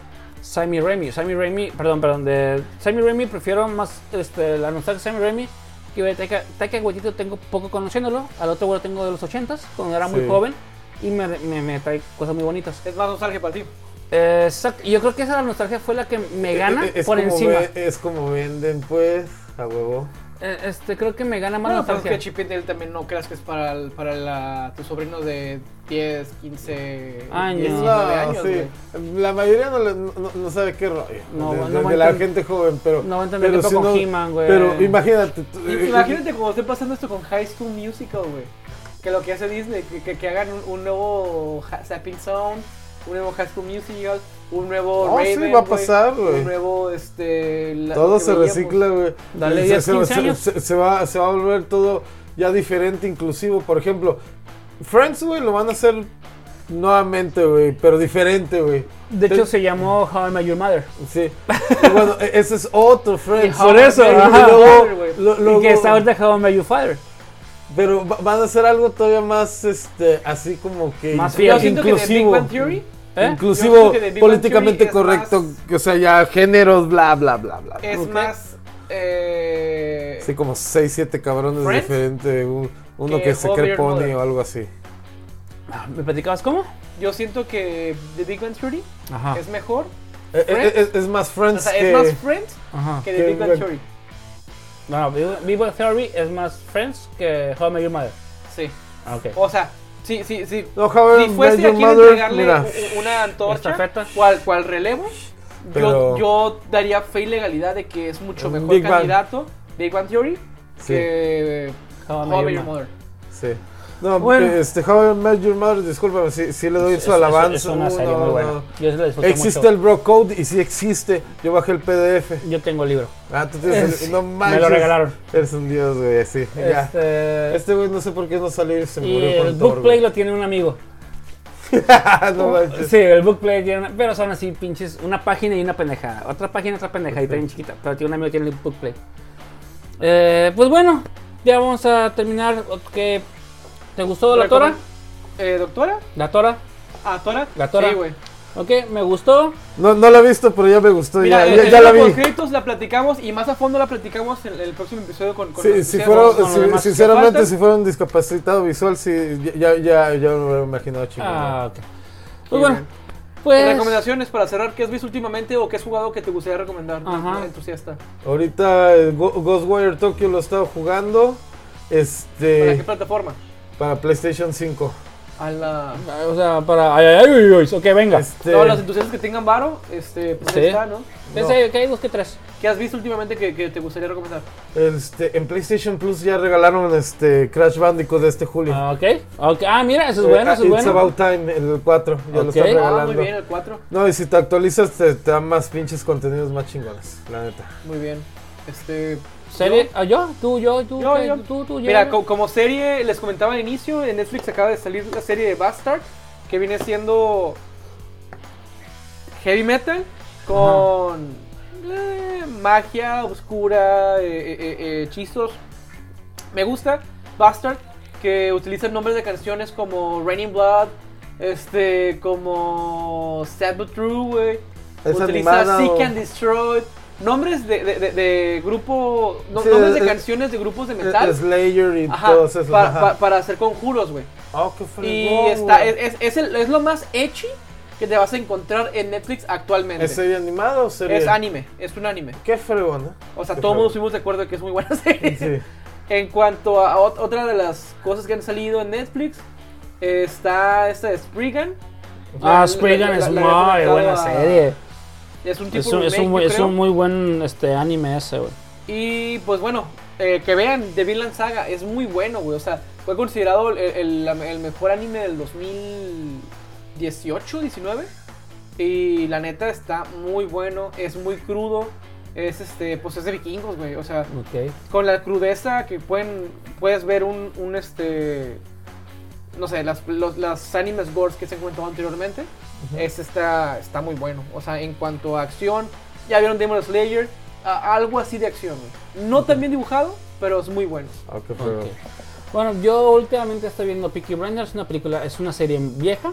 [SPEAKER 1] Sammy Raimi. Sammy Raimi, perdón, perdón, de Sammy Raimi prefiero más este, la nostalgia de Sammy Raimi que de Taika, Taika Waititi tengo poco conociéndolo, al otro güey lo tengo de los 80s, cuando era muy
[SPEAKER 2] Sí.
[SPEAKER 1] joven y me, me- me trae cosas muy bonitas.
[SPEAKER 3] Es más nostalgia para ti.
[SPEAKER 1] Eh, exacto, y yo creo que esa nostalgia fue la que me gana
[SPEAKER 2] Eh, eh, es
[SPEAKER 1] por
[SPEAKER 2] como
[SPEAKER 1] encima.
[SPEAKER 2] ve- es como venden, pues, a huevo.
[SPEAKER 1] Eh, este, creo que me gana más
[SPEAKER 3] Bueno, pero es
[SPEAKER 1] nostalgia.
[SPEAKER 3] que Chip and Dale también no creas que es para, el- para la, tu sobrino de 10, 15,
[SPEAKER 1] Años.
[SPEAKER 3] 19
[SPEAKER 2] No,
[SPEAKER 3] años,
[SPEAKER 2] sí.
[SPEAKER 3] güey.
[SPEAKER 2] La mayoría no, le- no- no sabe qué rollo.
[SPEAKER 1] No,
[SPEAKER 2] de,
[SPEAKER 1] no
[SPEAKER 2] de-
[SPEAKER 1] va a
[SPEAKER 2] de la
[SPEAKER 1] entend-
[SPEAKER 2] gente joven, pero.
[SPEAKER 1] no va a entender
[SPEAKER 2] pero
[SPEAKER 1] qué
[SPEAKER 2] si
[SPEAKER 1] tocó
[SPEAKER 2] no-
[SPEAKER 1] He-Man, güey.
[SPEAKER 2] Pero imagínate. eh, tú-
[SPEAKER 3] I- pues, Imagínate cómo esté pasando esto con High School Musical, güey. Que lo que hace Disney, que, que, que hagan un, un nuevo Ha- Zapping Zone, un nuevo High School Musical, un nuevo
[SPEAKER 2] No, Oh, sí,
[SPEAKER 3] Raven,
[SPEAKER 2] va a
[SPEAKER 3] güey,
[SPEAKER 2] pasar, güey.
[SPEAKER 3] Un nuevo, este... la- lo
[SPEAKER 2] Todo
[SPEAKER 3] que pues.
[SPEAKER 2] se
[SPEAKER 3] veíamos.
[SPEAKER 2] recicla, güey.
[SPEAKER 1] Dale
[SPEAKER 2] Se-
[SPEAKER 1] 10,
[SPEAKER 2] se,
[SPEAKER 1] 15
[SPEAKER 2] se-
[SPEAKER 1] años.
[SPEAKER 2] se- se va, se va a volver todo ya diferente, inclusivo. Por ejemplo, Friends, güey, lo van a hacer nuevamente, güey, pero diferente, güey.
[SPEAKER 1] De hecho,
[SPEAKER 2] Te-
[SPEAKER 1] se llamó How I Met Your Mother.
[SPEAKER 2] Sí. Y bueno, e- ese es otro Friends.
[SPEAKER 1] Por eso,
[SPEAKER 2] Y
[SPEAKER 1] ajá.
[SPEAKER 2] luego-
[SPEAKER 3] güey.
[SPEAKER 2] lo-
[SPEAKER 1] y que
[SPEAKER 2] luego-
[SPEAKER 1] está ahorita How I Met Your Father.
[SPEAKER 2] Pero va- van a hacer algo todavía más, este, así como que.
[SPEAKER 1] Más
[SPEAKER 3] Yo
[SPEAKER 1] fiel.
[SPEAKER 3] siento que de Big
[SPEAKER 2] inclusivo.
[SPEAKER 3] Bang Theory...
[SPEAKER 1] ¿Eh?
[SPEAKER 3] Yo
[SPEAKER 2] Inclusivo,
[SPEAKER 3] siento que The Big Bang
[SPEAKER 2] políticamente
[SPEAKER 3] Theory es
[SPEAKER 2] correcto,
[SPEAKER 3] más-
[SPEAKER 2] que, o sea, ya géneros, bla, bla, bla, bla.
[SPEAKER 3] Es
[SPEAKER 2] Ok.
[SPEAKER 3] más... Eh,
[SPEAKER 2] Sí, como 6, 7 cabrones
[SPEAKER 3] Friends,
[SPEAKER 2] diferentes. un- uno
[SPEAKER 3] que
[SPEAKER 2] que se cree
[SPEAKER 3] How I Met Your
[SPEAKER 2] pony
[SPEAKER 3] Mother.
[SPEAKER 2] o algo así. Eh,
[SPEAKER 1] Ah, ¿Me platicabas cómo?
[SPEAKER 3] Yo siento que The Big Bang Theory
[SPEAKER 1] Ajá.
[SPEAKER 3] es mejor.
[SPEAKER 2] Eh, eh, Es, es más
[SPEAKER 3] O
[SPEAKER 2] Friends
[SPEAKER 3] sea,
[SPEAKER 2] que.
[SPEAKER 3] es más Friends
[SPEAKER 1] Ajá.
[SPEAKER 3] que The Big Bang Theory.
[SPEAKER 1] No, Big Big Bang Theory es más Friends que How I Met Your Mother.
[SPEAKER 3] Sí.
[SPEAKER 1] Ah, ok.
[SPEAKER 2] Oh,
[SPEAKER 3] O sea, sí, sí, sí.
[SPEAKER 2] No, How I
[SPEAKER 3] si fuese
[SPEAKER 2] Met Your
[SPEAKER 3] aquí
[SPEAKER 2] Mother,
[SPEAKER 3] entregarle
[SPEAKER 2] mira.
[SPEAKER 3] u- u- una antorcha,
[SPEAKER 1] Estafeta.
[SPEAKER 3] cual, cual relevo,
[SPEAKER 2] Pero-
[SPEAKER 3] yo, yo daría fe y legalidad de que es mucho
[SPEAKER 2] Un
[SPEAKER 3] mejor
[SPEAKER 2] Big Bang.
[SPEAKER 3] candidato Big Bang Theory
[SPEAKER 2] Sí.
[SPEAKER 3] que
[SPEAKER 1] How I Met
[SPEAKER 3] How I Met
[SPEAKER 1] Your
[SPEAKER 3] Your Mother.
[SPEAKER 2] Sí. No,
[SPEAKER 1] Bueno.
[SPEAKER 2] este, How I Met Your Mother, discúlpame, si, si le doy
[SPEAKER 1] Es-
[SPEAKER 2] su
[SPEAKER 1] es-
[SPEAKER 2] alabanza.
[SPEAKER 1] Es una
[SPEAKER 2] uh,
[SPEAKER 1] serie
[SPEAKER 2] no,
[SPEAKER 1] muy buena.
[SPEAKER 2] no.
[SPEAKER 1] Yo sí la disfruté
[SPEAKER 2] Existe
[SPEAKER 1] mucho.
[SPEAKER 2] el Bro Code y sí existe. Yo bajé el PDF.
[SPEAKER 1] Yo tengo el libro.
[SPEAKER 2] Ah, tú tienes
[SPEAKER 1] Sí.
[SPEAKER 2] el. No manches.
[SPEAKER 1] Me lo regalaron.
[SPEAKER 2] Eres un dios, güey, sí. ya.
[SPEAKER 1] Este,
[SPEAKER 2] Este güey no sé por qué no salió y se
[SPEAKER 1] y
[SPEAKER 2] murió con
[SPEAKER 1] el
[SPEAKER 2] Thor,
[SPEAKER 1] Book Play
[SPEAKER 2] güey.
[SPEAKER 1] lo tiene un amigo.
[SPEAKER 2] Ah, no manches.
[SPEAKER 1] Sí, el Book Play tiene una- Pero son así pinches. Una página y una pendeja. Otra página y otra pendeja. Y también chiquita. Pero tiene un amigo que tiene el Book Play. Eh, pues bueno. Ya vamos a terminar. ¿Qué- ¿Te gustó la Tora?
[SPEAKER 3] Eh, ¿Doctora?
[SPEAKER 1] La Tora.
[SPEAKER 3] ¿Ah, Tora?
[SPEAKER 1] La Tora.
[SPEAKER 3] Sí, güey.
[SPEAKER 1] Ok, me gustó.
[SPEAKER 2] No, no la he visto, pero ya me gustó. ya
[SPEAKER 3] Mira, en-
[SPEAKER 2] ya,
[SPEAKER 3] en
[SPEAKER 2] ya la
[SPEAKER 3] los
[SPEAKER 2] vi.
[SPEAKER 3] concretos la platicamos y más a fondo la platicamos en el próximo episodio con... con
[SPEAKER 2] Sí,
[SPEAKER 3] los
[SPEAKER 2] si
[SPEAKER 3] que
[SPEAKER 2] fuera,
[SPEAKER 3] hacemos.
[SPEAKER 1] los
[SPEAKER 2] si-
[SPEAKER 1] demás que
[SPEAKER 2] sinceramente,
[SPEAKER 3] faltan.
[SPEAKER 2] si fuera un discapacitado visual, sí, ya, ya, ya, ya me hubiera imaginado chingón.
[SPEAKER 1] Ah, ok.
[SPEAKER 3] Sí,
[SPEAKER 1] Pues bueno.
[SPEAKER 3] bien.
[SPEAKER 1] Pues.
[SPEAKER 3] Recomendaciones para cerrar, ¿qué has visto últimamente o qué has jugado que te gustaría recomendar?
[SPEAKER 1] Ajá.
[SPEAKER 3] Entusiasta.
[SPEAKER 2] Ahorita el Go- Ghostwire Tokyo lo he estado jugando.
[SPEAKER 3] ¿Para qué
[SPEAKER 2] Este.
[SPEAKER 3] plataforma?
[SPEAKER 2] Para PlayStation 5.
[SPEAKER 3] a la...
[SPEAKER 1] O sea, para. Ay, ay, ay, ay, ay. Ok, venga.
[SPEAKER 2] Este,
[SPEAKER 3] No, a los entusiastas que tengan varo, este, pues ahí
[SPEAKER 1] Sí.
[SPEAKER 3] está, ¿no?
[SPEAKER 1] Ese, ok, dos que tres.
[SPEAKER 3] ¿Qué has visto últimamente que, que te gustaría recomendar?
[SPEAKER 2] este, en PlayStation Plus ya regalaron este Crash Bandicoot de este julio.
[SPEAKER 1] Ah, ok. ok. Ah, mira, eso es
[SPEAKER 2] Eh,
[SPEAKER 1] bueno,
[SPEAKER 2] ah,
[SPEAKER 1] eso es
[SPEAKER 2] It's
[SPEAKER 1] bueno.
[SPEAKER 2] About Time, el 4. Ya lo
[SPEAKER 1] Ok.
[SPEAKER 2] están
[SPEAKER 1] Ah,
[SPEAKER 3] Ah,
[SPEAKER 2] regalando.
[SPEAKER 3] muy bien, el 4.
[SPEAKER 2] No, y si te actualizas, te, te dan más pinches contenidos más chingones, la neta.
[SPEAKER 3] Muy bien. Este...
[SPEAKER 1] Serie- ah, ¿Yo? ¿Tú, yo, tú,
[SPEAKER 3] Yo,
[SPEAKER 1] qué?
[SPEAKER 3] yo.
[SPEAKER 1] tú, tú, yo.
[SPEAKER 3] Mira, co- como serie, les comentaba al inicio, en Netflix acaba de salir la serie de Bastard, que viene siendo heavy metal con eh, magia oscura, eh, eh, eh, eh, hechizos. Me gusta Bastard, que utiliza nombres de canciones como Rain in Blood, este, como Sad But True, güey.
[SPEAKER 2] ¿Es
[SPEAKER 3] Utiliza
[SPEAKER 2] animada
[SPEAKER 3] Seek
[SPEAKER 2] o-
[SPEAKER 3] and Destroy. Nombres de, de, de- de grupo. no-
[SPEAKER 2] Sí,
[SPEAKER 3] nombres
[SPEAKER 2] es-
[SPEAKER 3] de canciones de grupos de metal.
[SPEAKER 2] Eh, Slayer y
[SPEAKER 3] Ajá,
[SPEAKER 2] todos esos.
[SPEAKER 3] pa-
[SPEAKER 2] ajá.
[SPEAKER 3] pa- para hacer conjuros, güey.
[SPEAKER 2] Oh, qué fregón,
[SPEAKER 3] Y está,
[SPEAKER 2] güey.
[SPEAKER 3] es, es- es el- es lo más ecchi que te vas a encontrar en Netflix actualmente.
[SPEAKER 2] ¿Es
[SPEAKER 3] Es,
[SPEAKER 2] serie animada o serie?
[SPEAKER 3] anime, es un anime.
[SPEAKER 2] Qué fregón, ¿eh?
[SPEAKER 3] O sea,
[SPEAKER 2] Qué
[SPEAKER 3] todos
[SPEAKER 2] fregón.
[SPEAKER 3] estuvimos de acuerdo que es muy buena serie.
[SPEAKER 2] Sí.
[SPEAKER 3] En cuanto a ot- otra de las cosas que han salido en Netflix, eh, está esta de Spriggan.
[SPEAKER 1] Ah,
[SPEAKER 3] La-
[SPEAKER 1] Spriggan
[SPEAKER 3] la-
[SPEAKER 1] es
[SPEAKER 3] la-
[SPEAKER 1] muy
[SPEAKER 3] la- la- la-
[SPEAKER 1] buena
[SPEAKER 3] la-
[SPEAKER 1] serie.
[SPEAKER 3] Es un tipo
[SPEAKER 1] Es un, es
[SPEAKER 3] remake,
[SPEAKER 1] un,
[SPEAKER 3] yo
[SPEAKER 1] es
[SPEAKER 3] creo.
[SPEAKER 1] un muy buen este, anime ese, güey.
[SPEAKER 3] Y pues bueno, eh, que vean The Vinland Saga, es muy bueno, güey. O sea, fue considerado el, el- el mejor anime del 2018, 19. Y la neta está muy bueno, es muy crudo. Es este, pues es de vikingos, güey. O sea,
[SPEAKER 1] Ok.
[SPEAKER 3] con la crudeza que pueden, puedes ver un, un este, no sé, las, los, las animes gores que se han comentado anteriormente, es está, está muy bueno. O sea, en cuanto a acción, ya vieron Demon Slayer, a- algo así de acción. güey. No tan bien dibujado, pero es muy bueno.
[SPEAKER 2] Oh, qué fregón.
[SPEAKER 1] Ok. Bueno, yo últimamente estoy viendo Peaky Blinders, una película, es una serie vieja,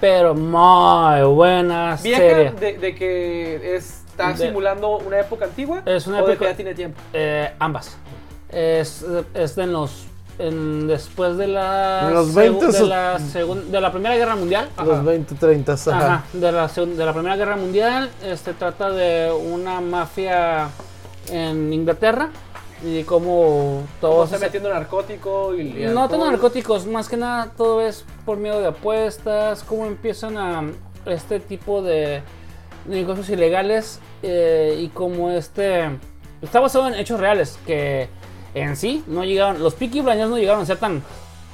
[SPEAKER 1] pero muy buena
[SPEAKER 3] Vieja
[SPEAKER 1] serie.
[SPEAKER 3] de, de que está
[SPEAKER 1] De-
[SPEAKER 3] simulando una época antigua
[SPEAKER 1] Es una
[SPEAKER 3] o de
[SPEAKER 1] época-
[SPEAKER 3] que ya tiene tiempo.
[SPEAKER 1] Eh, ambas. Es, es de los en- después de la
[SPEAKER 2] De los
[SPEAKER 1] segu-
[SPEAKER 2] 20
[SPEAKER 1] de
[SPEAKER 2] o-
[SPEAKER 1] la segun- de la Primera Guerra Mundial.
[SPEAKER 3] Ajá.
[SPEAKER 2] Los 20, 30, ajá.
[SPEAKER 1] Ajá, de la, segun- de la Primera Guerra Mundial, este trata de una mafia en Inglaterra y cómo
[SPEAKER 3] Como
[SPEAKER 1] todos
[SPEAKER 3] está metiendo narcótico y... y
[SPEAKER 1] No
[SPEAKER 3] alcohol.
[SPEAKER 1] tanto narcóticos, más que nada todo es por miedo de apuestas, cómo empiezan a este tipo de negocios ilegales eh, y como este... Está basado en hechos reales que en sí no llegaron, los Peaky Blinders no llegaron a ser tan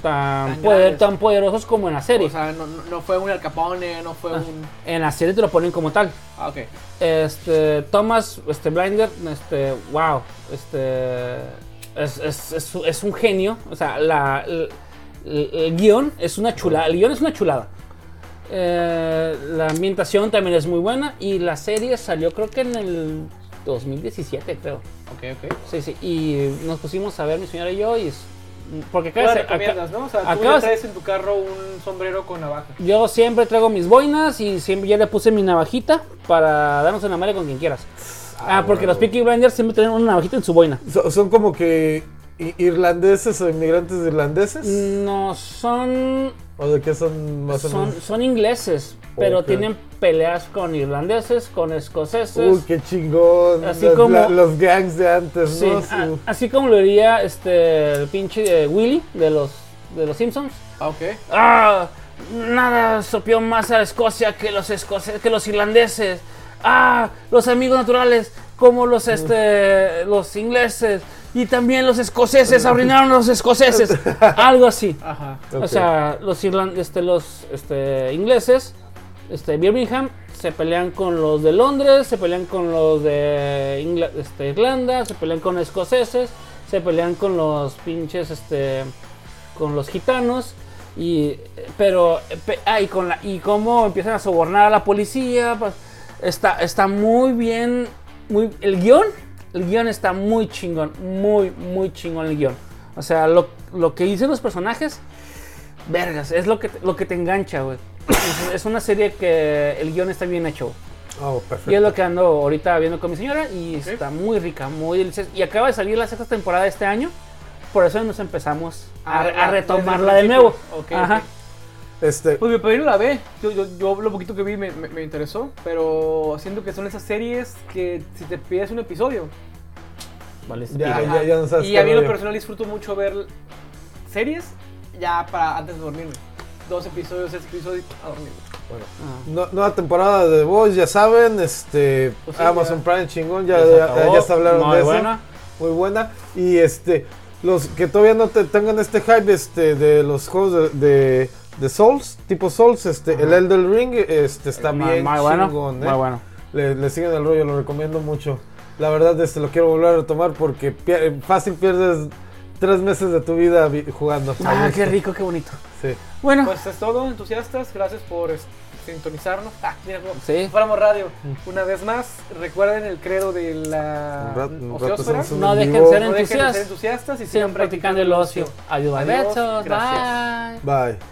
[SPEAKER 1] tan,
[SPEAKER 3] Tan
[SPEAKER 1] poder-
[SPEAKER 3] grandes.
[SPEAKER 1] tan poderosos como en la serie. Ah.
[SPEAKER 3] O sea, no, no- no fue un Al Capone, no fue un...
[SPEAKER 1] en la serie te lo ponen como tal.
[SPEAKER 3] Ah, ok.
[SPEAKER 1] Este, Thomas este, Blinder, este, wow, este, es, es- es- es un genio. O sea, la, el, el- el guión es una chulada. El guión es una chulada. Eh, la ambientación también es muy buena. Y la serie salió, creo que en el 2017, creo.
[SPEAKER 3] Ok, ok.
[SPEAKER 1] Sí, sí. Y nos pusimos a ver, mi señora y yo. Y es- porque
[SPEAKER 3] Tú
[SPEAKER 1] cada
[SPEAKER 3] la
[SPEAKER 1] se-
[SPEAKER 3] recomiendas,
[SPEAKER 1] acá-
[SPEAKER 3] ¿no? O sea, tú
[SPEAKER 1] acabas-
[SPEAKER 3] le traes en tu carro un sombrero con navaja.
[SPEAKER 1] yo siempre traigo mis boinas y siempre ya le puse mi navajita para darnos una madre con quien quieras. Ah, porque los Peaky Blinders siempre tienen una navajita en su boina.
[SPEAKER 2] So- son como que i- irlandeses o inmigrantes irlandeses.
[SPEAKER 3] Mm.
[SPEAKER 1] No, son,
[SPEAKER 2] ¿O de qué son más o
[SPEAKER 1] son,
[SPEAKER 2] menos?
[SPEAKER 1] son ingleses, pero
[SPEAKER 2] Ok.
[SPEAKER 1] tienen peleas con irlandeses, con escoceses.
[SPEAKER 2] Uy, qué chingón.
[SPEAKER 1] Así
[SPEAKER 2] Los-
[SPEAKER 1] como-
[SPEAKER 2] la- los gangs de antes,
[SPEAKER 1] Sí,
[SPEAKER 2] ¿no?
[SPEAKER 1] a-
[SPEAKER 2] Su-
[SPEAKER 1] así como lo diría este, el pinche eh, Willy de los, de los Simpsons.
[SPEAKER 3] Ah, ok.
[SPEAKER 1] Ah, nada sopió más a Escocia que los escoceses, que los irlandeses. Ah, los amigos naturales como los este los ingleses y también los escoceses arruinaron a los escoceses, algo así.
[SPEAKER 3] Ajá.
[SPEAKER 1] O
[SPEAKER 2] Ok.
[SPEAKER 1] sea, los irlan- este, los este, ingleses, este, Birmingham, se pelean con los de Londres, se pelean con los de Ingla- este, Irlanda, se pelean con escoceses, se pelean con los pinches, este, con los gitanos. Y, pero, eh, pe- ah, y, con la, y cómo empiezan a sobornar a la policía. pues, está, está muy bien. Muy, el guión, el guión está muy chingón. Muy, muy chingón el guión. O sea, lo, lo que dicen los personajes Vergas, es lo que, lo que te engancha, güey. Es- Es una serie que el guión está bien hecho. güey.
[SPEAKER 2] Oh,
[SPEAKER 1] Y es
[SPEAKER 2] perfecto.
[SPEAKER 1] lo que ando ahorita viendo con mi señora y
[SPEAKER 3] Ok.
[SPEAKER 1] está muy rica, muy deliciosa. Y acaba de salir la sexta temporada este año, por eso nos empezamos a,
[SPEAKER 3] Ah,
[SPEAKER 1] a
[SPEAKER 3] ah,
[SPEAKER 1] retomarla
[SPEAKER 3] desde
[SPEAKER 1] de
[SPEAKER 3] el
[SPEAKER 1] nuevo.
[SPEAKER 3] principio. Ok, ok.
[SPEAKER 2] Este,
[SPEAKER 3] Pues mi padrino la ve. Yo, yo, yo lo poquito que vi me, me- me interesó, pero siento que son esas series que si te pides un episodio.
[SPEAKER 1] Vale,
[SPEAKER 2] ya,
[SPEAKER 1] pica.
[SPEAKER 2] ya, ya no sabes
[SPEAKER 3] y
[SPEAKER 2] qué
[SPEAKER 3] a mí en lo
[SPEAKER 2] rollo.
[SPEAKER 3] personal disfruto mucho ver series ya para antes de dormirme. dos episodios, seis episodios a dormir. güey.
[SPEAKER 2] Bueno,
[SPEAKER 1] Ah.
[SPEAKER 2] no- nueva temporada de The Boys, ya saben, este
[SPEAKER 3] Pues sí,
[SPEAKER 2] Amazon
[SPEAKER 3] ya.
[SPEAKER 2] Prime chingón, ya,
[SPEAKER 1] Ya se
[SPEAKER 2] ya,
[SPEAKER 1] acabó,
[SPEAKER 2] ya se hablaron
[SPEAKER 1] muy
[SPEAKER 2] de eso.
[SPEAKER 1] buena.
[SPEAKER 2] Muy buena. Y este, los que todavía no te tengan este hype este, de los juegos de, de, de Souls, tipo Souls, este, el Elden Ring, este está
[SPEAKER 1] Muy-
[SPEAKER 2] bien
[SPEAKER 1] muy bueno,
[SPEAKER 2] chingón, ¿eh?
[SPEAKER 1] muy bueno.
[SPEAKER 2] Le, le siguen el rollo, lo recomiendo mucho. La verdad, este lo quiero volver a retomar porque pier- fácil pierdes tres meses de tu vida vi- jugando. A
[SPEAKER 1] Ah,
[SPEAKER 2] gusto.
[SPEAKER 1] qué rico, qué bonito.
[SPEAKER 2] Sí.
[SPEAKER 1] Bueno,
[SPEAKER 3] Pues es todo, entusiastas. Gracias por es- sintonizarnos. Ah, mira, como
[SPEAKER 1] Sí.
[SPEAKER 3] si fuéramos radio. Una vez más, recuerden el credo de la
[SPEAKER 2] Un rat- un rato
[SPEAKER 3] Ociósfera.
[SPEAKER 2] somos un
[SPEAKER 1] no dejen
[SPEAKER 2] vivo.
[SPEAKER 1] ser
[SPEAKER 3] No dejen de ser
[SPEAKER 1] entusiastas.
[SPEAKER 3] entusiastas y sigan
[SPEAKER 1] Sigan practicando el ocio. Adiós,
[SPEAKER 3] Adiós,
[SPEAKER 1] besos.
[SPEAKER 3] gracias.
[SPEAKER 1] Bye.
[SPEAKER 2] Bye.